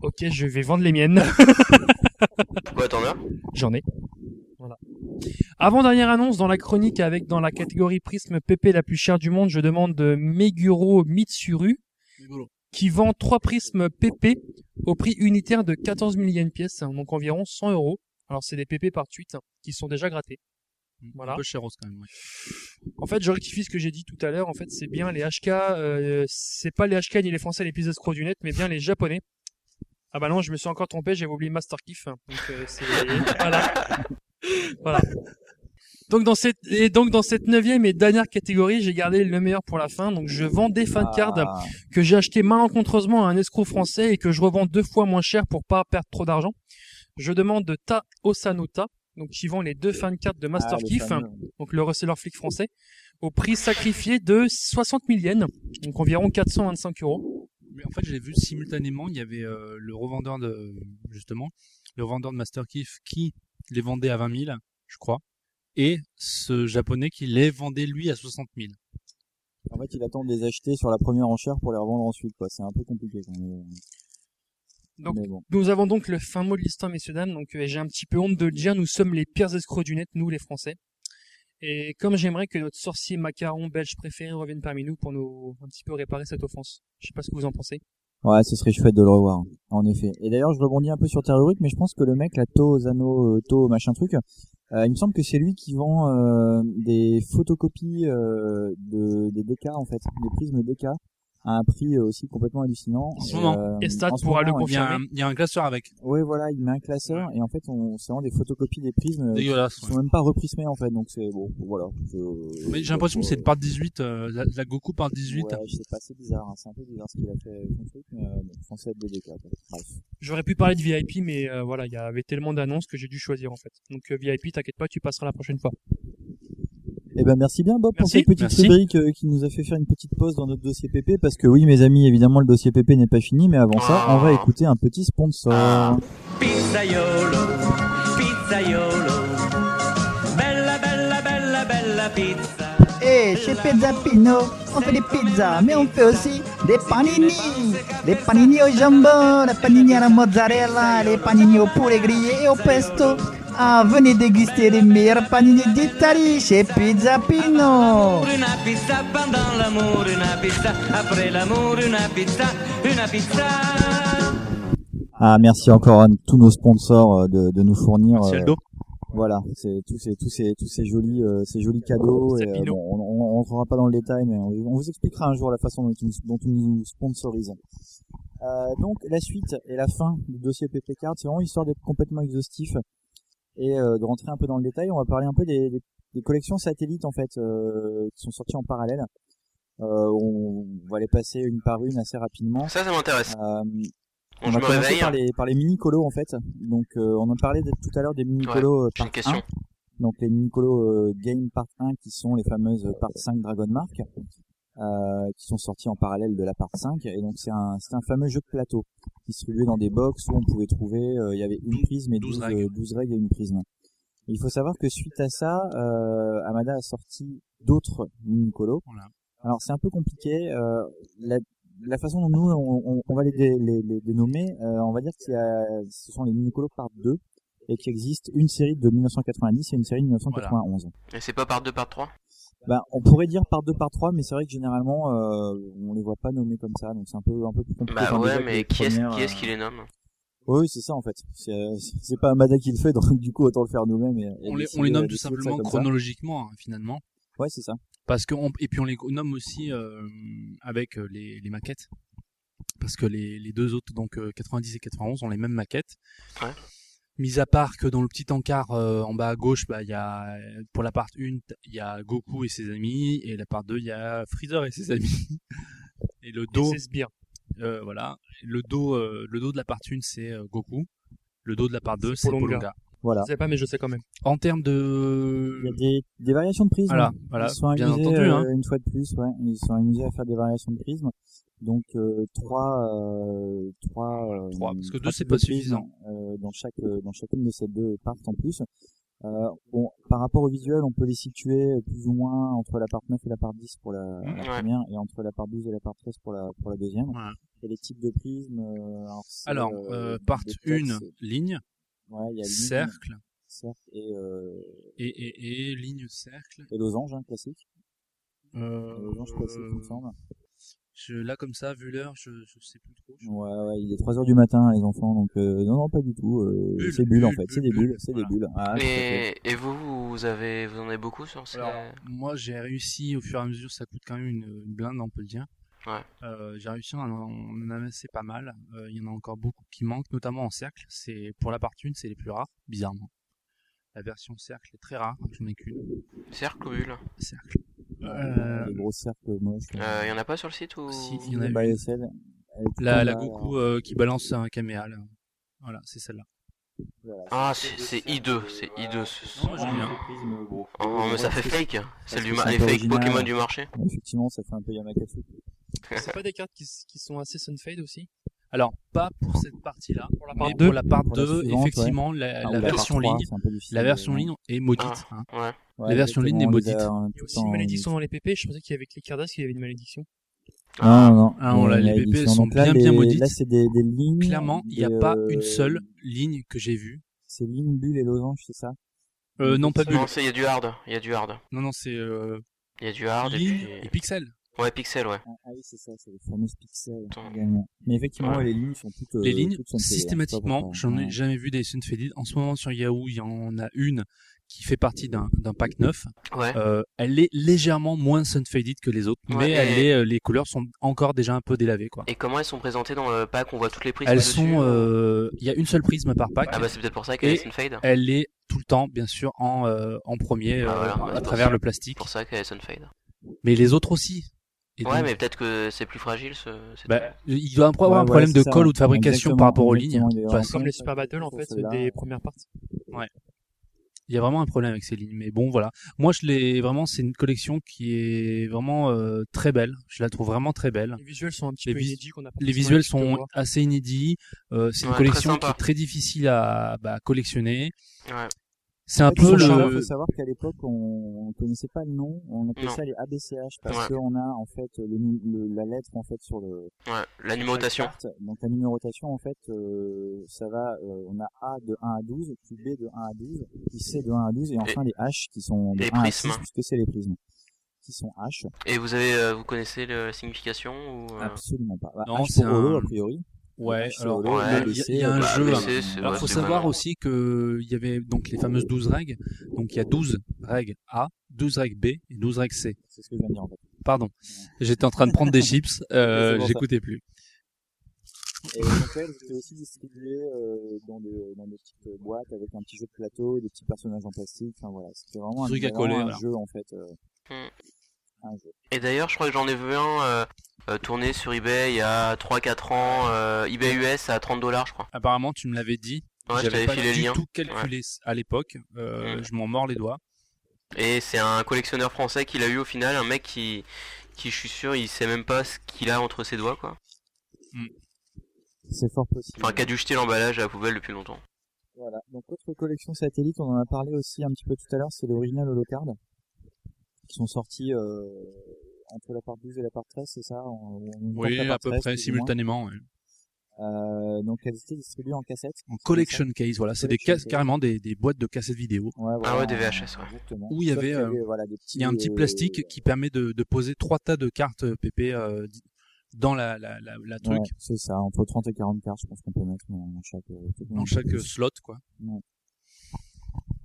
Speaker 6: Ok, je vais vendre les miennes.
Speaker 4: Pourquoi t'en as
Speaker 6: J'en ai. Voilà. Avant dernière annonce dans la chronique avec dans la catégorie prisme PP la plus chère du monde, je demande de Meguro Mitsuru qui vend trois prismes PP au prix unitaire de 14 000 yens pièce, hein, donc environ 100 euros. Alors c'est des PP par tweet hein, qui sont déjà grattés. Voilà.
Speaker 2: Un peu chéros quand même. ouais.
Speaker 6: En fait, je rectifie ce que j'ai dit tout à l'heure. En fait, c'est bien les HK, euh, c'est pas les HK ni les Français les plus escrocs du net, mais bien les Japonais. Ah bah non, je me suis encore trompé, j'avais oublié Master Kiff. hein. Donc euh, c'est voilà. voilà. Donc dans cette et donc dans cette neuvième et dernière catégorie, j'ai gardé le meilleur pour la fin. Donc je vends des fan cards
Speaker 5: Ah.
Speaker 6: que j'ai acheté malencontreusement à un escroc français et que je revends deux fois moins cher pour pas perdre trop d'argent. Je demande de Ta Osanota, donc qui vend les deux fan cards de Master
Speaker 5: Ah, les
Speaker 6: Kiff,
Speaker 5: fameux.
Speaker 6: donc le reseller flic français, au prix sacrifié de 60 000 yens, donc environ 425 euros.
Speaker 2: Mais en fait, j'ai vu simultanément, il y avait euh, le revendeur de justement, le revendeur de Master Kiff qui les vendait à 20 000, je crois, et ce japonais qui les vendait lui à 60 000.
Speaker 5: En fait, il attend de les acheter sur la première enchère pour les revendre ensuite, quoi. C'est un peu compliqué. quand même.
Speaker 6: Donc,
Speaker 5: Mais bon.
Speaker 6: Nous avons donc le fin mot de l'histoire, messieurs dames. Donc, euh, j'ai un petit peu honte de le dire, nous sommes les pires escrocs du net, nous, les Français. Et comme j'aimerais que notre sorcier macaron belge préféré revienne parmi nous pour nous un petit peu réparer cette offense. Je sais pas ce que vous en pensez.
Speaker 5: Ouais, ce serait chouette de le revoir. En effet. Et d'ailleurs, je rebondis un peu sur ta rubrique, mais je pense que le mec, là, To, Zano, euh, To, machin truc, euh, il me semble que c'est lui qui vend euh, des photocopies euh, de, des DK, en fait, des prismes DK, à un prix euh, aussi complètement hallucinant.
Speaker 2: En ce moment,
Speaker 5: Euh,
Speaker 2: Estat
Speaker 5: en ce
Speaker 2: pourra
Speaker 5: moment,
Speaker 2: le
Speaker 5: ouais.
Speaker 2: confirmer. Il y a un- il y a un classeur avec.
Speaker 5: Oui, voilà, il met un classeur, et en fait, on c'est vraiment des photocopies des prismes euh,
Speaker 2: Dégueulasse,
Speaker 5: qui sont même pas reprismés, en fait, donc c'est bon, voilà. Je-
Speaker 2: Mais j'ai l'impression que c'est
Speaker 5: je-
Speaker 2: le part 18, euh, la, la Goku par 18.
Speaker 5: Ouais, je sais pas, c'est bizarre, hein. c'est un peu bizarre ce qu'il a fait son truc, mais euh, bon, censé être des DK, quoi. Bref.
Speaker 6: J'aurais pu parler de VIP, mais euh, voilà, il y avait tellement d'annonces que j'ai dû choisir en fait. Donc euh, VIP, t'inquiète pas, tu passeras la prochaine fois.
Speaker 5: Eh ben merci bien Bob pour
Speaker 6: Merci.
Speaker 5: cette petite
Speaker 6: Merci.
Speaker 5: rubrique euh, qui nous a fait faire une petite pause dans notre dossier PP parce que oui mes amis évidemment le dossier PP n'est pas fini mais avant ça on va écouter un petit sponsor.
Speaker 19: Pizzaiolo, pizzaiolo, bella bella bella bella pizza.
Speaker 20: Et Eh, chez Pizza Pino, on fait des pizzas, mais on fait aussi des panini. Des panini au jambon, des panini à la mozzarella, des panini au poulet grillé et au pesto. Ah, venez déguster les meilleurs panini d'Italie chez Pizza Pino.
Speaker 19: Una pizza pendant l'amour, una pizza après l'amour, una pizza, una pizza.
Speaker 5: Ah merci encore à tous nos sponsors euh, de, de nous fournir
Speaker 2: Merci,
Speaker 5: euh,
Speaker 2: Aldo.
Speaker 5: Voilà, c'est tous ces tous ces tous ces jolis euh, ces jolis cadeaux. Et, euh,
Speaker 6: Sapino.
Speaker 5: bon, on, on, on rentrera pas dans le détail, mais on, on vous expliquera un jour la façon dont, ils nous- dont ils nous sponsorisons. Euh, donc la suite et la fin du dossier PP Card, c'est vraiment histoire d'être complètement exhaustif et euh, de rentrer un peu dans le détail. On va parler un peu des, des, des collections satellites en fait euh, qui sont sorties en parallèle. Euh, on, on va les passer une par une assez rapidement.
Speaker 4: Ça, ça m'intéresse.
Speaker 5: Euh,
Speaker 4: Bon,
Speaker 5: on
Speaker 4: je
Speaker 5: va
Speaker 4: me
Speaker 5: commencer
Speaker 4: réveille. hein.
Speaker 5: par les par les mini colos en fait. Donc euh, on en parlait d- tout à l'heure des mini
Speaker 4: Ouais,
Speaker 5: colos euh,
Speaker 4: j'ai une
Speaker 5: par
Speaker 4: question.
Speaker 5: 1. Donc les mini colos euh, game part 1 qui sont les fameuses euh, part 5 Dragon Mark euh, qui sont sortis en parallèle de la part 5 et donc c'est un c'est un fameux jeu de plateau distribué dans des box où on pouvait trouver euh, il y avait une prisme et 12, euh, 12 règles. et une prisme. Et il faut savoir que suite à ça, euh, Amada a sorti d'autres mini colos. Alors c'est un peu compliqué. euh, la, la façon dont nous on, on- on va les, dé- les- les dénommer, euh, on va dire qu'il y a, ce sont les mini-colos par deux et qu'il existe une série de 1990 et une série de 1991.
Speaker 4: Et c'est pas par 2, par 3
Speaker 5: Ben, on pourrait dire par deux par trois, mais c'est vrai que généralement euh, on les voit pas nommés comme ça, donc c'est un peu un peu plus compliqué.
Speaker 4: Bah
Speaker 5: Enfin, déjà
Speaker 4: ouais,
Speaker 5: que les
Speaker 4: mais qui est-ce
Speaker 5: premières,
Speaker 4: qui, est-ce
Speaker 5: euh,
Speaker 4: qui les nomme
Speaker 5: Oui, c'est ça en fait. C'est euh, c'est pas Amada qui le fait, donc du coup autant le faire nous-mêmes. et- et
Speaker 2: on les, on
Speaker 5: décider-
Speaker 2: les nomme tout
Speaker 5: décider de ça
Speaker 2: simplement
Speaker 5: comme ça.
Speaker 2: chronologiquement hein, finalement.
Speaker 5: Ouais, c'est ça.
Speaker 2: Parce que on- et puis on les nomme aussi euh, avec euh, les, les maquettes. Parce que les, les deux autres, donc euh, 90 et 91, ont les mêmes maquettes. Mis à part que dans le petit encart euh, en bas à gauche, bah, il y a, euh, pour la part 1, il y a Goku et ses amis, et la part 2, il y a Freezer et ses amis. et le dos.
Speaker 6: ses sbires.
Speaker 2: Euh, voilà. Le dos, euh, le dos de la part 1, c'est euh, Goku. Le dos de la part 2, c'est
Speaker 6: Polonga.
Speaker 2: Polonga.
Speaker 5: Voilà.
Speaker 6: Je sais pas, mais je sais quand même.
Speaker 2: En termes de.
Speaker 5: Il y a des, des variations de prismes.
Speaker 2: Hmm. Voilà, voilà,
Speaker 5: Ils se sont amusés,
Speaker 2: bien entendu,
Speaker 5: euh,
Speaker 2: hein.
Speaker 5: une fois de plus, ouais. Ils se sont amusés à faire des variations de prismes. Donc, euh, trois, euh, trois, euh,
Speaker 2: Trois, parce que
Speaker 5: trois
Speaker 2: deux, c'est
Speaker 5: types
Speaker 2: pas
Speaker 5: de prismes,
Speaker 2: suffisant.
Speaker 5: euh, dans chaque, euh, dans chacune de ces deux parts en plus. Euh, bon, par rapport au visuel, on peut les situer euh, plus ou moins entre la part 9 et la part 10 pour la, la
Speaker 2: Mmh, ouais.
Speaker 5: première et entre la part 12 et la part 13 pour la, pour la deuxième.
Speaker 2: Ouais.
Speaker 5: Et les types de prismes, euh, alors, c'est,
Speaker 2: Alors, euh, part
Speaker 5: des textes,
Speaker 2: une, ligne,
Speaker 5: Ouais, il y a ligne,
Speaker 2: cercle.
Speaker 5: cercle et, euh,
Speaker 2: et, et, et ligne, cercle.
Speaker 5: et losange, hein, classique.
Speaker 2: Euh,
Speaker 5: losange classique, il me semble.
Speaker 2: je, là, comme ça, vu l'heure, je, je sais plus trop.
Speaker 5: Ouais, ouais, il est 3 heures du matin, les enfants, donc euh, non, non, pas du tout. euh, c'est bulle, en fait, c'est des bulles, c'est des bulles. Ah, tout à fait.
Speaker 4: et, et vous, vous avez, vous en avez beaucoup sur ces...
Speaker 2: Moi, j'ai réussi au fur et à mesure, ça coûte quand même une, une blinde, on peut le dire. Euh, j'ai réussi, on en, on en a amassé pas mal. Euh, Il y en a encore beaucoup qui manquent, notamment en cercle. C'est Pour la part 1, c'est les plus rares, bizarrement. La version cercle est très rare, j'en ai qu'une.
Speaker 4: Cercle ou bulle
Speaker 2: Cercle. Euh,
Speaker 5: Des gros cercles moches. euh,
Speaker 4: Il Euh, y en a pas sur le site ou
Speaker 2: il y en a
Speaker 5: Bah,
Speaker 2: une.
Speaker 5: les selles, elle est
Speaker 2: La,
Speaker 5: pas
Speaker 2: la
Speaker 5: mal,
Speaker 2: Goku euh, qui balance un caméa, là. Voilà, c'est celle-là.
Speaker 4: Ah, c'est c'est I2, c'est I2. ce-
Speaker 2: Non, j'aime bien.
Speaker 4: Oh, mais ça fait fake.
Speaker 5: Parce
Speaker 4: C'est
Speaker 5: que
Speaker 4: du ma-
Speaker 5: un
Speaker 4: les
Speaker 5: peu
Speaker 4: fake
Speaker 5: original.
Speaker 4: Pokémon du marché.
Speaker 5: Effectivement, ça fait un peu Yamakasi.
Speaker 6: C'est pas des cartes qui, s- qui sont assez sunfade aussi
Speaker 2: Alors, pas pour cette partie-là. Pour
Speaker 6: la part
Speaker 2: Mais
Speaker 6: 2,
Speaker 2: pour la part
Speaker 6: Pour la
Speaker 2: 2,
Speaker 6: suivante,
Speaker 2: effectivement,
Speaker 6: ouais.
Speaker 2: la,
Speaker 6: Ah, ou
Speaker 2: la
Speaker 6: la
Speaker 2: version
Speaker 6: part 3,
Speaker 2: ligne,
Speaker 6: c'est un peu difficile,
Speaker 2: la version
Speaker 5: euh,
Speaker 6: ouais.
Speaker 2: ligne est maudite.
Speaker 6: Ah,
Speaker 2: hein.
Speaker 6: ouais.
Speaker 2: la
Speaker 6: Ouais,
Speaker 2: version ligne est
Speaker 6: exactement, on les
Speaker 2: maudite.
Speaker 6: a- Il y a aussi une
Speaker 5: euh,
Speaker 6: malédiction dans les PP. Je pensais qu'il y avait que les Cardas qui avaient une malédiction.
Speaker 5: Ah, non,
Speaker 2: Ah, on
Speaker 5: euh,
Speaker 2: l'a-
Speaker 5: la
Speaker 2: les BP
Speaker 5: édition.
Speaker 2: sont
Speaker 5: Donc là,
Speaker 2: bien,
Speaker 5: les-
Speaker 2: bien maudites.
Speaker 5: Là, c'est des, des lignes.
Speaker 2: Clairement, il n'y a
Speaker 5: des,
Speaker 2: pas
Speaker 5: euh,
Speaker 2: une seule ligne que j'ai vue.
Speaker 5: C'est lignes, bulles et losanges, c'est ça
Speaker 2: Euh, non, pas bulle.
Speaker 4: Non, c'est- il y a du hard. Il y a du hard.
Speaker 2: Non, non, c'est. euh,
Speaker 4: Il y a du hard et
Speaker 2: ligne
Speaker 4: puis-
Speaker 2: et pixel.
Speaker 5: euh,
Speaker 4: Ouais, pixel, ouais.
Speaker 5: Ah oui, c'est ça, c'est les fameuses pixels également. Mais effectivement,
Speaker 2: Ouais.
Speaker 5: les lignes sont toutes. euh,
Speaker 2: les lignes,
Speaker 5: toutes sont payées, hein,
Speaker 2: systématiquement,
Speaker 5: c'est pas
Speaker 2: j'en
Speaker 5: pour-
Speaker 2: ai jamais vu des Sunfaded. En ce moment, sur Yahoo, il y en a une qui fait partie d'un d'un pack neuf.
Speaker 4: Ouais.
Speaker 2: Euh, elle est légèrement moins Sunfaded que les autres,
Speaker 4: Ouais,
Speaker 2: mais
Speaker 4: et-
Speaker 2: elle est, euh, les couleurs sont encore déjà un peu délavées. Quoi.
Speaker 4: Et comment elles sont présentées dans le pack On voit toutes les prises
Speaker 2: Elles
Speaker 4: dessus.
Speaker 2: sont, euh, il y a une seule prisme par pack.
Speaker 4: Ah bah, c'est peut-être pour ça qu'elle
Speaker 2: Et
Speaker 4: est Sunfade.
Speaker 2: Elle est tout le temps, bien sûr, en, euh, en premier,
Speaker 4: Ah,
Speaker 2: euh,
Speaker 4: voilà, ouais,
Speaker 2: à
Speaker 4: c'est
Speaker 2: travers
Speaker 4: pour
Speaker 2: le
Speaker 4: ça-
Speaker 2: plastique.
Speaker 4: Pour ça qu'elle est Sunfade.
Speaker 2: Mais les autres aussi. Et
Speaker 4: Ouais,
Speaker 2: donc,
Speaker 4: mais peut-être que c'est plus fragile. Ce... c'est
Speaker 2: bah,
Speaker 4: tout.
Speaker 2: il doit avoir un
Speaker 5: Ouais,
Speaker 2: problème
Speaker 5: ouais,
Speaker 2: de
Speaker 5: c'est
Speaker 2: colle
Speaker 5: ça.
Speaker 2: ou de fabrication
Speaker 5: Exactement,
Speaker 2: par rapport aux lignes.
Speaker 5: exactement, il est
Speaker 2: parce-
Speaker 6: Comme les Super Battle, en fait,
Speaker 5: celle-là,
Speaker 6: des premières parties.
Speaker 2: Ouais. Il y a vraiment un problème avec ces lignes, mais bon voilà. Moi je l'ai vraiment, c'est une collection qui est vraiment euh, très belle. Je la trouve vraiment très belle.
Speaker 6: Les visuels sont un petit
Speaker 2: Les
Speaker 6: peu
Speaker 2: vis-
Speaker 6: inédits qu'on a pas
Speaker 2: les
Speaker 6: forcément
Speaker 2: visuels
Speaker 6: l'habitude de
Speaker 2: sont
Speaker 6: voir.
Speaker 2: assez inédits. Euh, c'est une
Speaker 6: Ouais,
Speaker 2: collection
Speaker 6: très
Speaker 2: qui
Speaker 6: sympa.
Speaker 2: est très difficile à bah, collectionner.
Speaker 4: Ouais.
Speaker 2: C'est un
Speaker 5: En fait,
Speaker 2: peu
Speaker 5: faut savoir- faut
Speaker 2: le.
Speaker 5: savoir qu'à l'époque, on on connaissait pas le nom, on appelait
Speaker 4: Non.
Speaker 5: ça les ABCH parce
Speaker 4: Ouais.
Speaker 5: qu'on a en fait le nu- le- la lettre en fait sur le
Speaker 4: Ouais, la numérotation.
Speaker 5: sur la carte. Donc la numérotation en fait, euh, ça va, euh, on a A de 1 à 12, puis B de 1 à 12, puis C de 1 à 12 et enfin les H qui sont de
Speaker 4: les
Speaker 5: 1
Speaker 4: prismes.
Speaker 5: à 6 puisque c'est les prismes qui sont H.
Speaker 4: Et vous avez, euh, vous connaissez le- la signification ou euh,
Speaker 2: Ah,
Speaker 5: Absolument pas. Bah,
Speaker 2: Non,
Speaker 5: H
Speaker 2: c'est
Speaker 5: pour Olo,
Speaker 2: un.
Speaker 5: a priori.
Speaker 2: Ouais,
Speaker 8: Sur
Speaker 2: alors
Speaker 8: le
Speaker 2: il y a- il y, a un
Speaker 5: euh,
Speaker 8: LBC,
Speaker 2: jeu.
Speaker 8: bah,
Speaker 2: hein.
Speaker 8: LBC, c'est-
Speaker 2: Alors,
Speaker 8: ouais,
Speaker 2: faut
Speaker 8: c'est
Speaker 2: savoir
Speaker 8: vraiment-
Speaker 2: aussi que il y avait donc les fameuses 12 règles. Donc il y a 12 règles A, 12 règles B et 12 règles C.
Speaker 5: C'est ce que je viens de dire en fait.
Speaker 2: Pardon, j'étais en train de prendre des chips, euh,
Speaker 5: C'est pour ça.
Speaker 2: j'écoutais plus.
Speaker 5: Et donc elle était aussi distribuée euh, dans, des, dans des petites boîtes avec un petit jeu de plateau, des petits personnages en plastique. Enfin voilà, c'était vraiment un,
Speaker 2: Truc à
Speaker 5: vraiment
Speaker 2: coller,
Speaker 5: un
Speaker 2: voilà.
Speaker 5: jeu en fait. euh, un jeu.
Speaker 4: Et d'ailleurs, je crois que j'en ai vu un euh, euh, tourner sur eBay il y a 3-4 ans, euh, eBay US à 30 dollars, je crois.
Speaker 2: Apparemment, tu me l'avais dit.
Speaker 4: Ouais, je t'avais
Speaker 2: J'avais pas
Speaker 4: filé le
Speaker 2: du
Speaker 4: lien.
Speaker 2: tout calculé à l'époque. Euh, Je m'en mords les doigts.
Speaker 4: Et c'est un collectionneur français qu'il a eu au final, un mec qui, qui je suis sûr, il sait même pas ce qu'il a entre ses doigts, quoi.
Speaker 5: C'est fort possible.
Speaker 4: Enfin, qui a dû jeter l'emballage à la poubelle depuis longtemps.
Speaker 5: Voilà. Donc autre collection satellite, on en a parlé aussi un petit peu tout à l'heure, c'est l'original Holocard, qui sont sortis euh, entre la part 12 et la part 13, c'est ça On- on- on compte
Speaker 2: Oui,
Speaker 5: la part
Speaker 2: à peu
Speaker 5: 13,
Speaker 2: près
Speaker 5: plus ou moins.
Speaker 2: simultanément. ouais.
Speaker 5: Euh, donc elles étaient distribuées en cassette.
Speaker 2: En collection case, voilà, c'est des
Speaker 5: Collection
Speaker 2: cas-
Speaker 5: case.
Speaker 2: carrément des, des boîtes de cassettes vidéo.
Speaker 5: voilà, Ah ouais, des VHS, ouais. exactement.
Speaker 2: Où il y
Speaker 5: Sauf
Speaker 2: avait,
Speaker 5: qu'il y avait,
Speaker 2: euh,
Speaker 5: voilà, des petits,
Speaker 2: il y a un petit
Speaker 5: euh,
Speaker 2: plastique qui permet de, de poser trois tas de cartes PP euh, di- dans la, la, la, la truc,
Speaker 5: Ouais, c'est ça, entre 30 et 40 cartes, je pense qu'on peut mettre dans dans chaque, euh,
Speaker 2: dans chaque euh, slot, quoi.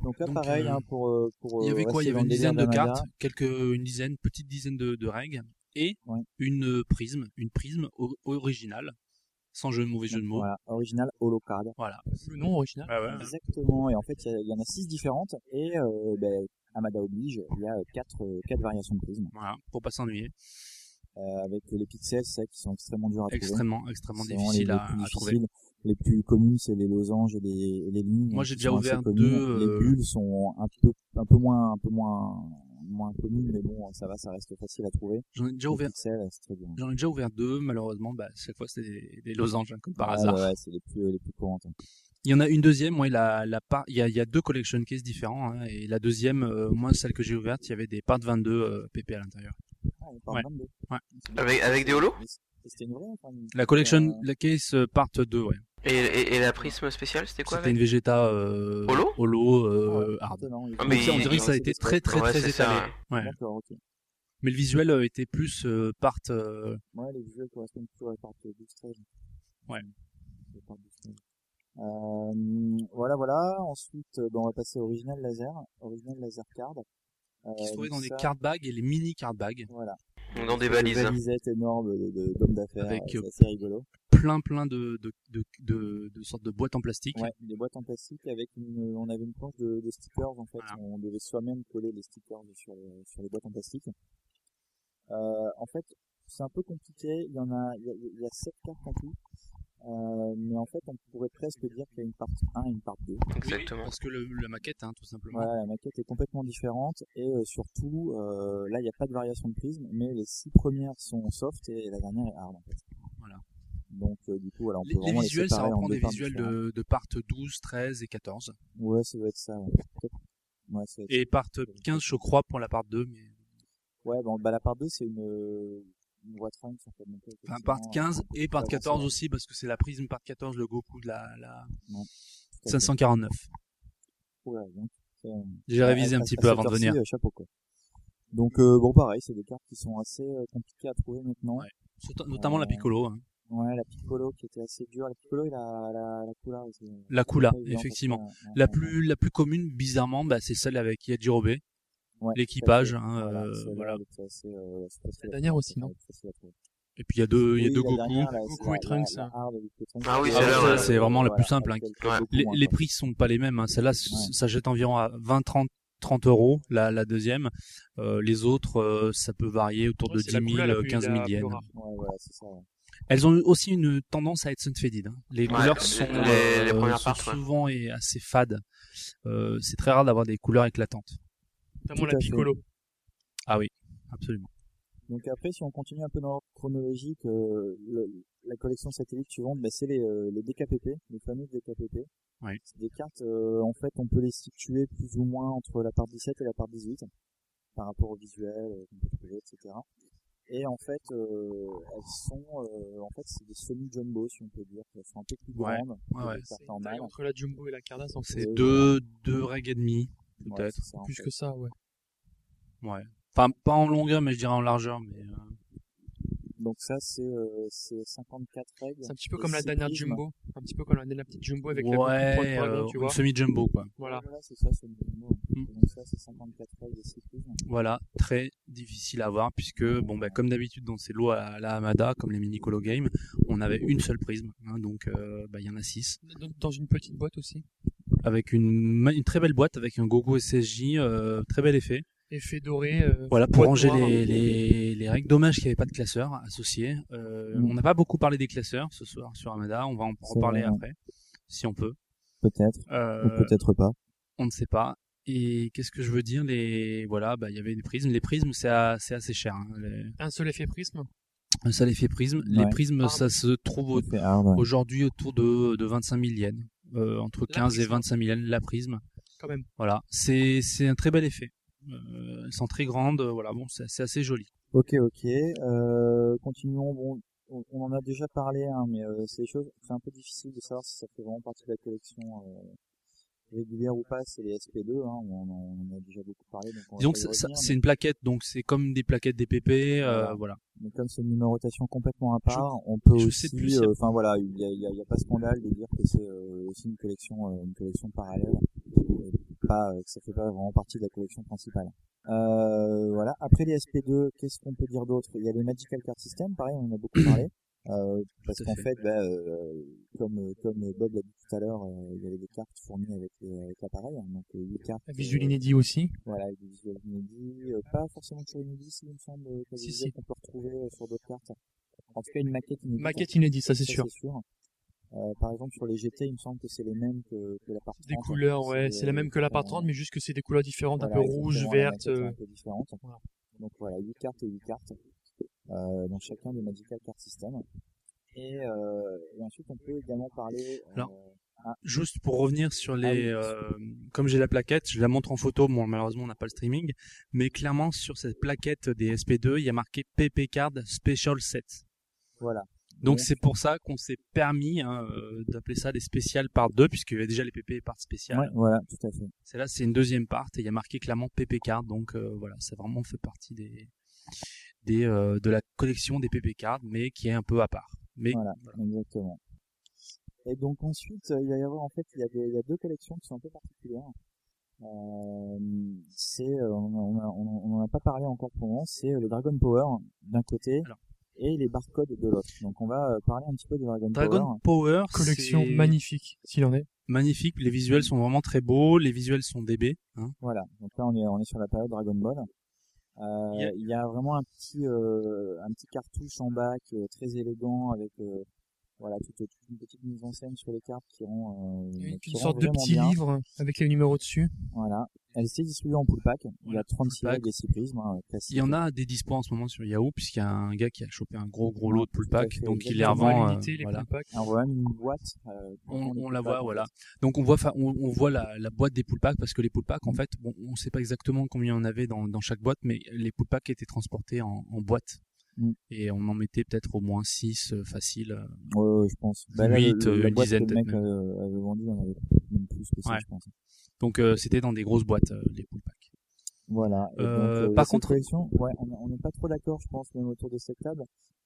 Speaker 5: Donc là,
Speaker 2: Donc,
Speaker 5: pareil,
Speaker 2: euh,
Speaker 5: hein, pour, euh, pour.
Speaker 2: il y
Speaker 5: euh,
Speaker 2: avait quoi Il y
Speaker 5: rester
Speaker 2: avait
Speaker 5: dans
Speaker 2: une
Speaker 5: le
Speaker 2: dizaine de
Speaker 5: délire d'Amada.
Speaker 2: cartes, quelques, une dizaine, petite dizaine de, de règles et une euh, prisme, une prisme or- originale, sans jeu mauvais jeu de mots.
Speaker 5: Voilà, original Holocard.
Speaker 2: Voilà. Ah
Speaker 6: Le nom original.
Speaker 5: Exactement. Et en fait, il y a- il y, en a six différentes. Et euh, ben, Amada oblige, il y a euh, quatre, euh, quatre variations de prismes.
Speaker 2: Voilà, pour pas s'ennuyer.
Speaker 5: avec les pixels, c'est vrai qu'ils sont extrêmement durs à trouver.
Speaker 2: Extrêmement- extrêmement
Speaker 5: C'est vraiment
Speaker 2: difficiles
Speaker 5: les, les
Speaker 2: à-
Speaker 5: plus
Speaker 2: à trouver.
Speaker 5: difficiles. Les plus communes, c'est les losanges et les, et les lignes.
Speaker 2: Moi,
Speaker 5: qui
Speaker 2: j'ai déjà
Speaker 5: sont assez
Speaker 2: ouvert
Speaker 5: communes.
Speaker 2: deux,
Speaker 5: Les
Speaker 2: euh,
Speaker 5: bulles sont un peu, un peu moins, un peu moins, moins communes, mais bon, ça va, ça reste facile à trouver.
Speaker 2: J'en ai déjà
Speaker 5: Les
Speaker 2: ouvert.
Speaker 5: pixels, c'est très bien.
Speaker 2: J'en ai déjà ouvert deux, malheureusement, bah, cette fois c'était des, des losanges, hein, comme par
Speaker 5: Ouais,
Speaker 2: hasard.
Speaker 5: Ah ouais, ouais, c'est les plus, les plus courantes. hein.
Speaker 2: Il y en a une deuxième, ouais, la, la part, il y a, il y a deux collection cases différents, hein, et la deuxième, euh, moi, celle que j'ai ouverte, il y avait des parts 22 euh, PP à l'intérieur.
Speaker 5: Par
Speaker 2: Ouais.
Speaker 5: exemple,
Speaker 2: Ouais.
Speaker 4: Avec, avec des holos
Speaker 5: C'était une vraie enfin, une-
Speaker 2: La collection, la case euh, part 2, ouais.
Speaker 4: Et, et, et la prisme spéciale, c'était quoi
Speaker 2: C'était
Speaker 4: avec
Speaker 2: une Vegeta euh,
Speaker 4: Holo
Speaker 2: holo, euh, hard.
Speaker 5: étonnant, il-
Speaker 4: Ah, mais
Speaker 2: Donc, ça, on
Speaker 4: il-
Speaker 2: dirait que ça a
Speaker 4: il-
Speaker 2: été très très
Speaker 4: Ouais,
Speaker 2: très
Speaker 4: c'est ça,
Speaker 2: étalé.
Speaker 4: ouais.
Speaker 2: Ouais.
Speaker 5: D'accord, ok.
Speaker 2: Mais le visuel euh, était plus euh, part. euh,
Speaker 5: Ouais, les visuels correspondent plutôt à la partie 12-13.
Speaker 2: Ouais.
Speaker 5: La part 12-13. Euh, voilà, voilà. Ensuite, euh, ben, on va passer à Original Laser. Original Laser Card. Euh,
Speaker 2: qui se trouvait dans
Speaker 5: donc
Speaker 2: des
Speaker 5: ça,
Speaker 2: card bags et les mini card bags.
Speaker 5: Voilà.
Speaker 4: hein. Dans des
Speaker 5: espèce de
Speaker 4: valises.
Speaker 5: valisettes énormes de- de- d'hommes d'affaires.
Speaker 2: Avec,
Speaker 5: euh,
Speaker 2: euh,
Speaker 5: C'est assez rigolo.
Speaker 2: Plein plein de, de, de, de, de sortes de boîtes en plastique.
Speaker 5: Ouais, des boîtes en plastique avec une, on avait une planche de, de stickers en fait. On devait soi-même coller les stickers sur les, sur les boîtes en plastique. Euh, en fait, c'est un peu compliqué. Il y en a, il y a, il y a sept cartes en tout. Euh, mais en fait, on pourrait presque dire qu'il y a une partie 1 et une partie 2.
Speaker 4: hein,
Speaker 2: Exactement. Parce que le- la maquette, hein, tout simplement.
Speaker 5: Voilà, la maquette est complètement différente et euh, surtout, euh, là, il n'y a pas de variation de prisme, mais les six premières sont soft et la dernière est hard en fait.
Speaker 2: Voilà.
Speaker 5: Donc, euh, du coup, voilà, on
Speaker 2: Les,
Speaker 5: peut
Speaker 2: les
Speaker 5: vraiment
Speaker 2: visuels, ça
Speaker 5: séparer en
Speaker 2: reprend
Speaker 5: deux
Speaker 2: des
Speaker 5: parts
Speaker 2: visuels
Speaker 5: différentes.
Speaker 2: de, de part 12, 13 et 14.
Speaker 5: Ouais, ça doit être ça. Ouais, Peut-être- ouais, ça doit être
Speaker 2: Et part 15, je crois, pour la part 2. Mais...
Speaker 5: Ouais, bon, bah la part 2, c'est une, euh, une voie train sur laquelle on peut
Speaker 2: Enfin, part
Speaker 5: effectivement,
Speaker 2: 15
Speaker 5: euh, on peut
Speaker 2: et part
Speaker 5: avancer.
Speaker 2: 14 aussi, parce que c'est la prisme part 14, le Goku de la, la...
Speaker 5: Ouais, tout à fait.
Speaker 2: 549.
Speaker 5: Ouais, donc, euh,
Speaker 2: J'ai
Speaker 5: à-
Speaker 2: révisé un
Speaker 5: à-
Speaker 2: petit peu
Speaker 5: à cette
Speaker 2: avant de
Speaker 5: heure-ci,
Speaker 2: venir.
Speaker 5: euh, chapeau, quoi. Donc, euh, bon, pareil, c'est des cartes qui sont assez euh, compliquées à trouver maintenant.
Speaker 2: Surtout- Notamment la
Speaker 5: Euh,
Speaker 2: Piccolo. hein.
Speaker 5: Ouais, la Piccolo qui était assez dure. La Piccolo et la, la, la Kula. c'est-
Speaker 2: La
Speaker 5: c'est
Speaker 2: Kula,
Speaker 5: pas évident,
Speaker 2: effectivement.
Speaker 5: parce que, euh,
Speaker 2: La plus, la plus commune, bizarrement, bah, c'est celle avec Yajirobe.
Speaker 5: Ouais,
Speaker 2: L'équipage.
Speaker 5: tout à fait.
Speaker 2: hein,
Speaker 5: Voilà,
Speaker 2: euh,
Speaker 5: celle-là,
Speaker 2: voilà.
Speaker 5: elle était assez, euh, c'est facile à
Speaker 6: dernière
Speaker 5: trouver,
Speaker 6: aussi,
Speaker 5: c'est
Speaker 6: non
Speaker 5: pas facile à trouver.
Speaker 2: Et puis il y a deux, Euh, il y a
Speaker 5: Oui,
Speaker 2: deux
Speaker 5: la
Speaker 2: Goku.
Speaker 5: dernière, là, c'est
Speaker 2: Goku et
Speaker 5: la- la-
Speaker 2: Trunks. hein.
Speaker 5: la hard avec les Trunks.
Speaker 4: Ah oui,
Speaker 2: Ah,
Speaker 4: celle-là,
Speaker 2: ça,
Speaker 4: ouais.
Speaker 2: c'est vraiment la
Speaker 5: Voilà,
Speaker 2: plus simple. hein.
Speaker 5: elle coûte beaucoup
Speaker 2: Les,
Speaker 5: moins,
Speaker 2: les
Speaker 5: quoi.
Speaker 2: prix sont pas les mêmes. hein. Celle-là, s- ça jette environ à 20, 30, 30 euros. La, la deuxième, Euh, les autres, euh, ça peut varier autour
Speaker 6: Ouais,
Speaker 2: de
Speaker 6: c'est
Speaker 2: 10
Speaker 6: la
Speaker 2: 000,
Speaker 6: couleur la plus-
Speaker 2: 15
Speaker 6: la
Speaker 2: 000
Speaker 6: plus
Speaker 2: yens.
Speaker 6: rare.
Speaker 5: Ouais, voilà, c'est ça. ouais.
Speaker 2: Elles ont aussi une tendance à être sunfaded. hein. Les
Speaker 4: Ouais,
Speaker 2: couleurs
Speaker 4: les-
Speaker 2: sont,
Speaker 4: les-
Speaker 2: euh,
Speaker 4: les premières
Speaker 2: sont
Speaker 4: parts, ouais.
Speaker 2: souvent et assez fades. Euh, c'est très rare d'avoir des couleurs éclatantes.
Speaker 6: Notamment
Speaker 5: Tout
Speaker 6: la
Speaker 5: à fait.
Speaker 6: Piccolo.
Speaker 2: Ah oui, absolument.
Speaker 5: Donc après, si on continue un peu dans l'ordre chronologique, euh, le- la collection satellite suivante, bah, c'est les, euh, les DKPP, les fameuses DKPP.
Speaker 2: Oui.
Speaker 5: C'est des cartes, euh, en fait, on peut les situer plus ou moins entre la part 17 et la part 18, par rapport au visuel, euh, qu'on peut trouver, etc. Et en fait, euh, elles sont, euh, en fait, c'est des semi-jumbo, si on peut dire. Elles sont un peu plus
Speaker 2: Ouais.
Speaker 5: grandes
Speaker 2: Ouais,
Speaker 5: que
Speaker 2: ouais.
Speaker 5: les
Speaker 2: C'est
Speaker 5: cartes
Speaker 2: une
Speaker 5: normales.
Speaker 6: euh, Entre la Jumbo et la Cardass, en fait.
Speaker 2: C'est deux, deux règles et demi,
Speaker 5: Ouais,
Speaker 2: peut-être.
Speaker 5: c'est ça, en
Speaker 6: Plus
Speaker 5: fait.
Speaker 6: que ça, ouais.
Speaker 2: Ouais. Enfin, pas en longueur, mais je dirais en largeur. Mais, euh,
Speaker 5: Donc ça, c'est euh, c'est 54 règles.
Speaker 6: C'est un petit peu
Speaker 5: Et
Speaker 6: comme la
Speaker 5: six
Speaker 6: dernière
Speaker 5: prismes.
Speaker 6: jumbo, un petit peu comme la dernière petite jumbo avec la
Speaker 2: Ouais,
Speaker 6: coupe de trois dragons,
Speaker 2: euh,
Speaker 6: hein, tu
Speaker 2: une
Speaker 6: vois.
Speaker 2: semi-jumbo, quoi.
Speaker 6: Voilà.
Speaker 5: Voilà, c'est ça, semi-jumbo.
Speaker 2: Mm.
Speaker 5: Donc ça, c'est 54 règles et 6 prismes.
Speaker 2: Voilà, très difficile à voir puisque, bon, bah, comme d'habitude dans ces lots à la Hamada, comme les mini colo games, on avait une seule prisme, hein, donc euh, bah, il y en a six.
Speaker 6: Dans- Dans une petite boîte aussi.
Speaker 2: Avec une, ma- une très belle boîte avec un gogo SSJ, euh, très bel effet.
Speaker 6: Effet doré. euh,
Speaker 2: Voilà, pour
Speaker 6: boîte
Speaker 2: ranger
Speaker 6: noire.
Speaker 2: les, les, les règles. Dommage qu'il n'y avait pas de classeur associé. Euh,
Speaker 5: Mm.
Speaker 2: On n'a pas beaucoup parlé des classeurs ce soir sur Amada. On va en
Speaker 5: C'est
Speaker 2: reparler
Speaker 5: vrai.
Speaker 2: après, si on peut.
Speaker 5: Peut-être.
Speaker 2: Euh,
Speaker 5: Ou peut-être pas.
Speaker 2: On ne sait pas. Et qu'est-ce que je veux dire les voilà bah il y avait des prismes les prismes c'est à- c'est assez cher hein. Les-
Speaker 6: Un seul effet prisme.
Speaker 2: un seul effet prisme les
Speaker 6: Ouais.
Speaker 2: prismes ça se trouve au-
Speaker 5: Effet hard, ouais.
Speaker 2: aujourd'hui autour de, de 25 000 yens Euh, entre 15 et 25 000 yens la prisme
Speaker 6: Quand même.
Speaker 2: voilà c'est c'est un très bel effet Euh, elles sont très grandes euh, voilà bon c'est c'est assez joli
Speaker 5: Ok, ok. Euh, continuons. Bon, on, on en a déjà parlé, hein, mais euh, c'est des choses. C'est un peu difficile de savoir si ça fait vraiment partie de la collection euh, régulière ou pas. C'est les SP2. Hein, on, en- on en a déjà beaucoup parlé. Donc on va
Speaker 2: disons
Speaker 5: pas
Speaker 2: que
Speaker 5: y
Speaker 2: ça- ça-
Speaker 5: revenir,
Speaker 2: c'est
Speaker 5: mais-
Speaker 2: une plaquette donc c'est comme des plaquettes DPP euh,
Speaker 5: Voilà.
Speaker 2: voilà
Speaker 5: Mais comme c'est une numérotation complètement à part, on peut
Speaker 2: je
Speaker 5: aussi,
Speaker 2: sais plus si-
Speaker 5: euh, enfin voilà, il n'y a, il y a- il y a pas scandale de dire que c'est euh, aussi une collection, euh, une collection parallèle, et pas euh, que ça fait pas vraiment partie de la collection principale. Euh, voilà. Après les SP2, qu'est-ce qu'on peut dire d'autre Il y a les Magical Card System, pareil, on en a beaucoup parlé. Euh, parce
Speaker 2: à
Speaker 5: qu'en
Speaker 2: fait.
Speaker 5: fait, bah, euh, comme comme Bob l'a dit tout à l'heure, euh, il y avait des cartes fournies avec, euh, avec l'appareil, hein, donc euh, huit cartes.
Speaker 6: Un Visuel
Speaker 5: euh,
Speaker 6: inédit aussi.
Speaker 5: voilà, avec des visuels inédits, euh, pas forcément toujours inédits, si, il me semble, euh, que des
Speaker 6: Si,
Speaker 5: visuels
Speaker 6: si.
Speaker 5: qu'on peut retrouver euh, sur d'autres cartes. En tout cas, une maquette inédite.
Speaker 6: Maquette inédite, ça, c'est sûr.
Speaker 5: Euh, par exemple, sur les GT, il me semble que c'est les mêmes que, que la part 30.
Speaker 6: Des couleurs, ouais, c'est la même que la part
Speaker 5: euh,
Speaker 6: 30, mais juste que c'est des couleurs différentes, un peu rouge, verte.
Speaker 5: Un
Speaker 6: euh,
Speaker 5: peu différente. Donc voilà, 8 cartes et 8 cartes. Euh, donc chacun des Magical Card System. Et, euh, et ensuite, on peut également parler. euh,
Speaker 2: Alors,
Speaker 5: ah,
Speaker 2: Juste pour revenir sur
Speaker 5: Ah
Speaker 2: les,
Speaker 5: oui.
Speaker 2: euh, comme j'ai la plaquette, je la montre en photo. Bon, malheureusement, on n'a pas le streaming, mais clairement sur cette plaquette des SP2, il y a marqué PP Card Special Set.
Speaker 5: Voilà.
Speaker 2: Donc
Speaker 5: Bon.
Speaker 2: c'est pour ça qu'on s'est permis hein, euh, d'appeler ça les spéciales part 2, puisqu'il y avait déjà les PP part spéciales.
Speaker 5: Ouais, voilà, tout à fait.
Speaker 2: Celle-là, c'est une deuxième part et il y a marqué clairement PP Card. Donc euh, voilà, ça vraiment fait partie des, des euh, de la collection des PP Card, mais qui est un peu à part. Mais
Speaker 5: Voilà, exactement. Et donc ensuite, euh, il va y avoir en fait, il y a, des- il y a deux collections qui sont un peu particulières. Euh, c'est, euh, on n'en a- on en- on en a pas parlé encore pour le moment, c'est euh, le Dragon Power d'un côté et les barcodes de l'autre. Donc on va euh, parler un petit peu du Dragon,
Speaker 2: Dragon Power,
Speaker 6: collection
Speaker 2: c'est-
Speaker 6: magnifique, s'il en est.
Speaker 2: magnifique. Les visuels sont vraiment très beaux. Les visuels sont DB. Hein.
Speaker 5: Voilà, donc là on est, on est sur la période Dragon Ball. Euh,
Speaker 2: Il y a-
Speaker 5: Il y a vraiment un petit, euh, un petit cartouche en bac euh, très élégant avec euh, voilà toute, toute une petite mise en scène sur les cartes qui rend, euh, qui
Speaker 6: Une
Speaker 5: rend
Speaker 6: sorte de
Speaker 5: vraiment
Speaker 6: petit
Speaker 5: bien.
Speaker 6: livre avec les numéros dessus.
Speaker 5: Voilà. Elle s'est distribuée en pool pack. Il y a 36
Speaker 2: pack.
Speaker 5: règles et 6 prismes. hein, classique.
Speaker 2: Il y en a des dispos en ce moment sur Yahoo, puisqu'il y a un gars qui a chopé un gros gros lot de pull
Speaker 5: Tout à
Speaker 2: pack,
Speaker 5: fait,
Speaker 2: donc il les
Speaker 5: exactement.
Speaker 2: revend. euh, voilà.
Speaker 5: Alors, voilà, une boîte. euh,
Speaker 2: On,
Speaker 5: les
Speaker 2: on
Speaker 5: pool
Speaker 2: la
Speaker 5: packs,
Speaker 2: voit,
Speaker 5: en
Speaker 2: voilà.
Speaker 5: fait.
Speaker 2: Donc on voit, fa- on, on voit la, la boîte des pull packs parce que les pull packs, en
Speaker 5: Mm.
Speaker 2: fait, bon, on sait pas exactement combien on avait dans, dans chaque boîte, mais les pull packs étaient transportés en, en boîte
Speaker 5: Mm.
Speaker 2: et on en mettait peut-être au moins euh, 6 faciles.
Speaker 5: Ouais, ouais, je pense. Bah, là, le-
Speaker 2: 8,
Speaker 5: le- la
Speaker 2: une
Speaker 5: boîte que
Speaker 2: dizaine
Speaker 5: le
Speaker 2: peut-être.
Speaker 5: mec
Speaker 2: même.
Speaker 5: euh, avait vendu, on avait même plus que ça,
Speaker 2: Ouais.
Speaker 5: je pense.
Speaker 2: Donc euh, c'était dans des grosses boîtes euh, les pull packs.
Speaker 5: Voilà. Et donc,
Speaker 2: Euh, par
Speaker 5: cette
Speaker 2: contre-
Speaker 5: collection, ouais, on- on n'est pas trop d'accord, je pense, même autour de cette table,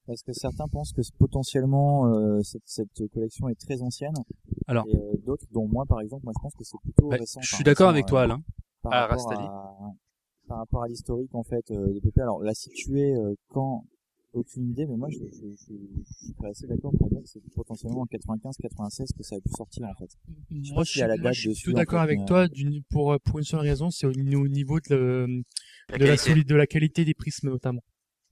Speaker 5: parce que certains pensent que potentiellement euh, cette, cette collection est très ancienne.
Speaker 2: Alors.
Speaker 5: Et, euh, d'autres, dont moi, par exemple, moi je pense que c'est plutôt
Speaker 2: Bah,
Speaker 5: récent.
Speaker 2: je suis
Speaker 5: enfin,
Speaker 2: d'accord
Speaker 5: récent,
Speaker 2: avec
Speaker 5: euh,
Speaker 2: toi, Alain.
Speaker 5: Par
Speaker 2: Ah,
Speaker 5: rapport
Speaker 2: Rastali.
Speaker 5: à, par rapport à l'historique en fait euh, des PP. Alors là, si tu es euh, quand aucune idée, mais moi je, je, je, je suis pas assez d'accord pour dire que c'est potentiellement en 95-96 que ça a pu sortir en fait. Je sais pas
Speaker 6: Moi, je
Speaker 5: s'il
Speaker 6: suis,
Speaker 5: y a la
Speaker 6: moi,
Speaker 5: date
Speaker 6: je suis
Speaker 5: dessus,
Speaker 6: tout
Speaker 5: en
Speaker 6: d'accord
Speaker 5: fait,
Speaker 6: avec
Speaker 5: mais- euh,
Speaker 6: toi d'une- pour, euh, pour une seule raison, c'est au, au niveau de,
Speaker 4: La
Speaker 6: le- de, la
Speaker 4: qualité.
Speaker 6: solide- de la qualité des prismes notamment.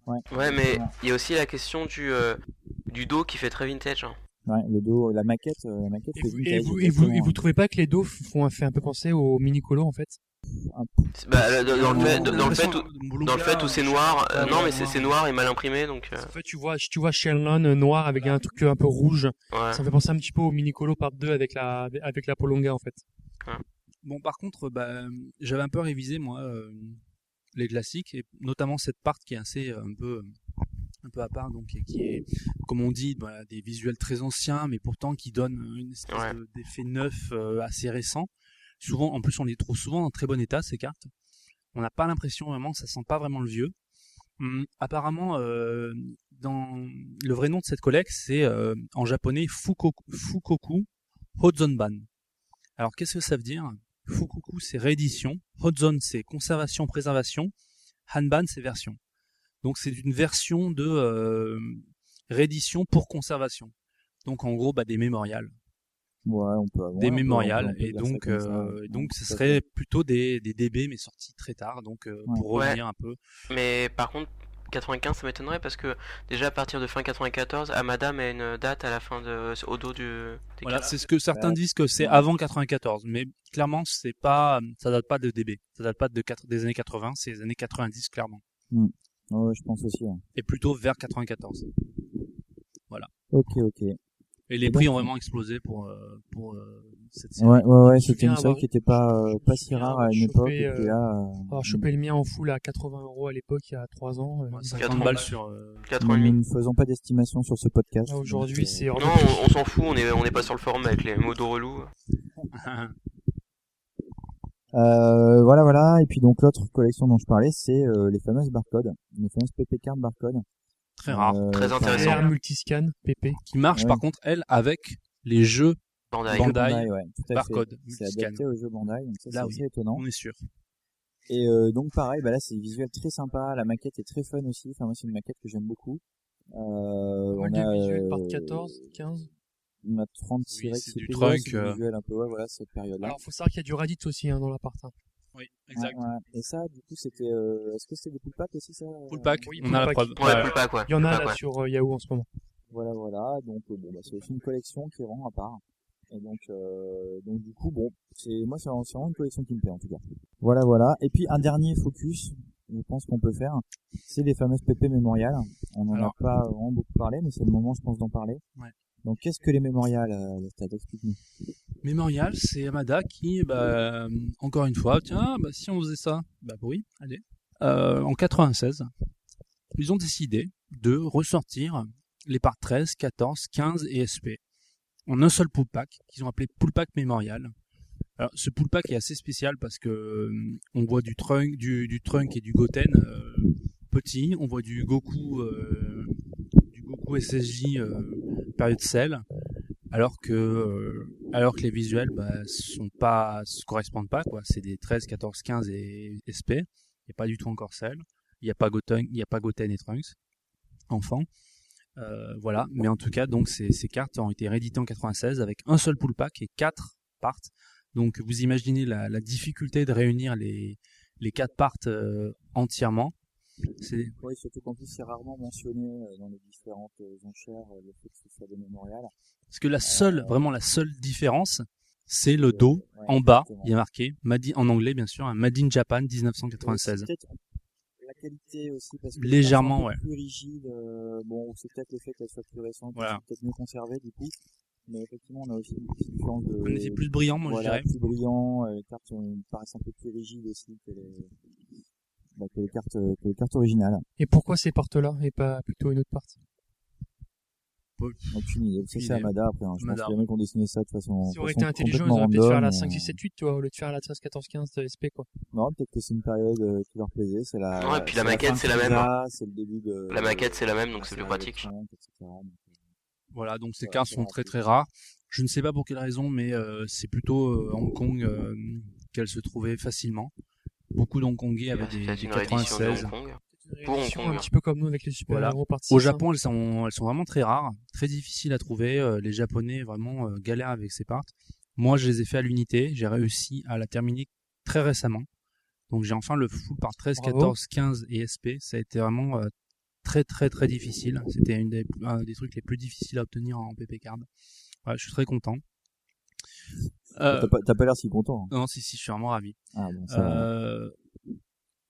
Speaker 4: Ouais, mais il y a aussi la question du, euh, du dos qui fait très vintage. hein.
Speaker 5: Ouais, le dos, la maquette, euh, la maquette. c'est
Speaker 6: Et
Speaker 5: vintage,
Speaker 6: vous, et, vous, et
Speaker 5: exactement,
Speaker 6: vous trouvez pas que les dos font un, fait un peu penser au mini colo en fait
Speaker 4: Bah, là, dans, dans le fait,
Speaker 2: On
Speaker 4: dans,
Speaker 2: a
Speaker 4: le fait
Speaker 2: l'impression
Speaker 4: où, dans le fait où c'est noir, euh, non mais c'est c'est noir et mal imprimé donc. euh,
Speaker 6: En fait, tu vois, tu vois Shenlong euh, noir avec un truc un peu rouge.
Speaker 4: euh, Ouais.
Speaker 6: Ça me fait penser un petit peu au mini colo par deux avec la avec la polonga en fait.
Speaker 2: Bon, par contre, bah, j'avais un peu révisé moi euh, les classiques et notamment cette part qui est assez euh, un peu euh, un peu à part, donc et qui est, comme on dit, voilà, des visuels très anciens, mais pourtant qui donnent euh, une espèce de- d'effet neuf euh, assez récent. Souvent, en plus, on les trouve souvent en très bon état ces cartes. On n'a pas l'impression vraiment, ça sent pas vraiment le vieux. Hum, apparemment, euh, dans le vrai nom de cette collecte, c'est euh, en japonais Fukoku, Fukoku Hodzonban. Alors qu'est-ce que ça veut dire Fukoku c'est réédition, Hodzon c'est conservation, préservation, Hanban c'est version. Donc c'est une version de euh, réédition pour conservation. Donc en gros bah, des mémorials.
Speaker 5: Ouais, on peut avoir.
Speaker 2: des
Speaker 5: on peut-
Speaker 2: mémorials
Speaker 5: on peut
Speaker 2: et
Speaker 5: dire ça
Speaker 2: donc
Speaker 5: comme
Speaker 2: euh,
Speaker 5: ça. Ouais,
Speaker 2: donc ce
Speaker 5: tout à
Speaker 2: serait plutôt des, des DB mais sortis très tard donc euh, pour
Speaker 4: Ouais.
Speaker 2: revenir un peu
Speaker 4: Mais par contre, 95, ça m'étonnerait parce que déjà à partir de fin 94, Amada met une date à la fin de au dos du. des
Speaker 2: Voilà,
Speaker 4: cartes.
Speaker 2: c'est ce que certains disent que c'est avant 94, mais clairement, c'est pas, ça date pas de DB, ça date pas de quatre- des années 80, c'est les années 90 clairement,
Speaker 5: Hmm. Ouais, je pense aussi. hein.
Speaker 2: et plutôt vers 94. Voilà.
Speaker 5: Ok, ok.
Speaker 2: Et les
Speaker 5: Et
Speaker 2: prix
Speaker 5: donc-
Speaker 2: ont vraiment explosé pour euh, pour euh, cette série.
Speaker 5: Ouais, ouais, ouais,
Speaker 6: Je me
Speaker 5: c'était
Speaker 6: souviens
Speaker 5: une série
Speaker 6: avoir-
Speaker 5: qui était pas, euh, pas si rare à une époque,
Speaker 6: Chopé,
Speaker 5: et puis
Speaker 6: euh,
Speaker 5: là, euh,
Speaker 6: avoir chopé le mien en full à 80 euros à l'époque, il y a 3 ans. euh,
Speaker 2: 50 balles sur, euh,
Speaker 5: nous ne faisons pas d'estimation sur ce podcast.
Speaker 6: Ah, Aujourd'hui, c'est
Speaker 4: Non,
Speaker 6: hors de prix.
Speaker 4: on, on s'en fout, on est on est pas sur le forum avec les mots de relou.
Speaker 5: Euh, voilà, voilà. Et puis donc l'autre collection dont je parlais, c'est euh, les fameuses barcodes, les fameuses PP cards barcodes. Euh,
Speaker 2: Très rare, très
Speaker 5: enfin,
Speaker 2: intéressant.
Speaker 6: Un multiscan,
Speaker 5: Euh,
Speaker 6: PP.
Speaker 2: qui marche par contre elle avec les jeux
Speaker 4: Bandai,
Speaker 5: Bandai, ouais, tout à fait.
Speaker 2: barcode,
Speaker 5: C'est
Speaker 2: multiscan.
Speaker 5: adapté au jeu Bandai, donc ça, c'est
Speaker 2: Là,
Speaker 5: assez
Speaker 2: oui, Mm.
Speaker 5: étonnant.
Speaker 2: On est sûr.
Speaker 5: Et euh, donc pareil, bah là c'est visuel très sympa, la maquette est très fun aussi. Enfin moi c'est une maquette que j'aime beaucoup. Euh,
Speaker 6: Moi,
Speaker 5: on
Speaker 6: le
Speaker 5: a
Speaker 6: visuel
Speaker 5: euh,
Speaker 6: part 14, 15.
Speaker 5: On a 30
Speaker 2: Oui,
Speaker 5: T-Rex,
Speaker 2: c'est du
Speaker 5: P-Rex,
Speaker 2: trunk,
Speaker 5: c'est du
Speaker 2: euh.
Speaker 5: visuel un peu, ouais, voilà cette période-là.
Speaker 6: Alors, faut savoir qu'il y a du Raditz aussi hein, dans l'appart. hein.
Speaker 2: Oui, exact.
Speaker 5: Ouais, ouais. Et ça, du coup, c'était. euh, Est-ce que c'était des pull packs aussi, ça Pull
Speaker 2: pack,
Speaker 6: Oui,
Speaker 2: on a la
Speaker 6: Pullback.
Speaker 2: preuve.
Speaker 4: Ouais, Pullback, ouais.
Speaker 6: Il y en a
Speaker 4: Pullback,
Speaker 6: là
Speaker 4: ouais.
Speaker 6: sur euh, Yahoo en ce moment.
Speaker 5: Voilà, voilà. Donc, euh, bon, bah, c'est aussi une collection qui est vraiment à part. Et donc, euh, donc du coup, bon, c'est moi, c'est vraiment c'est vraiment une collection qui me plaît en tout cas. Voilà, voilà. Et puis, un dernier focus, je pense qu'on peut faire, c'est les fameuses PP mémoriales. On n'en a
Speaker 2: Alors.
Speaker 5: pas vraiment beaucoup parlé, mais c'est le moment, je pense, d'en parler.
Speaker 2: Ouais.
Speaker 5: Donc, qu'est-ce que les mémoriales, euh, Lestat Explique-nous.
Speaker 2: Mémorial, c'est Amada qui, bah, euh, encore une fois, tiens, bah, si on faisait ça, bah oui, allez. Euh, en 96, ils ont décidé de ressortir les parts 13, 14, 15 et SP en un seul pool pack qu'ils ont appelé pool pack mémorial. Alors, ce pool pack est assez spécial parce que euh, on voit du trunk, du, du trunk et du Goten euh, petit, on voit du Goku, euh, du Goku SSJ euh, période sel, alors que euh, alors que les visuels bah, sont pas se correspondent pas quoi. C'est des 13, 14, 15 et SP. Il n'y a pas du tout encore sel. Il n'y a pas Goten, il y a pas Goten et Trunks enfant. Euh, voilà, mais en tout cas, donc ces, ces cartes ont été rééditées en 96 avec un seul pull pack et quatre parts. Donc vous imaginez la, la difficulté de réunir les les quatre parts euh, entièrement. C'est
Speaker 5: Oui, surtout qu'en plus, c'est rarement mentionné euh, dans les différentes euh, enchères, euh, le fait que ce soit des mémoriales.
Speaker 2: Parce que la seule, vraiment la seule différence, c'est le dos
Speaker 5: Euh,
Speaker 2: en bas. Il y a marqué Madi, en anglais bien sûr, un Made in Japan 1996.
Speaker 5: C'est peut-être La qualité aussi, parce que
Speaker 2: Légèrement,
Speaker 5: c'est un peu
Speaker 2: ouais.
Speaker 5: plus rigide. euh, bon, c'est peut-être le fait qu'elle soit plus récente,
Speaker 2: Voilà.
Speaker 5: c'est peut-être mieux conservée du coup. Mais effectivement, on a aussi une petite différence de.
Speaker 2: On était plus brillant, moi, je
Speaker 5: voilà,
Speaker 2: dirais.
Speaker 5: Plus brillant, euh, les cartes euh, paraissent un peu plus rigides aussi que les, bah, que les cartes, que les cartes originales.
Speaker 6: Et pourquoi ces portes-là et pas plutôt une autre partie
Speaker 5: Aucune idée. Ça, c'est
Speaker 6: idée.
Speaker 5: Amada après. hein. Je pense
Speaker 6: Amada.
Speaker 5: que les mecs ont dessiné ça de façon.
Speaker 6: Si on aurait été
Speaker 5: façon
Speaker 6: intelligent, ils
Speaker 5: complètement
Speaker 6: auraient peut-être fait à la
Speaker 5: random,
Speaker 6: 5,
Speaker 5: euh.
Speaker 6: 6, 7, 8, tu vois, au lieu de faire à la 13, 14, 15 de SP, euh, quoi.
Speaker 5: Non, peut-être que c'est une période euh, qui leur plaisait. C'est la.
Speaker 4: Ouais, et puis la
Speaker 5: fin
Speaker 4: maquette,
Speaker 5: de
Speaker 4: c'est la même,
Speaker 5: Frieza,
Speaker 4: hein.
Speaker 5: C'est le début de.
Speaker 4: La maquette, c'est la même, donc
Speaker 5: de
Speaker 4: c'est plus
Speaker 5: Sarah
Speaker 4: pratique.
Speaker 5: Leclerc, etc.
Speaker 2: Voilà, donc ces cartes sont très très rares. Je ne sais pas pour quelle raison, mais euh, c'est plutôt euh, Hong Kong euh, qu'elles se trouvaient facilement. Beaucoup d'Hongkongais avaient des,
Speaker 4: peut-être
Speaker 2: des
Speaker 4: une réédition de
Speaker 2: 96.
Speaker 4: Hong Kong. Pour Hong
Speaker 6: Un
Speaker 4: Kong.
Speaker 6: petit peu comme nous avec les super
Speaker 2: Voilà.
Speaker 6: héros partie
Speaker 2: Au Japon, elles sont, elles sont vraiment très rares, très difficiles à trouver. Euh, Les Japonais vraiment euh, galèrent avec ces parts. Moi, je les ai fait à l'unité. J'ai réussi à la terminer très récemment. Donc, j'ai enfin le full par 13,
Speaker 6: Bravo.
Speaker 2: 14, 15 et SP. Ça a été vraiment euh, très, très, très difficile. C'était une des- un des trucs les plus difficiles à obtenir en PP card. Ouais, je suis très content. Euh,
Speaker 5: T'as pas, t'as pas l'air si content. hein.
Speaker 2: non, si, si, je suis vraiment ravi.
Speaker 5: Ah, bon, ça va.
Speaker 2: Euh,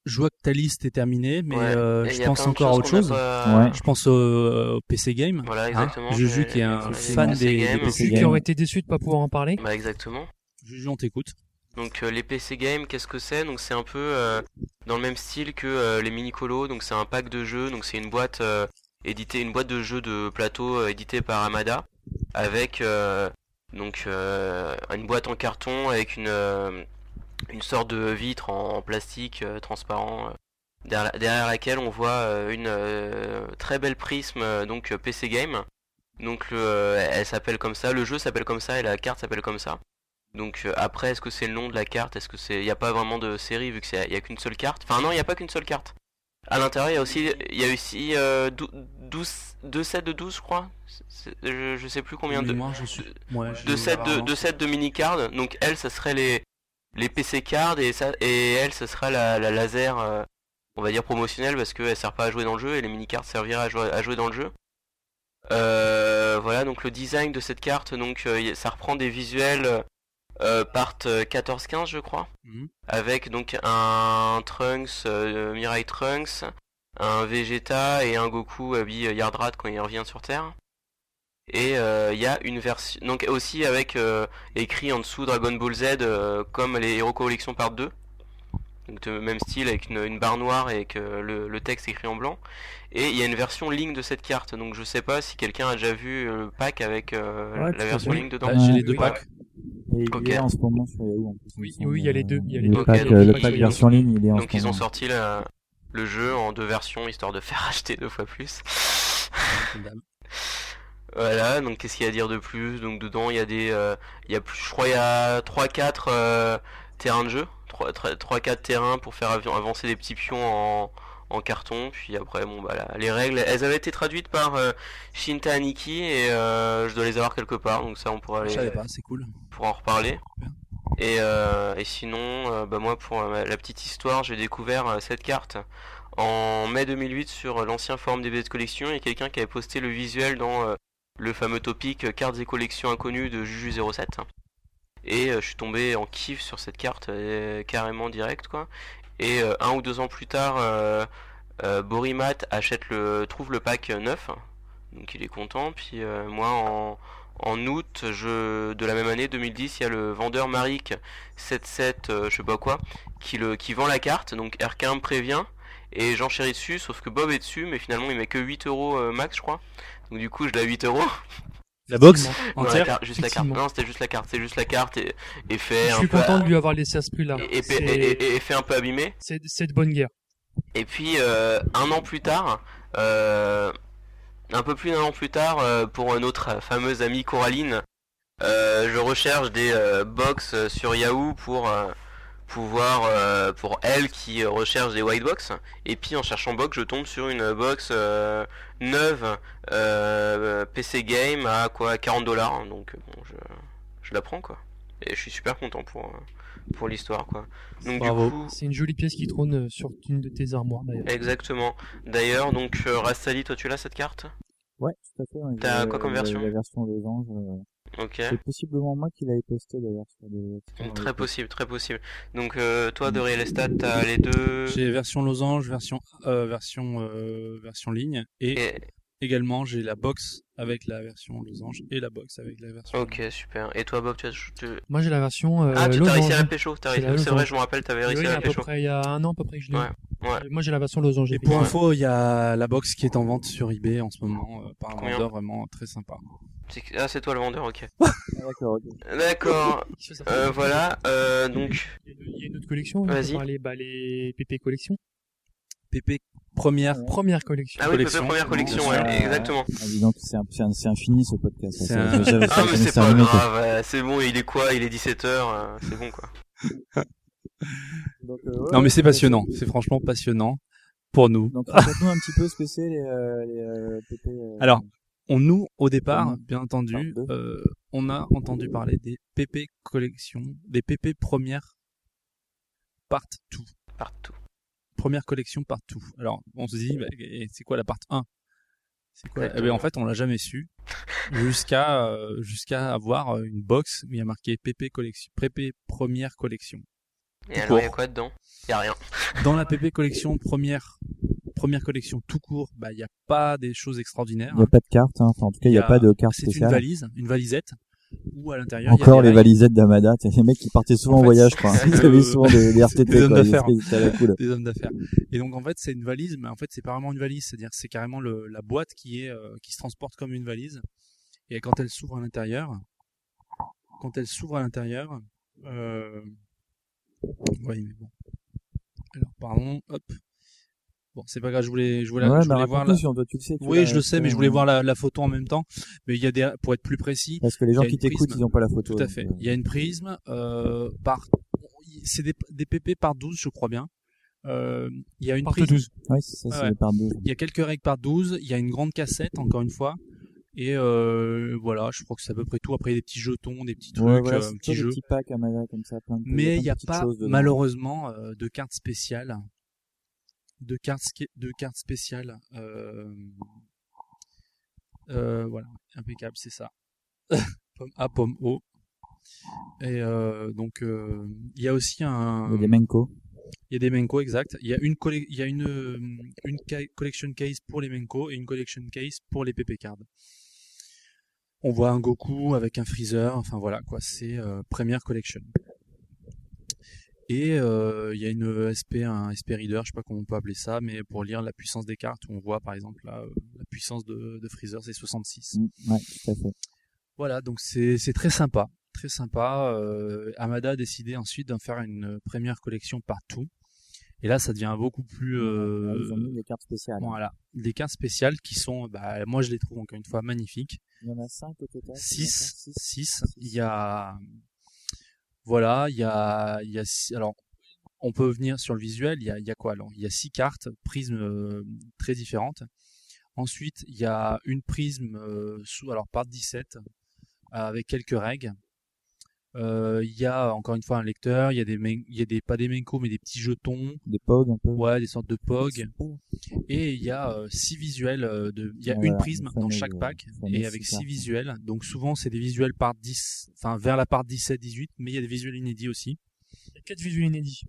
Speaker 2: je vois que ta liste est terminée, mais
Speaker 4: Ouais.
Speaker 2: euh,
Speaker 4: Et
Speaker 2: je
Speaker 4: y a
Speaker 2: pense
Speaker 4: plein de
Speaker 2: encore à
Speaker 4: choses
Speaker 2: autre
Speaker 4: qu'on n'a
Speaker 2: chose.
Speaker 4: pas- Ah. Ouais.
Speaker 2: Je pense au, au PC Game.
Speaker 4: Voilà,
Speaker 2: hein.
Speaker 4: exactement,
Speaker 2: Juju
Speaker 4: j'ai-
Speaker 2: qui est un
Speaker 4: j'ai-
Speaker 2: fan
Speaker 4: PC
Speaker 2: des, des
Speaker 4: Game.
Speaker 2: PC
Speaker 4: Juju qui
Speaker 2: Game.
Speaker 6: aurait été déçu de pas pouvoir en parler.
Speaker 4: Bah exactement.
Speaker 2: Juju, on t'écoute.
Speaker 4: Donc euh, les PC Games, qu'est-ce que c'est Donc c'est un peu euh, dans le même style que euh, les mini colos. Donc c'est un pack de jeux. Donc c'est une boîte euh, éditée, une boîte de jeux de plateau euh, éditée par Amada, avec euh, donc euh, une boîte en carton avec une euh, une sorte de vitre en, en plastique euh, transparent euh, derrière, derrière laquelle on voit euh, une euh, très belle prisme euh, donc euh, PC Game. Donc le, euh, elle s'appelle comme ça, le jeu s'appelle comme ça et la carte s'appelle comme ça. Donc euh, après, est-ce que c'est le nom de la carte Est-ce que c'est, y a pas vraiment de série vu que c'est, y a qu'une seule carte. Enfin non, il y a pas qu'une seule carte. À l'intérieur, il y a aussi, il y a aussi euh, dou- 12, deux sets de 12, je crois. C'est- je, je sais plus combien de.
Speaker 2: Moi, je suis. Ouais, je-
Speaker 4: de sets de,
Speaker 2: apparemment.
Speaker 4: de sets de mini cards donc elle ça serait les les PC cards et ça et elle ça sera la, la laser euh, on va dire promotionnelle parce qu'elle sert pas à jouer dans le jeu et les mini cards serviraient à jouer à jouer dans le jeu Euh, voilà donc le design de cette carte donc euh, y- ça reprend des visuels euh, part 14-15 je crois
Speaker 2: Mhm.
Speaker 4: avec donc un Trunks euh, Mirai Trunks un Vegeta et un Goku habillé Yardrat quand il revient sur Terre et euh, il y a une version donc aussi avec euh, écrit en dessous Dragon Ball Z euh, comme les Hero Collection Part 2 donc de même style avec une, une barre noire et avec euh, le, le texte écrit en blanc et il y a une version ligne de cette carte donc je sais pas si quelqu'un a déjà vu euh, le pack avec euh,
Speaker 5: Ouais, tout
Speaker 4: la
Speaker 5: à
Speaker 4: version
Speaker 5: fait.
Speaker 4: ligne
Speaker 2: Bah,
Speaker 4: dedans
Speaker 5: Ah, j'ai les deux
Speaker 4: Ouais.
Speaker 5: packs. Et il
Speaker 4: Euh, Ok.
Speaker 5: est en ce moment sur Yahoo. En plus,
Speaker 6: Oui,
Speaker 5: me semble,
Speaker 6: oui, il y a les
Speaker 5: euh,
Speaker 6: deux, il y a
Speaker 4: les
Speaker 5: le
Speaker 4: deux.
Speaker 5: Pack,
Speaker 4: Ok,
Speaker 5: euh,
Speaker 4: donc
Speaker 5: le
Speaker 4: ils
Speaker 5: pack
Speaker 4: ont-
Speaker 5: version ligne, il est en
Speaker 4: donc
Speaker 5: ce
Speaker 4: ils ont
Speaker 5: moment.
Speaker 4: sorti la- le jeu en deux versions histoire de faire acheter deux fois plus. voilà, donc qu'est-ce qu'il y a à dire de plus Donc dedans il y a des euh, il y a plus je crois il y a 3 4 terrains de jeu, 3 4 terrains pour faire av- avancer des petits pions en en carton, puis après bon bah là, les règles, elles avaient été traduites par euh, Shinta Aniki et euh, je dois les avoir quelque part, donc ça on pourra
Speaker 2: Je
Speaker 4: les
Speaker 2: savais pas, c'est cool.
Speaker 4: pour en reparler. Et, euh, et sinon, euh, bah moi pour euh, la petite histoire, j'ai découvert euh, cette carte en mai 2008 sur euh, l'ancien forum des BD de collection. Il y a quelqu'un qui avait posté le visuel dans euh, le fameux topic euh, Cartes et collections inconnues de Juju07. Et euh, je suis tombé en kiff sur cette carte euh, carrément direct quoi. Et euh, un ou deux ans plus tard, euh, euh, Borimat achète le trouve le pack euh, neuf, donc il est content. Puis euh, moi en en août je, de la même année 2010, il y a le vendeur Maric 77, euh, je sais pas quoi, qui le qui vend la carte. Donc RK1 me prévient et j'enchéris dessus, sauf que Bob est dessus, mais finalement il met que 8 euros euh, max, je crois. Donc du coup je l'ai à 8 euros.
Speaker 21: La box
Speaker 4: Non, la
Speaker 21: Entière
Speaker 4: carte- juste la carte.
Speaker 6: Effectivement.
Speaker 4: Non, c'était juste la carte. C'est juste la carte et, et fait
Speaker 6: Je
Speaker 4: un
Speaker 6: suis
Speaker 4: peu-
Speaker 6: content de lui avoir laissé à ce prix-là.
Speaker 4: et, et-
Speaker 6: C'est-
Speaker 4: et- et- et fait un peu abîmé.
Speaker 6: C'est c'est de bonne guerre.
Speaker 4: Et puis euh, un an plus tard, euh, un peu plus d'un an plus tard, euh, pour euh, notre euh, fameuse amie Coraline, euh, je recherche des euh, box euh, sur Yahoo pour euh, pouvoir euh, pour elle qui euh, recherche des white box. Et puis en cherchant box, je tombe sur une box euh, neuve euh, PC Game à quoi 40 dollars. Donc bon, je, je la prends quoi. Et je suis super content pour euh, pour l'histoire quoi. Donc du coup,
Speaker 6: C'est une jolie pièce qui trône euh, sur une de tes armoires d'ailleurs.
Speaker 4: Exactement. D'ailleurs, donc euh, Rastali, toi tu l'as cette carte
Speaker 5: Ouais, tout à fait. ouais,
Speaker 4: T'as
Speaker 5: j'ai,
Speaker 4: quoi comme
Speaker 5: euh,
Speaker 4: version
Speaker 5: La version des anges. euh,
Speaker 4: Ok.
Speaker 5: C'est possiblement moi qui l'avais posté d'ailleurs sur les. sur les-
Speaker 4: Très possible, très possible. Donc euh, toi de Real Estate, t'as les deux.
Speaker 2: J'ai version losange, version euh, version euh, version ligne et, également j'ai la box avec la version losange et la box avec la version.
Speaker 4: Ok, super. Et toi Bob, tu as. tu-
Speaker 6: Moi j'ai la version. euh,
Speaker 4: Ah, tu t'as réussi à la
Speaker 6: losange.
Speaker 4: pécho. t'as
Speaker 6: J'ai
Speaker 4: réussi-
Speaker 6: la
Speaker 4: C'est vrai,
Speaker 6: losange.
Speaker 4: je me rappelle, t'avais
Speaker 6: Oui,
Speaker 4: réussi à la
Speaker 6: à peu
Speaker 4: pécho.
Speaker 6: près il y a un an à peu près que je l'ai.
Speaker 4: eu. Ouais.
Speaker 6: Moi j'ai la version losange.
Speaker 2: Et pour info, il y a la box qui est en vente sur eBay en ce moment euh, par un
Speaker 4: Combien
Speaker 2: vendeur vraiment très sympa.
Speaker 4: C'est- Ah, c'est toi le vendeur, ok.
Speaker 5: Ah, D'accord,
Speaker 4: D'accord. Euh, voilà, euh, donc.
Speaker 6: Il y a une autre collection. on peut
Speaker 4: Vas-y.
Speaker 6: parler, bah, les PP collections.
Speaker 2: PP première
Speaker 6: première collection.
Speaker 4: Ah oui, PP première collection, ouais, exactement.
Speaker 5: Ah, dis donc, c'est un- c'est un- c'est infini ce podcast. ça,
Speaker 4: C'est
Speaker 5: ça-
Speaker 4: un-
Speaker 5: ça- ça-
Speaker 4: Ah,
Speaker 5: ça-
Speaker 4: mais
Speaker 5: ça-
Speaker 4: c'est
Speaker 5: ça-
Speaker 4: pas
Speaker 5: ça-
Speaker 4: grave, euh, c'est bon, il est quoi Il est 17h, c'est bon quoi.
Speaker 5: Donc, euh, ouais,
Speaker 2: Non mais c'est
Speaker 5: ouais,
Speaker 2: passionnant, c'est franchement passionnant pour nous.
Speaker 5: Donc raconte-nous un petit peu ce que c'est les, euh, les euh, PP. euh,
Speaker 2: Alors, on nous au départ,
Speaker 5: Pardon.
Speaker 2: bien entendu,
Speaker 5: Pardon.
Speaker 2: euh, on a entendu parler des PP collections, des PP premières partout.
Speaker 4: Partout.
Speaker 2: Première collection partout. Alors, on se dit, bah, et c'est quoi la part 1 C'est quoi la- eh
Speaker 4: Exactement.
Speaker 2: ben, En fait, on l'a jamais su jusqu'à euh, jusqu'à avoir euh, une box où il y a marqué PP collection, PP première collection.
Speaker 4: Et
Speaker 2: Tout
Speaker 4: alors, il y a
Speaker 2: court.
Speaker 4: quoi dedans Il y a rien.
Speaker 2: Dans la PP collection première première collection tout court, bah il n'y a pas des choses extraordinaires.
Speaker 5: Il n'y a pas de carte, hein. Enfin, en tout cas, il n'y a, pas de carte
Speaker 2: C'est une
Speaker 5: spéciale.
Speaker 2: valise, une valisette où à l'intérieur il y a
Speaker 5: Encore
Speaker 2: des
Speaker 5: les
Speaker 2: règles.
Speaker 5: valisettes d'Amada. T'as les mecs qui partaient souvent en,
Speaker 2: fait,
Speaker 5: voyage, quoi.
Speaker 2: c'est
Speaker 5: Ils
Speaker 2: le-
Speaker 5: avaient souvent des, des RTT,
Speaker 2: hommes
Speaker 5: quoi, des
Speaker 2: d'affaires.
Speaker 5: espèces à la cool.
Speaker 2: Des hommes d'affaires. Et donc en fait c'est une valise, mais en fait c'est pas vraiment une valise, c'est-à-dire que c'est carrément le- la boîte qui est euh, qui se transporte comme une valise. Et quand elle s'ouvre à l'intérieur, quand elle s'ouvre à l'intérieur, euh... oui mais bon. Alors pardon, hop. C'est pas grave, je voulais, je voulais,
Speaker 5: Ouais,
Speaker 2: je
Speaker 5: bah,
Speaker 2: voulais voir la.
Speaker 5: raconte-nous, Sion, toi, tu le sais, tu l'as,
Speaker 2: oui, je le sais, mais je voulais
Speaker 5: euh,
Speaker 2: voir la, la photo en même temps. Mais il y a des, pour être plus précis.
Speaker 5: Parce que les gens
Speaker 2: il y a
Speaker 5: qui
Speaker 2: une prisme.
Speaker 5: t'écoutent, ils ont pas la photo,
Speaker 2: Tout à
Speaker 5: donc,
Speaker 2: fait.
Speaker 5: euh.
Speaker 2: Il y a une prisme euh, par, c'est des, des PP par 12, je crois bien. Euh, il y a une
Speaker 5: Par
Speaker 2: prise-
Speaker 5: 12. euh, Ouais, c'est ça, c'est par 12.
Speaker 2: Il y a quelques règles par 12, il y a une grande cassette, encore une fois. Et euh, voilà, je crois que c'est à peu près tout. Après, il y a des petits jetons, des petits trucs,
Speaker 5: Ouais, voilà,
Speaker 2: euh,
Speaker 5: c'est
Speaker 2: petits
Speaker 5: toujours
Speaker 2: jeux.
Speaker 5: des petits packs à mana comme ça, plein de- plein
Speaker 2: Mais
Speaker 5: de
Speaker 2: il n'y a
Speaker 5: petites
Speaker 2: pas,
Speaker 5: choses dedans.
Speaker 2: malheureusement, euh, de cartes spéciales. De cartes, sca- de cartes spéciales. Euh, euh, voilà, impeccable, c'est ça. pomme A, pomme O. Et euh, donc, euh, il y a aussi un.
Speaker 5: Il y a des Menko.
Speaker 2: Il y a des Menko, exact. Il y a une, colle- il y a une, euh, une ca- collection case pour les Menko et une collection case pour les PP cards. On voit un Goku avec un Freezer, enfin voilà quoi, c'est euh, première collection. Et euh, il y a une SP, un SP Reader, je sais pas comment on peut appeler ça, mais pour lire la puissance des cartes, où on voit par exemple là, euh, la puissance de, de Freezer, c'est 66.
Speaker 5: Mm, Ouais, tout à fait.
Speaker 2: Voilà, donc c'est c'est très sympa. Très sympa. Euh, Amada a décidé ensuite d'en faire une première collection partout. Et là, ça devient beaucoup plus. Euh,
Speaker 5: Ah, ils ont mis les cartes spéciales.
Speaker 2: Voilà. Des cartes spéciales qui sont. Bah, moi, je les trouve encore une fois magnifiques.
Speaker 5: Il y en a 5 au total.
Speaker 2: 6. 6. Il y a. Voilà, il y a. Il y a six- alors, on peut venir sur le visuel. Il y a, il y a quoi alors Il y a 6 cartes, prismes euh, très différentes. Ensuite, il y a une prisme euh, sous. Alors, par 17, euh, avec quelques règles. Euh, Il y a encore une fois un lecteur, il y a des, men- il y a des pas des menko mais des petits jetons,
Speaker 5: Des POG un peu.
Speaker 2: ouais, des sortes de POG, et il y a euh, six visuels, euh, de, il y a
Speaker 5: Ah, Voilà,
Speaker 2: une prisme
Speaker 5: le
Speaker 2: dans
Speaker 5: fameux,
Speaker 2: chaque
Speaker 5: euh,
Speaker 2: pack
Speaker 5: fameux
Speaker 2: et
Speaker 5: six
Speaker 2: avec six
Speaker 5: cartes.
Speaker 2: visuels, donc souvent c'est des visuels par 10, enfin vers la part 17-18, mais il y a des visuels inédits aussi.
Speaker 6: Il y a 4 visuels inédits.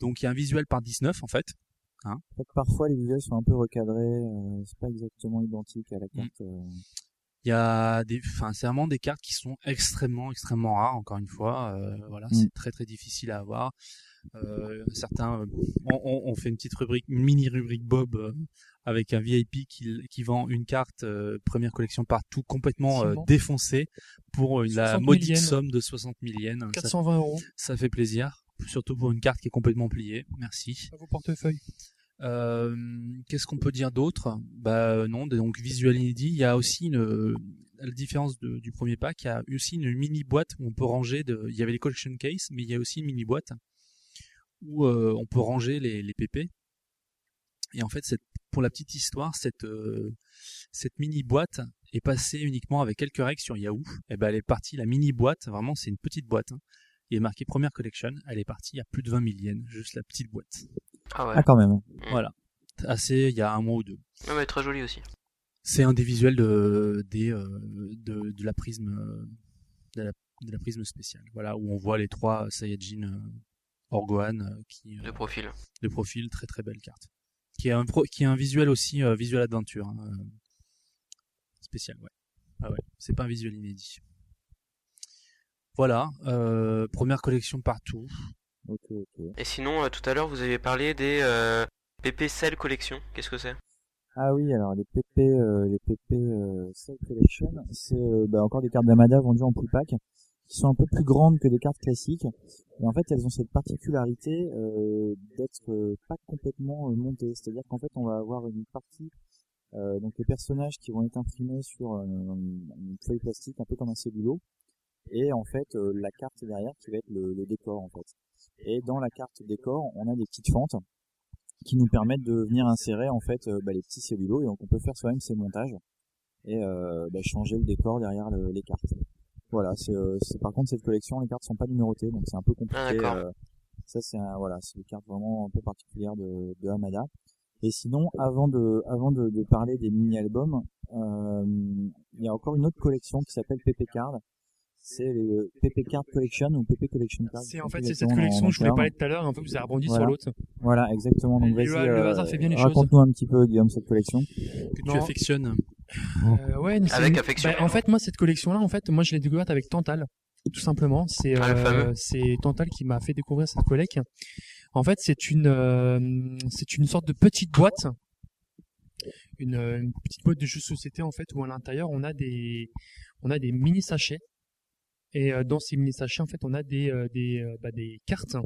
Speaker 2: Donc il y a un visuel par 19 en fait. Hein.
Speaker 5: En fait, Parfois, les visuels sont un peu recadrés, euh, c'est pas exactement identique à la carte.
Speaker 2: Hum.
Speaker 5: euh,
Speaker 2: Il y a des, enfin, c'est vraiment des cartes qui sont extrêmement, extrêmement rares. Encore une fois, Euh, voilà, c'est très, très difficile à avoir. Euh, certains, euh, on, on- on fait une petite rubrique, une mini rubrique Bob euh, avec un VIP qui, qui vend une carte euh, première collection partout complètement euh,
Speaker 6: Seulement.
Speaker 2: défoncée pour euh, la
Speaker 6: 60 000
Speaker 2: maudite
Speaker 6: yens.
Speaker 2: somme de 60 000 yens. Ça-
Speaker 6: 420 euros.
Speaker 2: Ça fait plaisir, surtout pour une carte qui est complètement pliée. Merci.
Speaker 6: À vos portefeuilles.
Speaker 2: Euh, qu'est-ce qu'on peut dire d'autre Bah euh, non, des- donc visuel inédit. Il y a aussi une, à la différence de- du premier pack, il y a aussi une mini boîte où on peut ranger. De, il y avait les collection case, mais il y a aussi une mini boîte où euh, on peut ranger les, les PP. Et en fait, cette, pour la petite histoire, cette euh, cette mini boîte est passée uniquement avec quelques règles sur Yahoo. Et ben elle est partie, la mini boîte, vraiment c'est une petite boîte. hein. Il est marqué première collection, elle est partie à plus de 20 000 yens, juste la petite boîte.
Speaker 4: Ah ouais.
Speaker 5: Ah, quand même.
Speaker 2: Voilà. Assez, il y a un mois ou deux.
Speaker 4: Non, mais très joli aussi.
Speaker 2: C'est un des visuels de, des, euh, de, de la prisme euh, de la, de la prisme spéciale. Voilà, où on voit les trois Saiyajin euh, Orgoan euh, qui
Speaker 4: de profil.
Speaker 2: De profil, très très belle carte. Qui est un pro- qui est un visuel aussi euh, visuel adventure hein, euh, spécial, ouais. Ah ouais, c'est pas un visuel inédit. Voilà, euh, première collection partout.
Speaker 4: Et sinon, euh, tout à l'heure, vous avez parlé des euh, PP Cell Collection. Qu'est-ce que c'est
Speaker 5: Ah oui, alors les PP, euh, les PP euh, Self Collection, c'est euh, bah, encore des cartes d'Amada vendues en pool pack, qui sont un peu plus grandes que des cartes classiques. Et en fait, elles ont cette particularité euh, d'être euh, pas complètement euh, montées. C'est-à-dire qu'en fait, on va avoir une partie, euh, donc les personnages qui vont être imprimés sur euh, une feuille plastique, un peu comme un cellulo, et en fait, euh, la carte derrière qui va être le, le décor en fait. Et dans la carte décor, on a des petites fentes qui nous permettent de venir insérer en fait euh, bah, les petits cellulos et donc on peut faire soi-même ces montages et euh, bah, changer le décor derrière le- les cartes. Voilà, c'est euh, c'est- par contre cette collection, les cartes sont pas numérotées donc c'est un peu
Speaker 4: Ah,
Speaker 5: compliqué.
Speaker 4: d'accord.
Speaker 5: euh, ça c'est un- voilà, c'est des cartes vraiment un peu particulières de, de Hamada. Et sinon, avant de avant de, de parler des mini-albums, euh, il y a encore une autre collection qui s'appelle PP Card. C'est le PP Card Collection ou PP Collection Card.
Speaker 6: C'est
Speaker 5: je
Speaker 6: en
Speaker 5: sais
Speaker 6: fait
Speaker 5: plus
Speaker 6: c'est cette
Speaker 5: exactement
Speaker 6: collection
Speaker 5: en
Speaker 6: que je voulais
Speaker 5: terme.
Speaker 6: parler tout à l'heure et en fait vous avez rebondi
Speaker 5: Voilà.
Speaker 6: sur l'autre.
Speaker 5: Voilà, exactement. Donc
Speaker 6: Le-
Speaker 5: vas-y, euh,
Speaker 6: le hasard fait bien les choses.
Speaker 5: Raconte-nous un petit peu, Guillaume, cette collection.
Speaker 2: Que tu affectionnes.
Speaker 6: Euh, ouais, mais c'est
Speaker 2: Avec
Speaker 6: une-
Speaker 2: affection.
Speaker 6: bah, en fait, moi, cette collection-là, en fait, moi, je l'ai découverte avec Tantal, tout simplement. C'est
Speaker 2: Ah, le
Speaker 6: euh,
Speaker 2: fameux.
Speaker 6: c'est Tantal qui m'a fait découvrir cette collecte. En fait, c'est une euh, c'est une sorte de petite boîte, une, euh, une petite boîte de jeux de société en fait, où à l'intérieur on a des on a des mini sachets Et euh, dans ces mini sachets, en fait, on a des euh, des euh, bah, des cartes.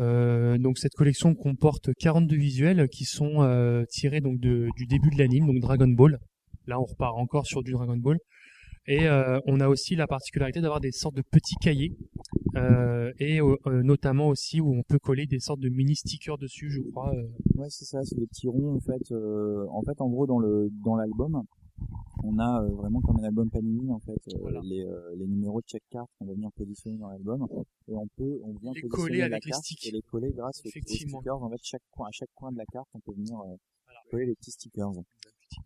Speaker 6: Euh, donc cette collection comporte 42 visuels qui sont euh, tirés donc de, du début de l'anime, donc Dragon Ball. Là, on repart encore sur du Dragon Ball. Et euh, on a aussi la particularité d'avoir des sortes de petits cahiers, euh, et euh, euh, notamment aussi où on peut coller des sortes de mini stickers dessus, je crois. euh.
Speaker 5: Ouais, c'est ça, c'est des petits ronds en fait. euh, en fait, en gros, dans le dans l'album, on a euh, vraiment comme un album Panini en fait euh, les, euh, les numéros de chaque carte qu'on va venir positionner dans l'album et on peut on vient
Speaker 6: Les
Speaker 5: positionner
Speaker 6: coller
Speaker 5: la
Speaker 6: avec les
Speaker 5: carte
Speaker 6: sticks.
Speaker 5: et les coller grâce aux, aux
Speaker 6: Effectivement.
Speaker 5: stickers. En fait, chaque coin à chaque coin de la carte, on peut venir euh, coller les petits stickers.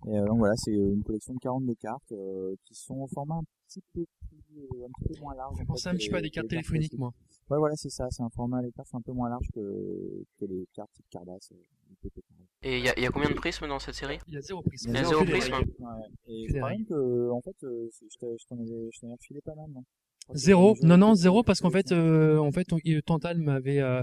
Speaker 5: Et euh, donc voilà, c'est une collection de 42 cartes euh, qui sont au format un petit peu plus, euh, un petit peu moins large. en
Speaker 6: pensais
Speaker 5: fait,
Speaker 6: un petit
Speaker 5: que
Speaker 6: peu à
Speaker 5: les-
Speaker 6: Ah, des cartes
Speaker 5: que les
Speaker 6: téléphoniques,
Speaker 5: classiques.
Speaker 6: moi.
Speaker 5: Ouais, voilà, c'est ça. C'est un format, les cartes sont un peu moins larges que, que les cartes type Cardass. euh, du PP.
Speaker 4: Et il y, a- y a combien de prismes dans cette série
Speaker 6: Il y a zéro
Speaker 4: prisme.
Speaker 5: Il y a
Speaker 4: zéro
Speaker 5: zéro
Speaker 4: prisme.
Speaker 5: prisme. Ouais. Et
Speaker 6: Que des
Speaker 5: par
Speaker 6: règles.
Speaker 5: exemple, euh, en fait, euh, c'est- je t'ai- je t'en ai, je t'en ai refilé pas mal, non Je crois que
Speaker 6: Zéro,
Speaker 5: c'est-
Speaker 6: non non zéro parce qu'en fait euh, en fait on- il- Tantal m'avait euh,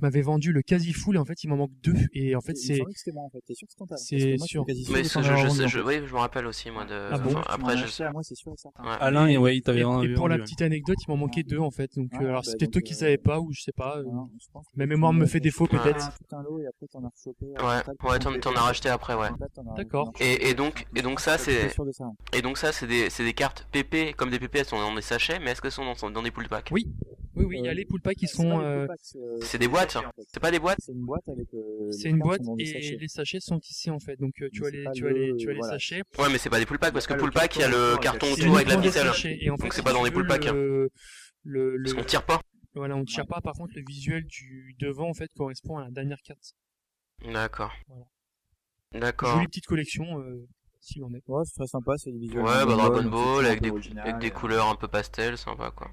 Speaker 6: m'avait vendu le quasi full et en fait il m'en manque deux et en fait
Speaker 5: Il me
Speaker 6: c'est
Speaker 5: semblait que c'était moi, en fait. T'es sûr que c'est Tantal Parce que
Speaker 6: c'est
Speaker 5: moi, je suis
Speaker 6: sûr.
Speaker 5: quasi sûr
Speaker 4: Mais
Speaker 5: que
Speaker 4: ce
Speaker 5: t'en
Speaker 4: jeu,
Speaker 5: avais
Speaker 4: je,
Speaker 5: vendu
Speaker 4: sais,
Speaker 5: un.
Speaker 4: je, oui, je me rappelle aussi, moi, de...
Speaker 6: hein. Ah
Speaker 4: enfin,
Speaker 6: bon Ah, Tu
Speaker 5: m'en
Speaker 4: après,
Speaker 5: as
Speaker 4: je...
Speaker 5: acheté à moi, c'est sûr et certain.
Speaker 4: Ouais.
Speaker 2: Alain, et ouais, il t'avait
Speaker 6: Et-
Speaker 2: en-
Speaker 6: et pour la
Speaker 2: vendu,
Speaker 6: petite anecdote, il m'en manquait deux en fait. Donc
Speaker 5: Ah,
Speaker 6: euh, Ah, alors
Speaker 5: bah,
Speaker 6: c'était
Speaker 5: donc,
Speaker 6: eux qui
Speaker 5: euh,
Speaker 6: savaient pas ou je sais pas. euh,
Speaker 5: je pense que
Speaker 6: ma
Speaker 5: tu
Speaker 6: mémoire me
Speaker 5: m'as
Speaker 6: fait défaut
Speaker 5: acheté
Speaker 6: peut-être.
Speaker 5: Tout un lot et après t'en as rechopé. euh,
Speaker 4: Ouais,
Speaker 5: Tantal,
Speaker 4: ouais,
Speaker 5: t'en
Speaker 4: t'en,
Speaker 5: as
Speaker 4: t'en as racheté après, ouais.
Speaker 6: D'accord.
Speaker 4: Et, et donc, et donc ça,
Speaker 5: Je
Speaker 4: c'est,
Speaker 5: suis sûr de ça. hein.
Speaker 4: et donc ça, c'est des, c'est des cartes PP, comme des PP, elles sont dans des sachets, mais est-ce qu'elles sont dans, dans des pull packs
Speaker 6: Oui, oui, oui. Il y a les pool packs qui
Speaker 5: pas
Speaker 6: sont.
Speaker 5: des
Speaker 6: euh,
Speaker 5: pool packs, c'est, euh,
Speaker 4: C'est des boîtes, hein. c'est pas des boîtes.
Speaker 5: C'est une boîte avec. euh,
Speaker 6: C'est
Speaker 5: les
Speaker 6: une
Speaker 5: cartes
Speaker 6: boîte
Speaker 5: sont dans des
Speaker 6: et
Speaker 5: sachets.
Speaker 6: les sachets sont ici en fait. Donc euh, tu
Speaker 5: Mais
Speaker 6: as
Speaker 5: c'est
Speaker 6: les
Speaker 5: pas
Speaker 6: tu as
Speaker 5: le-
Speaker 6: les tu as les
Speaker 5: voilà.
Speaker 6: sachets.
Speaker 4: Ouais, mais c'est pas des pull packs, parce que
Speaker 6: Pas Bah, le
Speaker 4: pull pack, il y a le carton
Speaker 6: C'est
Speaker 4: autour avec la
Speaker 6: uniquement des
Speaker 4: ficelle.
Speaker 6: sachets. Et en fait,
Speaker 4: Donc c'est
Speaker 6: si
Speaker 4: pas dans
Speaker 6: tu
Speaker 4: des
Speaker 6: veux,
Speaker 4: pull packs. hein.
Speaker 6: le- le- le-
Speaker 4: Parce qu'on tire pas.
Speaker 6: Voilà, on ne tire pas. Par contre, le visuel du devant en fait correspond à la dernière carte.
Speaker 4: D'accord. D'accord.
Speaker 6: Jolie petite collection. euh, S'il en est.
Speaker 5: Ouais, c'est très sympa, c'est visuel.
Speaker 4: Ouais, bah Dragon
Speaker 5: donc
Speaker 4: Ball,
Speaker 5: c'est
Speaker 4: avec
Speaker 5: un
Speaker 4: des,
Speaker 5: peu original,
Speaker 4: avec des
Speaker 5: et-
Speaker 4: couleurs un peu pastel, sympa, quoi.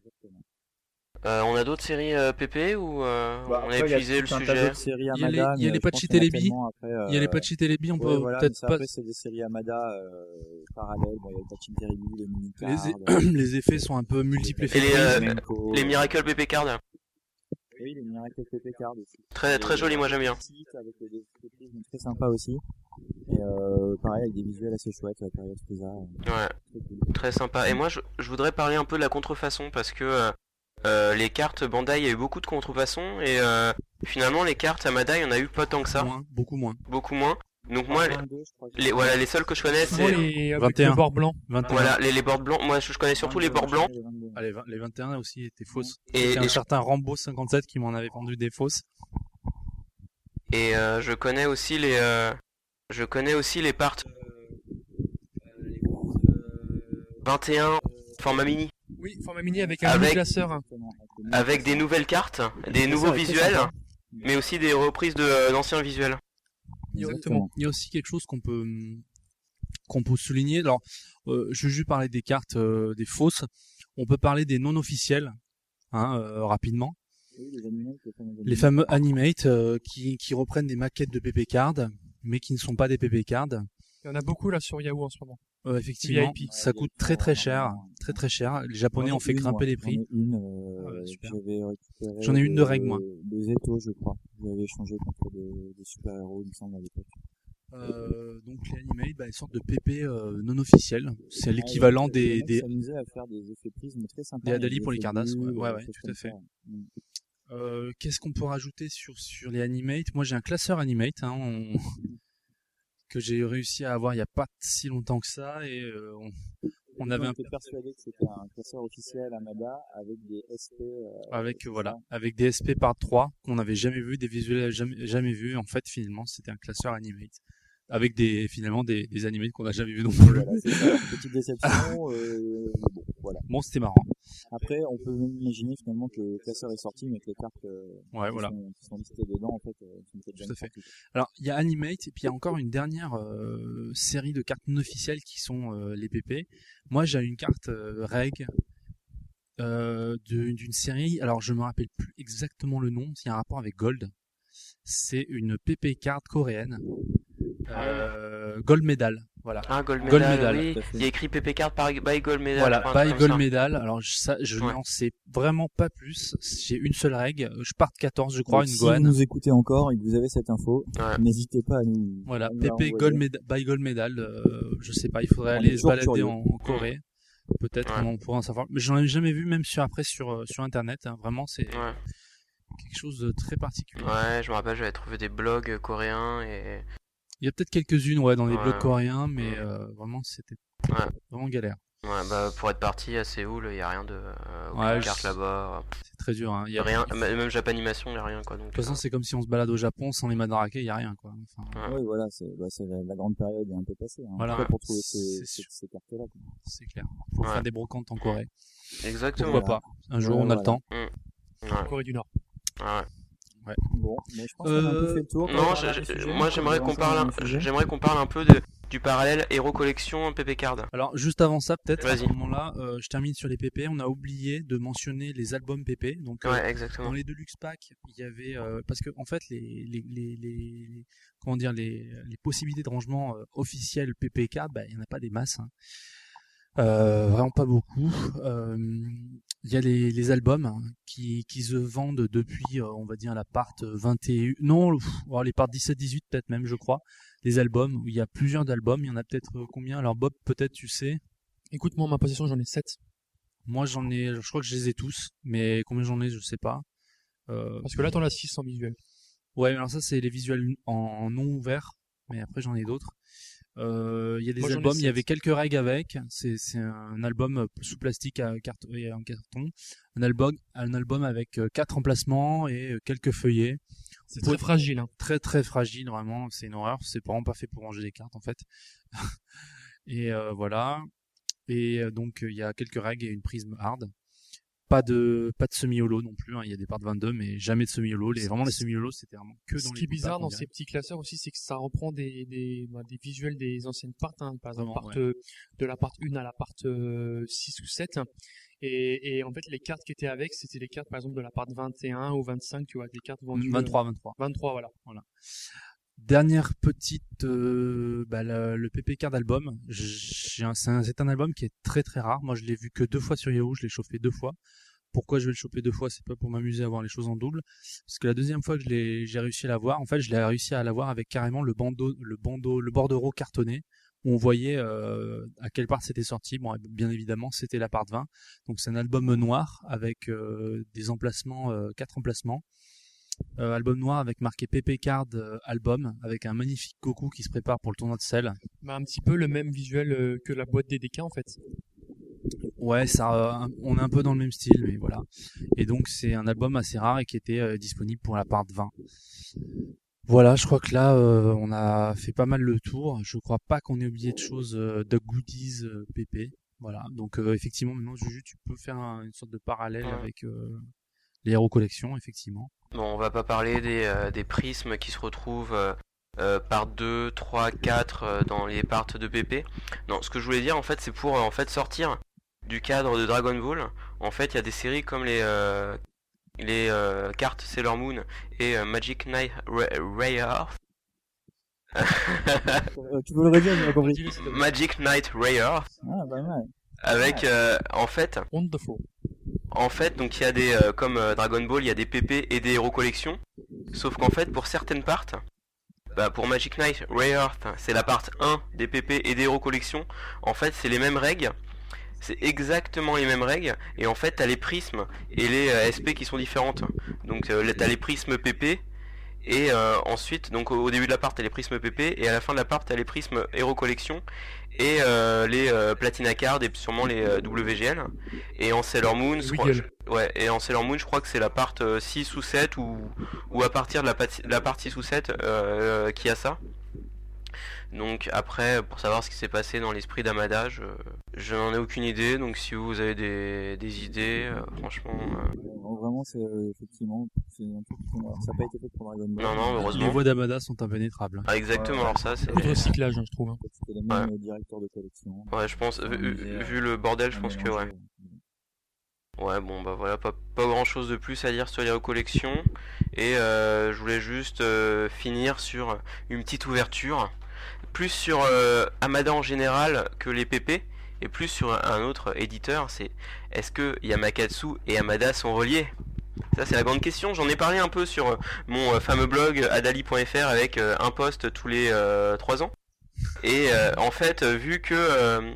Speaker 4: Euh, on a d'autres séries euh, PP ou euh, on a
Speaker 5: Bah, après, il y a
Speaker 4: épuisé le
Speaker 5: tout un tas
Speaker 4: sujet
Speaker 5: d'autres séries
Speaker 2: Il y a les-
Speaker 5: Amada,
Speaker 2: il y a les
Speaker 5: mais je pense
Speaker 2: Patchy
Speaker 5: qu'il y en a
Speaker 2: Télébi.
Speaker 5: tellement après, euh,
Speaker 2: Il y a les Patchy Télébi, on
Speaker 5: ouais,
Speaker 2: peut
Speaker 5: voilà,
Speaker 2: peut-être
Speaker 5: mais ça,
Speaker 2: pas-
Speaker 5: Après, c'est des séries Amada euh, parallèles. Bon, il y a le Patchy Télébi, les mini euh,
Speaker 2: Les, les effets sont un peu multiples
Speaker 4: Et les, euh,
Speaker 2: effets.
Speaker 4: les Miracle PP Card.
Speaker 5: Oui, les Miracle PP Card aussi.
Speaker 4: Très- très
Speaker 5: Et,
Speaker 4: joli, moi, j'aime bien.
Speaker 5: le site Avec les, les, les prises, donc très sympa aussi. Et euh, pareil, avec des visuels assez chouettes, la période Frieza. euh,
Speaker 4: Ouais, très
Speaker 5: Mm.
Speaker 4: sympa. Et moi, je, je voudrais parler un peu de la contrefaçon parce que euh, euh, les cartes Bandai, il y a eu beaucoup de contrefaçons et euh, finalement les cartes Amada, il y en a eu pas tant que ça.
Speaker 2: beaucoup moins.
Speaker 4: Beaucoup moins. Donc moi, les-
Speaker 5: 22, je crois que-
Speaker 4: les, voilà, les seuls que je connais,
Speaker 6: Souvent
Speaker 4: c'est
Speaker 6: les avec le bord blanc.
Speaker 4: Voilà, les, les bords blancs. Moi, je, je connais surtout les bords blancs.
Speaker 2: Ah, les, vingt- les 21 aussi étaient fausses.
Speaker 4: Et-
Speaker 2: Et,
Speaker 4: et
Speaker 2: un
Speaker 4: je-
Speaker 2: certain Rambo 57 qui m'en avait vendu des fausses.
Speaker 4: Et euh, je connais aussi les, euh, je connais aussi les parts euh, les cartes, euh, 21 format mini
Speaker 6: Oui, format mini avec un hein.
Speaker 4: Avec-
Speaker 6: mini
Speaker 5: hein.
Speaker 6: classeur.
Speaker 4: avec des nouvelles cartes, des
Speaker 6: Ça,
Speaker 4: nouveaux
Speaker 6: ça, c'est
Speaker 4: visuels,
Speaker 6: sympa.
Speaker 4: mais aussi des reprises de euh, d'anciens visuels.
Speaker 2: Exactement. Il y a aussi quelque chose qu'on peut qu'on peut souligner. Alors, euh, je veux juste parler des cartes euh, des fausses. On peut parler des non officielles hein, euh, rapidement.
Speaker 5: Oui, les animaux, les fameux
Speaker 2: Les
Speaker 5: animaux.
Speaker 2: fameux animate euh, qui, qui reprennent des maquettes de PP card, mais qui ne sont pas des PP card.
Speaker 6: Il y en a beaucoup là sur Yahoo en ce moment.
Speaker 2: Euh, effectivement,
Speaker 6: VIP.
Speaker 2: ça coûte très très cher, très très cher. Les Japonais
Speaker 5: J'en ai
Speaker 2: ont fait
Speaker 5: une,
Speaker 2: grimper
Speaker 5: moi.
Speaker 2: les prix. Ah, bah,
Speaker 5: J'en ai une, euh, que j'avais récupérée
Speaker 2: J'en ai une de règle, moi.
Speaker 5: De Zeto, je crois. J'avais échangé contre des, des super-héros, il me semble, à l'époque.
Speaker 2: Euh, donc les animés, bah, une sorte de PP euh, non officiel.
Speaker 5: Ah,
Speaker 2: C'est l'équivalent des,
Speaker 5: des.
Speaker 2: des,
Speaker 5: s'amusait à faire des effets prismes très sympas.
Speaker 2: des
Speaker 5: mais
Speaker 2: Adali pour les
Speaker 5: effets
Speaker 2: Cardass.
Speaker 5: bleus,
Speaker 2: Ouais, ouais,
Speaker 5: euh,
Speaker 2: ouais,
Speaker 5: choses
Speaker 2: tout à
Speaker 5: comme
Speaker 2: fait.
Speaker 5: ça. Mm.
Speaker 2: Euh, Qu'est-ce qu'on peut rajouter sur, sur les animates Moi j'ai un classeur animate hein, on- que j'ai réussi à avoir il n'y a pas si longtemps que ça et euh, on, on avait un
Speaker 5: était persuadé que c'était un classeur officiel Amada avec des SP. euh,
Speaker 2: avec euh, voilà avec des SP par 3 qu'on n'avait jamais vu des visuels jamais, jamais vus en fait finalement c'était un classeur animate avec des finalement des, des animates qu'on n'a jamais vu non plus
Speaker 5: voilà, c'est ça, une petite déception. euh, bon, voilà.
Speaker 2: bon c'était marrant
Speaker 5: Après, on peut même imaginer finalement que le classeur est sorti, mais que les cartes euh,
Speaker 2: Ouais,
Speaker 5: qui,
Speaker 2: voilà.
Speaker 5: sont, qui sont listées dedans, en fait, euh, sont peut-être
Speaker 2: Tout
Speaker 5: jamais
Speaker 2: à fait.
Speaker 5: sorties.
Speaker 2: Alors, il y a Animate, et puis il y a encore une dernière euh, série de cartes non officielles qui sont euh, les PP. Moi, j'ai une carte euh, Reg euh, de- d'une série, alors je me rappelle plus exactement le nom, il y a un rapport avec Gold. C'est une PP card coréenne. Euh, gold Medal, voilà.
Speaker 4: Ah, Gold
Speaker 2: Gold
Speaker 4: Medal,
Speaker 2: Medal.
Speaker 4: oui. Il y a écrit PP Card par by Gold Medal.
Speaker 2: Voilà,
Speaker 4: enfin, un
Speaker 2: by
Speaker 4: truc
Speaker 2: gold
Speaker 4: comme ça.
Speaker 2: medal. Alors je, ça, je
Speaker 4: Ah, Ouais.
Speaker 2: n'en sais vraiment pas plus. J'ai une seule règle. Je pars de 14, je crois,
Speaker 5: Donc,
Speaker 2: une
Speaker 5: si
Speaker 2: Gohan.
Speaker 5: vous nous écoutez encore et que vous avez cette info,
Speaker 4: Ouais.
Speaker 5: n'hésitez pas à nous.
Speaker 2: Voilà,
Speaker 5: à nous la
Speaker 2: PP
Speaker 5: renvoyer.
Speaker 2: Gold Meda- by Gold Medal, euh, je sais pas, il faudrait
Speaker 5: On est
Speaker 2: aller se
Speaker 5: toujours
Speaker 2: balader
Speaker 5: curieux.
Speaker 2: en, en Corée. Peut-être
Speaker 8: Ouais.
Speaker 2: on pourra en savoir. Mais j'en ai jamais vu, même sur après sur euh, sur internet. hein. Vraiment, c'est quelque chose de très particulier.
Speaker 4: Ouais, je me rappelle, j'avais trouvé des blogs coréens et.
Speaker 2: Il y a peut-être quelques-unes ouais dans les
Speaker 4: Ouais.
Speaker 2: blogs coréens, mais euh, vraiment c'était
Speaker 4: Ouais.
Speaker 2: vraiment galère.
Speaker 4: Ouais, bah pour être parti à Séoul, il n'y a rien de. Euh, aucune
Speaker 2: Ouais, je-
Speaker 4: carte là-bas.
Speaker 2: C'est très dur. Hein. Il y a
Speaker 4: Rien, bah,
Speaker 2: De
Speaker 4: même même Japanimation, il n'y a rien quoi. Donc, euh,
Speaker 2: toute façon, c'est comme si on se balade au Japon sans les madaraka, il y a rien quoi. Enfin,
Speaker 5: Oui, voilà, c'est bah, c'est la, la grande période est un peu passée. Hein,
Speaker 2: Voilà.
Speaker 5: Pourquoi pour trouver
Speaker 2: C'est
Speaker 5: ces, ces,
Speaker 2: sûr.
Speaker 5: ces cartes-là. quoi.
Speaker 2: c'est clair. Faut
Speaker 4: Ouais.
Speaker 2: faire des brocantes en Corée.
Speaker 4: Exactement.
Speaker 2: Pourquoi pas Un jour, on a le temps.
Speaker 4: Mm. Ouais.
Speaker 6: Corée du Nord.
Speaker 4: Ouais.
Speaker 2: Ouais.
Speaker 5: Bon, mais je pense qu'on a un
Speaker 2: Euh,
Speaker 5: peu fait le tour.
Speaker 4: Non,
Speaker 5: On
Speaker 4: j'ai-
Speaker 5: a
Speaker 4: j'ai-
Speaker 5: sujet,
Speaker 4: moi
Speaker 5: on
Speaker 4: j'aimerais
Speaker 5: va
Speaker 4: qu'on
Speaker 5: enchaîner
Speaker 4: parle,
Speaker 5: dans
Speaker 4: un-
Speaker 5: le sujet.
Speaker 4: j'aimerais qu'on parle un peu de du parallèle héros collection PP card.
Speaker 2: Alors juste avant ça, peut-être à
Speaker 4: Vas-y.
Speaker 2: ce moment-là, euh, je termine sur les PP. On a oublié de mentionner les albums PP. Donc euh,
Speaker 4: Ouais, exactement.
Speaker 2: dans les Deluxe Pack, il y avait euh, parce que en fait les les, les, les- comment dire les, les possibilités de rangement euh, officielles PP card, bah, il n'y en a pas des masses. hein. Euh, vraiment pas beaucoup. Euh, Il y a les, les albums hein, qui, qui se vendent depuis, euh, on va dire, la part 21, non, le- pff, alors les parts 17-18 peut-être même, je crois. Les albums, où il y a plusieurs d'albums, il y en a peut-être euh, combien Alors Bob, peut-être tu sais.
Speaker 6: Écoute, moi, ma position, j'en ai 7.
Speaker 2: Moi j'en ai, je crois que je les ai tous, mais combien j'en ai, je sais pas. Euh,
Speaker 6: Parce que là, t'en as 6 en visuel.
Speaker 2: Ouais, mais alors ça, c'est les visuels en non ouvert, mais après j'en ai d'autres. Euh, Il y a des
Speaker 6: Moi, j'en ai
Speaker 2: albums, il y
Speaker 6: sept.
Speaker 2: avait quelques règles avec. C'est c'est un album euh, sous plastique à carton, et en carton. Un album, un album avec euh, quatre emplacements et euh, quelques feuillets.
Speaker 6: C'est
Speaker 2: Vous
Speaker 6: très
Speaker 2: pouvez-
Speaker 6: fragile, hein.
Speaker 2: Très très fragile, vraiment. C'est une horreur. C'est vraiment pas fait pour ranger des cartes en fait. et euh, voilà. Et euh, donc euh, il y a quelques règles et une prisme hard. Pas de pas de semi holo non plus. hein. Il y a des parts 22, mais jamais de semi holo. Les, vraiment les semi holos c'était vraiment que dans
Speaker 6: Ce
Speaker 2: les
Speaker 6: qui est
Speaker 2: coupes à
Speaker 6: bizarre dans
Speaker 2: convier.
Speaker 6: ces petits classeurs aussi, c'est que ça reprend des, des, bah, des visuels des anciennes parts, hein, par exemple,
Speaker 2: Vraiment,
Speaker 6: part,
Speaker 2: ouais.
Speaker 6: euh, de la part 1 à la part euh, 6 ou 7. Et, et en fait, les cartes qui étaient avec, c'était les cartes, par exemple, de la part 21 ou 25, tu vois, des cartes vendues. euh,
Speaker 2: 23, 23.
Speaker 6: 23, voilà.
Speaker 2: voilà. Dernière petite, euh, bah, le, le PP Card album. J'ai un- C'est un, c'est un album qui est très très rare. Moi, je l'ai vu que deux fois sur Yahoo. Je l'ai chauffé deux fois. Pourquoi je vais le choper deux fois C'est pas pour m'amuser à voir les choses en double. Parce que la deuxième fois que je l'ai- j'ai réussi à l'avoir, en fait, je l'ai réussi à l'avoir avec carrément le bandeau, le bandeau, le bordereau cartonné où on voyait euh, à quelle part c'était sorti. Bon, bien évidemment, c'était la part 20. Donc c'est un album noir avec euh, des emplacements, euh, quatre emplacements. Euh, album noir avec marqué PP Card euh, album avec un magnifique Goku qui se prépare pour le tournoi de sel.
Speaker 6: Bah, un petit peu le même visuel euh, que la boîte des DK, en fait.
Speaker 2: Ouais, ça, euh, un- on est un peu dans le même style, mais voilà. Et donc c'est un album assez rare et qui était euh, disponible pour la part 20. Voilà, je crois que là euh, on a fait pas mal le tour. Je crois pas qu'on ait oublié de choses euh, de goodies euh, PP. Voilà. Donc euh, effectivement, maintenant Juju, tu peux faire un- une sorte de parallèle
Speaker 4: Ouais.
Speaker 2: avec euh, les héros collections, effectivement.
Speaker 4: Bon, on va pas parler des, euh, des prismes qui se retrouvent euh, euh, par 2, 3, 4 euh, dans les parts de PP. Non, ce que je voulais dire en fait, c'est pour euh, en fait sortir du cadre de Dragon Ball. En fait, il y a des séries comme les euh, les euh, cartes Sailor Moon et euh, Magic Knight Ra- Rayard.
Speaker 5: Euh, tu peux le redire, j'ai pas compris.
Speaker 4: Magic Knight Rayard
Speaker 5: Ah, pas mal.
Speaker 4: avec euh, en fait
Speaker 6: Wonderful.
Speaker 4: En fait, donc il y a des euh, comme euh, Dragon Ball, il y a des PP et des héros collections. Sauf qu'en fait, pour certaines parts, bah, pour Magic Knight Ray Earth, c'est la part 1 des PP et des héros collections. En fait, c'est les mêmes règles. C'est exactement les mêmes règles. Et en fait, t'as les prismes et les euh, SP qui sont différentes. Donc euh, là, t'as les prismes PP. Et euh, ensuite, donc au au début de la part, t'as les prismes PP, et à la fin de la part, t'as les prismes Hero Collection et euh, les euh, Platina Card et sûrement les euh, WGL. Et en Sailor Moon, je crois,
Speaker 6: Wiggle.
Speaker 4: je- ouais, et en Sailor Moon, je crois que c'est la part euh, 6 ou 7 ou ou à partir de la, pat- la part 6 ou 7 euh, euh, qui a ça. Donc après, pour savoir ce qui s'est passé dans l'esprit d'Amada, je, je n'en ai aucune idée. Donc si vous avez des, des idées, euh, franchement, euh,
Speaker 5: Non, vraiment, c'est euh, effectivement, c'est un truc qu'on- alors, ça n'a pas été fait pour Dragon Ball.
Speaker 4: Non, non, heureusement.
Speaker 2: Les voix d'Amada sont impénétrables.
Speaker 4: Ah, exactement, alors ça, c'est-
Speaker 6: Beaucoup de recyclage, hein, je trouve. hein.
Speaker 5: C'était le même euh, directeur de collection.
Speaker 4: ouais, je pense, vu, vu- vu le bordel,
Speaker 5: Ah,
Speaker 4: je pense que ouais. Ouais, bon, bah voilà, pas, pas grand chose de plus à dire sur les recollections. Et euh, je voulais juste euh, finir sur une petite ouverture. Plus sur euh, Amada en général que les PP. Et plus sur un autre éditeur, c'est est-ce que Yamakatsu et Amada sont reliés Ça, c'est la grande question. J'en ai parlé un peu sur euh, mon euh, fameux blog euh, adali.fr avec euh, un post tous les 3 ans. Et euh, en fait, euh, vu que euh,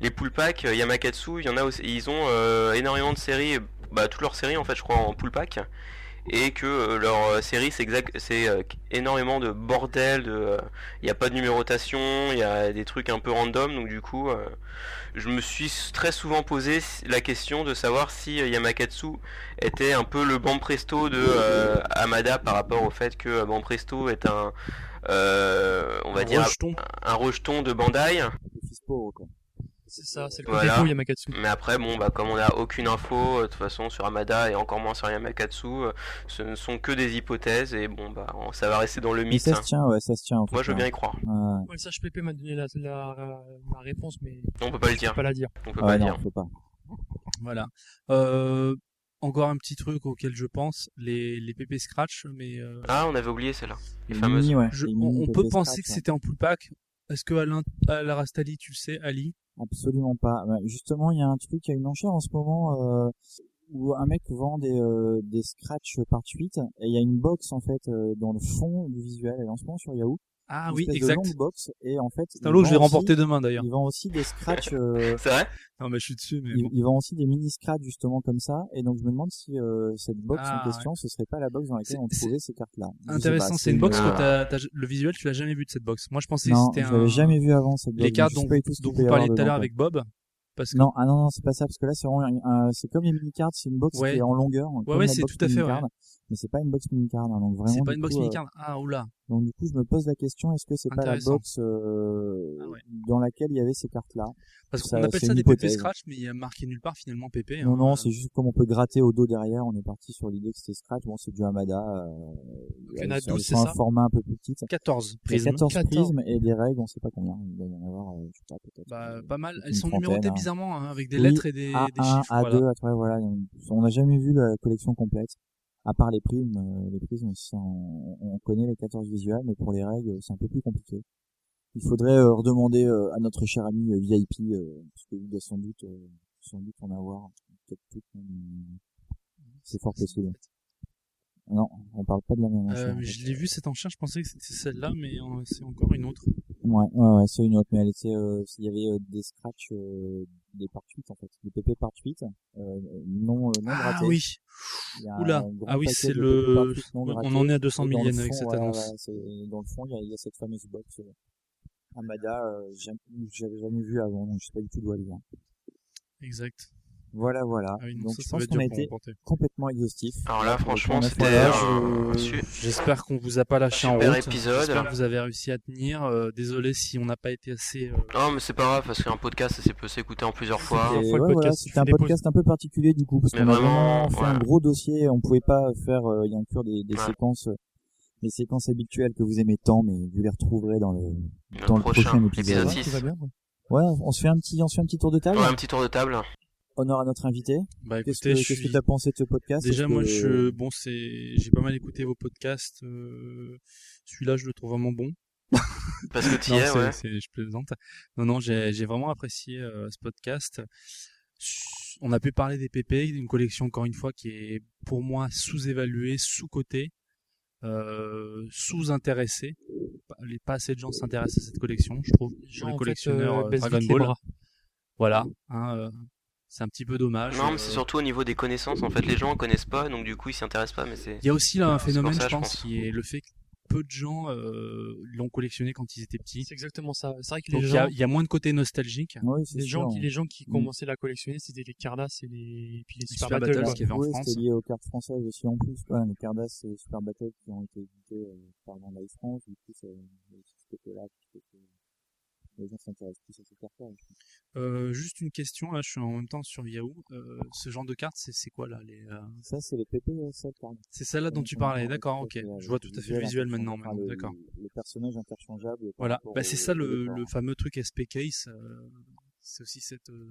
Speaker 4: les pool pack, euh, Yamakatsu, il y en a aussi, ils ont euh, énormément de séries, bah, toutes leurs séries en fait, je crois, en pool pack, et que euh, leur euh, série c'est exact- c'est euh, énormément de bordel, de, euh, il n'y a pas de numérotation, il y a des trucs un peu random, donc du coup, euh, je me suis s- très souvent posé s- la question de savoir si euh, Yamakatsu était un peu le bon presto de euh, Amada par rapport au fait que euh, bon presto est un euh, on va
Speaker 2: Un
Speaker 4: dire
Speaker 2: rejeton.
Speaker 4: un un rejeton de Bandai.
Speaker 6: C'est ça, c'est le côté
Speaker 4: Voilà.
Speaker 6: faux Yamakatsu.
Speaker 4: Mais après, bon, bah, comme on n'a aucune info, euh, de toute façon, sur Amada et encore moins sur Yamakatsu, euh, ce ne sont que des hypothèses et bon, bah, on- ça va rester dans le
Speaker 5: Mais
Speaker 4: mythe.
Speaker 5: ça se
Speaker 4: hein.
Speaker 5: tient, ouais, ça se tient. en
Speaker 4: Moi,
Speaker 5: fait,
Speaker 4: je veux bien
Speaker 5: hein.
Speaker 4: y croire.
Speaker 5: Ouais.
Speaker 6: Ouais, le SHPP m'a donné la, la, la réponse, mais.
Speaker 4: On peut pas le
Speaker 6: je
Speaker 4: dire.
Speaker 6: peux Pas la dire.
Speaker 4: On peut
Speaker 5: Ah
Speaker 4: pas
Speaker 5: non,
Speaker 4: dire.
Speaker 5: faut pas.
Speaker 2: Voilà. Euh, encore un petit truc auquel je pense, les, les PP Scratch, mais. euh,
Speaker 4: Ah, on avait oublié celle-là. Les
Speaker 2: Les
Speaker 4: fameuses.
Speaker 5: mini, ouais.
Speaker 2: je-
Speaker 5: Les
Speaker 2: on,
Speaker 5: mini
Speaker 2: on
Speaker 5: PP
Speaker 2: peut penser
Speaker 5: Scratch,
Speaker 2: que
Speaker 5: ouais.
Speaker 2: c'était en pool pack. Est-ce que Alain, Alain Rastali, tu le sais, Ali
Speaker 5: hein. Absolument pas. Ouais, Justement, il y a un truc, il y a une enchère en ce moment euh, où un mec vend des, euh, des scratchs par tweet et il y a une box en fait euh, dans le fond du visuel. Elle est en ce moment sur Yahoo.
Speaker 2: Ah
Speaker 5: Une
Speaker 2: oui,
Speaker 5: espèce
Speaker 2: exact.
Speaker 5: De longue box et en fait.
Speaker 2: C'est un
Speaker 5: il
Speaker 2: lot que je vais
Speaker 5: vend aussi-
Speaker 2: remporter demain, d'ailleurs.
Speaker 5: Il vend aussi des scratchs. euh,
Speaker 4: C'est vrai
Speaker 2: Non, mais je suis dessus, mais.
Speaker 5: il,
Speaker 2: bon.
Speaker 5: il vend aussi des mini scratchs justement comme ça. Et donc je me demande si euh, cette box
Speaker 2: Ah,
Speaker 5: en question, ce serait pas la box dans laquelle on trouvait ces cartes-là. Je sais
Speaker 2: Intéressant,
Speaker 5: pas,
Speaker 2: c'est une box
Speaker 5: bah, euh,
Speaker 2: que t'as, t'as- le visuel, tu l'as jamais vu de cette box. Moi, je pensais
Speaker 5: Non,
Speaker 2: que c'était
Speaker 5: je
Speaker 2: un.
Speaker 5: l'avais jamais vu avant, cette box,
Speaker 2: Les
Speaker 5: donc
Speaker 2: cartes
Speaker 5: je sais
Speaker 2: dont,
Speaker 5: pas du tout ce
Speaker 2: dont
Speaker 5: qu'il peut y
Speaker 2: vous parliez
Speaker 5: avoir
Speaker 2: tout à l'heure
Speaker 5: dedans,
Speaker 2: avec Bob. Parce que
Speaker 5: Non, ah non, non, c'est pas ça, parce que là, c'est vraiment, un- un- c'est comme les mini-cards, c'est une box
Speaker 2: Ouais.
Speaker 5: qui est en longueur.
Speaker 2: Ouais,
Speaker 5: comme
Speaker 2: ouais,
Speaker 5: la
Speaker 2: c'est
Speaker 5: box
Speaker 2: tout à fait,
Speaker 5: mini-card,
Speaker 2: ouais.
Speaker 5: Mais c'est pas une box mini-card, hein, donc vraiment.
Speaker 2: c'est pas
Speaker 5: du
Speaker 2: une box
Speaker 5: coup, euh,
Speaker 2: mini-card. Ah, oula.
Speaker 5: donc, du coup, je me pose la question, est-ce que c'est pas la
Speaker 2: Intéressant. Ah
Speaker 5: box, euh, dans laquelle il y avait ces cartes-là?
Speaker 2: Parce
Speaker 5: Ça,
Speaker 2: qu'on appelle
Speaker 5: c'est
Speaker 2: ça
Speaker 5: une
Speaker 2: des PP
Speaker 5: hypothèse.
Speaker 2: Scratch, mais il y a marqué nulle part finalement PP.
Speaker 5: Non,
Speaker 2: hein.
Speaker 5: non, c'est juste comme on peut gratter au dos derrière, on est parti sur l'idée que c'était Scratch, bon, c'est du Hamada, euh,
Speaker 2: il y en a
Speaker 5: sur-
Speaker 2: 12,
Speaker 5: sur
Speaker 2: c'est
Speaker 5: un
Speaker 2: ça
Speaker 5: format un peu plus petit.
Speaker 2: 14
Speaker 5: Il y a
Speaker 2: prismes.
Speaker 5: 14
Speaker 2: 14.
Speaker 5: prismes et des règles, on sait pas combien, il doit y en avoir, euh, je sais pas, peut-être.
Speaker 2: Bah, pas mal.
Speaker 5: Une
Speaker 2: Elles sont
Speaker 5: trentaine,
Speaker 2: numérotées
Speaker 5: hein.
Speaker 2: bizarrement, hein, avec des
Speaker 5: Oui,
Speaker 2: lettres et des,
Speaker 5: A1,
Speaker 2: des chiffres.
Speaker 5: A2,
Speaker 2: voilà. Euh,
Speaker 5: A3, voilà. On n'a jamais vu la collection complète. À part les primes, euh, les primes, on s'en- on, connaît les 14 visuels, mais pour les règles, c'est un peu plus compliqué. Il faudrait euh, redemander euh, à notre cher ami euh, VIP, euh, parce qu'il doit sans doute, euh, sans doute en avoir peut-être toutes, mais c'est fort possible. Non, on parle pas de la même chose.
Speaker 2: Euh, je l'ai vu cette enchère, je pensais que c'était celle-là, mais euh, c'est encore une autre.
Speaker 5: Ouais, ouais, ouais, c'est une autre, mais elle était, euh, il y avait euh, des scratchs, euh, des par tweet, en fait, des PP par tweet, euh, non, euh, non
Speaker 2: Ah
Speaker 5: grattés.
Speaker 2: oui.
Speaker 5: Il y a
Speaker 2: Oula.
Speaker 5: un grand
Speaker 2: Ah oui,
Speaker 5: paquet
Speaker 2: c'est
Speaker 5: de
Speaker 2: le-
Speaker 5: PP par tweet non
Speaker 2: on
Speaker 5: grattés,
Speaker 2: en est à 200
Speaker 5: et dans
Speaker 2: 000
Speaker 5: le
Speaker 2: yens avec
Speaker 5: fond,
Speaker 2: cette
Speaker 5: ouais,
Speaker 2: annonce.
Speaker 5: ouais, c'est- dans le fond, il y a, il y a cette fameuse box, euh, Amada, euh, j'aime- j'avais jamais vu avant, donc je sais pas du tout d'où elle vient.
Speaker 2: Exact.
Speaker 5: Voilà, voilà.
Speaker 2: Ah oui, non,
Speaker 5: donc
Speaker 2: ça,
Speaker 5: je
Speaker 2: ça va
Speaker 5: pense
Speaker 2: être
Speaker 5: qu'on a
Speaker 2: dur pour
Speaker 5: été
Speaker 2: remporter.
Speaker 5: complètement exhaustif.
Speaker 4: Alors là,
Speaker 5: Pour le
Speaker 4: franchement,
Speaker 5: tournoi,
Speaker 4: c'était
Speaker 5: voilà,
Speaker 4: un-
Speaker 5: je- Bah,
Speaker 4: Su-
Speaker 2: J'espère qu'on vous a pas lâché en
Speaker 4: Super
Speaker 2: route.
Speaker 4: épisode.
Speaker 2: J'espère que vous avez réussi à tenir. Euh, désolé si on n'a pas été assez. euh,
Speaker 4: Non, mais c'est pas grave parce qu'un podcast, ça peut s'écouter en plusieurs fois.
Speaker 5: Et ouais, voilà, c'était un podcast un peu particulier du coup, parce
Speaker 4: Mais
Speaker 5: qu'on a
Speaker 4: vraiment,
Speaker 5: vraiment fait un
Speaker 4: ouais.
Speaker 5: gros dossier, on pouvait pas faire euh, y inclure des, des séquences, euh, des séquences habituelles que vous aimez tant, mais vous les retrouverez dans le,
Speaker 4: Dans
Speaker 5: dans
Speaker 4: le
Speaker 5: le prochain,
Speaker 4: prochain,
Speaker 5: épisode.
Speaker 4: épisode six. Tout va bien,
Speaker 5: ouais, on se fait un petit, on se fait un petit tour de table.
Speaker 4: Ouais, un petit tour de table.
Speaker 5: Honneur à notre invité.
Speaker 2: Bah,
Speaker 5: Qu'est-ce
Speaker 2: écoutez,
Speaker 5: que
Speaker 2: je
Speaker 5: qu'est-ce que
Speaker 2: suis-
Speaker 5: t'as pensé de ce podcast
Speaker 2: Déjà,
Speaker 5: Est-ce
Speaker 2: moi,
Speaker 5: que-
Speaker 2: je, bon, c'est, j'ai pas mal écouté vos podcasts. euh, Celui-là, je le trouve vraiment bon.
Speaker 4: Parce que t'y
Speaker 2: Non,
Speaker 4: es,
Speaker 2: c'est-
Speaker 4: ouais.
Speaker 2: c'est- Je plaisante. Non, non, j'ai, j'ai vraiment apprécié euh, ce podcast. Su- On a pu parler des PP, d'une collection encore une fois qui est pour moi sous-évaluée, sous-cotée, euh, sous-intéressée. Pas- les- Pas assez de gens s'intéressent à cette collection, je trouve.
Speaker 6: gens,
Speaker 2: les
Speaker 6: en fait,
Speaker 2: collectionneurs
Speaker 6: euh,
Speaker 2: euh,
Speaker 6: baissent
Speaker 2: Dragon
Speaker 6: vite les
Speaker 2: Ball.
Speaker 6: bras.
Speaker 2: Voilà, hein, euh, c'est un petit peu dommage.
Speaker 4: Non, mais
Speaker 2: euh,
Speaker 4: c'est surtout au niveau des connaissances. En fait, les gens connaissent pas, donc du coup, ils s'y intéressent pas. Mais c'est.
Speaker 2: Il y a aussi là un
Speaker 4: c'est pour
Speaker 2: phénomène,
Speaker 4: ça,
Speaker 2: je pense, qui est le fait que peu de gens euh, l'ont collectionné quand ils étaient petits.
Speaker 6: C'est exactement ça. C'est vrai que les
Speaker 2: Donc il y,
Speaker 6: gens.
Speaker 2: a- il y a moins de côté nostalgique.
Speaker 6: les, gens
Speaker 2: hein.
Speaker 6: qui, les gens qui commençaient à la collectionner, c'était les Cardas et les, et puis les
Speaker 2: Mm.
Speaker 6: Super,
Speaker 2: Super
Speaker 6: Battle.
Speaker 2: Battles
Speaker 6: quoi.
Speaker 2: qu'il y avait en
Speaker 5: Oui,
Speaker 2: France.
Speaker 5: c'était lié aux cartes françaises aussi en plus. Ouais, les Cardas et les Super Battle qui ont été édités euh, par Bandai France. Du coup, c'est il y a aussi ce côté-là qui fait que les gens s'intéressent plus à ces cartes-là. je pense.
Speaker 2: Euh, juste une question, là, je suis en même temps sur Yahoo. Euh, ce genre de carte, c'est c'est quoi là les, euh,
Speaker 5: Ça, c'est les PP, euh, ça, pardon.
Speaker 2: C'est celle-là dont tu parlais, d'accord, ok. Je vois tout à fait le visuel maintenant,
Speaker 5: Enfin,
Speaker 2: maintenant,
Speaker 5: le-
Speaker 2: d'accord.
Speaker 5: Le personnage interchangeable. par
Speaker 2: Voilà,
Speaker 5: rapport
Speaker 2: bah,
Speaker 5: au-
Speaker 2: c'est ça
Speaker 5: au
Speaker 2: le,
Speaker 5: départ.
Speaker 2: le fameux truc SP Case. euh, c'est aussi cette, euh,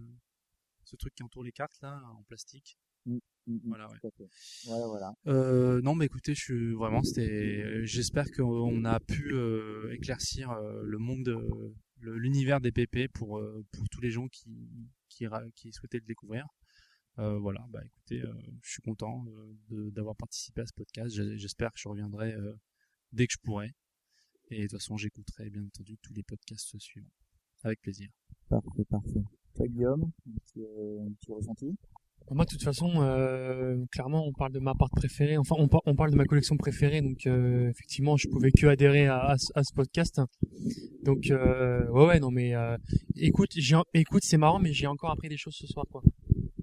Speaker 2: ce truc qui entoure les cartes là, en plastique.
Speaker 5: Mm, mm, mm,
Speaker 2: Voilà, ouais.
Speaker 5: tout à fait. Voilà, voilà.
Speaker 2: Euh, non, mais écoutez, je suis vraiment, c'était. J'espère qu'on a pu euh, éclaircir euh, le monde, euh, le- l'univers des PP pour euh, pour tous les gens qui qui, ra- qui souhaitaient le découvrir. Euh, voilà, bah écoutez, euh, je suis content euh, de- d'avoir participé à ce podcast. J'ai- J'espère que je reviendrai euh, dès que je pourrai. Et de toute façon, j'écouterai bien entendu tous les podcasts suivants avec plaisir.
Speaker 5: Parfait, parfait. Toi, Guillaume, un petit, euh, un petit ressenti
Speaker 6: Moi, de toute façon, euh, clairement, on parle de ma part préférée. Enfin, on, par- on parle de ma collection préférée, donc euh, effectivement, je pouvais que adhérer à, à ce- à ce podcast. Donc, euh, ouais, ouais, non, mais euh, écoute, j'ai, en- écoute, c'est marrant, mais j'ai encore appris des choses ce soir, quoi.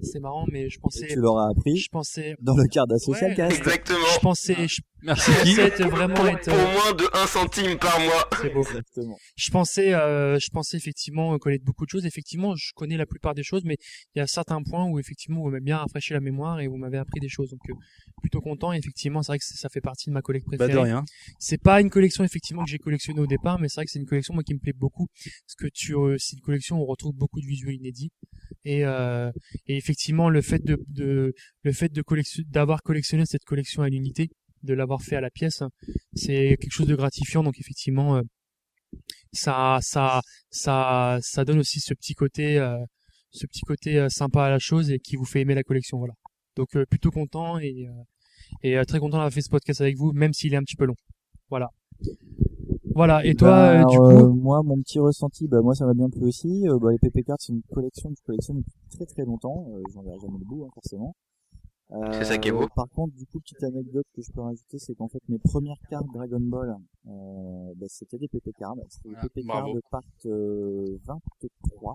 Speaker 6: C'est marrant, mais je pensais.
Speaker 5: Tu l'auras appris
Speaker 6: Je pensais.
Speaker 5: dans Ah. le cadre social cast.
Speaker 6: Je pensais. Je,
Speaker 5: Merci.
Speaker 6: je pensais être vraiment
Speaker 4: pour,
Speaker 6: être. euh,
Speaker 4: pour moins de 1 centime par mois.
Speaker 6: C'est beau. Je pensais, euh, je pensais effectivement connaître beaucoup de choses. Effectivement, je connais la plupart des choses, mais il y a certains points où effectivement vous m'avez bien rafraîchi la mémoire et vous m'avez appris des choses. Donc euh, plutôt content. Et effectivement, c'est vrai que ça fait partie de ma collecte
Speaker 2: Bah, de
Speaker 6: préférée.
Speaker 2: rien.
Speaker 6: C'est pas une collection effectivement que j'ai collectionnée au départ, mais c'est vrai que c'est une collection moi qui me plaît beaucoup parce que tu, euh, c'est une collection où on retrouve beaucoup de visuels inédits. Et, euh, et effectivement, le fait de, de le fait de collection- d'avoir collectionné cette collection à l'unité, de l'avoir fait à la pièce, c'est quelque chose de gratifiant. Donc effectivement. euh, ça ça ça ça donne aussi ce petit côté euh, ce petit côté euh, sympa à la chose et qui vous fait aimer la collection voilà donc euh, plutôt content et euh, et euh, très content d'avoir fait ce podcast avec vous même s'il est un petit peu long voilà voilà et toi
Speaker 5: Bah,
Speaker 6: euh, du
Speaker 5: alors, euh,
Speaker 6: coup
Speaker 5: moi, mon petit ressenti, bah, moi, ça m'a bien plu aussi. Euh, bah, les PP cartes, c'est une collection que je collectionne depuis très très longtemps. Euh, J'en verrai jamais le bout, hein, forcément. Euh,
Speaker 4: C'est ça qui est beau.
Speaker 5: Par contre, du coup, petite anecdote que je peux rajouter, c'est qu'en fait, mes premières cartes Dragon Ball, euh, bah, c'était des PP cards. C'était des
Speaker 2: Ah,
Speaker 5: PP cards
Speaker 2: bravo.
Speaker 5: part euh, 23,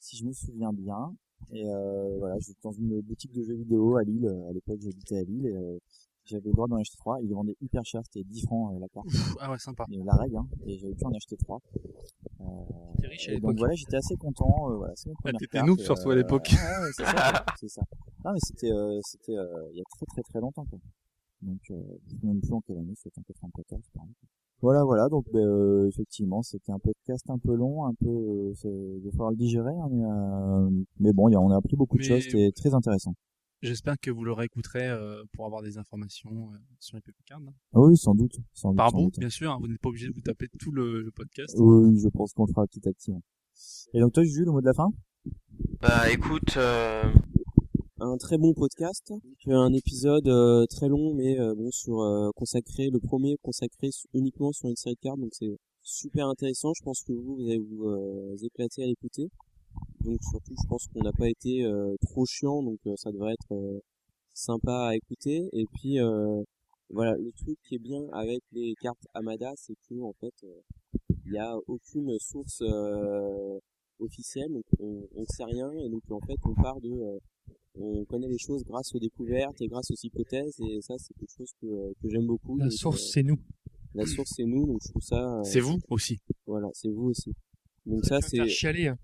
Speaker 5: si je me souviens bien. Et euh, voilà, j'étais dans une boutique de jeux vidéo à Lille. Euh, À l'époque, j'habitais à Lille et euh, j'avais le droit d'en acheter 3. Ils vendaient hyper cher, c'était 10 francs euh, la carte.
Speaker 2: ah ouais, sympa.
Speaker 5: la règle, hein, et j'avais pu en acheter 3. Euh,
Speaker 2: riche à
Speaker 5: et
Speaker 2: l'époque.
Speaker 5: donc voilà, j'étais assez content. euh, voilà, c'est mon
Speaker 2: Ah,
Speaker 5: première
Speaker 2: t'étais
Speaker 5: carte,
Speaker 2: noob,
Speaker 5: euh,
Speaker 2: surtout à l'époque.
Speaker 5: ouais, ouais, c'est ça, c'est ça. Non, mais c'était euh, c'était, euh, il y a très très très longtemps. Quoi. Donc, euh, je sais même plus en quelle année, c'était en 94, par exemple. Voilà, voilà, donc ben, euh, effectivement, c'était un podcast un peu long, un peu, euh, c'est- il va falloir le digérer, hein, mais, euh, mais bon, il y a- on a appris beaucoup de
Speaker 2: Mais-
Speaker 5: choses, c'était très intéressant.
Speaker 2: J'espère que vous le réécouterez euh, pour avoir des informations euh, sur les PP cards.
Speaker 5: Ah oui, sans doute, sans doute,
Speaker 2: Par
Speaker 5: sans
Speaker 2: bout,
Speaker 5: doute.
Speaker 2: bien sûr, hein, vous n'êtes pas obligé de vous taper tout le, le podcast.
Speaker 5: Oui, je pense qu'on le fera petit à petit. hein. Et donc toi, Jules, le mot de la fin
Speaker 4: Bah écoute, euh,
Speaker 22: un très bon podcast, donc, euh, un épisode euh, très long mais euh, bon sur euh, consacré le premier consacré s- uniquement sur une série de cartes donc c'est super intéressant, je pense que vous vous allez vous euh, éclater à l'écouter. Donc surtout je pense qu'on n'a pas été euh, trop chiant donc euh, ça devrait être euh, sympa à écouter et puis euh, voilà, le truc qui est bien avec les cartes Amada, c'est que en fait euh, il n'y a aucune source euh, officielle, donc on, on sait rien, et donc en fait on part de, euh, on connaît les choses grâce aux découvertes et grâce aux hypothèses, et ça c'est quelque chose que, euh, que j'aime beaucoup.
Speaker 6: La
Speaker 22: donc,
Speaker 6: source,
Speaker 22: euh,
Speaker 6: c'est nous.
Speaker 22: La source c'est nous, donc je trouve ça. euh,
Speaker 2: C'est vous aussi.
Speaker 22: Voilà, c'est vous aussi. Donc ça
Speaker 6: Faire
Speaker 22: c'est.
Speaker 6: chialer hein.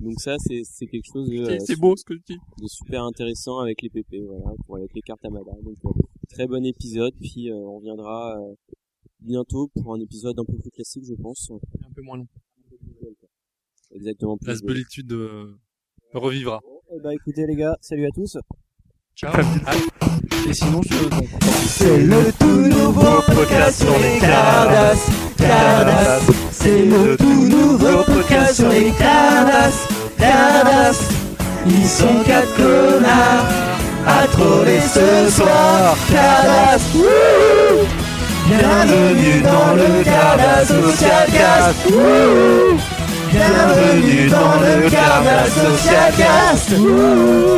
Speaker 22: Donc ça c'est c'est quelque chose de.
Speaker 2: Putain,
Speaker 22: euh,
Speaker 2: c'est beau, ce que je dis.
Speaker 22: De super intéressant avec les PP, voilà, pour avec les cartes Amada. Donc euh, très bon épisode, puis euh, on reviendra euh, bientôt pour un épisode un peu plus classique, je pense.
Speaker 6: un peu moins long.
Speaker 22: Exactement.
Speaker 2: La sbelitude euh, revivra.
Speaker 5: Eh ben, écoutez les gars, salut à tous.
Speaker 2: Ciao.
Speaker 5: Et sinon, je...
Speaker 7: C'est le tout nouveau podcast sur les Cardas, Cardas. C'est le tout nouveau podcast sur les Cardas, Cardas. Ils sont quatre connards à troller ce soir, Cardas. Wouhou Bienvenue dans le Cardas Social Cast. Wouhou Bienvenue dans le Cardas Social Cast. Wouhou